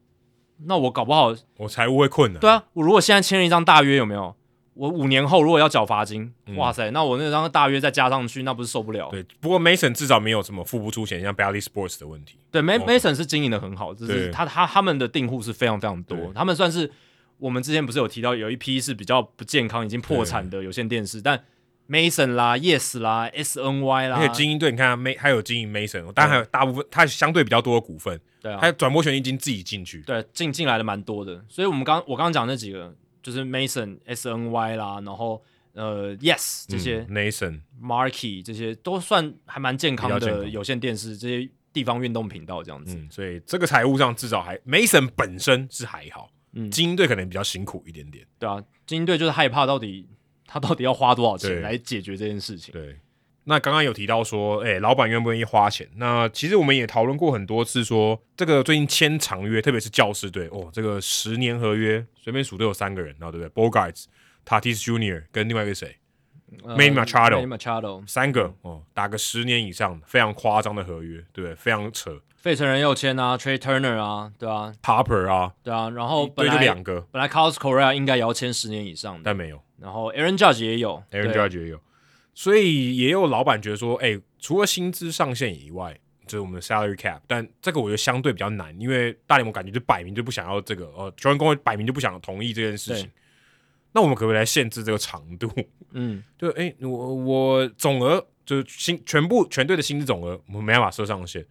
[SPEAKER 2] 那我搞不好，
[SPEAKER 1] 我财务会困难。
[SPEAKER 2] 对啊，我如果现在签了一张大约，有没有？我五年后如果要缴罚金，
[SPEAKER 1] 嗯
[SPEAKER 2] 哇塞，那我那张大约再加上去，那不是受不了？
[SPEAKER 1] 对，不过 Mason 至少没有什么付不出钱，像 Bally Sports 的问题。
[SPEAKER 2] 对，Ma-
[SPEAKER 1] 哦
[SPEAKER 2] Mason 是经营的很好，就是
[SPEAKER 1] 对
[SPEAKER 2] 他他他们的订户是非常非常多
[SPEAKER 1] 对，
[SPEAKER 2] 他们算是我们之前不是有提到有一批是比较不健康、已经破产的有线电视，但 Mason 啦、Yes 啦、SNY 啦，
[SPEAKER 1] 而且精英队，你看啊他 Ma 还有经营 Mason，当然还有大部分他相对比较多的股份，
[SPEAKER 2] 对啊
[SPEAKER 1] 还，有转播权已经自己进去。
[SPEAKER 2] 对进进来的蛮多的，所以我们刚我刚刚讲那几个就是 Mason、SNY 啦，然后呃 Yes 这些、
[SPEAKER 1] 嗯 Nathan，
[SPEAKER 2] Marky 这些都算还蛮健康
[SPEAKER 1] 比较健
[SPEAKER 2] 的
[SPEAKER 1] 康
[SPEAKER 2] 有线电视这些地方运动频道这样子，
[SPEAKER 1] 嗯，所以这个财务上至少还 Mason 本身是还好，
[SPEAKER 2] 嗯
[SPEAKER 1] 精英队可能比较辛苦一点点。
[SPEAKER 2] 对啊，精英队就是害怕到底他到底要花多少钱
[SPEAKER 1] 对
[SPEAKER 2] 来解决这件事情。
[SPEAKER 1] 对，那刚刚有提到说，哎、老板愿不愿意花钱？那其实我们也讨论过很多次说这个最近签长约，特别是教师队哦，这个十年合约，随便数都有三个人，然后对不对？Bogarts、Tatis Junior 跟另外一个谁，Manny Machado
[SPEAKER 2] 呃 Manny Machado，
[SPEAKER 1] 三个哦，打个十年以上，非常夸张的合约，对不对？非常扯。
[SPEAKER 2] 费城人又签啊，Trey Turner 啊，对啊，
[SPEAKER 1] Harper 啊，
[SPEAKER 2] 对啊，然后本
[SPEAKER 1] 对，就
[SPEAKER 2] 来
[SPEAKER 1] 两个，
[SPEAKER 2] 本来 Carlos Correa 应该也要签十年以上的，
[SPEAKER 1] 但没有。
[SPEAKER 2] 然后 Aaron Judge 也有
[SPEAKER 1] Aaron
[SPEAKER 2] 对
[SPEAKER 1] Judge 也有，所以也有老板觉得说，哎、除了薪资上限以外，就是我们的 salary cap，但这个我觉得相对比较难，因为大联盟感觉就摆明就不想要这个，呃，球员工会摆明就不想同意这件事情
[SPEAKER 2] 对。
[SPEAKER 1] 那我们可不可以来限制这个长度？
[SPEAKER 2] 嗯，
[SPEAKER 1] 就哎、我我总额就是薪全部全队的薪资总额，我们没办法设上限，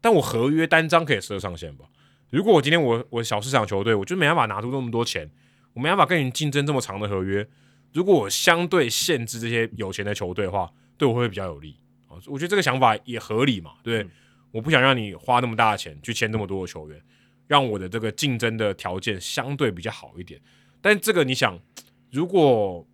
[SPEAKER 1] 但我合约单张可以设上限吧？如果我今天我我小市场球队，我就没办法拿出那么多钱，我没办法跟你竞争这么长的合约。如果我相对限制这些有钱的球队的话，对我会比较有利。哦我觉得这个想法也合理嘛，对不对，我不想让你花那么大的钱去签那么多的球员，让我的这个竞争的条件相对比较好一点。但这个你想，如果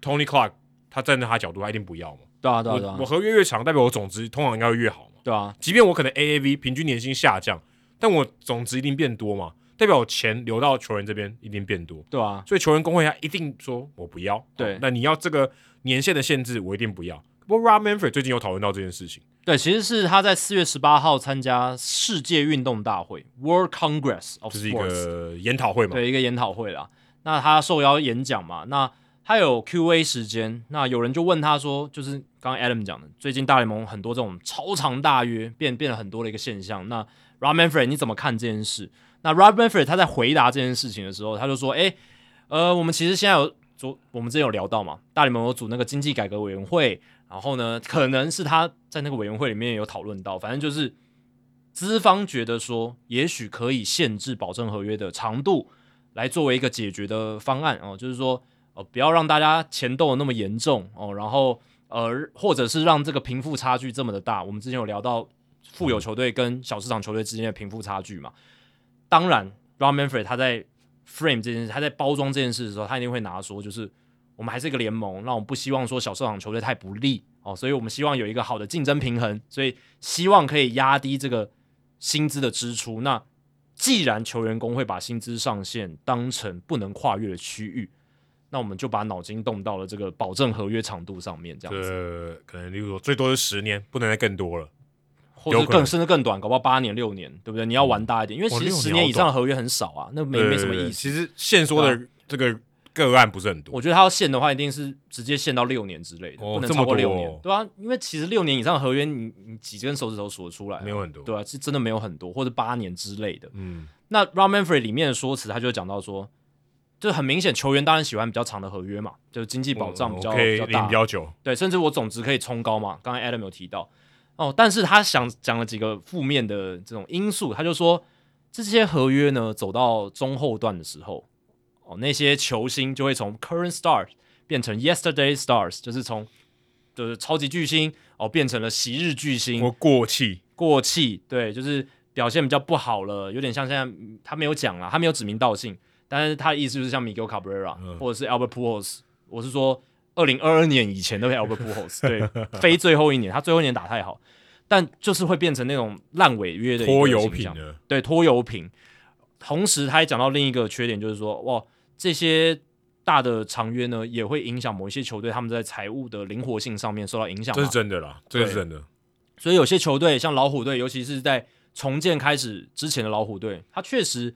[SPEAKER 1] Tony Clark 他站在他角度，他一定不要嘛。
[SPEAKER 2] 对啊，对啊，对
[SPEAKER 1] 我
[SPEAKER 2] 啊
[SPEAKER 1] 我，合约越长，代表我总值通常应该会越好嘛。
[SPEAKER 2] 对啊，
[SPEAKER 1] 即便我可能 AAV 平均年薪下降，但我总值一定变多嘛，代表我钱流到球员这边一定变多。
[SPEAKER 2] 对啊，
[SPEAKER 1] 所以球员工会他一定说我不要。哦
[SPEAKER 2] 对
[SPEAKER 1] 那你要这个年限的限制，我一定不要。不过 Rob Manfred 最近有讨论到这件事情，
[SPEAKER 2] 对，其实是他在四月十八号参加世界运动大会 World Congress of
[SPEAKER 1] 这是一
[SPEAKER 2] Sports，
[SPEAKER 1] 个研讨会嘛？
[SPEAKER 2] 对一个研讨会啦。那他受邀演讲嘛，那他有 Q&A 时间，那有人就问他说，就是刚刚 Adam 讲的，最近大联盟很多这种超长大约变变了很多的一个现象。那 Rob Manfred 你怎么看这件事？那 Rob Manfred 他在回答这件事情的时候，他就说，诶，呃，我们其实现在有昨我们之前有聊到嘛，大联盟有组那个经济改革委员会，然后呢，可能是他在那个委员会里面有讨论到，反正就是资方觉得说，也许可以限制保证合约的长度，来作为一个解决的方案哦，就是说，呃，不要让大家钱斗得那么严重哦，然后呃，或者是让这个贫富差距这么的大。我们之前有聊到富有球队跟小市场球队之间的贫富差距嘛。当然 r o n Manfred 他在 frame 这件事，他在包装这件事的时候，他一定会拿说，就是我们还是一个联盟，那我们不希望说小市场球队太不利哦，所以我们希望有一个好的竞争平衡，所以希望可以压低这个薪资的支出。那既然球员工会把薪资上限当成不能跨越的区域，那我们就把脑筋动到了这个保证合约长度上面，这样子，
[SPEAKER 1] 呃，可能例如说最多是十年，不能再更多了。
[SPEAKER 2] 或者
[SPEAKER 1] 有
[SPEAKER 2] 是
[SPEAKER 1] 可能
[SPEAKER 2] 更甚至更短，搞不好八年六年，对不对？你要玩大一点，因为
[SPEAKER 1] 哇
[SPEAKER 2] 其实
[SPEAKER 1] 六年
[SPEAKER 2] 十
[SPEAKER 1] 好
[SPEAKER 2] 年以上的
[SPEAKER 1] 短
[SPEAKER 2] 合约很少啊，那没
[SPEAKER 1] 对
[SPEAKER 2] 没什么
[SPEAKER 1] 对对
[SPEAKER 2] 意思。啊
[SPEAKER 1] 其实限缩的这个个案不是很多，
[SPEAKER 2] 我觉得他要限的话，一定是直接限到六年之类的，
[SPEAKER 1] 哦
[SPEAKER 2] 不能
[SPEAKER 1] 这么
[SPEAKER 2] 超过
[SPEAKER 1] 多
[SPEAKER 2] 六年
[SPEAKER 1] 哦，
[SPEAKER 2] 对啊，因为其实六年以上的合约你，你几根手指头数得出来啊，
[SPEAKER 1] 没有很多。
[SPEAKER 2] 对啊，是真的没有很多，或者八年之类的。
[SPEAKER 1] 嗯，
[SPEAKER 2] 那 r o m a n f r e d 里面的说辞，他就讲到说，就很明显，球员当然喜欢比较长的合约嘛，就是经济保障比较、
[SPEAKER 1] 我可以
[SPEAKER 2] 比较
[SPEAKER 1] 嗯领
[SPEAKER 2] 大
[SPEAKER 1] 比，较久，
[SPEAKER 2] 对，甚至我总值可以冲高嘛。刚才 Adam 有提到哦，但是他想讲了几个负面的这种因素，他就说这些合约呢走到中后段的时候，哦，那些球星就会从 current stars 变成 yesterday stars，就是从就是超级巨星哦变成了昔日巨星，
[SPEAKER 1] 我过气。
[SPEAKER 2] 过气，对，就是表现比较不好了，有点像现在嗯他没有讲啦，他没有指名道姓，但是他的意思就是像 Miguel Cabrera、
[SPEAKER 1] 嗯
[SPEAKER 2] 或者是 Albert Pujols，我是说二零二二年以前都是 Albert Pujols，对，
[SPEAKER 1] [LAUGHS]
[SPEAKER 2] 非最后一年，他最后一年打太好，但就是会变成那种烂尾约的一个
[SPEAKER 1] 拖油
[SPEAKER 2] 形
[SPEAKER 1] 瓶
[SPEAKER 2] 象
[SPEAKER 1] 的，
[SPEAKER 2] 对拖油瓶。同时，他也讲到另一个缺点，就是说，哇，这些大的长约呢，也会影响某一些球队他们在财务的灵活性上面受到影响嘛。
[SPEAKER 1] 这是真的啦，这个是
[SPEAKER 2] 对
[SPEAKER 1] 真的。
[SPEAKER 2] 所以有些球队，像老虎队，尤其是在重建开始之前的老虎队，它确实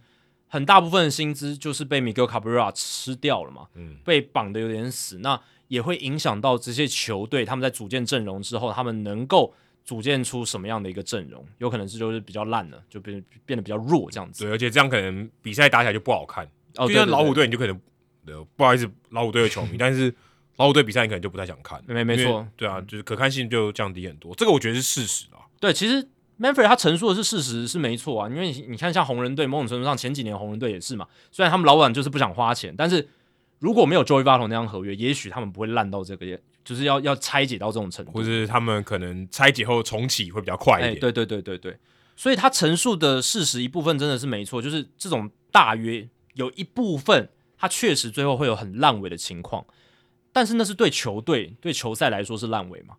[SPEAKER 2] 很大部分的薪资就是被 Miguel Cabrera 吃掉了嘛，
[SPEAKER 1] 嗯，
[SPEAKER 2] 被绑得有点死，那也会影响到这些球队他们在组建阵容之后，他们能够组建出什么样的一个阵容，有可能是就是比较烂了，就变变得比较弱这样子。
[SPEAKER 1] 对，而且这样可能比赛打起来就不好看。
[SPEAKER 2] 哦，
[SPEAKER 1] 就
[SPEAKER 2] 对
[SPEAKER 1] 像
[SPEAKER 2] 对
[SPEAKER 1] 老虎
[SPEAKER 2] 对
[SPEAKER 1] 队，你就可能呃不好意思，老虎队的球
[SPEAKER 2] [LAUGHS]
[SPEAKER 1] 迷，但是老虎队比赛你可能就不太想看。
[SPEAKER 2] 没嗯没
[SPEAKER 1] 因为
[SPEAKER 2] 错，
[SPEAKER 1] 对啊，就是可看性就降低很多，这个我觉得是事实啊。
[SPEAKER 2] 对，其实 Manfred 他陈述的是事实，是没错啊。因为你你看，像红人队，某种程度上前几年红人队也是嘛，虽然他们老板就是不想花钱，但是如果没有 Joey Votto 那样合约，也许他们不会烂到这个，也就是要要拆解到这种程度
[SPEAKER 1] 或。是他们可能拆解后重启会比较快
[SPEAKER 2] 哎、
[SPEAKER 1] 一点。
[SPEAKER 2] 对对对对对，所以他陈述的事实一部分真的是没错，就是这种大约有一部分，他确实最后会有很烂尾的情况，但是那是对球队、对球赛来说是烂尾嘛，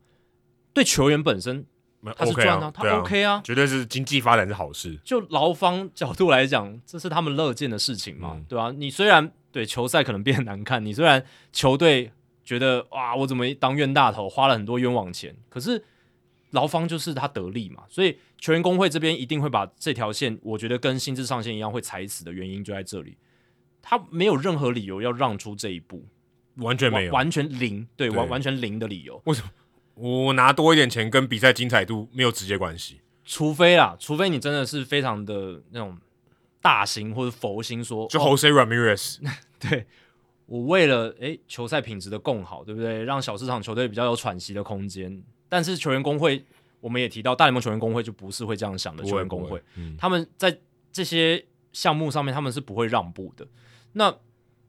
[SPEAKER 2] 对球员本身
[SPEAKER 1] 蛮
[SPEAKER 2] 他是
[SPEAKER 1] OK
[SPEAKER 2] 赚
[SPEAKER 1] 啊，对
[SPEAKER 2] 他 OK 啊
[SPEAKER 1] 绝对是经济发展是好事。
[SPEAKER 2] 就劳方角度来讲，这是他们乐见的事情嘛，
[SPEAKER 1] 嗯
[SPEAKER 2] 对啊，你虽然对球赛可能变得难看，你虽然球队觉得哇，我怎么当冤大头，花了很多冤枉钱，可是劳方就是他得利嘛，所以球员工会这边一定会把这条线，我觉得跟薪资上限一样会踩死的原因就在这里，他没有任何理由要让出这一步，
[SPEAKER 1] 完全没
[SPEAKER 2] 完
[SPEAKER 1] 有。
[SPEAKER 2] 完全零，对，
[SPEAKER 1] 对
[SPEAKER 2] 完完全零的理由，
[SPEAKER 1] 我拿多一点钱跟比赛精彩度没有直接关系。
[SPEAKER 2] 除非啦，除非你真的是非常的那种大型或者佛心说，
[SPEAKER 1] 就
[SPEAKER 2] 哦
[SPEAKER 1] Jose
[SPEAKER 2] [LAUGHS]
[SPEAKER 1] Ramirez，
[SPEAKER 2] 对我为了诶球赛品质的更好，对不对？让小市场球队比较有喘息的空间。但是球员工会，我们也提到大联盟球员工会就不是会这样想的
[SPEAKER 1] 不会
[SPEAKER 2] 球员工
[SPEAKER 1] 不
[SPEAKER 2] 会
[SPEAKER 1] 会，嗯
[SPEAKER 2] 他们在这些项目上面他们是不会让步的。那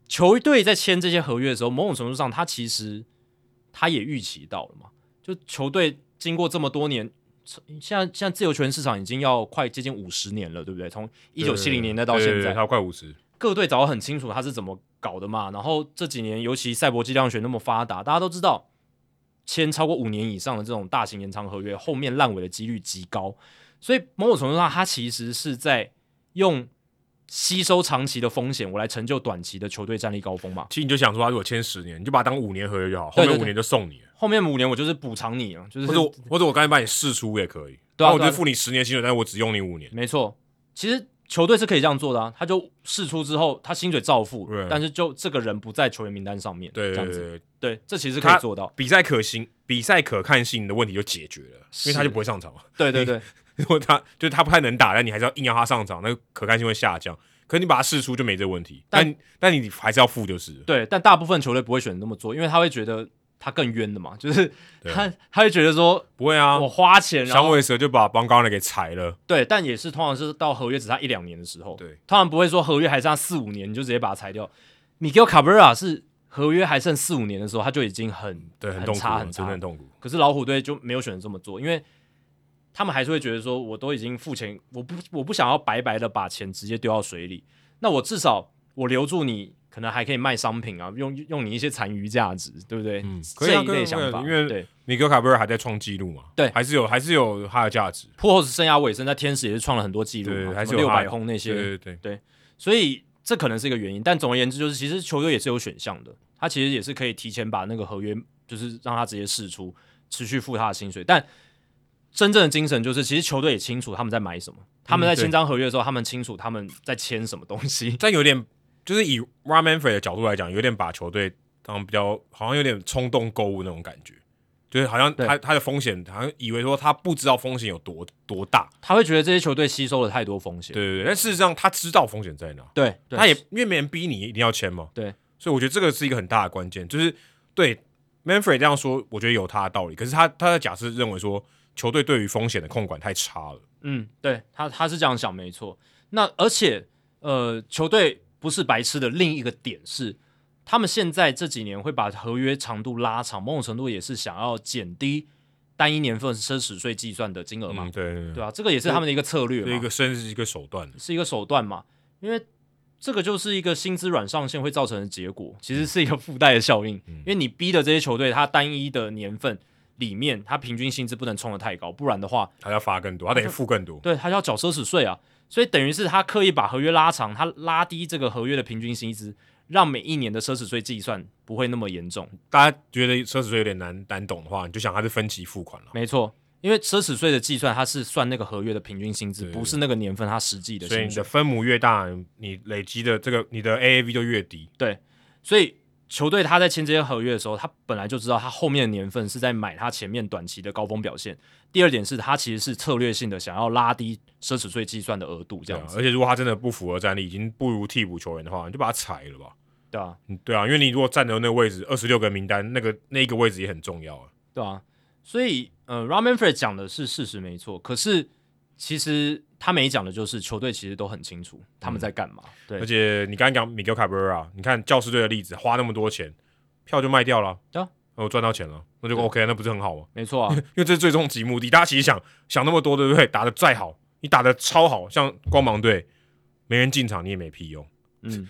[SPEAKER 2] 球队在签这些合约的时候，某种程度上，他其实他也预期到了嘛。就球队经过这么多年，现在现在自由球员市场已经要快接近五十年了，对不对？从一九七零年代到
[SPEAKER 1] 对对
[SPEAKER 2] 现
[SPEAKER 1] 对
[SPEAKER 2] 在，
[SPEAKER 1] 他快五十，
[SPEAKER 2] 各队早就很清楚他是怎么搞的嘛。然后这几年，尤其赛博计量学那么发达，大家都知道，签超过五年以上的这种大型延长合约，后面烂尾的几率极高。所以某种程度上，他其实是在用吸收长期的风险，我来成就短期的球队战力高峰嘛。
[SPEAKER 1] 其实你就想说，他如果签十年，你就把它当五年合约就好，后
[SPEAKER 2] 对对
[SPEAKER 1] 面五年就送你了。
[SPEAKER 2] 后面五年我就是补偿你啊，就是
[SPEAKER 1] 或者我或者我刚才把你试出也可以，
[SPEAKER 2] 对
[SPEAKER 1] 然
[SPEAKER 2] 啊
[SPEAKER 1] 后我
[SPEAKER 2] 对啊
[SPEAKER 1] 就付你十年薪水，但是我只用你五年。
[SPEAKER 2] 没错，其实球队是可以这样做的啊。他就试出之后，他薪水照付
[SPEAKER 1] 对，
[SPEAKER 2] 但是就这个人不在球员名单上面，
[SPEAKER 1] 对对
[SPEAKER 2] 这样
[SPEAKER 1] 对
[SPEAKER 2] 子，
[SPEAKER 1] 对，
[SPEAKER 2] 对，这其实可以
[SPEAKER 1] 他
[SPEAKER 2] 做到。
[SPEAKER 1] 比赛可行，比赛可看性的问题就解决了， [LAUGHS] 因为他
[SPEAKER 2] 是
[SPEAKER 1] 就不会上场嘛。
[SPEAKER 2] 对对对，
[SPEAKER 1] 如果他就是他不太能打，但你还是要硬要他上场，那个可看性会下降。可是你把他试出就没这个问题，
[SPEAKER 2] 但
[SPEAKER 1] 但但你还是要付就是了。
[SPEAKER 2] 对，但大部分球队不会选择那么做，因为他会觉得他更冤的嘛，就是
[SPEAKER 1] 对
[SPEAKER 2] 他他会觉得说
[SPEAKER 1] 不会啊，
[SPEAKER 2] 我花钱，然
[SPEAKER 1] 响
[SPEAKER 2] 后
[SPEAKER 1] 尾蛇就把邦高的给裁了，
[SPEAKER 2] 对，但也是通常是到合约只差一两年的时候，
[SPEAKER 1] 对，
[SPEAKER 2] 通常不会说合约还剩下四五年你就直接把它裁掉。米 a 卡 r 拉是合约还剩四五年的时候，他就已经很
[SPEAKER 1] 对，很
[SPEAKER 2] 很
[SPEAKER 1] 痛苦
[SPEAKER 2] 差
[SPEAKER 1] 啊，
[SPEAKER 2] 很
[SPEAKER 1] 真的
[SPEAKER 2] 差
[SPEAKER 1] 很痛苦。
[SPEAKER 2] 可是老虎队就没有选择这么做，因为他们还是会觉得说，我都已经付钱，我不我不想要白白的把钱直接丢到水里，那我至少我留住你，可能还可以卖商品啊，用 [LAUGHS] 用你一些残余价值，对不对？
[SPEAKER 1] 嗯可以
[SPEAKER 2] 这
[SPEAKER 1] 啊
[SPEAKER 2] 一
[SPEAKER 1] 可以
[SPEAKER 2] 类
[SPEAKER 1] 啊
[SPEAKER 2] 想法，
[SPEAKER 1] 因为
[SPEAKER 2] 对。
[SPEAKER 1] 米格卡贝尔还在创纪录嘛，
[SPEAKER 2] 对
[SPEAKER 1] 还是有还是有它的价值，
[SPEAKER 2] 破后生涯尾声，在天使也是创了很多记录
[SPEAKER 1] 对
[SPEAKER 2] 嘛，
[SPEAKER 1] 还是有
[SPEAKER 2] 六
[SPEAKER 1] 他
[SPEAKER 2] 百轰那些，
[SPEAKER 1] 对对对，
[SPEAKER 2] 所以这可能是一个原因。但总而言之，就是其实球队也是有选项的，他其实也是可以提前把那个合约，就是让他直接释出，持续付他的薪水。但真正的精神就是，其实球队也清楚他们在买什么，他们
[SPEAKER 1] 嗯
[SPEAKER 2] 在
[SPEAKER 1] 对
[SPEAKER 2] 签张合约的时候，他们清楚他们在签什么东西。
[SPEAKER 1] 但有点就是以 Ramanfrey 的角度来讲，有点把球队当比较好像有点冲动购物那种感觉，就是好像
[SPEAKER 2] 对
[SPEAKER 1] 他他的风险，好像以为说他不知道风险有多多大，
[SPEAKER 2] 他会觉得这些球队吸收了太多风险。
[SPEAKER 1] 对对对，但事实上他知道风险在哪，
[SPEAKER 2] 对，对
[SPEAKER 1] 他也因为没人逼你一定要签嘛，
[SPEAKER 2] 对，
[SPEAKER 1] 所以我觉得这个是一个很大的关键，就是对 Manfrey 这样说，我觉得有他的道理，可是他他的假设认为说球队对于风险的控管太差了，
[SPEAKER 2] 嗯，对他他是这样想没错。那而且呃，球队不是白痴的另一个点是，他们现在这几年会把合约长度拉长，某种程度也是想要减低单一年份奢侈税计算的金额嘛，
[SPEAKER 1] 嗯，对对
[SPEAKER 2] 对啊，这个也是他们的一个策略
[SPEAKER 1] 这一
[SPEAKER 2] 嘛，
[SPEAKER 1] 个甚至是一个手段，
[SPEAKER 2] 是一个手段嘛，因为。这个就是一个薪资软上限会造成的结果，其实是一个附带的效应，
[SPEAKER 1] 嗯
[SPEAKER 2] 因为你逼的这些球队，它单一的年份里面，它平均薪资不能冲得太高，不然的话，
[SPEAKER 1] 他要发更多，他得付更多，
[SPEAKER 2] 对他要缴奢侈税啊，所以等于是他刻意把合约拉长，他拉低这个合约的平均薪资，让每一年的奢侈税计算不会那么严重。
[SPEAKER 1] 大家觉得奢侈税有点难难懂的话，你就想它是分期付款了，
[SPEAKER 2] 没错，因为奢侈税的计算它是算那个合约的平均薪资，
[SPEAKER 1] 对
[SPEAKER 2] 不是那个年份它实际的
[SPEAKER 1] 所以
[SPEAKER 2] 薪
[SPEAKER 1] 你的
[SPEAKER 2] 水。
[SPEAKER 1] 分母越大，你累积的这个你的 AAV 就越低。
[SPEAKER 2] 所以球队他在签这些合约的时候，他本来就知道他后面的年份是在买他前面短期的高峰表现。第二点是他其实是策略性的想要拉低奢侈税计算的额度，这
[SPEAKER 1] 对啊
[SPEAKER 2] 样，子，
[SPEAKER 1] 而且如果他真的不符合战力，已经不如替补球员的话，你就把他裁了吧。
[SPEAKER 2] 对啊，
[SPEAKER 1] 嗯对啊，因为你如果占的那个位置，二十六个名单，那个那一个位置也很重要啊。
[SPEAKER 2] 对啊，所以呃 r a m a n f r e d 讲的是事实没错，可是其实他没讲的就是球队其实都很清楚他们在干嘛。
[SPEAKER 1] 嗯而
[SPEAKER 2] 对，
[SPEAKER 1] 且你刚才讲米 a 卡布 r a 你看教师队的例子，花那么多钱，票就卖掉了，
[SPEAKER 2] 对啊，
[SPEAKER 1] 我赚到钱了，那就
[SPEAKER 2] 对
[SPEAKER 1] OK，那不是很好吗？
[SPEAKER 2] 没错
[SPEAKER 1] [LAUGHS]
[SPEAKER 2] 啊，
[SPEAKER 1] 因为这是最终极目的。大家其实想想那么多，对不对？打的再好，你打的超好，像光芒队没人进场，你也没屁用。
[SPEAKER 2] 嗯，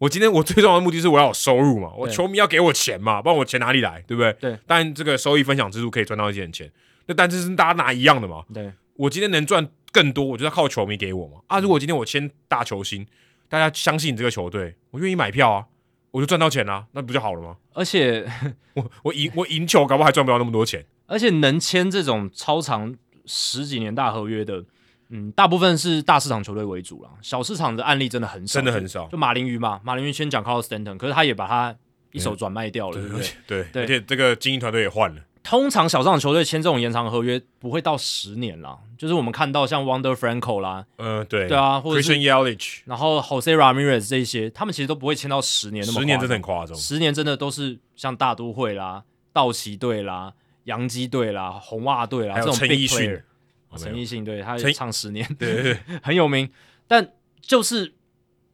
[SPEAKER 1] 我今天我最重要的目的是我要有收入嘛，我
[SPEAKER 2] 对
[SPEAKER 1] 球迷要给我钱嘛，不然我钱哪里来，对不对？
[SPEAKER 2] 对。
[SPEAKER 1] 当然，这个收益分享制度可以赚到一点钱，那但是是大家拿一样的嘛。 [LAUGHS]
[SPEAKER 2] 对，
[SPEAKER 1] 我今天能赚更多，我就要靠球迷给我嘛。
[SPEAKER 2] 嗯
[SPEAKER 1] 啊，如果今天我签大球星，大家相信你这个球队，我愿意买票啊，我就赚到钱啦、那不就好了吗？
[SPEAKER 2] 而且
[SPEAKER 1] 我我赢我赢球，搞不好还赚不到那么多钱。
[SPEAKER 2] 而且能签这种超长十几年大合约的，嗯，大部分是大市场球队为主啦，小市场的案例真的很少，
[SPEAKER 1] 真的很少
[SPEAKER 2] 就马林鱼嘛，马林鱼先讲 Carlos Stanton，可是他也把他一手转卖掉了，对不
[SPEAKER 1] 而
[SPEAKER 2] 对
[SPEAKER 1] 且？嗯对，
[SPEAKER 2] 对
[SPEAKER 1] 而且这个经营团队也换了，
[SPEAKER 2] 通常小市场球队签这种延长合约不会到十年啦，就是我们看到像 Wonder Franco 啦，
[SPEAKER 1] 嗯、对，
[SPEAKER 2] 对啊，或者是
[SPEAKER 1] Christian Yelich，
[SPEAKER 2] 然后 Jose Ramirez 这些，他们其实都不会签到十年那么
[SPEAKER 1] 十年
[SPEAKER 2] 夸
[SPEAKER 1] 真
[SPEAKER 2] 张
[SPEAKER 1] 的很夸张，
[SPEAKER 2] 十年真的都是像大都会啦、道奇队啦、洋基队啦、红袜队啦
[SPEAKER 1] 还
[SPEAKER 2] 啊这
[SPEAKER 1] 有
[SPEAKER 2] 种
[SPEAKER 1] 陈
[SPEAKER 2] big
[SPEAKER 1] 奕迅
[SPEAKER 2] player
[SPEAKER 1] 哦
[SPEAKER 2] 陈
[SPEAKER 1] 没有
[SPEAKER 2] 奕迅对他
[SPEAKER 1] 陈
[SPEAKER 2] 唱十年，
[SPEAKER 1] 对对对，
[SPEAKER 2] [LAUGHS] 很有名，但就是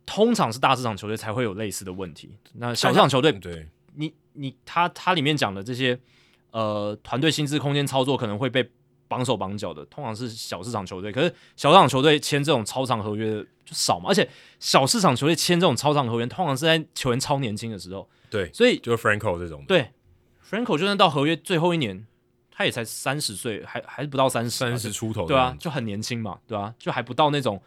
[SPEAKER 2] 通常是大市场球队才会有类似的问题。那小市场球队
[SPEAKER 1] 对，
[SPEAKER 2] 你你他他里面讲的这些呃团队薪资空间操作可能会被绑手绑脚的，通常是小市场球队。可是小市场球队签这种超长合约的就少嘛，而且小市场球队签这种超长合约，通常是在球员超年轻的时候。
[SPEAKER 1] 对
[SPEAKER 2] 所以
[SPEAKER 1] 就是 Franco 这种的，
[SPEAKER 2] 对 Franco 就算到合约最后一年，他也才三十岁，还还是不到三十，
[SPEAKER 1] 三十出头的
[SPEAKER 2] 对啊
[SPEAKER 1] 样，子，
[SPEAKER 2] 就很年轻嘛，对啊，就还不到那种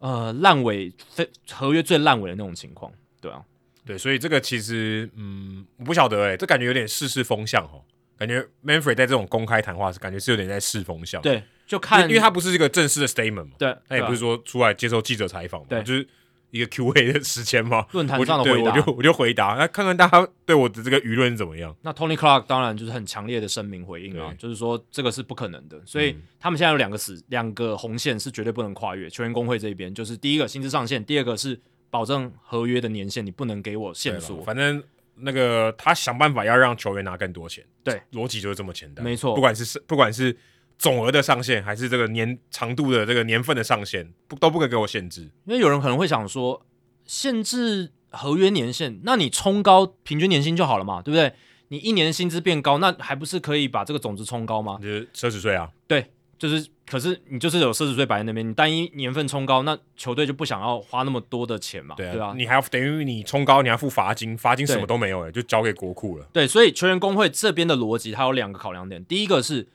[SPEAKER 2] 呃烂尾非合约最烂尾的那种情况，对啊，
[SPEAKER 1] 对，所以这个其实，嗯，我不晓得哎、这感觉有点世事风向哦，感觉 Manfred 在这种公开谈话是感觉是有点在试风向，，
[SPEAKER 2] 对，就
[SPEAKER 1] 因
[SPEAKER 2] 看
[SPEAKER 1] 为因为他不是一个正式的 statement 嘛，
[SPEAKER 2] 对，
[SPEAKER 1] 他也
[SPEAKER 2] 对啊
[SPEAKER 1] 不是说出来接受记者采访嘛，
[SPEAKER 2] 对
[SPEAKER 1] 就是一个 Q&A 的时间嘛，
[SPEAKER 2] 论坛
[SPEAKER 1] 我就
[SPEAKER 2] 上的
[SPEAKER 1] 对
[SPEAKER 2] 回答，
[SPEAKER 1] 我就我就回答，那看看大家对我的这个舆论怎么样，
[SPEAKER 2] 那 Tony Clark 当然就是很强烈的声明回应啊
[SPEAKER 1] 对，嗯
[SPEAKER 2] 就是说这个是不可能的，所以他们现在有两个死两个红线是绝对不能跨越。球员工会这边就是第一个薪资上限，第二个是保证合约的年限，你不能给我
[SPEAKER 1] 对
[SPEAKER 2] 线
[SPEAKER 1] 吧
[SPEAKER 2] 索。
[SPEAKER 1] 反正那个他想办法要让球员拿更多钱，
[SPEAKER 2] 对，
[SPEAKER 1] 逻辑就是这么简单，
[SPEAKER 2] 没错
[SPEAKER 1] 不管是不管是总额的上限，还是这个年长度的这个年份的上限，不都不可以给我限制。
[SPEAKER 2] 因为有人可能会想说，限制合约年限，那你冲高平均年薪就好了嘛，对不对？你一年薪资变高，那还不是可以把这个总值冲高吗？
[SPEAKER 1] 就是奢侈税啊，
[SPEAKER 2] 对，就是，可是你就是有奢侈税摆在那边，你单一年份冲高，那球队就不想要花那么多的钱嘛，
[SPEAKER 1] 对啊，
[SPEAKER 2] 对吧？
[SPEAKER 1] 你还要等于你冲高，你还付罚金，罚金
[SPEAKER 2] 对
[SPEAKER 1] 什么都没有、欸，就交给国库了。
[SPEAKER 2] 对，所以球员工会这边的逻辑，它有两个考量点。第一个是，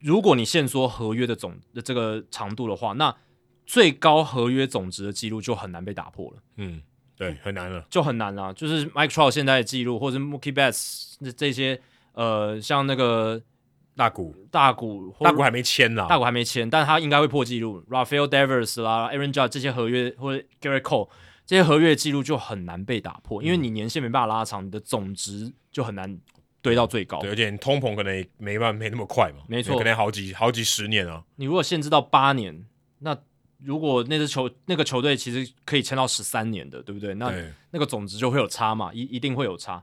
[SPEAKER 2] 如果你限缩合约的总的这个长度的话，那最高合约总值的记录就很难被打破了，
[SPEAKER 1] 嗯，对，很难了。
[SPEAKER 2] 就很难啦、就是 Mike Trout 现在的记录，或者 Mookie Betts 这这些，呃，像那个
[SPEAKER 1] 大股
[SPEAKER 2] 大谷，或
[SPEAKER 1] 大股还没签啦，
[SPEAKER 2] 大谷还没签，但他应该会破纪录。Rafael Devers 啦、Aaron Judge 这些合约，或者 Gary Cole 这些合约记录就很难被打破，
[SPEAKER 1] 嗯
[SPEAKER 2] 因为你年限没办法拉长，你的总值就很难堆到最高。
[SPEAKER 1] 对，而且通膨可能也没办法没那么快嘛，
[SPEAKER 2] 没错
[SPEAKER 1] 可能好几好几十年啊。
[SPEAKER 2] 你如果限制到八年，那如果那支球那个球队其实可以签到十三年的，对不对？那
[SPEAKER 1] 对，
[SPEAKER 2] 那个总值就会有差嘛，一一定会有差。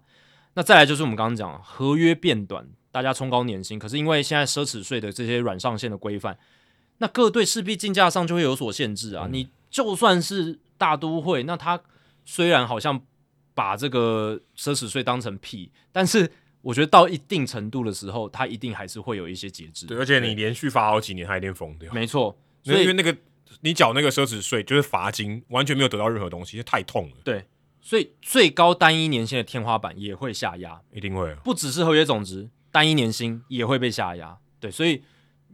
[SPEAKER 2] 那再来就是我们刚刚讲合约变短，大家冲高年薪，可是因为现在奢侈税的这些软上限的规范，那各队势必竞价上就会有所限制
[SPEAKER 1] 嗯
[SPEAKER 2] 啊。你就算是大都会，那他虽然好像把这个奢侈税当成屁，但是我觉得到一定程度的时候，他一定还是会有一些节制。
[SPEAKER 1] 对，而且你连续罚好几年，他一定疯掉。
[SPEAKER 2] 没错，所
[SPEAKER 1] 因
[SPEAKER 2] 以
[SPEAKER 1] 为那个你缴那个奢侈税就是罚金，完全没有得到任何东西，太痛了，
[SPEAKER 2] 对，所以最高单一年限的天花板也会下压，
[SPEAKER 1] 一定会啊。
[SPEAKER 2] 不只是合约总值，单一年薪也会被下压。对，所以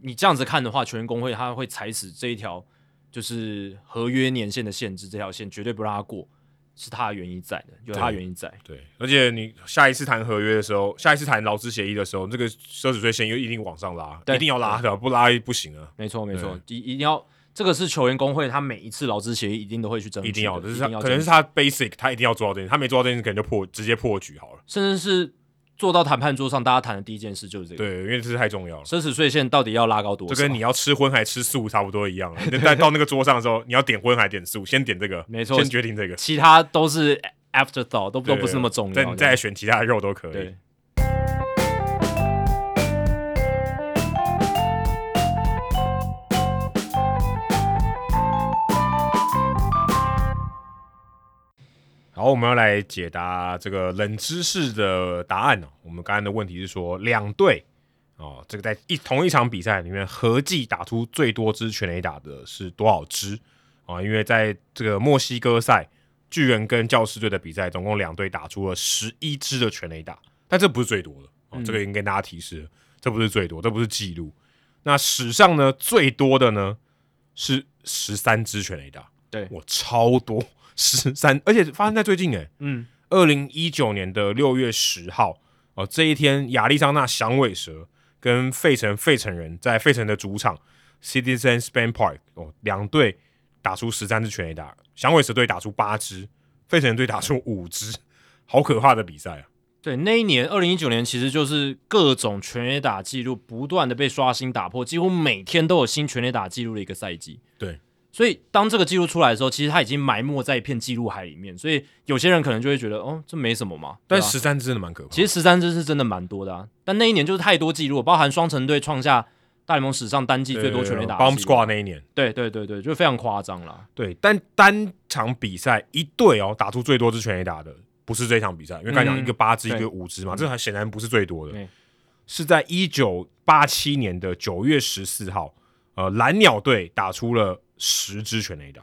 [SPEAKER 2] 你这样子看的话，球员工会他会踩死这一条就是合约年限的限制，这条线绝对不让他过，是他的原因在的，有他的原因在。
[SPEAKER 1] 对，而且你下一次谈合约的时候，下一次谈劳资协议的时候，这个奢侈税线又一定往上拉，
[SPEAKER 2] 对
[SPEAKER 1] 一定要拉的，不拉不行啊，
[SPEAKER 2] 没错，没错，一一定要这个是球员工会他每一次劳资协议一定都会去嗯争
[SPEAKER 1] 一
[SPEAKER 2] 取的，
[SPEAKER 1] 定要，这是
[SPEAKER 2] 一
[SPEAKER 1] 他
[SPEAKER 2] 定要
[SPEAKER 1] 可能
[SPEAKER 2] 争
[SPEAKER 1] 是
[SPEAKER 2] 取
[SPEAKER 1] 他 basic，他一定要做到这件事，他没做到这件事，可能就破直接破局好了。
[SPEAKER 2] 甚至是坐到谈判桌上，大家谈的第一件事就是这个。
[SPEAKER 1] 对，因为这是太重要了。
[SPEAKER 2] 奢侈税线到底要拉高多少？
[SPEAKER 1] 就跟你要吃荤还吃素差不多一样啊，你在到那个桌上的时候，你要点荤还点素，先点这个，
[SPEAKER 2] 没错
[SPEAKER 1] 先决定这个，
[SPEAKER 2] 其他都是 afterthought，都都不是那么重要。
[SPEAKER 1] 再你再来选其他的肉都可以。
[SPEAKER 2] 对。
[SPEAKER 1] 好，我们要来解答这个冷知识的答案哦。我们刚才的问题是说，两队哦，这个在一同一场比赛里面合计打出最多支全垒打的是多少支啊、哦因为在这个墨西哥赛，巨人跟教士队的比赛，总共两队打出了十一支的全垒打，但这不是最多的哦，
[SPEAKER 2] 嗯
[SPEAKER 1] 这个已经跟大家提示了，这不是最多，这不是记录。那史上呢最多的呢是十三支全垒打，
[SPEAKER 2] 对
[SPEAKER 1] 我超多十三，而且发生在最近诶、欸
[SPEAKER 2] 嗯，
[SPEAKER 1] 二零一九年的六月十号，哦，这一天，亚利桑那响尾蛇跟费城费城人在费城的主场 Citizens Bank Park 哦，两队打出十三支全垒打，响尾蛇队打出八支，费城人队打出五支，好可怕的比赛啊！
[SPEAKER 2] 对，那一年二零一九年其实就是各种全垒打记录不断的被刷新打破，几乎每天都有新全垒打记录的一个赛季。
[SPEAKER 1] 对，
[SPEAKER 2] 所以当这个记录出来的时候，其实它已经埋没在一片记录海里面，所以有些人可能就会觉得，哦，这没什么嘛。
[SPEAKER 1] 但
[SPEAKER 2] 对吧
[SPEAKER 1] 十三支真的蛮可怕的。
[SPEAKER 2] 其实十三支是真的蛮多的啊，但那一年就是太多记录了，包含双城队创下大联盟史上单季最多全垒打的
[SPEAKER 1] Bomb
[SPEAKER 2] 记录
[SPEAKER 1] Squad 那一年，
[SPEAKER 2] 对对对对，就非常夸张啦。
[SPEAKER 1] 对，但单场比赛一队哦打出最多支全垒打的不是这场比赛，因为刚才讲
[SPEAKER 2] 嗯
[SPEAKER 1] 一个八支、
[SPEAKER 2] 对
[SPEAKER 1] 一个五支嘛，这还显然不是最多的，
[SPEAKER 2] 对
[SPEAKER 1] 是在一九八七年的九月十四号，呃，蓝鸟队打出了十支全垒打，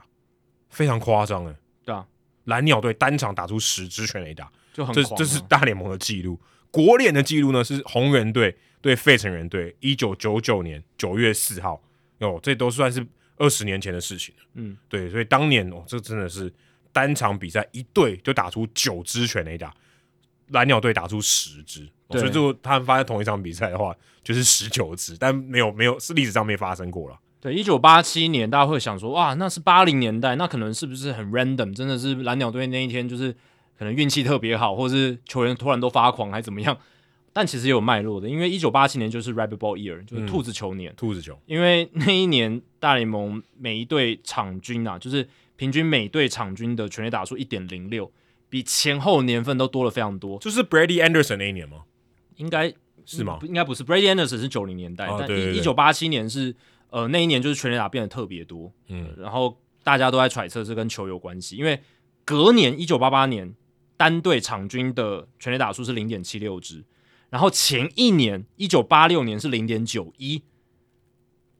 [SPEAKER 1] 非常夸张哎，
[SPEAKER 2] 对啊，
[SPEAKER 1] 蓝鸟队单场打出十支全垒打，
[SPEAKER 2] 就很
[SPEAKER 1] 这
[SPEAKER 2] 狂啊
[SPEAKER 1] 这是大联盟的记录。国联的记录呢是红人队对费城人队，一九九九年九月四号，哦，这都算是二十年前的事情了。
[SPEAKER 2] 嗯，
[SPEAKER 1] 对，所以当年哦，这真的是单场比赛一队就打出九支全垒打，蓝鸟队打出十支，哦
[SPEAKER 2] 对
[SPEAKER 1] 所以就他们发生同一场比赛的话，就是十九支，但没有没有是历史上没发生过了。
[SPEAKER 2] 对，一九八七年，大家会想说，哇，那是八零年代，那可能是不是很 random？真的是蓝鸟队那一天就是可能运气特别好，或是球员突然都发狂，还怎么样？但其实也有脉络的，因为一九八七年就是 Rabbit Ball Year，就是兔子球年。
[SPEAKER 1] 兔子球，
[SPEAKER 2] 因为那一年大联盟每一队场均啊，就是平均每队场均的全垒打数一点零六，比前后年份都多了非常多，
[SPEAKER 1] 就是 Brady Anderson 那一年吗？
[SPEAKER 2] 应该
[SPEAKER 1] 是吗
[SPEAKER 2] 不？应该不是，Brady Anderson 是九零年代，
[SPEAKER 1] 哦
[SPEAKER 2] 但
[SPEAKER 1] 对对
[SPEAKER 2] 一
[SPEAKER 1] 对
[SPEAKER 2] 一九八七年是呃那一年就是全垒打变得特别多，
[SPEAKER 1] 嗯，
[SPEAKER 2] 然后大家都在揣测这跟球有关系，因为隔年一九八八年单队场均的全垒打数是零点七六支，然后前一年一九八六年是零点九一，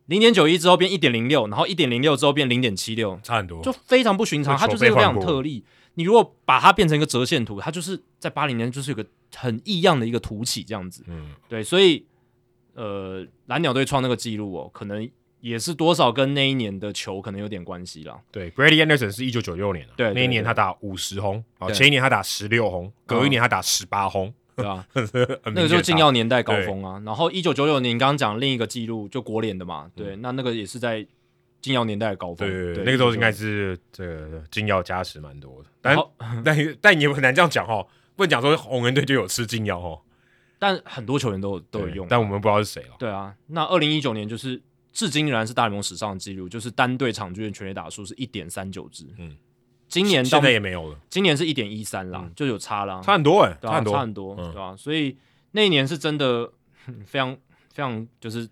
[SPEAKER 2] 零点九一之后变一点零六，然后一点零六之后变零点七六，
[SPEAKER 1] 差很多。
[SPEAKER 2] 就非常不寻常，
[SPEAKER 1] 这
[SPEAKER 2] 它
[SPEAKER 1] 球
[SPEAKER 2] 就是一个
[SPEAKER 1] 被
[SPEAKER 2] 非
[SPEAKER 1] 换
[SPEAKER 2] 常
[SPEAKER 1] 过
[SPEAKER 2] 特例。你如果把它变成一个折线图，它就是在八零年就是有个很异样的一个图起这样子。
[SPEAKER 1] 嗯，
[SPEAKER 2] 对，所以呃，蓝鸟队创那个记录哦，可能也是多少跟那一年的球可能有点关系
[SPEAKER 1] [LAUGHS]
[SPEAKER 2] 啦。
[SPEAKER 1] 对，Brady Anderson 是一九九六年啊，
[SPEAKER 2] 对对
[SPEAKER 1] 那一年
[SPEAKER 2] 对
[SPEAKER 1] 他打五十轰，啊，
[SPEAKER 2] 对
[SPEAKER 1] 前一年他打十六轰，隔一年他打十八轰， [LAUGHS]
[SPEAKER 2] 对啊，
[SPEAKER 1] 那
[SPEAKER 2] 那个就是禁药年代高峰啊。然后一九九六年，你刚刚讲另一个记录就国联的嘛，对，那那个也是在禁药年代的高
[SPEAKER 1] 嗯
[SPEAKER 2] 峰。
[SPEAKER 1] 对对
[SPEAKER 2] 对
[SPEAKER 1] 对，那个时候
[SPEAKER 2] 1996
[SPEAKER 1] 应该是这个禁药加持蛮多的，但
[SPEAKER 2] 然后
[SPEAKER 1] [LAUGHS] 但但也很难这样讲哈，不能讲说红人队就有吃禁药哈，
[SPEAKER 2] 但很多球员都有都有
[SPEAKER 1] 对
[SPEAKER 2] 用，啊
[SPEAKER 1] 但我们不知道是谁哦了。
[SPEAKER 2] 对啊，那二零一九年就是至今仍然是大联盟史上的记录，就是单队场均的全垒打数是一点三九支。
[SPEAKER 1] 嗯，
[SPEAKER 2] 今年到
[SPEAKER 1] 现在也没有了，
[SPEAKER 2] 今年是一点一三啦，就有差啦，
[SPEAKER 1] 差很多哎，
[SPEAKER 2] 嗯对
[SPEAKER 1] 差
[SPEAKER 2] 啊
[SPEAKER 1] 很
[SPEAKER 2] 差
[SPEAKER 1] 多。
[SPEAKER 2] 很多，
[SPEAKER 1] 嗯
[SPEAKER 2] 对吧、所以那一年是真的哼非常非常就是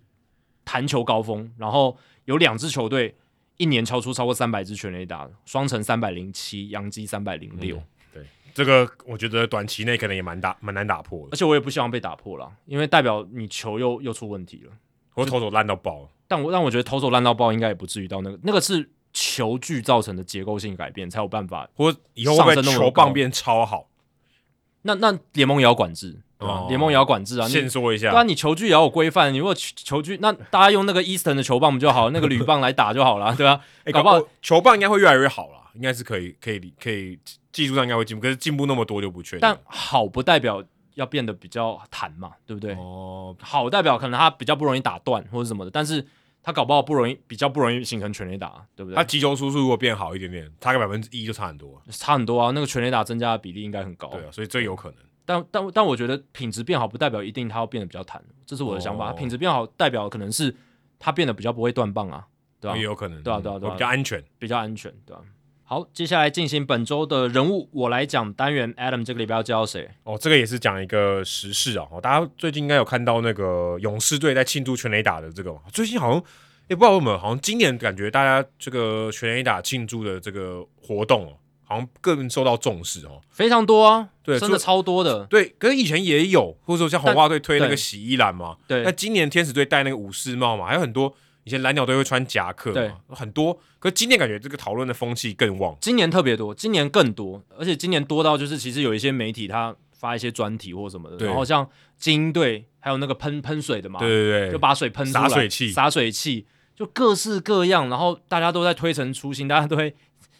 [SPEAKER 2] 弹球高峰，然后有两支球队一年敲出超过三百支全垒打，双城三百零七，洋基三百零六
[SPEAKER 1] 嗯。这个我觉得短期内可能也蛮打蛮难打破
[SPEAKER 2] 而
[SPEAKER 1] 的，
[SPEAKER 2] 且我也不希望被打破啦，因为代表你球又又出问题了。
[SPEAKER 1] 我头手烂到爆了。
[SPEAKER 2] 但我让我觉得投手烂到爆，应该也不至于到那个，那个是球具造成的结构性改变才有办法。
[SPEAKER 1] 或以后会
[SPEAKER 2] 上
[SPEAKER 1] 不会
[SPEAKER 2] 升那么
[SPEAKER 1] 球
[SPEAKER 2] 高
[SPEAKER 1] 棒变超好？
[SPEAKER 2] 那那联盟也要管制，对吧
[SPEAKER 1] 哦
[SPEAKER 2] 联盟也要管制啊。你
[SPEAKER 1] 先说一下
[SPEAKER 2] 对，啊，你球具也要有规范。你如果球球具，那大家用那个 Easton 的球棒不就好，那个铝棒来打就好了，啊对吧、
[SPEAKER 1] 哎
[SPEAKER 2] 搞不好
[SPEAKER 1] 我球棒应该会越来越好啦，应该是可以可以可以技术上应该会进步，可是进步那么多就不确定。
[SPEAKER 2] 但好不代表要变得比较弹嘛，对不对？
[SPEAKER 1] 哦，
[SPEAKER 2] 好代表可能它比较不容易打断或者什么的，但是它搞不好不容易，比较不容易形成全垒打，对不对？
[SPEAKER 1] 他击球出速如果变好一点点，差个百分之一就差很多了。
[SPEAKER 2] 差很多啊，那个全垒打增加的比例应该很高。
[SPEAKER 1] 对啊，所以这有可能。
[SPEAKER 2] 但但但我觉得品质变好不代表一定它要变得比较弹，这是我的想法。
[SPEAKER 1] 哦
[SPEAKER 2] 它品质变好代表可能是它变得比较不会断棒啊，对吧、
[SPEAKER 1] 也有可能，
[SPEAKER 2] 对啊对啊对啊
[SPEAKER 1] 会比较安全。
[SPEAKER 2] 比较安全，对吧、好，接下来进行本周的人物我来讲单元，Adam 这个礼拜要介绍谁？
[SPEAKER 1] 哦，这个也是讲一个时事啊、哦，大家最近应该有看到那个勇士队在庆祝全垒打的这个嘛，最近好像也不知道为什么，好像今年感觉大家这个全垒打庆祝的这个活动哦，好像更受到重视哦。
[SPEAKER 2] 非常多啊，
[SPEAKER 1] 对
[SPEAKER 2] 真的
[SPEAKER 1] 除
[SPEAKER 2] 超多的，
[SPEAKER 1] 对，可是以前也有，或者说像红袜队推那
[SPEAKER 2] 对
[SPEAKER 1] 个洗衣篮嘛，
[SPEAKER 2] 对
[SPEAKER 1] 那今年天使队戴那个武士帽嘛，还有很多以前蓝鸟队会穿夹克
[SPEAKER 2] 对
[SPEAKER 1] 嘛，很多。可是今年感觉这个讨论的风气更旺，
[SPEAKER 2] 今年特别多，今年更多，而且今年多到就是其实有一些媒体他发一些专题或什么的，
[SPEAKER 1] 对
[SPEAKER 2] 然后像精英队还有那个喷喷水的嘛，
[SPEAKER 1] 对对对，
[SPEAKER 2] 就把水喷出
[SPEAKER 1] 洒
[SPEAKER 2] 来，
[SPEAKER 1] 水器
[SPEAKER 2] 洒水器，就各式各样，然后大家都在推陈出新，大家都会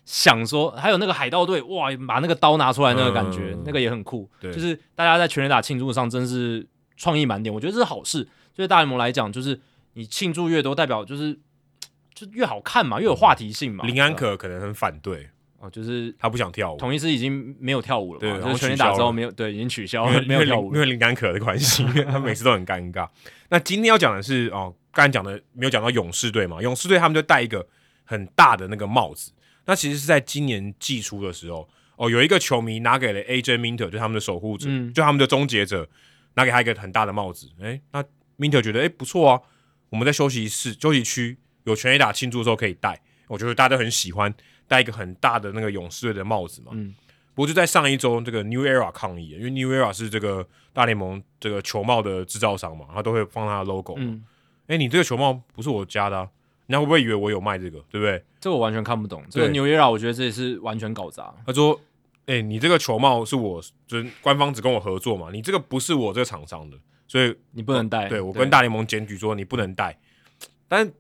[SPEAKER 2] 想说，还有那个海盗队，哇，把那个刀拿出来那个感觉，
[SPEAKER 1] 嗯
[SPEAKER 2] 那个也很酷，
[SPEAKER 1] 对
[SPEAKER 2] 就是大家在全垒打庆祝上真是创意满点，我觉得这是好事。对大联盟来讲，就是你庆祝越多，代表就是就越好看嘛，越有话题性嘛。
[SPEAKER 1] 嗯林安
[SPEAKER 2] 对吧啊
[SPEAKER 1] 可可能很反对，
[SPEAKER 2] 哦，就是
[SPEAKER 1] 他不想跳舞。
[SPEAKER 2] 统一师已经没有跳舞了
[SPEAKER 1] 对
[SPEAKER 2] 嘛，
[SPEAKER 1] 好
[SPEAKER 2] 就
[SPEAKER 1] 像
[SPEAKER 2] 是全垒
[SPEAKER 1] 取消
[SPEAKER 2] 打之后
[SPEAKER 1] 了
[SPEAKER 2] 没有，对，已经取消
[SPEAKER 1] 因
[SPEAKER 2] 了
[SPEAKER 1] 为，
[SPEAKER 2] 没有跳
[SPEAKER 1] 因
[SPEAKER 2] 舞
[SPEAKER 1] 为
[SPEAKER 2] 了。
[SPEAKER 1] 林安可的关
[SPEAKER 2] [LAUGHS]
[SPEAKER 1] 系，他每次都很尴尬。那今天要讲的是哦，刚才讲的没有讲到勇士队嘛？勇士队他们就戴一个很大的那个帽子。那其实是在今年季初的时候，哦，有一个球迷拿给了 AJ Minter，就是他们的守护者，
[SPEAKER 2] 嗯
[SPEAKER 1] 就他们的终结者，拿给他一个很大的帽子。诶，那 Minter 觉得诶不错啊，我们在休息室、休息区有全垒打庆祝的时候可以戴，我觉得大家都很喜欢戴一个很大的那个勇士队的帽子嘛。
[SPEAKER 2] 嗯
[SPEAKER 1] 不过就在上一周，这个 New Era 抗议，因为 New Era 是这个大联盟这个球帽的制造商嘛，他都会放他的 logo。哎、
[SPEAKER 2] 嗯，
[SPEAKER 1] 你这个球帽不是我家的、啊，人家会不会以为我有卖这个，对不对？
[SPEAKER 2] 这我完全看不懂。这个
[SPEAKER 1] 对
[SPEAKER 2] 纽约啊，我觉得这也是完全搞砸。
[SPEAKER 1] 他说，哎、你这个球帽是我，就是官方只跟我合作嘛，你这个不是我这个厂商的，所以
[SPEAKER 2] 你不能带。
[SPEAKER 1] 哦对我跟大联盟检举说你不能带，但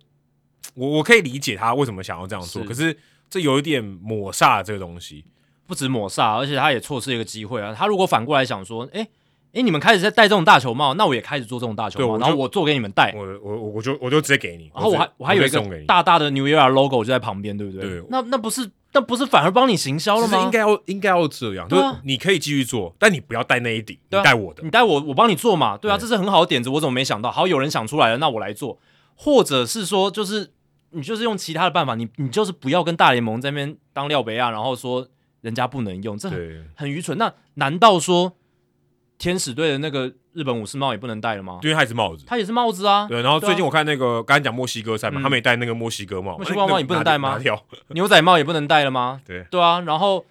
[SPEAKER 1] 我我可以理解他为什么想要这样做，
[SPEAKER 2] 是
[SPEAKER 1] 可是这有一点抹煞这个东西。
[SPEAKER 2] 不止抹煞，而且他也错失一个机会啊。他如果反过来想说，哎、诶哎、你们开始在戴这种大球帽，那我也开始做这种大球
[SPEAKER 1] 对
[SPEAKER 2] 帽，
[SPEAKER 1] 我就
[SPEAKER 2] 然后我做给你们戴，
[SPEAKER 1] 我我我我就我就直接给你，
[SPEAKER 2] 然后我
[SPEAKER 1] 直接
[SPEAKER 2] 还我还有一
[SPEAKER 1] 直接
[SPEAKER 2] 个
[SPEAKER 1] 送给你。
[SPEAKER 2] 大大的 New Era logo 就在旁边，对不对？
[SPEAKER 1] 对
[SPEAKER 2] 那那不是那不是反而帮你行销了
[SPEAKER 1] 其实
[SPEAKER 2] 吗？
[SPEAKER 1] 应该要应该要这样，就
[SPEAKER 2] 对
[SPEAKER 1] 是
[SPEAKER 2] 啊
[SPEAKER 1] 你可以继续做，但你不要带那一顶，
[SPEAKER 2] 对啊
[SPEAKER 1] 你带我的。
[SPEAKER 2] 你带我，我帮你做嘛，对啊，
[SPEAKER 1] 对
[SPEAKER 2] 这是很好的点子，我怎么没想到？好，有人想出来了，那我来做，或者是说，就是你就是用其他的办法，你你就是不要跟大联盟这边当廖北亚，然后说人家不能用，这很
[SPEAKER 1] 对
[SPEAKER 2] 很愚蠢。那难道说天使队的那个日本武士帽也不能戴了吗？
[SPEAKER 1] 因为他也是帽子。
[SPEAKER 2] 它也是帽子啊，
[SPEAKER 1] 对，然后
[SPEAKER 2] 对啊
[SPEAKER 1] 最近我看那个刚才讲墨西哥赛嘛，
[SPEAKER 2] 嗯
[SPEAKER 1] 他们也戴那个墨西哥帽，
[SPEAKER 2] 墨西哥帽
[SPEAKER 1] 哎那
[SPEAKER 2] 你不能戴吗
[SPEAKER 1] 拿掉。
[SPEAKER 2] [LAUGHS] 牛仔帽也不能戴了吗？
[SPEAKER 1] 对
[SPEAKER 2] 对啊，然后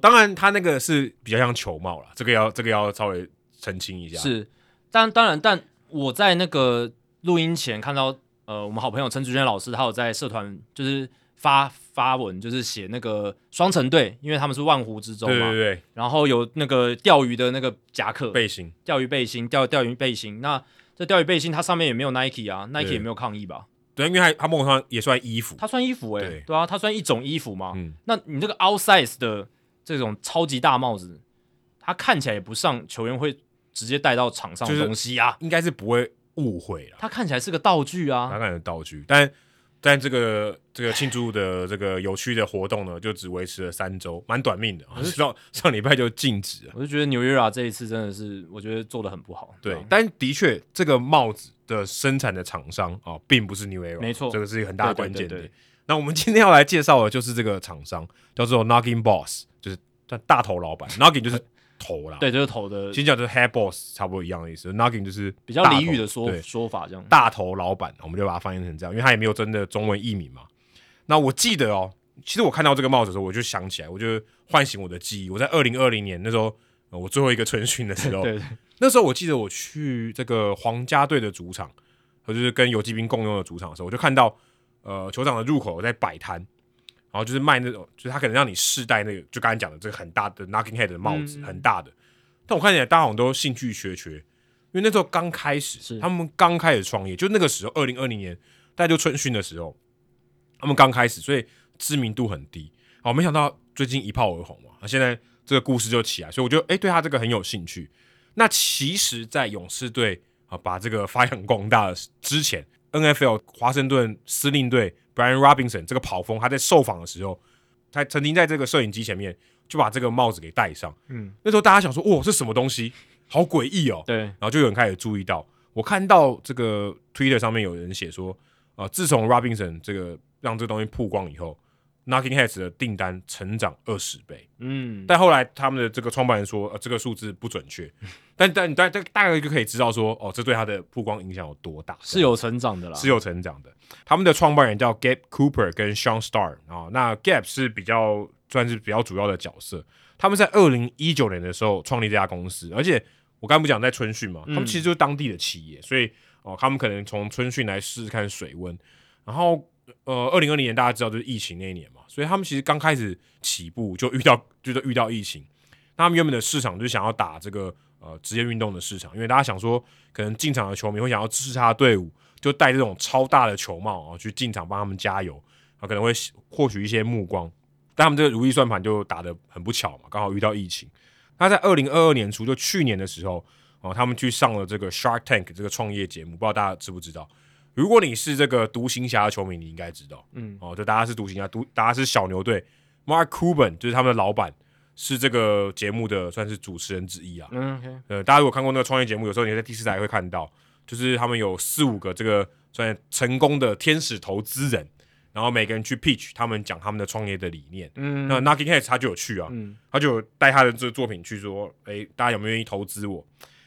[SPEAKER 1] 当然，他那个是比较像球帽啦，这个要这个要稍微澄清一下。
[SPEAKER 2] 是，但当然，但我在那个录音前看到，呃，我们好朋友陈菊娟老师，他有在社团就是发发文，就是写那个双城队，因为他们是万湖之州
[SPEAKER 1] 对
[SPEAKER 2] 嘛，
[SPEAKER 1] 对对，
[SPEAKER 2] 然后有那个钓鱼的那个夹克，
[SPEAKER 1] 背心
[SPEAKER 2] 钓鱼背心，钓钓鱼背心。那这钓鱼背心它上面也没有 Nike 啊，Nike
[SPEAKER 1] 对
[SPEAKER 2] 也没有抗议吧？
[SPEAKER 1] 对，因为他他梦上也算衣服，
[SPEAKER 2] 它算衣服哎、
[SPEAKER 1] 对
[SPEAKER 2] 对啊，它算一种衣服嘛。
[SPEAKER 1] 嗯，
[SPEAKER 2] 那你这个 outsize 的这种超级大帽子，它看起来也不像球员会直接带到场上
[SPEAKER 1] 就
[SPEAKER 2] 的
[SPEAKER 1] 是
[SPEAKER 2] 东西啊。
[SPEAKER 1] 应该是不会误会啦，
[SPEAKER 2] 它看起来是个道具
[SPEAKER 1] 他
[SPEAKER 2] 啊，
[SPEAKER 1] 看的道具。但但这个这个庆祝的这个有趣的活动呢，就只维持了三周，蛮短命的。 [LAUGHS] 上上礼拜就禁止了。
[SPEAKER 2] 我就觉得纽约啊这一次真的是，我觉得做的很不好。
[SPEAKER 1] 对
[SPEAKER 2] 啊，
[SPEAKER 1] 但的确，这个帽子的生产的厂商啊、并不是 New Era，
[SPEAKER 2] 没错
[SPEAKER 1] 这个是一个很大的关键
[SPEAKER 2] 对对对
[SPEAKER 1] 点。那我们今天要来介绍的就是这个厂商，叫做 Noggin Boss，就是他大头
[SPEAKER 2] [LAUGHS]
[SPEAKER 1] 老板，Noggin 就是头啦，，
[SPEAKER 2] 对，就是头的
[SPEAKER 1] 新讲就是 Head Boss，差不多一样的意思。Noggin 就是
[SPEAKER 2] 比较
[SPEAKER 1] 大头
[SPEAKER 2] 俚语的说
[SPEAKER 1] 对
[SPEAKER 2] 说法这样。
[SPEAKER 1] 大头老板，我们就把它翻译成这样，因为他也没有真的中文译名嘛。那我记得哦，其实我看到这个帽子的时候，我就想起来，我就唤醒我的记忆。我在二零二零年那时候，呃我最后一个春训的时候，
[SPEAKER 2] [LAUGHS] 对对
[SPEAKER 1] 那时候我记得我去这个皇家队的主场，我就是跟游击兵共用的主场的时候，我就看到呃球场的入口在摆摊，然后就是卖那种，就是他可能让你试戴那个，就刚才讲的这个很大的 knocking head 的帽子，
[SPEAKER 2] 嗯
[SPEAKER 1] 很大的。但我看起来大家好像都兴趣缺缺，因为那时候刚开始，
[SPEAKER 2] 是
[SPEAKER 1] 他们刚开始创业，就那个时候二零二零年，大家就春训的时候，他们刚开始，所以知名度很低。好，没想到最近一炮而红嘛，那现在这个故事就起来，所以我觉得哎、诶对他这个很有兴趣。那其实，在勇士队啊把这个发扬光大之前，NFL 华盛顿司令队 Brian Robinson 这个跑锋，他在受访的时候，他曾经在这个摄影机前面就把这个帽子给戴上。
[SPEAKER 2] 嗯，
[SPEAKER 1] 那时候大家想说，哇，这什么东西？好诡异哦。
[SPEAKER 2] 对，
[SPEAKER 1] 然后就有人开始注意到，我看到这个 Twitter 上面有人写说，呃，自从 Robinson 这个让这个东西曝光以后，Knocking Heads 的订单成长二十倍。
[SPEAKER 2] 嗯，
[SPEAKER 1] 但后来他们的这个创办人说，呃，这个数字不准确，但但但但大概就可以知道说，哦，这对他的曝光影响有多大，
[SPEAKER 2] 是有成长的啦。
[SPEAKER 1] 是有成长的。他们的创办人叫 Gabe Cooper 跟 Sean Star 啊、那 Gabe 是比较算是比较主要的角色。他们在二零一九年的时候创立这家公司，而且我刚才不讲在春训嘛，他
[SPEAKER 2] 嗯
[SPEAKER 1] 们其实就是当地的企业，所以哦、他们可能从春训来试试看水温。然后呃，二零二零年大家知道就是疫情那一年嘛，所以他们其实刚开始起步就遇到就是遇到疫情。那他们原本的市场就是想要打这个呃职业运动的市场，因为大家想说，可能进场的球迷会想要支持他的队伍，就戴这种超大的球帽啊、去进场帮他们加油，啊可能会获取一些目光。但他们这个如意算盘就打得很不巧嘛，刚好遇到疫情。那在二零二二年初，就去年的时候，哦，他们去上了这个 Shark Tank 这个创业节目，不知道大家知不知道？如果你是这个独行侠的球迷，你应该知道，
[SPEAKER 2] 嗯，
[SPEAKER 1] 哦，就大家是独行侠，独大家是小牛队，Mark Cuban 就是他们的老板，是这个节目的算是主持人之一啊。
[SPEAKER 2] 嗯，OK，
[SPEAKER 1] 呃，大家如果看过那个创业节目，有时候你在第四台会看到，就是他们有四五个这个算是成功的天使投资人，然后每个人去 pitch，他们讲他们的创业的理念。
[SPEAKER 2] 嗯，
[SPEAKER 1] 那 Nucky Head 他就有去啊，
[SPEAKER 2] 嗯
[SPEAKER 1] 他就有带他的这个作品去说，诶，大家有没有愿意投资我？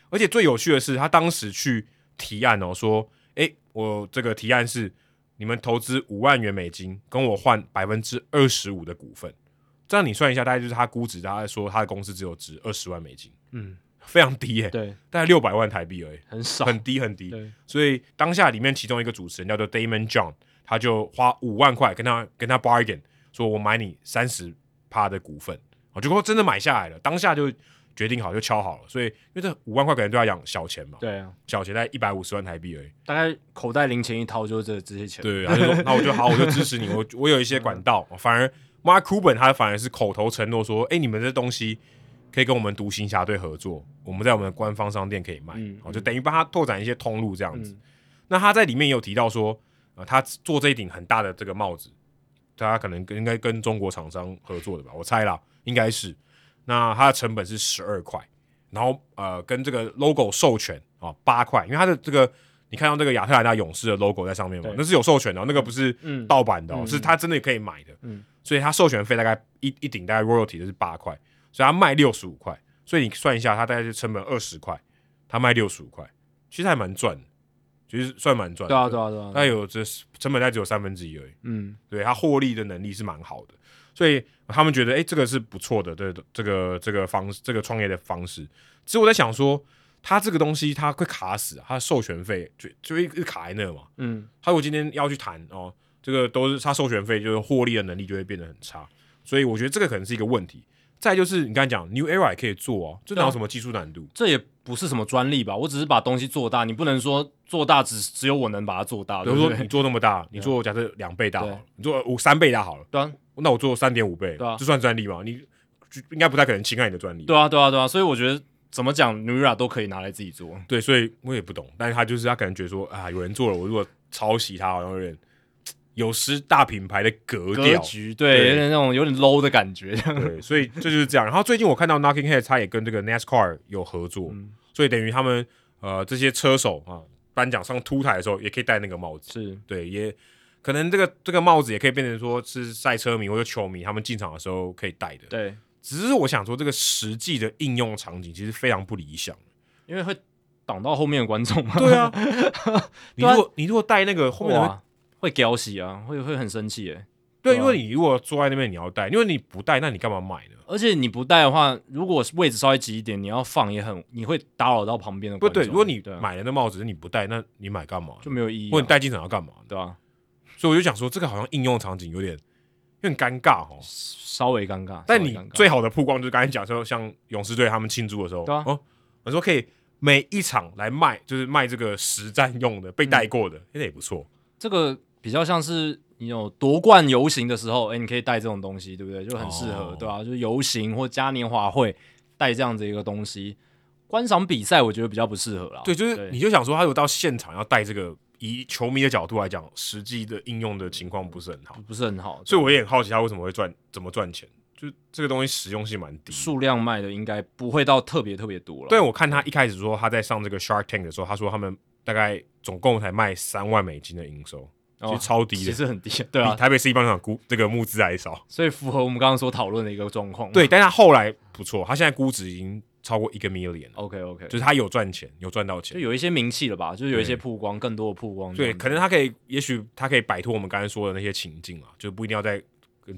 [SPEAKER 1] 而且最有趣的是，他当时去提案哦，说，诶，我这个提案是你们投资五万元美金，跟我换百分之二十五的股份，这样你算一下，大概就是他估值，大概说他的公司只有值二十万美金，
[SPEAKER 2] 嗯，
[SPEAKER 1] 非常低耶、
[SPEAKER 2] 对，
[SPEAKER 1] 大概六百万台币而已，
[SPEAKER 2] 很少，
[SPEAKER 1] 很低很低。
[SPEAKER 2] 对，
[SPEAKER 1] 所以当下里面其中一个主持人叫做 Damon John，他就花五万块跟他跟他 bargain，说我买你三十趴的股份，我就果真的买下来了，当下就决定好就敲好了。所以因为这五万块可能对他讲小钱嘛，
[SPEAKER 2] 对啊，
[SPEAKER 1] 小钱在一百五十万台币而已。
[SPEAKER 2] 大概口袋零钱一掏就是这这些钱。嗯
[SPEAKER 1] 对，他就说那我就好，我就支持你，我我有一些管道。反而 Mark Cuban 他反而是口头承诺说，哎、你们这东西可以跟我们独行侠队合作，我们在我们的官方商店可以卖，
[SPEAKER 2] 嗯
[SPEAKER 1] 哦，就等于帮他拓展一些通路这样子。
[SPEAKER 2] 嗯
[SPEAKER 1] 那他在里面也有提到说，呃，他做这一顶很大的这个帽子，他可能跟应该跟中国厂商合作的吧，我猜啦，应该是。那它的成本是十二块，然后呃，跟这个 logo 授权啊八块，因为它的这个你看到这个亚特兰大勇士的 logo 在上面嘛
[SPEAKER 2] 对，
[SPEAKER 1] 那是有授权的哦，那个不是
[SPEAKER 2] 嗯
[SPEAKER 1] 盗版的哦，
[SPEAKER 2] 嗯
[SPEAKER 1] 是它真的可以买的。
[SPEAKER 2] 嗯
[SPEAKER 1] 所以他授权费大概一一顶大概 royalty 就是八块，所以他卖六十五块，所以你算一下，他大概是成本二十块，他卖六十五块，其实还蛮赚的，其实算蛮赚的。
[SPEAKER 2] 对啊，对啊，对啊，
[SPEAKER 1] 那有这成本大概只有三分之一而已，
[SPEAKER 2] 嗯，
[SPEAKER 1] 对他获利的能力是蛮好的，所以他们觉得哎、诶这个是不错的，对这个这个方这个创业的方式。其实我在想说，他这个东西他会卡死、啊，他的授权费就就一直卡在那嘛。
[SPEAKER 2] 嗯，
[SPEAKER 1] 他如果今天要去谈哦，这个都是他授权费，就是获利的能力就会变得很差，所以我觉得这个可能是一个问题。再来就是你刚才讲 New Era 也可以做哦，
[SPEAKER 2] 啊
[SPEAKER 1] 这哪有什么技术难度？
[SPEAKER 2] 这也不是什么专利吧？我只是把东西做大，你不能说做大只只有我能把它做大，
[SPEAKER 1] 比
[SPEAKER 2] 对
[SPEAKER 1] 如
[SPEAKER 2] 不
[SPEAKER 1] 说
[SPEAKER 2] 啊对？啊
[SPEAKER 1] 你做那么大，你做假设两倍大好
[SPEAKER 2] 对
[SPEAKER 1] 了，你做五三倍大好了，
[SPEAKER 2] 对啊，
[SPEAKER 1] 那我做三点五倍，
[SPEAKER 2] 对啊
[SPEAKER 1] 这算专利吗？你就应该不太可能侵害你的专利。
[SPEAKER 2] 对啊，对啊，对啊，所以我觉得怎么讲 n u r a 都可以拿来自己做，
[SPEAKER 1] 对，所以我也不懂，但是他就是他可能觉得说啊，有人做了，我如果抄袭他，好像有点有失大品牌的格
[SPEAKER 2] 格
[SPEAKER 1] 调。
[SPEAKER 2] 局对，
[SPEAKER 1] 对
[SPEAKER 2] 有点那种有点 low 的感觉，
[SPEAKER 1] 对，所以这就是这样。然后最近我看到 Knocking Heads 他也跟这个 NASCAR 有合作，
[SPEAKER 2] 嗯
[SPEAKER 1] 所以等于他们呃这些车手啊颁奖上凸台的时候也可以戴那个帽子，
[SPEAKER 2] 是
[SPEAKER 1] 对，也可能这个这个帽子也可以变成说是赛车迷或者球迷他们进场的时候可以戴的。
[SPEAKER 2] [LAUGHS] 对，
[SPEAKER 1] 只是我想说，这个实际的应用场景其实非常不理
[SPEAKER 2] [LAUGHS]
[SPEAKER 1] 想。
[SPEAKER 2] 因为会挡到后面的观众 [LAUGHS] 嘛，
[SPEAKER 1] 对啊，你
[SPEAKER 2] 对
[SPEAKER 1] 如
[SPEAKER 2] 啊
[SPEAKER 1] 果你如果戴那个后面的会
[SPEAKER 2] 哇，会屌喜啊，会会很生气耶。
[SPEAKER 1] 对，
[SPEAKER 2] 对啊
[SPEAKER 1] 因为你如果坐在那边你要戴，因为你不戴，那你干嘛买呢？
[SPEAKER 2] 而且你不带的话，如果位置稍微挤一点，你要放也很，你会打扰到旁边的
[SPEAKER 1] 不
[SPEAKER 2] 观众。
[SPEAKER 1] 对，如果你
[SPEAKER 2] 对啊
[SPEAKER 1] 买了那帽子你不戴，那你买干嘛呢？
[SPEAKER 2] 就没有意义、
[SPEAKER 1] 或者
[SPEAKER 2] 啊
[SPEAKER 1] 你，戴进场要干嘛呢？
[SPEAKER 2] 对啊吧、
[SPEAKER 1] 所以我就想说，这个好像应用场景有点有点尴尬哦。
[SPEAKER 2] 稍微尴尬，
[SPEAKER 1] 但
[SPEAKER 2] 稍微
[SPEAKER 1] 你
[SPEAKER 2] 尴尬
[SPEAKER 1] 最好的曝光就是刚才讲说，像勇士队他们庆祝的时候，
[SPEAKER 2] 对啊
[SPEAKER 1] 哦，我说可以每一场来卖，就是卖这个实战用的被
[SPEAKER 2] 嗯
[SPEAKER 1] 带过的，那、也不错。
[SPEAKER 2] 这个比较像是你有夺冠游行的时候，哎、你可以带这种东西，对不对？就很适合，
[SPEAKER 1] 哦
[SPEAKER 2] 对吧、就是游行或嘉年华会带这样子一个东西，观赏比赛我觉得比较不适合啦。
[SPEAKER 1] 对，就是
[SPEAKER 2] 对
[SPEAKER 1] 你就想说，他如果到现场要带这个，以球迷的角度来讲，实际的应用的情况不是很好，
[SPEAKER 2] 不是很好，
[SPEAKER 1] 所以
[SPEAKER 2] 对
[SPEAKER 1] 我也很好奇他为什么会赚，怎么赚钱，就这个东西实用性蛮低的。
[SPEAKER 2] 数量卖的应该不会到特别特别多了。
[SPEAKER 1] 对，我看他一开始说他在上这个 Shark Tank 的时候，他说他们大概总共才卖三万美金的营收，
[SPEAKER 2] 哦，
[SPEAKER 1] 其实超低的
[SPEAKER 2] 其实很低，对啊
[SPEAKER 1] 比，台北市一棒球场估这个募资还少。
[SPEAKER 2] 所以符合我们刚刚所讨论的一个状况。
[SPEAKER 1] 对，但他后来不错，他现在估值已经超过一个 million 了，
[SPEAKER 2] ，OK OK，
[SPEAKER 1] 就是他有赚钱，有赚到
[SPEAKER 2] 就
[SPEAKER 1] 钱。
[SPEAKER 2] 有一些名气了吧，就是有一些
[SPEAKER 1] 对
[SPEAKER 2] 曝光，更多的曝光这
[SPEAKER 1] 对，
[SPEAKER 2] 样子。
[SPEAKER 1] 可能他可以，也许他可以摆脱我们刚才说的那些情境啊，就不一定要在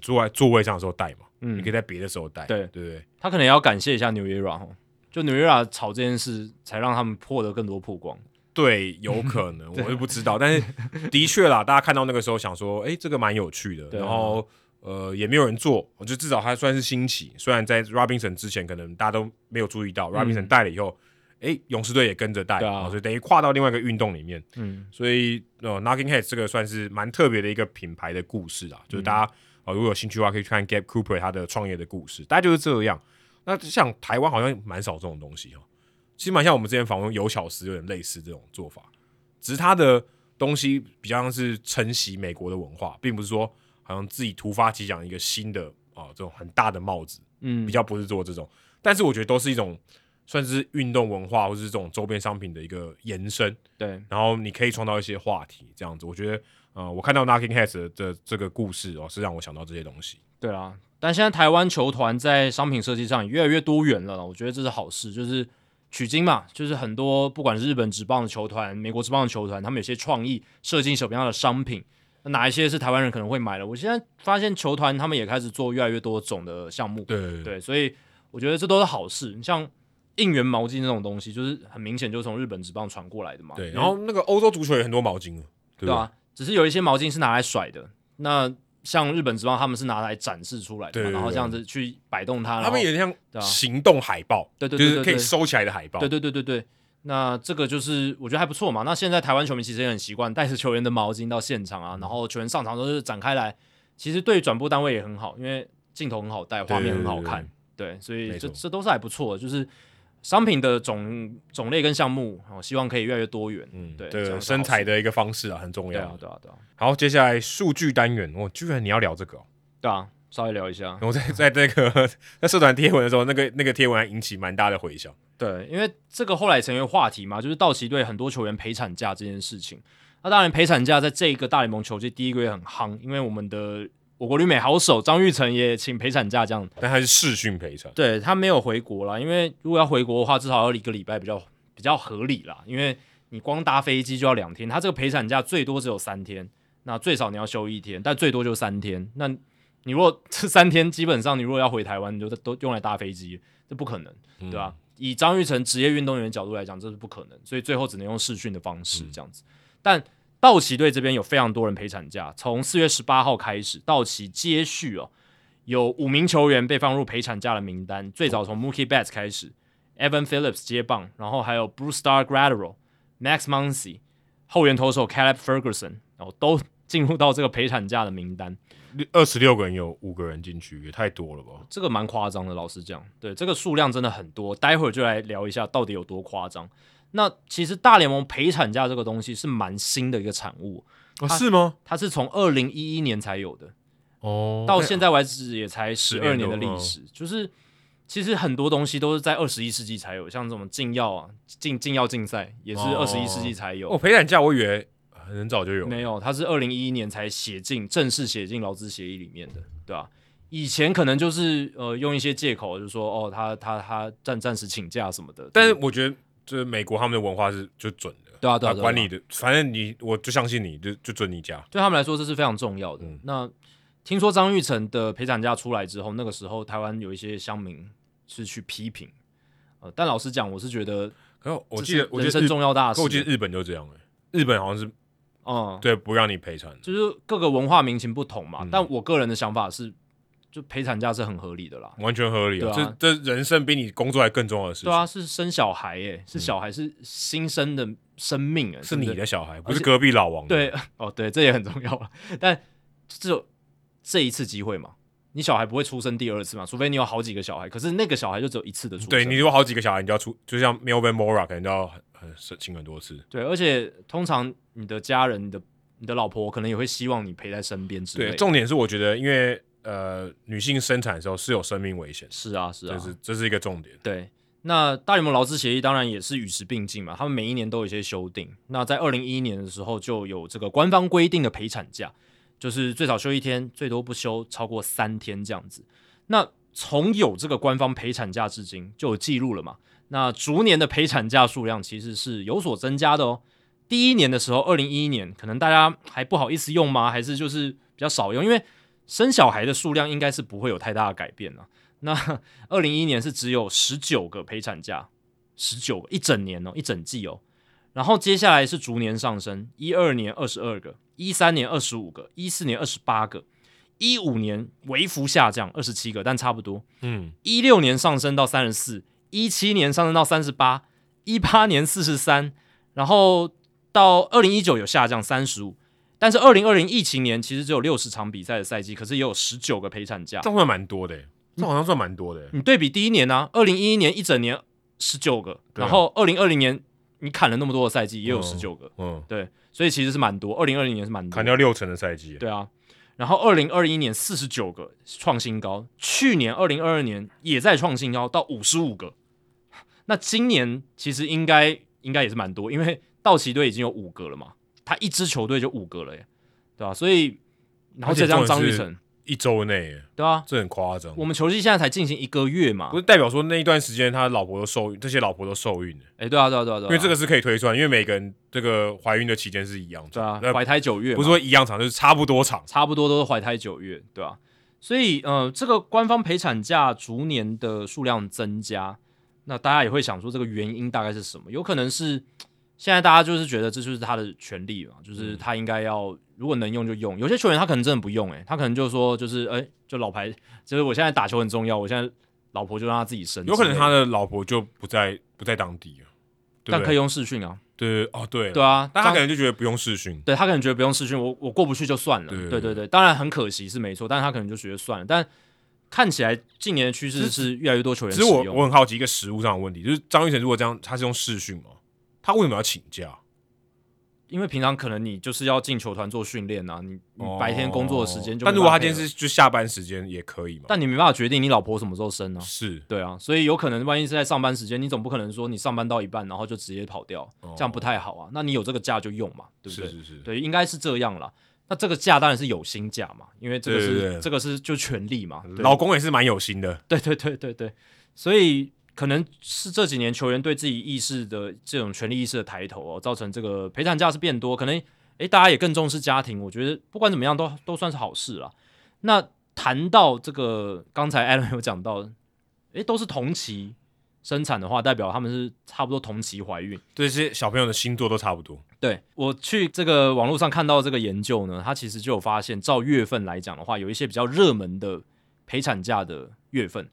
[SPEAKER 1] 坐在座位上的时候戴嘛，
[SPEAKER 2] 嗯
[SPEAKER 1] 你可以在别的时候戴，
[SPEAKER 2] 对
[SPEAKER 1] 对不对？
[SPEAKER 2] 他可能也要感谢一下 New Era 哦，就 New Era 炒这件事，才让他们获得更多曝光。
[SPEAKER 1] 对，有可
[SPEAKER 2] [LAUGHS]
[SPEAKER 1] 能，我也不知道，但是的确啦，大家看到那个时候想说，哎、这个蛮有趣的，
[SPEAKER 2] 对啊
[SPEAKER 1] 然后呃也没有人做，我觉得至少它算是新奇。虽然在 Robinson 之前可能大家都没有注意到、r o b i n s o n 带了以后，哎、勇士队也跟着带，
[SPEAKER 2] 嗯对啊
[SPEAKER 1] 哦所以等于跨到另外一个运动里面，
[SPEAKER 2] 嗯，
[SPEAKER 1] 所以呃 Knocking Head 这个算是蛮特别的一个品牌的故事啊，就是大家、呃如果有兴趣的话，可以去看 Gap Cooper 他的创业的故事，大概就是这样。那像台湾好像蛮少这种东西哦，其实蛮像我们之前访问尤小时有点类似这种做法，只是他的东西比较像是承袭美国的文化，并不是说好像自己突发奇想一个新的啊、这种很大的帽子，
[SPEAKER 2] 嗯
[SPEAKER 1] 比较不是做这种，但是我觉得都是一种算是运动文化或是这种周边商品的一个延伸。
[SPEAKER 2] 对，
[SPEAKER 1] 然后你可以创造一些话题，这样子。我觉得，呃，我看到 Knocking Heads 的的这个故事哦，是让我想到这些东西。
[SPEAKER 2] 对啊。但现在台湾球团在商品设计上也越来越多元了啦，我觉得这是好事，就是取经嘛，就是很多不管是日本职棒的球团、美国职棒的球团，他们有些创意设计什么样的商品，那哪一些是台湾人可能会买的？我现在发现球团他们也开始做越来越多种的项目，
[SPEAKER 1] 对对
[SPEAKER 2] 对，所以我觉得这都是好事。像应援毛巾这种东西，就是很明显就是从日本职棒传过来的嘛。
[SPEAKER 1] 然后那个欧洲足球有很多毛巾啊，对
[SPEAKER 2] 啊对啊，只是有一些毛巾是拿来甩的，那像日本职棒他们是拿来展示出来的
[SPEAKER 1] 对
[SPEAKER 2] 嘛，
[SPEAKER 1] 对
[SPEAKER 2] 然后
[SPEAKER 1] 对
[SPEAKER 2] 这样子去摆动它，
[SPEAKER 1] 不对？
[SPEAKER 2] 然
[SPEAKER 1] 他
[SPEAKER 2] 后
[SPEAKER 1] 们也像
[SPEAKER 2] 对啊
[SPEAKER 1] 行动海报，
[SPEAKER 2] 对对
[SPEAKER 1] 就
[SPEAKER 2] 对
[SPEAKER 1] 是可以
[SPEAKER 2] 对
[SPEAKER 1] 收起来的海报。
[SPEAKER 2] 对对对对对。那这个就是我觉得还不错嘛。那现在台湾球迷其实也很习惯带着球员的毛巾到现场
[SPEAKER 1] 嗯
[SPEAKER 2] 啊，然后球员上场都是展开来，其实对转播单位也很好，因为镜头很好带，画面很好看，对，所以
[SPEAKER 1] 没
[SPEAKER 2] 这
[SPEAKER 1] 错
[SPEAKER 2] 这都是还不错的，就是商品的种种类跟项目，哦，希望可以越来越多元。
[SPEAKER 1] 嗯，
[SPEAKER 2] 对
[SPEAKER 1] 这
[SPEAKER 2] 这
[SPEAKER 1] 个
[SPEAKER 2] 样是
[SPEAKER 1] 身材
[SPEAKER 2] 好
[SPEAKER 1] 的一个方式啊，很重
[SPEAKER 2] 对
[SPEAKER 1] 要。
[SPEAKER 2] 啊，对啊，对啊，
[SPEAKER 1] 好，接下来数据单元，我居然你要聊这个、哦，
[SPEAKER 2] 对啊，稍微聊一下。
[SPEAKER 1] 我在
[SPEAKER 2] [LAUGHS]
[SPEAKER 1] 在那个在社团贴文的时候，那个那个贴文还引起蛮大的回响。
[SPEAKER 2] 对，因为这个后来成为话题嘛，就是道奇队很多球员陪产假这件事情。那当然，陪产假在这一个大联盟球季第一个月很夯，因为我们的我国旅美好手张玉成也请陪产假，这样
[SPEAKER 1] 但他是视讯赔偿，
[SPEAKER 2] 对他没有回国啦，因为如果要回国的话，至少要一个礼拜比较比较合理啦，因为你光搭飞机就要两天，他这个陪产假最多只有三天，那最少你要休一天，但最多就三天。那你如果这三天基本上你如果要回台湾，你就都用来搭飞机，这不可能，
[SPEAKER 1] 嗯
[SPEAKER 2] 对吧、以张玉成职业运动员的角度来讲，这是不可能，所以最后只能用视讯的方式这样子。但道奇队这边有非常多人陪产假，从四月十八号开始，道奇接续哦，有五名球员被放入陪产假的名单，最早从 Mookie Betts 开始，Evan Phillips 接棒，然后还有 Bruce Star Gradero、Max Muncy、后援投手 Caleb Ferguson，然后都进入到这个陪产假的名单。
[SPEAKER 1] 二十六个人有五个人进去，也太多了吧？
[SPEAKER 2] 这个蛮夸张的，老实讲，对这个数量真的很多，待会儿就来聊一下到底有多夸张。那其实大联盟陪产假这个东西是蛮新的一个产物，
[SPEAKER 1] 哦，是吗？
[SPEAKER 2] 它是从二零一一年才有的，
[SPEAKER 1] 哦，
[SPEAKER 2] 到现在为止也才十二
[SPEAKER 1] 12
[SPEAKER 2] 年的历史，就是其实很多东西都是在二十一世纪才有，像什么禁药啊、禁禁药竞赛也是
[SPEAKER 1] 哦
[SPEAKER 2] 二十一世纪才有，
[SPEAKER 1] 哦，陪产假我以为很早就有，
[SPEAKER 2] 没有，它是二零一一年才写进正式写进劳资协议里面的，对吧、以前可能就是呃用一些借口，就是说哦他他他暂暂时请假什么的，
[SPEAKER 1] 但是我觉得，就是美国他们的文化是就准的，
[SPEAKER 2] 对啊对啊
[SPEAKER 1] 啊
[SPEAKER 2] 对啊
[SPEAKER 1] 管你的，反正你我就相信你，就就准你家。
[SPEAKER 2] 对他们来说这是非常重要的。
[SPEAKER 1] 嗯
[SPEAKER 2] 那听说张玉成的陪产假出来之后，那个时候台湾有一些乡民是去批评，呃，但老实讲，我是觉得
[SPEAKER 1] 可是我
[SPEAKER 2] 这
[SPEAKER 1] 记
[SPEAKER 2] 是
[SPEAKER 1] 得，我
[SPEAKER 2] 人
[SPEAKER 1] 记得
[SPEAKER 2] 生
[SPEAKER 1] 日，
[SPEAKER 2] 重要大事，
[SPEAKER 1] 可我记得日本就这样哎、日本好像是
[SPEAKER 2] 嗯，
[SPEAKER 1] 对不让你赔偿，
[SPEAKER 2] 就是各个文化民情不同嘛。
[SPEAKER 1] 嗯
[SPEAKER 2] 但我个人的想法是，就陪产假是很合理的啦。
[SPEAKER 1] 完全合理、
[SPEAKER 2] 对啊
[SPEAKER 1] 这这人生比你工作还更重要的事情，
[SPEAKER 2] 对啊，是生小孩耶、是小孩，是新生的生命、欸，
[SPEAKER 1] 嗯是
[SPEAKER 2] 对不
[SPEAKER 1] 你
[SPEAKER 2] 对
[SPEAKER 1] 的小孩，不是隔壁老王的。
[SPEAKER 2] 对， [LAUGHS] 哦，对，这也很重要了。但只有这一次机会嘛，你小孩不会出生第二次嘛，除非你有好几个小孩，可是那个小孩就只有一次的出生。
[SPEAKER 1] 对你如果好几个小孩，你就要出，就像 Melvin Mora 可能就要很很请很多次。
[SPEAKER 2] 对而且通常你的家人、你的你的老婆可能也会希望你陪在身边之类
[SPEAKER 1] 对，
[SPEAKER 2] 的。
[SPEAKER 1] 重点是我觉得，因为呃，女性生产的时候是有生命危险的，
[SPEAKER 2] 是啊，是啊，
[SPEAKER 1] 这是这是一个重点。
[SPEAKER 2] 对，那大联盟劳资协议当然也是与时并进嘛，他们每一年都有一些修订。那在二零一一年的时候就有这个官方规定的陪产假，就是最少休一天，最多不休超过三天这样子。那从有这个官方陪产假至今就有记录了嘛？那逐年的陪产假数量其实是有所增加的哦。第一年的时候，二零一一年，可能大家还不好意思用吗？还是就是比较少用？因为生小孩的数量应该是不会有太大的改变了。那 [LAUGHS] 二零一一年是只有十九个陪产假，十九个一整年哦，一整季哦。然后接下来是逐年上升，一二年二十二个，一三年二十五个，一四年二十八个，一五年微幅下降二十七个，但差不多。
[SPEAKER 1] 嗯，
[SPEAKER 2] 一六年上升到三十四，一七年上升到三十八，一八年四十三，然后到二零一九有下降三十五，但是二零二零疫情年其实只有六十场比赛的赛季，可是也有十九个陪产假
[SPEAKER 1] 这。样算蛮多的、欸，这好像算蛮多的、欸。
[SPEAKER 2] 你对比第一年呢、啊，二零一一年一整年十九个，
[SPEAKER 1] 对啊
[SPEAKER 2] 然后二零二零年你砍了那么多的赛季，也有
[SPEAKER 1] 嗯
[SPEAKER 2] 十九个，
[SPEAKER 1] 嗯，
[SPEAKER 2] 对，所以其实是蛮多。二零二零年是蛮多
[SPEAKER 1] 砍，掉六成的赛季。欸
[SPEAKER 2] 对啊。然后二零二一年四十九个创新高，去年二零二二年也在创新高，到五十五个。那今年其实应该应该也是蛮多，因为道奇队已经有五个了嘛，他一支球队就五个了耶，对吧、啊所以然后再加上张玉
[SPEAKER 1] 而且重
[SPEAKER 2] 成，
[SPEAKER 1] 一周内欸，
[SPEAKER 2] 对啊，
[SPEAKER 1] 这很夸张。
[SPEAKER 2] 我们球季现在才进行一个月嘛
[SPEAKER 1] 不，是代表说那一段时间他老婆都受孕，这些老婆都受孕了，
[SPEAKER 2] 哎，对啊，对啊，对啊，对
[SPEAKER 1] 因
[SPEAKER 2] 啊，
[SPEAKER 1] 为这个是可以推算，因为每个人这个怀孕的期间是一样
[SPEAKER 2] 对
[SPEAKER 1] 长，
[SPEAKER 2] 啊
[SPEAKER 1] 那，
[SPEAKER 2] 怀胎九月嘛，
[SPEAKER 1] 呃不是说一样长，就是差不多长。
[SPEAKER 2] 差不多都是怀胎九月，对吧、啊所以，呃，这个官方陪产假逐年的数量增加，那大家也会想说，这个原因大概是什么？有可能是现在大家就是觉得这就是他的权利嘛，
[SPEAKER 1] 嗯
[SPEAKER 2] 就是他应该要如果能用就用。有些球员他可能真的不用、欸，他可能就说就是，哎、就老牌，就是我现在打球很重要，我现在老婆就让他自己生之
[SPEAKER 1] 有
[SPEAKER 2] 类，
[SPEAKER 1] 可能他的老婆就不在不在当地了，对
[SPEAKER 2] 但
[SPEAKER 1] 不
[SPEAKER 2] 可以
[SPEAKER 1] 对？
[SPEAKER 2] 用视讯啊，
[SPEAKER 1] 对哦，对
[SPEAKER 2] 对，啊，
[SPEAKER 1] 但他可
[SPEAKER 2] 张
[SPEAKER 1] 能就觉得不用视讯，
[SPEAKER 2] 对他可能觉得不用试训，我我过不去就算了。
[SPEAKER 1] 对
[SPEAKER 2] 对
[SPEAKER 1] 对
[SPEAKER 2] 对
[SPEAKER 1] 对
[SPEAKER 2] 对当然很可惜是没错，但是他可能就觉得算了。但看起来近年的趋势是越来越多球员
[SPEAKER 1] 只
[SPEAKER 2] 使
[SPEAKER 1] 是我
[SPEAKER 2] 用。
[SPEAKER 1] 我很好奇一个实物上的问题，就是张玉成如果这样，他是用视讯吗？他为什么要请假？
[SPEAKER 2] 因为平常可能你就是要进球团做训练啊，你你白天工作的时间就、
[SPEAKER 1] 哦但如果他今天，是就下班时间也可以嘛？
[SPEAKER 2] 但你没办法决定你老婆什么时候生啊。
[SPEAKER 1] 是
[SPEAKER 2] 对啊，所以有可能万一是在上班时间，你总不可能说你上班到一半然后就直接跑掉，这样不太好啊。那你有这个假就用嘛，对不对？
[SPEAKER 1] 哦是是是，
[SPEAKER 2] 对，应该是这样啦。那这个价当然是有薪价嘛，因为这个是
[SPEAKER 1] 对对对
[SPEAKER 2] 这个是就权利嘛，对
[SPEAKER 1] 老公也是蛮有心的，
[SPEAKER 2] [LAUGHS] 对对对对对，所以可能是这几年球员对自己意识的这种权利意识的抬头哦，造成这个陪产假是变多，可能诶大家也更重视家庭，我觉得不管怎么样都都算是好事啦。那谈到这个，刚才艾伦有讲到，诶都是同期生产的话，代表他们是差不多同期怀孕。
[SPEAKER 1] 这些小朋友的星座都差不多。
[SPEAKER 2] 对我去这个网络上看到这个研究呢，它其实就有发现，照月份来讲的话，有一些比较热门的陪产假的月份。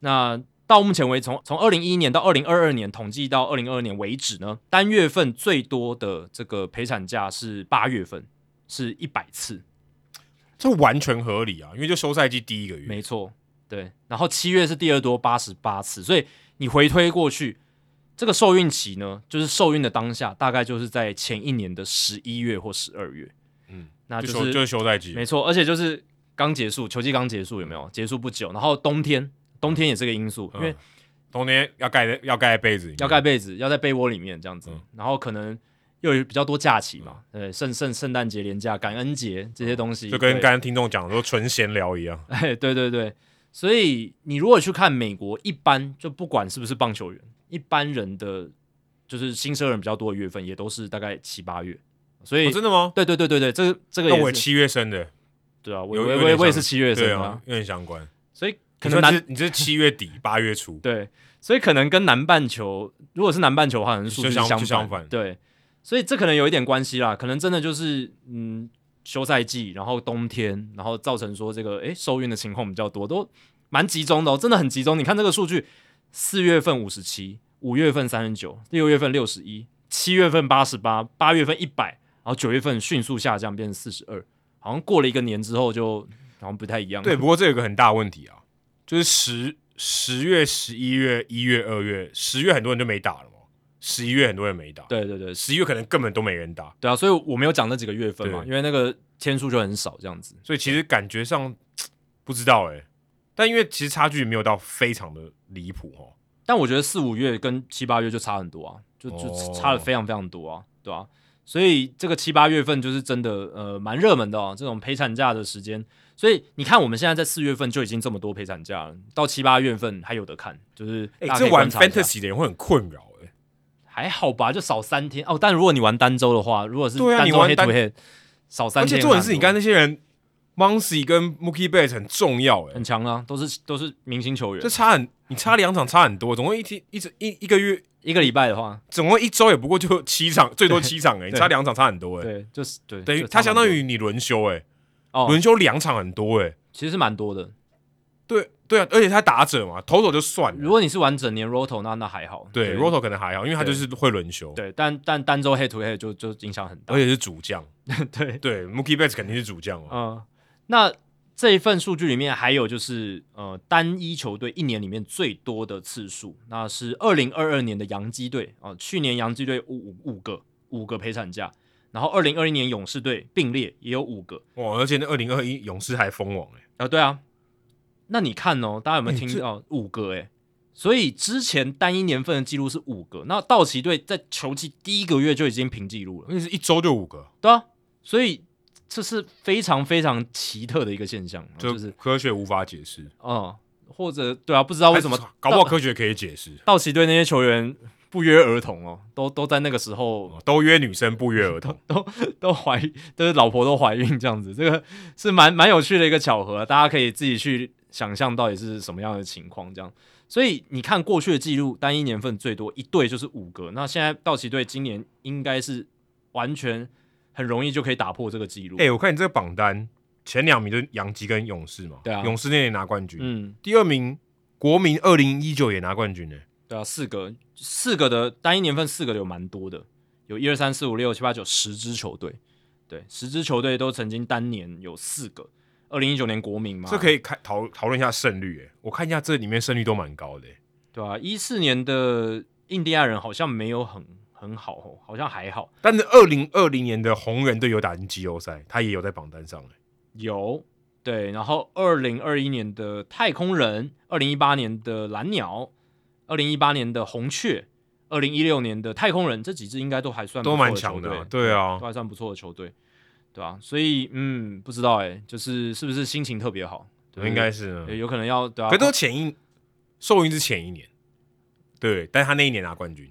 [SPEAKER 2] 那到目前为止，从从二零一一年到二零二二年统计到二零二二年为止呢，单月份最多的这个陪产假是八月份，是一百次，
[SPEAKER 1] 这完全合理啊，因为就休赛季第一个月，
[SPEAKER 2] 没错，对。然后七月是第二多，八十八次，所以你回推过去，这个受孕期呢，就是受孕的当下，大概就是在前一年的十一月或十二月。
[SPEAKER 1] 嗯，
[SPEAKER 2] 那
[SPEAKER 1] 就
[SPEAKER 2] 就
[SPEAKER 1] 休
[SPEAKER 2] 是
[SPEAKER 1] 就是休赛季，
[SPEAKER 2] 没错，而且就是刚结束，球季刚结束有没有？结束不久，然后冬天，冬天也是个因素，
[SPEAKER 1] 嗯
[SPEAKER 2] 因为
[SPEAKER 1] 冬天要盖要盖在被子里面，
[SPEAKER 2] 要盖被子，要在被窝里面这样子
[SPEAKER 1] 嗯，
[SPEAKER 2] 然后可能又有比较多假期嘛，对，圣圣圣诞节连假、感恩节这些东西，
[SPEAKER 1] 嗯就跟
[SPEAKER 2] 对
[SPEAKER 1] 刚刚听众讲的说纯闲聊一样，
[SPEAKER 2] [LAUGHS] 哎，对对对，所以你如果去看美国，一般就不管是不是棒球员，一般人的就是新生儿比较多的月份，也都是大概七八月，所以、
[SPEAKER 1] 哦真的吗？
[SPEAKER 2] 对对对对对，这个这个
[SPEAKER 1] 那我
[SPEAKER 2] 也
[SPEAKER 1] 也
[SPEAKER 2] 是
[SPEAKER 1] 七月生的，
[SPEAKER 2] 对啊，我
[SPEAKER 1] 有
[SPEAKER 2] 我
[SPEAKER 1] 有
[SPEAKER 2] 我
[SPEAKER 1] 点
[SPEAKER 2] 也我也
[SPEAKER 1] 像
[SPEAKER 2] 是七月
[SPEAKER 1] 对
[SPEAKER 2] 生
[SPEAKER 1] 啊，，有点相关。
[SPEAKER 2] 所以可
[SPEAKER 1] 你说
[SPEAKER 2] 能男
[SPEAKER 1] 你是你是七月底八月初，
[SPEAKER 2] 对，所以可能跟南半球，如果是南半球的话，可能数
[SPEAKER 1] 就
[SPEAKER 2] 字是
[SPEAKER 1] 相
[SPEAKER 2] 相
[SPEAKER 1] 就相反
[SPEAKER 2] 对，所以这可能有一点关系啦，可能真的就是嗯，休赛季，然后冬天，然后造成说这个诶受孕的情况比较多，都蛮集中的、哦，真的很集中。你看这个数据，四月份五十七，五月份三十九，六月份六十一，七月份八十八，八月份一百，然后九月份迅速下降，变成四十二，好像过了一个年之后就好像不太一样。
[SPEAKER 1] 对。不过这有个很大问题啊，就是十十月、十一月、一月、二月，十月很多人就没打了嘛，十一月很多人没打，
[SPEAKER 2] 对对对，
[SPEAKER 1] 十一月可能根本都没人打，
[SPEAKER 2] 对啊，所以我没有讲那几个月份嘛，
[SPEAKER 1] 对
[SPEAKER 2] 因为那个天数就很少这样子。
[SPEAKER 1] 所以其实感觉上不知道哎、但因为其实差距没有到非常的离谱哦。
[SPEAKER 2] 但我觉得四五月跟七八月就差很多啊，就就
[SPEAKER 1] 哦
[SPEAKER 2] 差的非常非常多啊，对啊，所以这个七八月份就是真的呃蛮热门的哦、这种陪产假的时间。所以你看，我们现在在四月份就已经这么多陪产假了，到七八月份还有的看，就是
[SPEAKER 1] 哎、
[SPEAKER 2] 大家可
[SPEAKER 1] 这玩
[SPEAKER 2] 以观察一下
[SPEAKER 1] fantasy 的人会很困扰哎、
[SPEAKER 2] 还好吧，就少三天哦。但如果你玩单周的话，如果是
[SPEAKER 1] 对啊
[SPEAKER 2] 单
[SPEAKER 1] 你
[SPEAKER 2] 周
[SPEAKER 1] 玩
[SPEAKER 2] head to
[SPEAKER 1] 单
[SPEAKER 2] head，少三
[SPEAKER 1] 而且
[SPEAKER 2] 天还很多，
[SPEAKER 1] 重点是你刚才那些人 m o n c y 跟 Mookie Betts 很重要哎、
[SPEAKER 2] 很强啊，都是都是明星球员
[SPEAKER 1] 这，差很你差两场差很多，总共一天一直一一个月。
[SPEAKER 2] 一个礼拜的话，
[SPEAKER 1] 总共一周也不过就七场，最多七场哎、你
[SPEAKER 2] [LAUGHS] 对
[SPEAKER 1] 差两场差很多哎、
[SPEAKER 2] 对，就是对，
[SPEAKER 1] 等于
[SPEAKER 2] 就
[SPEAKER 1] 他
[SPEAKER 2] 差
[SPEAKER 1] 相
[SPEAKER 2] 蛮多
[SPEAKER 1] 当于你轮休哎、
[SPEAKER 2] 哦
[SPEAKER 1] 轮、休两场很多哎、
[SPEAKER 2] 其实是蛮多的。
[SPEAKER 1] 对对啊，而且他打者嘛，投手就算了，
[SPEAKER 2] 如果你是玩整年 roto，那那还好。
[SPEAKER 1] 对 roto 可能还好，因为他就
[SPEAKER 2] 对
[SPEAKER 1] 是会轮休，
[SPEAKER 2] 对，但但单周 head to head 就就影响很大
[SPEAKER 1] 而。且是主将，
[SPEAKER 2] [LAUGHS] 对，
[SPEAKER 1] 对 Mookie Betts 肯定是主将哦、
[SPEAKER 2] 嗯，那这一份数据里面还有就是呃，单一球队一年里面最多的次数，那是二零二二年的洋基队啊、呃去年洋基队五五五个五个陪产假，然后二零二一年勇士队并列也有五个。
[SPEAKER 1] 哇，而且那二零二一勇士还封王哎、
[SPEAKER 2] 啊、对啊，那你看哦，大家有没有
[SPEAKER 1] 哎
[SPEAKER 2] 听
[SPEAKER 1] 这
[SPEAKER 2] 到、五个、欸？所以之前单一年份的记录是五个，那道奇队在球季第一个月就已经平记录了，
[SPEAKER 1] 那是一周就五个，
[SPEAKER 2] 对啊，所以这是非常非常奇特的一个现象，
[SPEAKER 1] 就
[SPEAKER 2] 就是
[SPEAKER 1] 科学无法解释。
[SPEAKER 2] 嗯，或者对啊，不知道为什么
[SPEAKER 1] 还是搞不好
[SPEAKER 2] 道
[SPEAKER 1] 科学可以解释，
[SPEAKER 2] 道奇队那些球员不约而同哦，都都在那个时候
[SPEAKER 1] [LAUGHS] 哦都约女生不约儿
[SPEAKER 2] [LAUGHS]
[SPEAKER 1] 童，
[SPEAKER 2] 都怀，就是老婆都怀孕这样子，这个是蛮蛮有趣的一个巧合啊，大家可以自己去想象到底是什么样的情况这样。所以你看过去的记录，单一年份最多一队就是五个，那现在道奇队今年应该是完全很容易就可以打破这个记录。
[SPEAKER 1] 哎、我看你这个榜单，前两名就是洋基跟勇士嘛，
[SPEAKER 2] 对啊
[SPEAKER 1] 勇士那年拿冠军，
[SPEAKER 2] 嗯，
[SPEAKER 1] 第二名国民二零一九也拿冠军呢、欸
[SPEAKER 2] 对啊，四个四个的单一年份四个的有蛮多的，有一二三四五六七八九十支球队，对，十支球队都曾经单年有四个。二零一九年国民嘛，
[SPEAKER 1] 这可以开讨讨论一下胜率、欸，我看一下这里面胜率都蛮高的、欸，
[SPEAKER 2] 对啊，一四年的印第安人好像没有很很好哦，好像还好。
[SPEAKER 1] 但是二零二零年的红人队有打进季后赛，他也有在榜单上、欸，
[SPEAKER 2] 有对，然后二零二一年的太空人，二零一八年的蓝鸟，二零一八年的红雀，二零一六年的太空人，这几支应该都还算不
[SPEAKER 1] 都
[SPEAKER 2] 错的
[SPEAKER 1] 蛮强的啊、
[SPEAKER 2] 球队
[SPEAKER 1] 对啊
[SPEAKER 2] 都，还算不错的球队。对吧、所以嗯，不知道哎、就是是不是心情特别好，对
[SPEAKER 1] 应该是呢，嗯
[SPEAKER 2] 对有可能要对吧、啊
[SPEAKER 1] 可是都前一受云是前一年，对，但是他那一年拿冠军，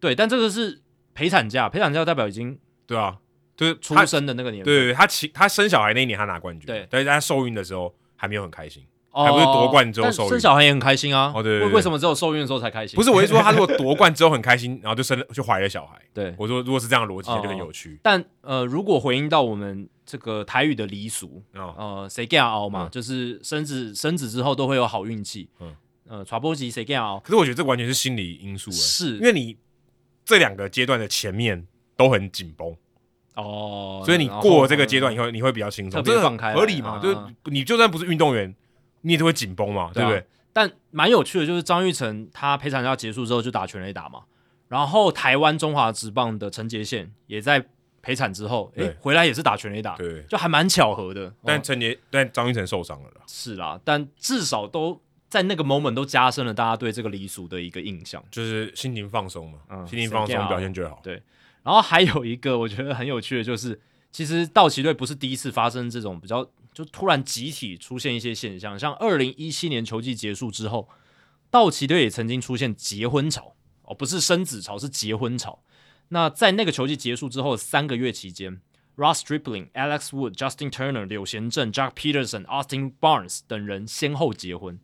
[SPEAKER 2] 对，但这个是陪产假，陪产假代表已经
[SPEAKER 1] 对啊，就是
[SPEAKER 2] 出
[SPEAKER 1] 他
[SPEAKER 2] 生的那个年份，
[SPEAKER 1] 对对，对他其他生小孩那一年他拿冠军，
[SPEAKER 2] 对
[SPEAKER 1] 但是他受孕的时候还没有很开心。
[SPEAKER 2] 哦，
[SPEAKER 1] 还不是夺冠之后受孕
[SPEAKER 2] 但生小孩也很开心啊。
[SPEAKER 1] 哦对对对
[SPEAKER 2] 为为什么只有受孕的时候才开心？
[SPEAKER 1] 不是，我是说他如果夺冠之后很开心，然后就生了就怀了小孩。
[SPEAKER 2] 对，
[SPEAKER 1] 我说如果是这样的逻辑，
[SPEAKER 2] 哦
[SPEAKER 1] 那就很有趣
[SPEAKER 2] 但呃，如果回应到我们这个台语的俚俗，
[SPEAKER 1] 哦。
[SPEAKER 2] 呃，谁 g 熬嘛，
[SPEAKER 1] 嗯
[SPEAKER 2] 就是生子生子之后都会有好运气。
[SPEAKER 1] 嗯
[SPEAKER 2] 嗯，呃，传波吉谁 g 熬
[SPEAKER 1] 可是我觉得这完全是心理因素啊了，
[SPEAKER 2] 是
[SPEAKER 1] 因为你这两个阶段的前面都很紧绷，
[SPEAKER 2] 哦，
[SPEAKER 1] 所以你
[SPEAKER 2] 然后
[SPEAKER 1] 过了这个阶段以后，你会比较轻松，
[SPEAKER 2] 特别
[SPEAKER 1] 这个
[SPEAKER 2] 放开来
[SPEAKER 1] 合理嘛？
[SPEAKER 2] 嗯
[SPEAKER 1] 就是
[SPEAKER 2] 嗯
[SPEAKER 1] 你就算不是运动员，你也都会紧绷嘛，对
[SPEAKER 2] 对啊
[SPEAKER 1] 不对？
[SPEAKER 2] 但蛮有趣的，就是张玉成他陪产假结束之后就打全垒打嘛，然后台湾中华职棒的陈杰宪也在陪产之后，诶、
[SPEAKER 1] 对
[SPEAKER 2] 回来也是打全垒打，
[SPEAKER 1] 对。
[SPEAKER 2] 就还蛮巧合的。
[SPEAKER 1] 但
[SPEAKER 2] 哦
[SPEAKER 1] 陈杰，但张玉成受伤了啦，
[SPEAKER 2] 是啦，但至少都在那个 moment 都加深了大家对这个离俗的一个印象。
[SPEAKER 1] 就是心情放松嘛，
[SPEAKER 2] 嗯
[SPEAKER 1] 心情放
[SPEAKER 2] 谁
[SPEAKER 1] 松
[SPEAKER 2] 叫
[SPEAKER 1] 表现就会好。
[SPEAKER 2] 然后还有一个我觉得很有趣的就是，其实道奇队不是第一次发生这种比较就突然集体出现一些现象，像二零一七年球季结束之后，道奇队也曾经出现结婚潮哦，不是生子潮，是结婚潮。那在那个球季结束之后的三个月期间，Ross Stripling、Alex Wood、Justin Turner、柳贤镇、Jack Peterson、Austin Barnes 等人先后结婚。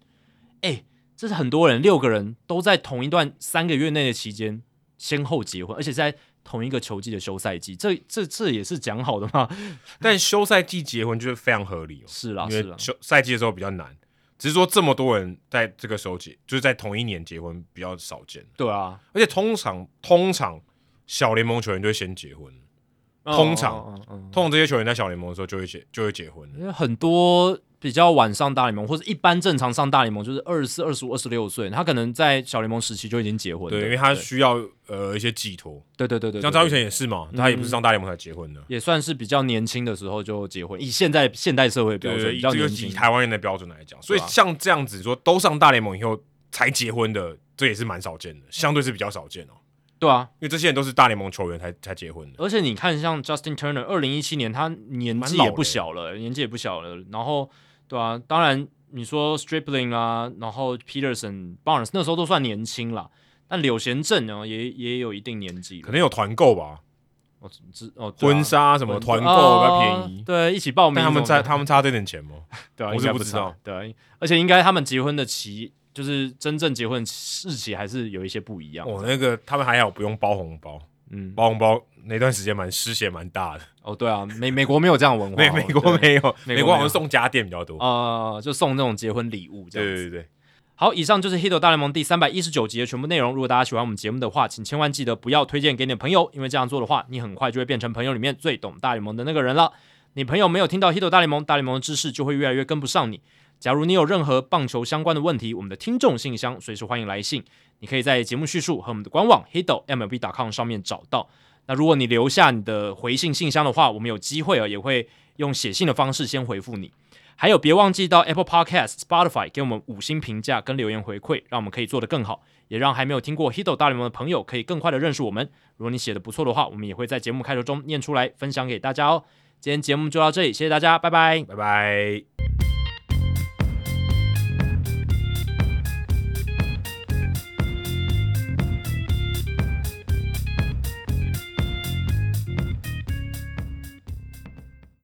[SPEAKER 2] 哎，这是很多人，六个人都在同一段三个月内的期间先后结婚，而且是在同一个球季的休赛季，这这这也是讲好的吗？ [LAUGHS]
[SPEAKER 1] 但休赛季结婚就是非常合理哦，
[SPEAKER 2] 是啊啦，是
[SPEAKER 1] 因为
[SPEAKER 2] 啦，
[SPEAKER 1] 休赛季的时候比较难，只是说这么多人在这个时候结，就是在同一年结婚比较少见，
[SPEAKER 2] 对啊，
[SPEAKER 1] 而且通常通常小联盟球员就会先结婚，[LAUGHS]
[SPEAKER 2] 嗯
[SPEAKER 1] 通常
[SPEAKER 2] 嗯嗯
[SPEAKER 1] 通常这些球员在小联盟的时候就会结就会结婚了
[SPEAKER 2] 嗯因为很多比较晚上大联盟，或者一般正常上大联盟，就是二十四、二十五、二十六岁，他可能在小联盟时期就已经结婚了，
[SPEAKER 1] 对，因为他需要呃一些寄托，
[SPEAKER 2] 对对对对，对嗯
[SPEAKER 1] 像张玉成也是嘛，他也不是上大联盟才结婚的，
[SPEAKER 2] 也算是比较年轻的时候就结婚，以现在现代社会标
[SPEAKER 1] 对对，
[SPEAKER 2] 准比
[SPEAKER 1] 以
[SPEAKER 2] 较
[SPEAKER 1] 这
[SPEAKER 2] 年
[SPEAKER 1] 个
[SPEAKER 2] 轻
[SPEAKER 1] 以，台湾人的标准来讲，所以
[SPEAKER 2] 对啊
[SPEAKER 1] 像这样子说都上大联盟以后才结婚的，这也是蛮少见的，相对是比较少见哦，
[SPEAKER 2] 对啊，
[SPEAKER 1] 因为这些人都是大联盟球员才才结婚的，
[SPEAKER 2] 而且你看，像 Justin Turner，二零一七年他年
[SPEAKER 1] 蛮
[SPEAKER 2] 纪
[SPEAKER 1] 老
[SPEAKER 2] 也
[SPEAKER 1] 的
[SPEAKER 2] 不小了，年纪也不小了。然后，对啊，当然你说 Stripling 啊，然后 Peterson、Barnes 那时候都算年轻啦，但柳贤镇呢，也也有一定年纪了，
[SPEAKER 1] 可能有团购吧，
[SPEAKER 2] 哦只哦对啊
[SPEAKER 1] 婚纱什么
[SPEAKER 2] 婚
[SPEAKER 1] 团购
[SPEAKER 2] 哦
[SPEAKER 1] 比较便宜，
[SPEAKER 2] 对，一起报名
[SPEAKER 1] 但他
[SPEAKER 2] 什么
[SPEAKER 1] 们
[SPEAKER 2] 的。
[SPEAKER 1] 差他们差这点钱
[SPEAKER 2] [LAUGHS]
[SPEAKER 1] 吗？
[SPEAKER 2] 对啊，
[SPEAKER 1] 我是
[SPEAKER 2] 应该
[SPEAKER 1] 不
[SPEAKER 2] 不
[SPEAKER 1] 知
[SPEAKER 2] 差
[SPEAKER 1] 道。
[SPEAKER 2] 对啊，而且应该他们结婚的期，就是真正结婚的日期还是有一些不一样。
[SPEAKER 1] 哦，那个他们还好不用包红包，
[SPEAKER 2] 嗯，
[SPEAKER 1] 包红包那段时间蛮失血蛮大的，
[SPEAKER 2] 哦对啊，美美国没有这样的文
[SPEAKER 1] [LAUGHS]
[SPEAKER 2] 化，
[SPEAKER 1] 美美国
[SPEAKER 2] 对
[SPEAKER 1] 没有，
[SPEAKER 2] 美国
[SPEAKER 1] 美国好
[SPEAKER 2] 没
[SPEAKER 1] 像
[SPEAKER 2] 有
[SPEAKER 1] 送家电比较多，
[SPEAKER 2] 呃，就送那种结婚礼物这
[SPEAKER 1] 对
[SPEAKER 2] 样子。
[SPEAKER 1] 对对对。
[SPEAKER 2] 好，以上就是《h i t 大联盟》第三百一十九集的全部内容。如果大家喜欢我们节目的话，请千万记得不要推荐给你的朋友，因为这样做的话，你很快就会变成朋友里面最懂大联盟的那个人了。你朋友没有听到《h i t 大联盟》，大联盟的知识就会越来越跟不上你。假如你有任何棒球相关的问题，我们的听众信箱随时欢迎来信，你可以在节目叙述和我们的官网 h i t mlb.com 上面找到。那如果你留下你的回信信箱的话，我们有机会啊，也会用写信的方式先回复你。还有，别忘记到 Apple Podcast、Spotify 给我们五星评价跟留言回馈，让我们可以做得更好，也让还没有听过《Hito 大联盟》的朋友可以更快的认识我们。如果你写的不错的话，我们也会在节目开头中念出来，分享给大家哦。今天节目就到这里，谢谢大家，拜拜。
[SPEAKER 1] 拜拜。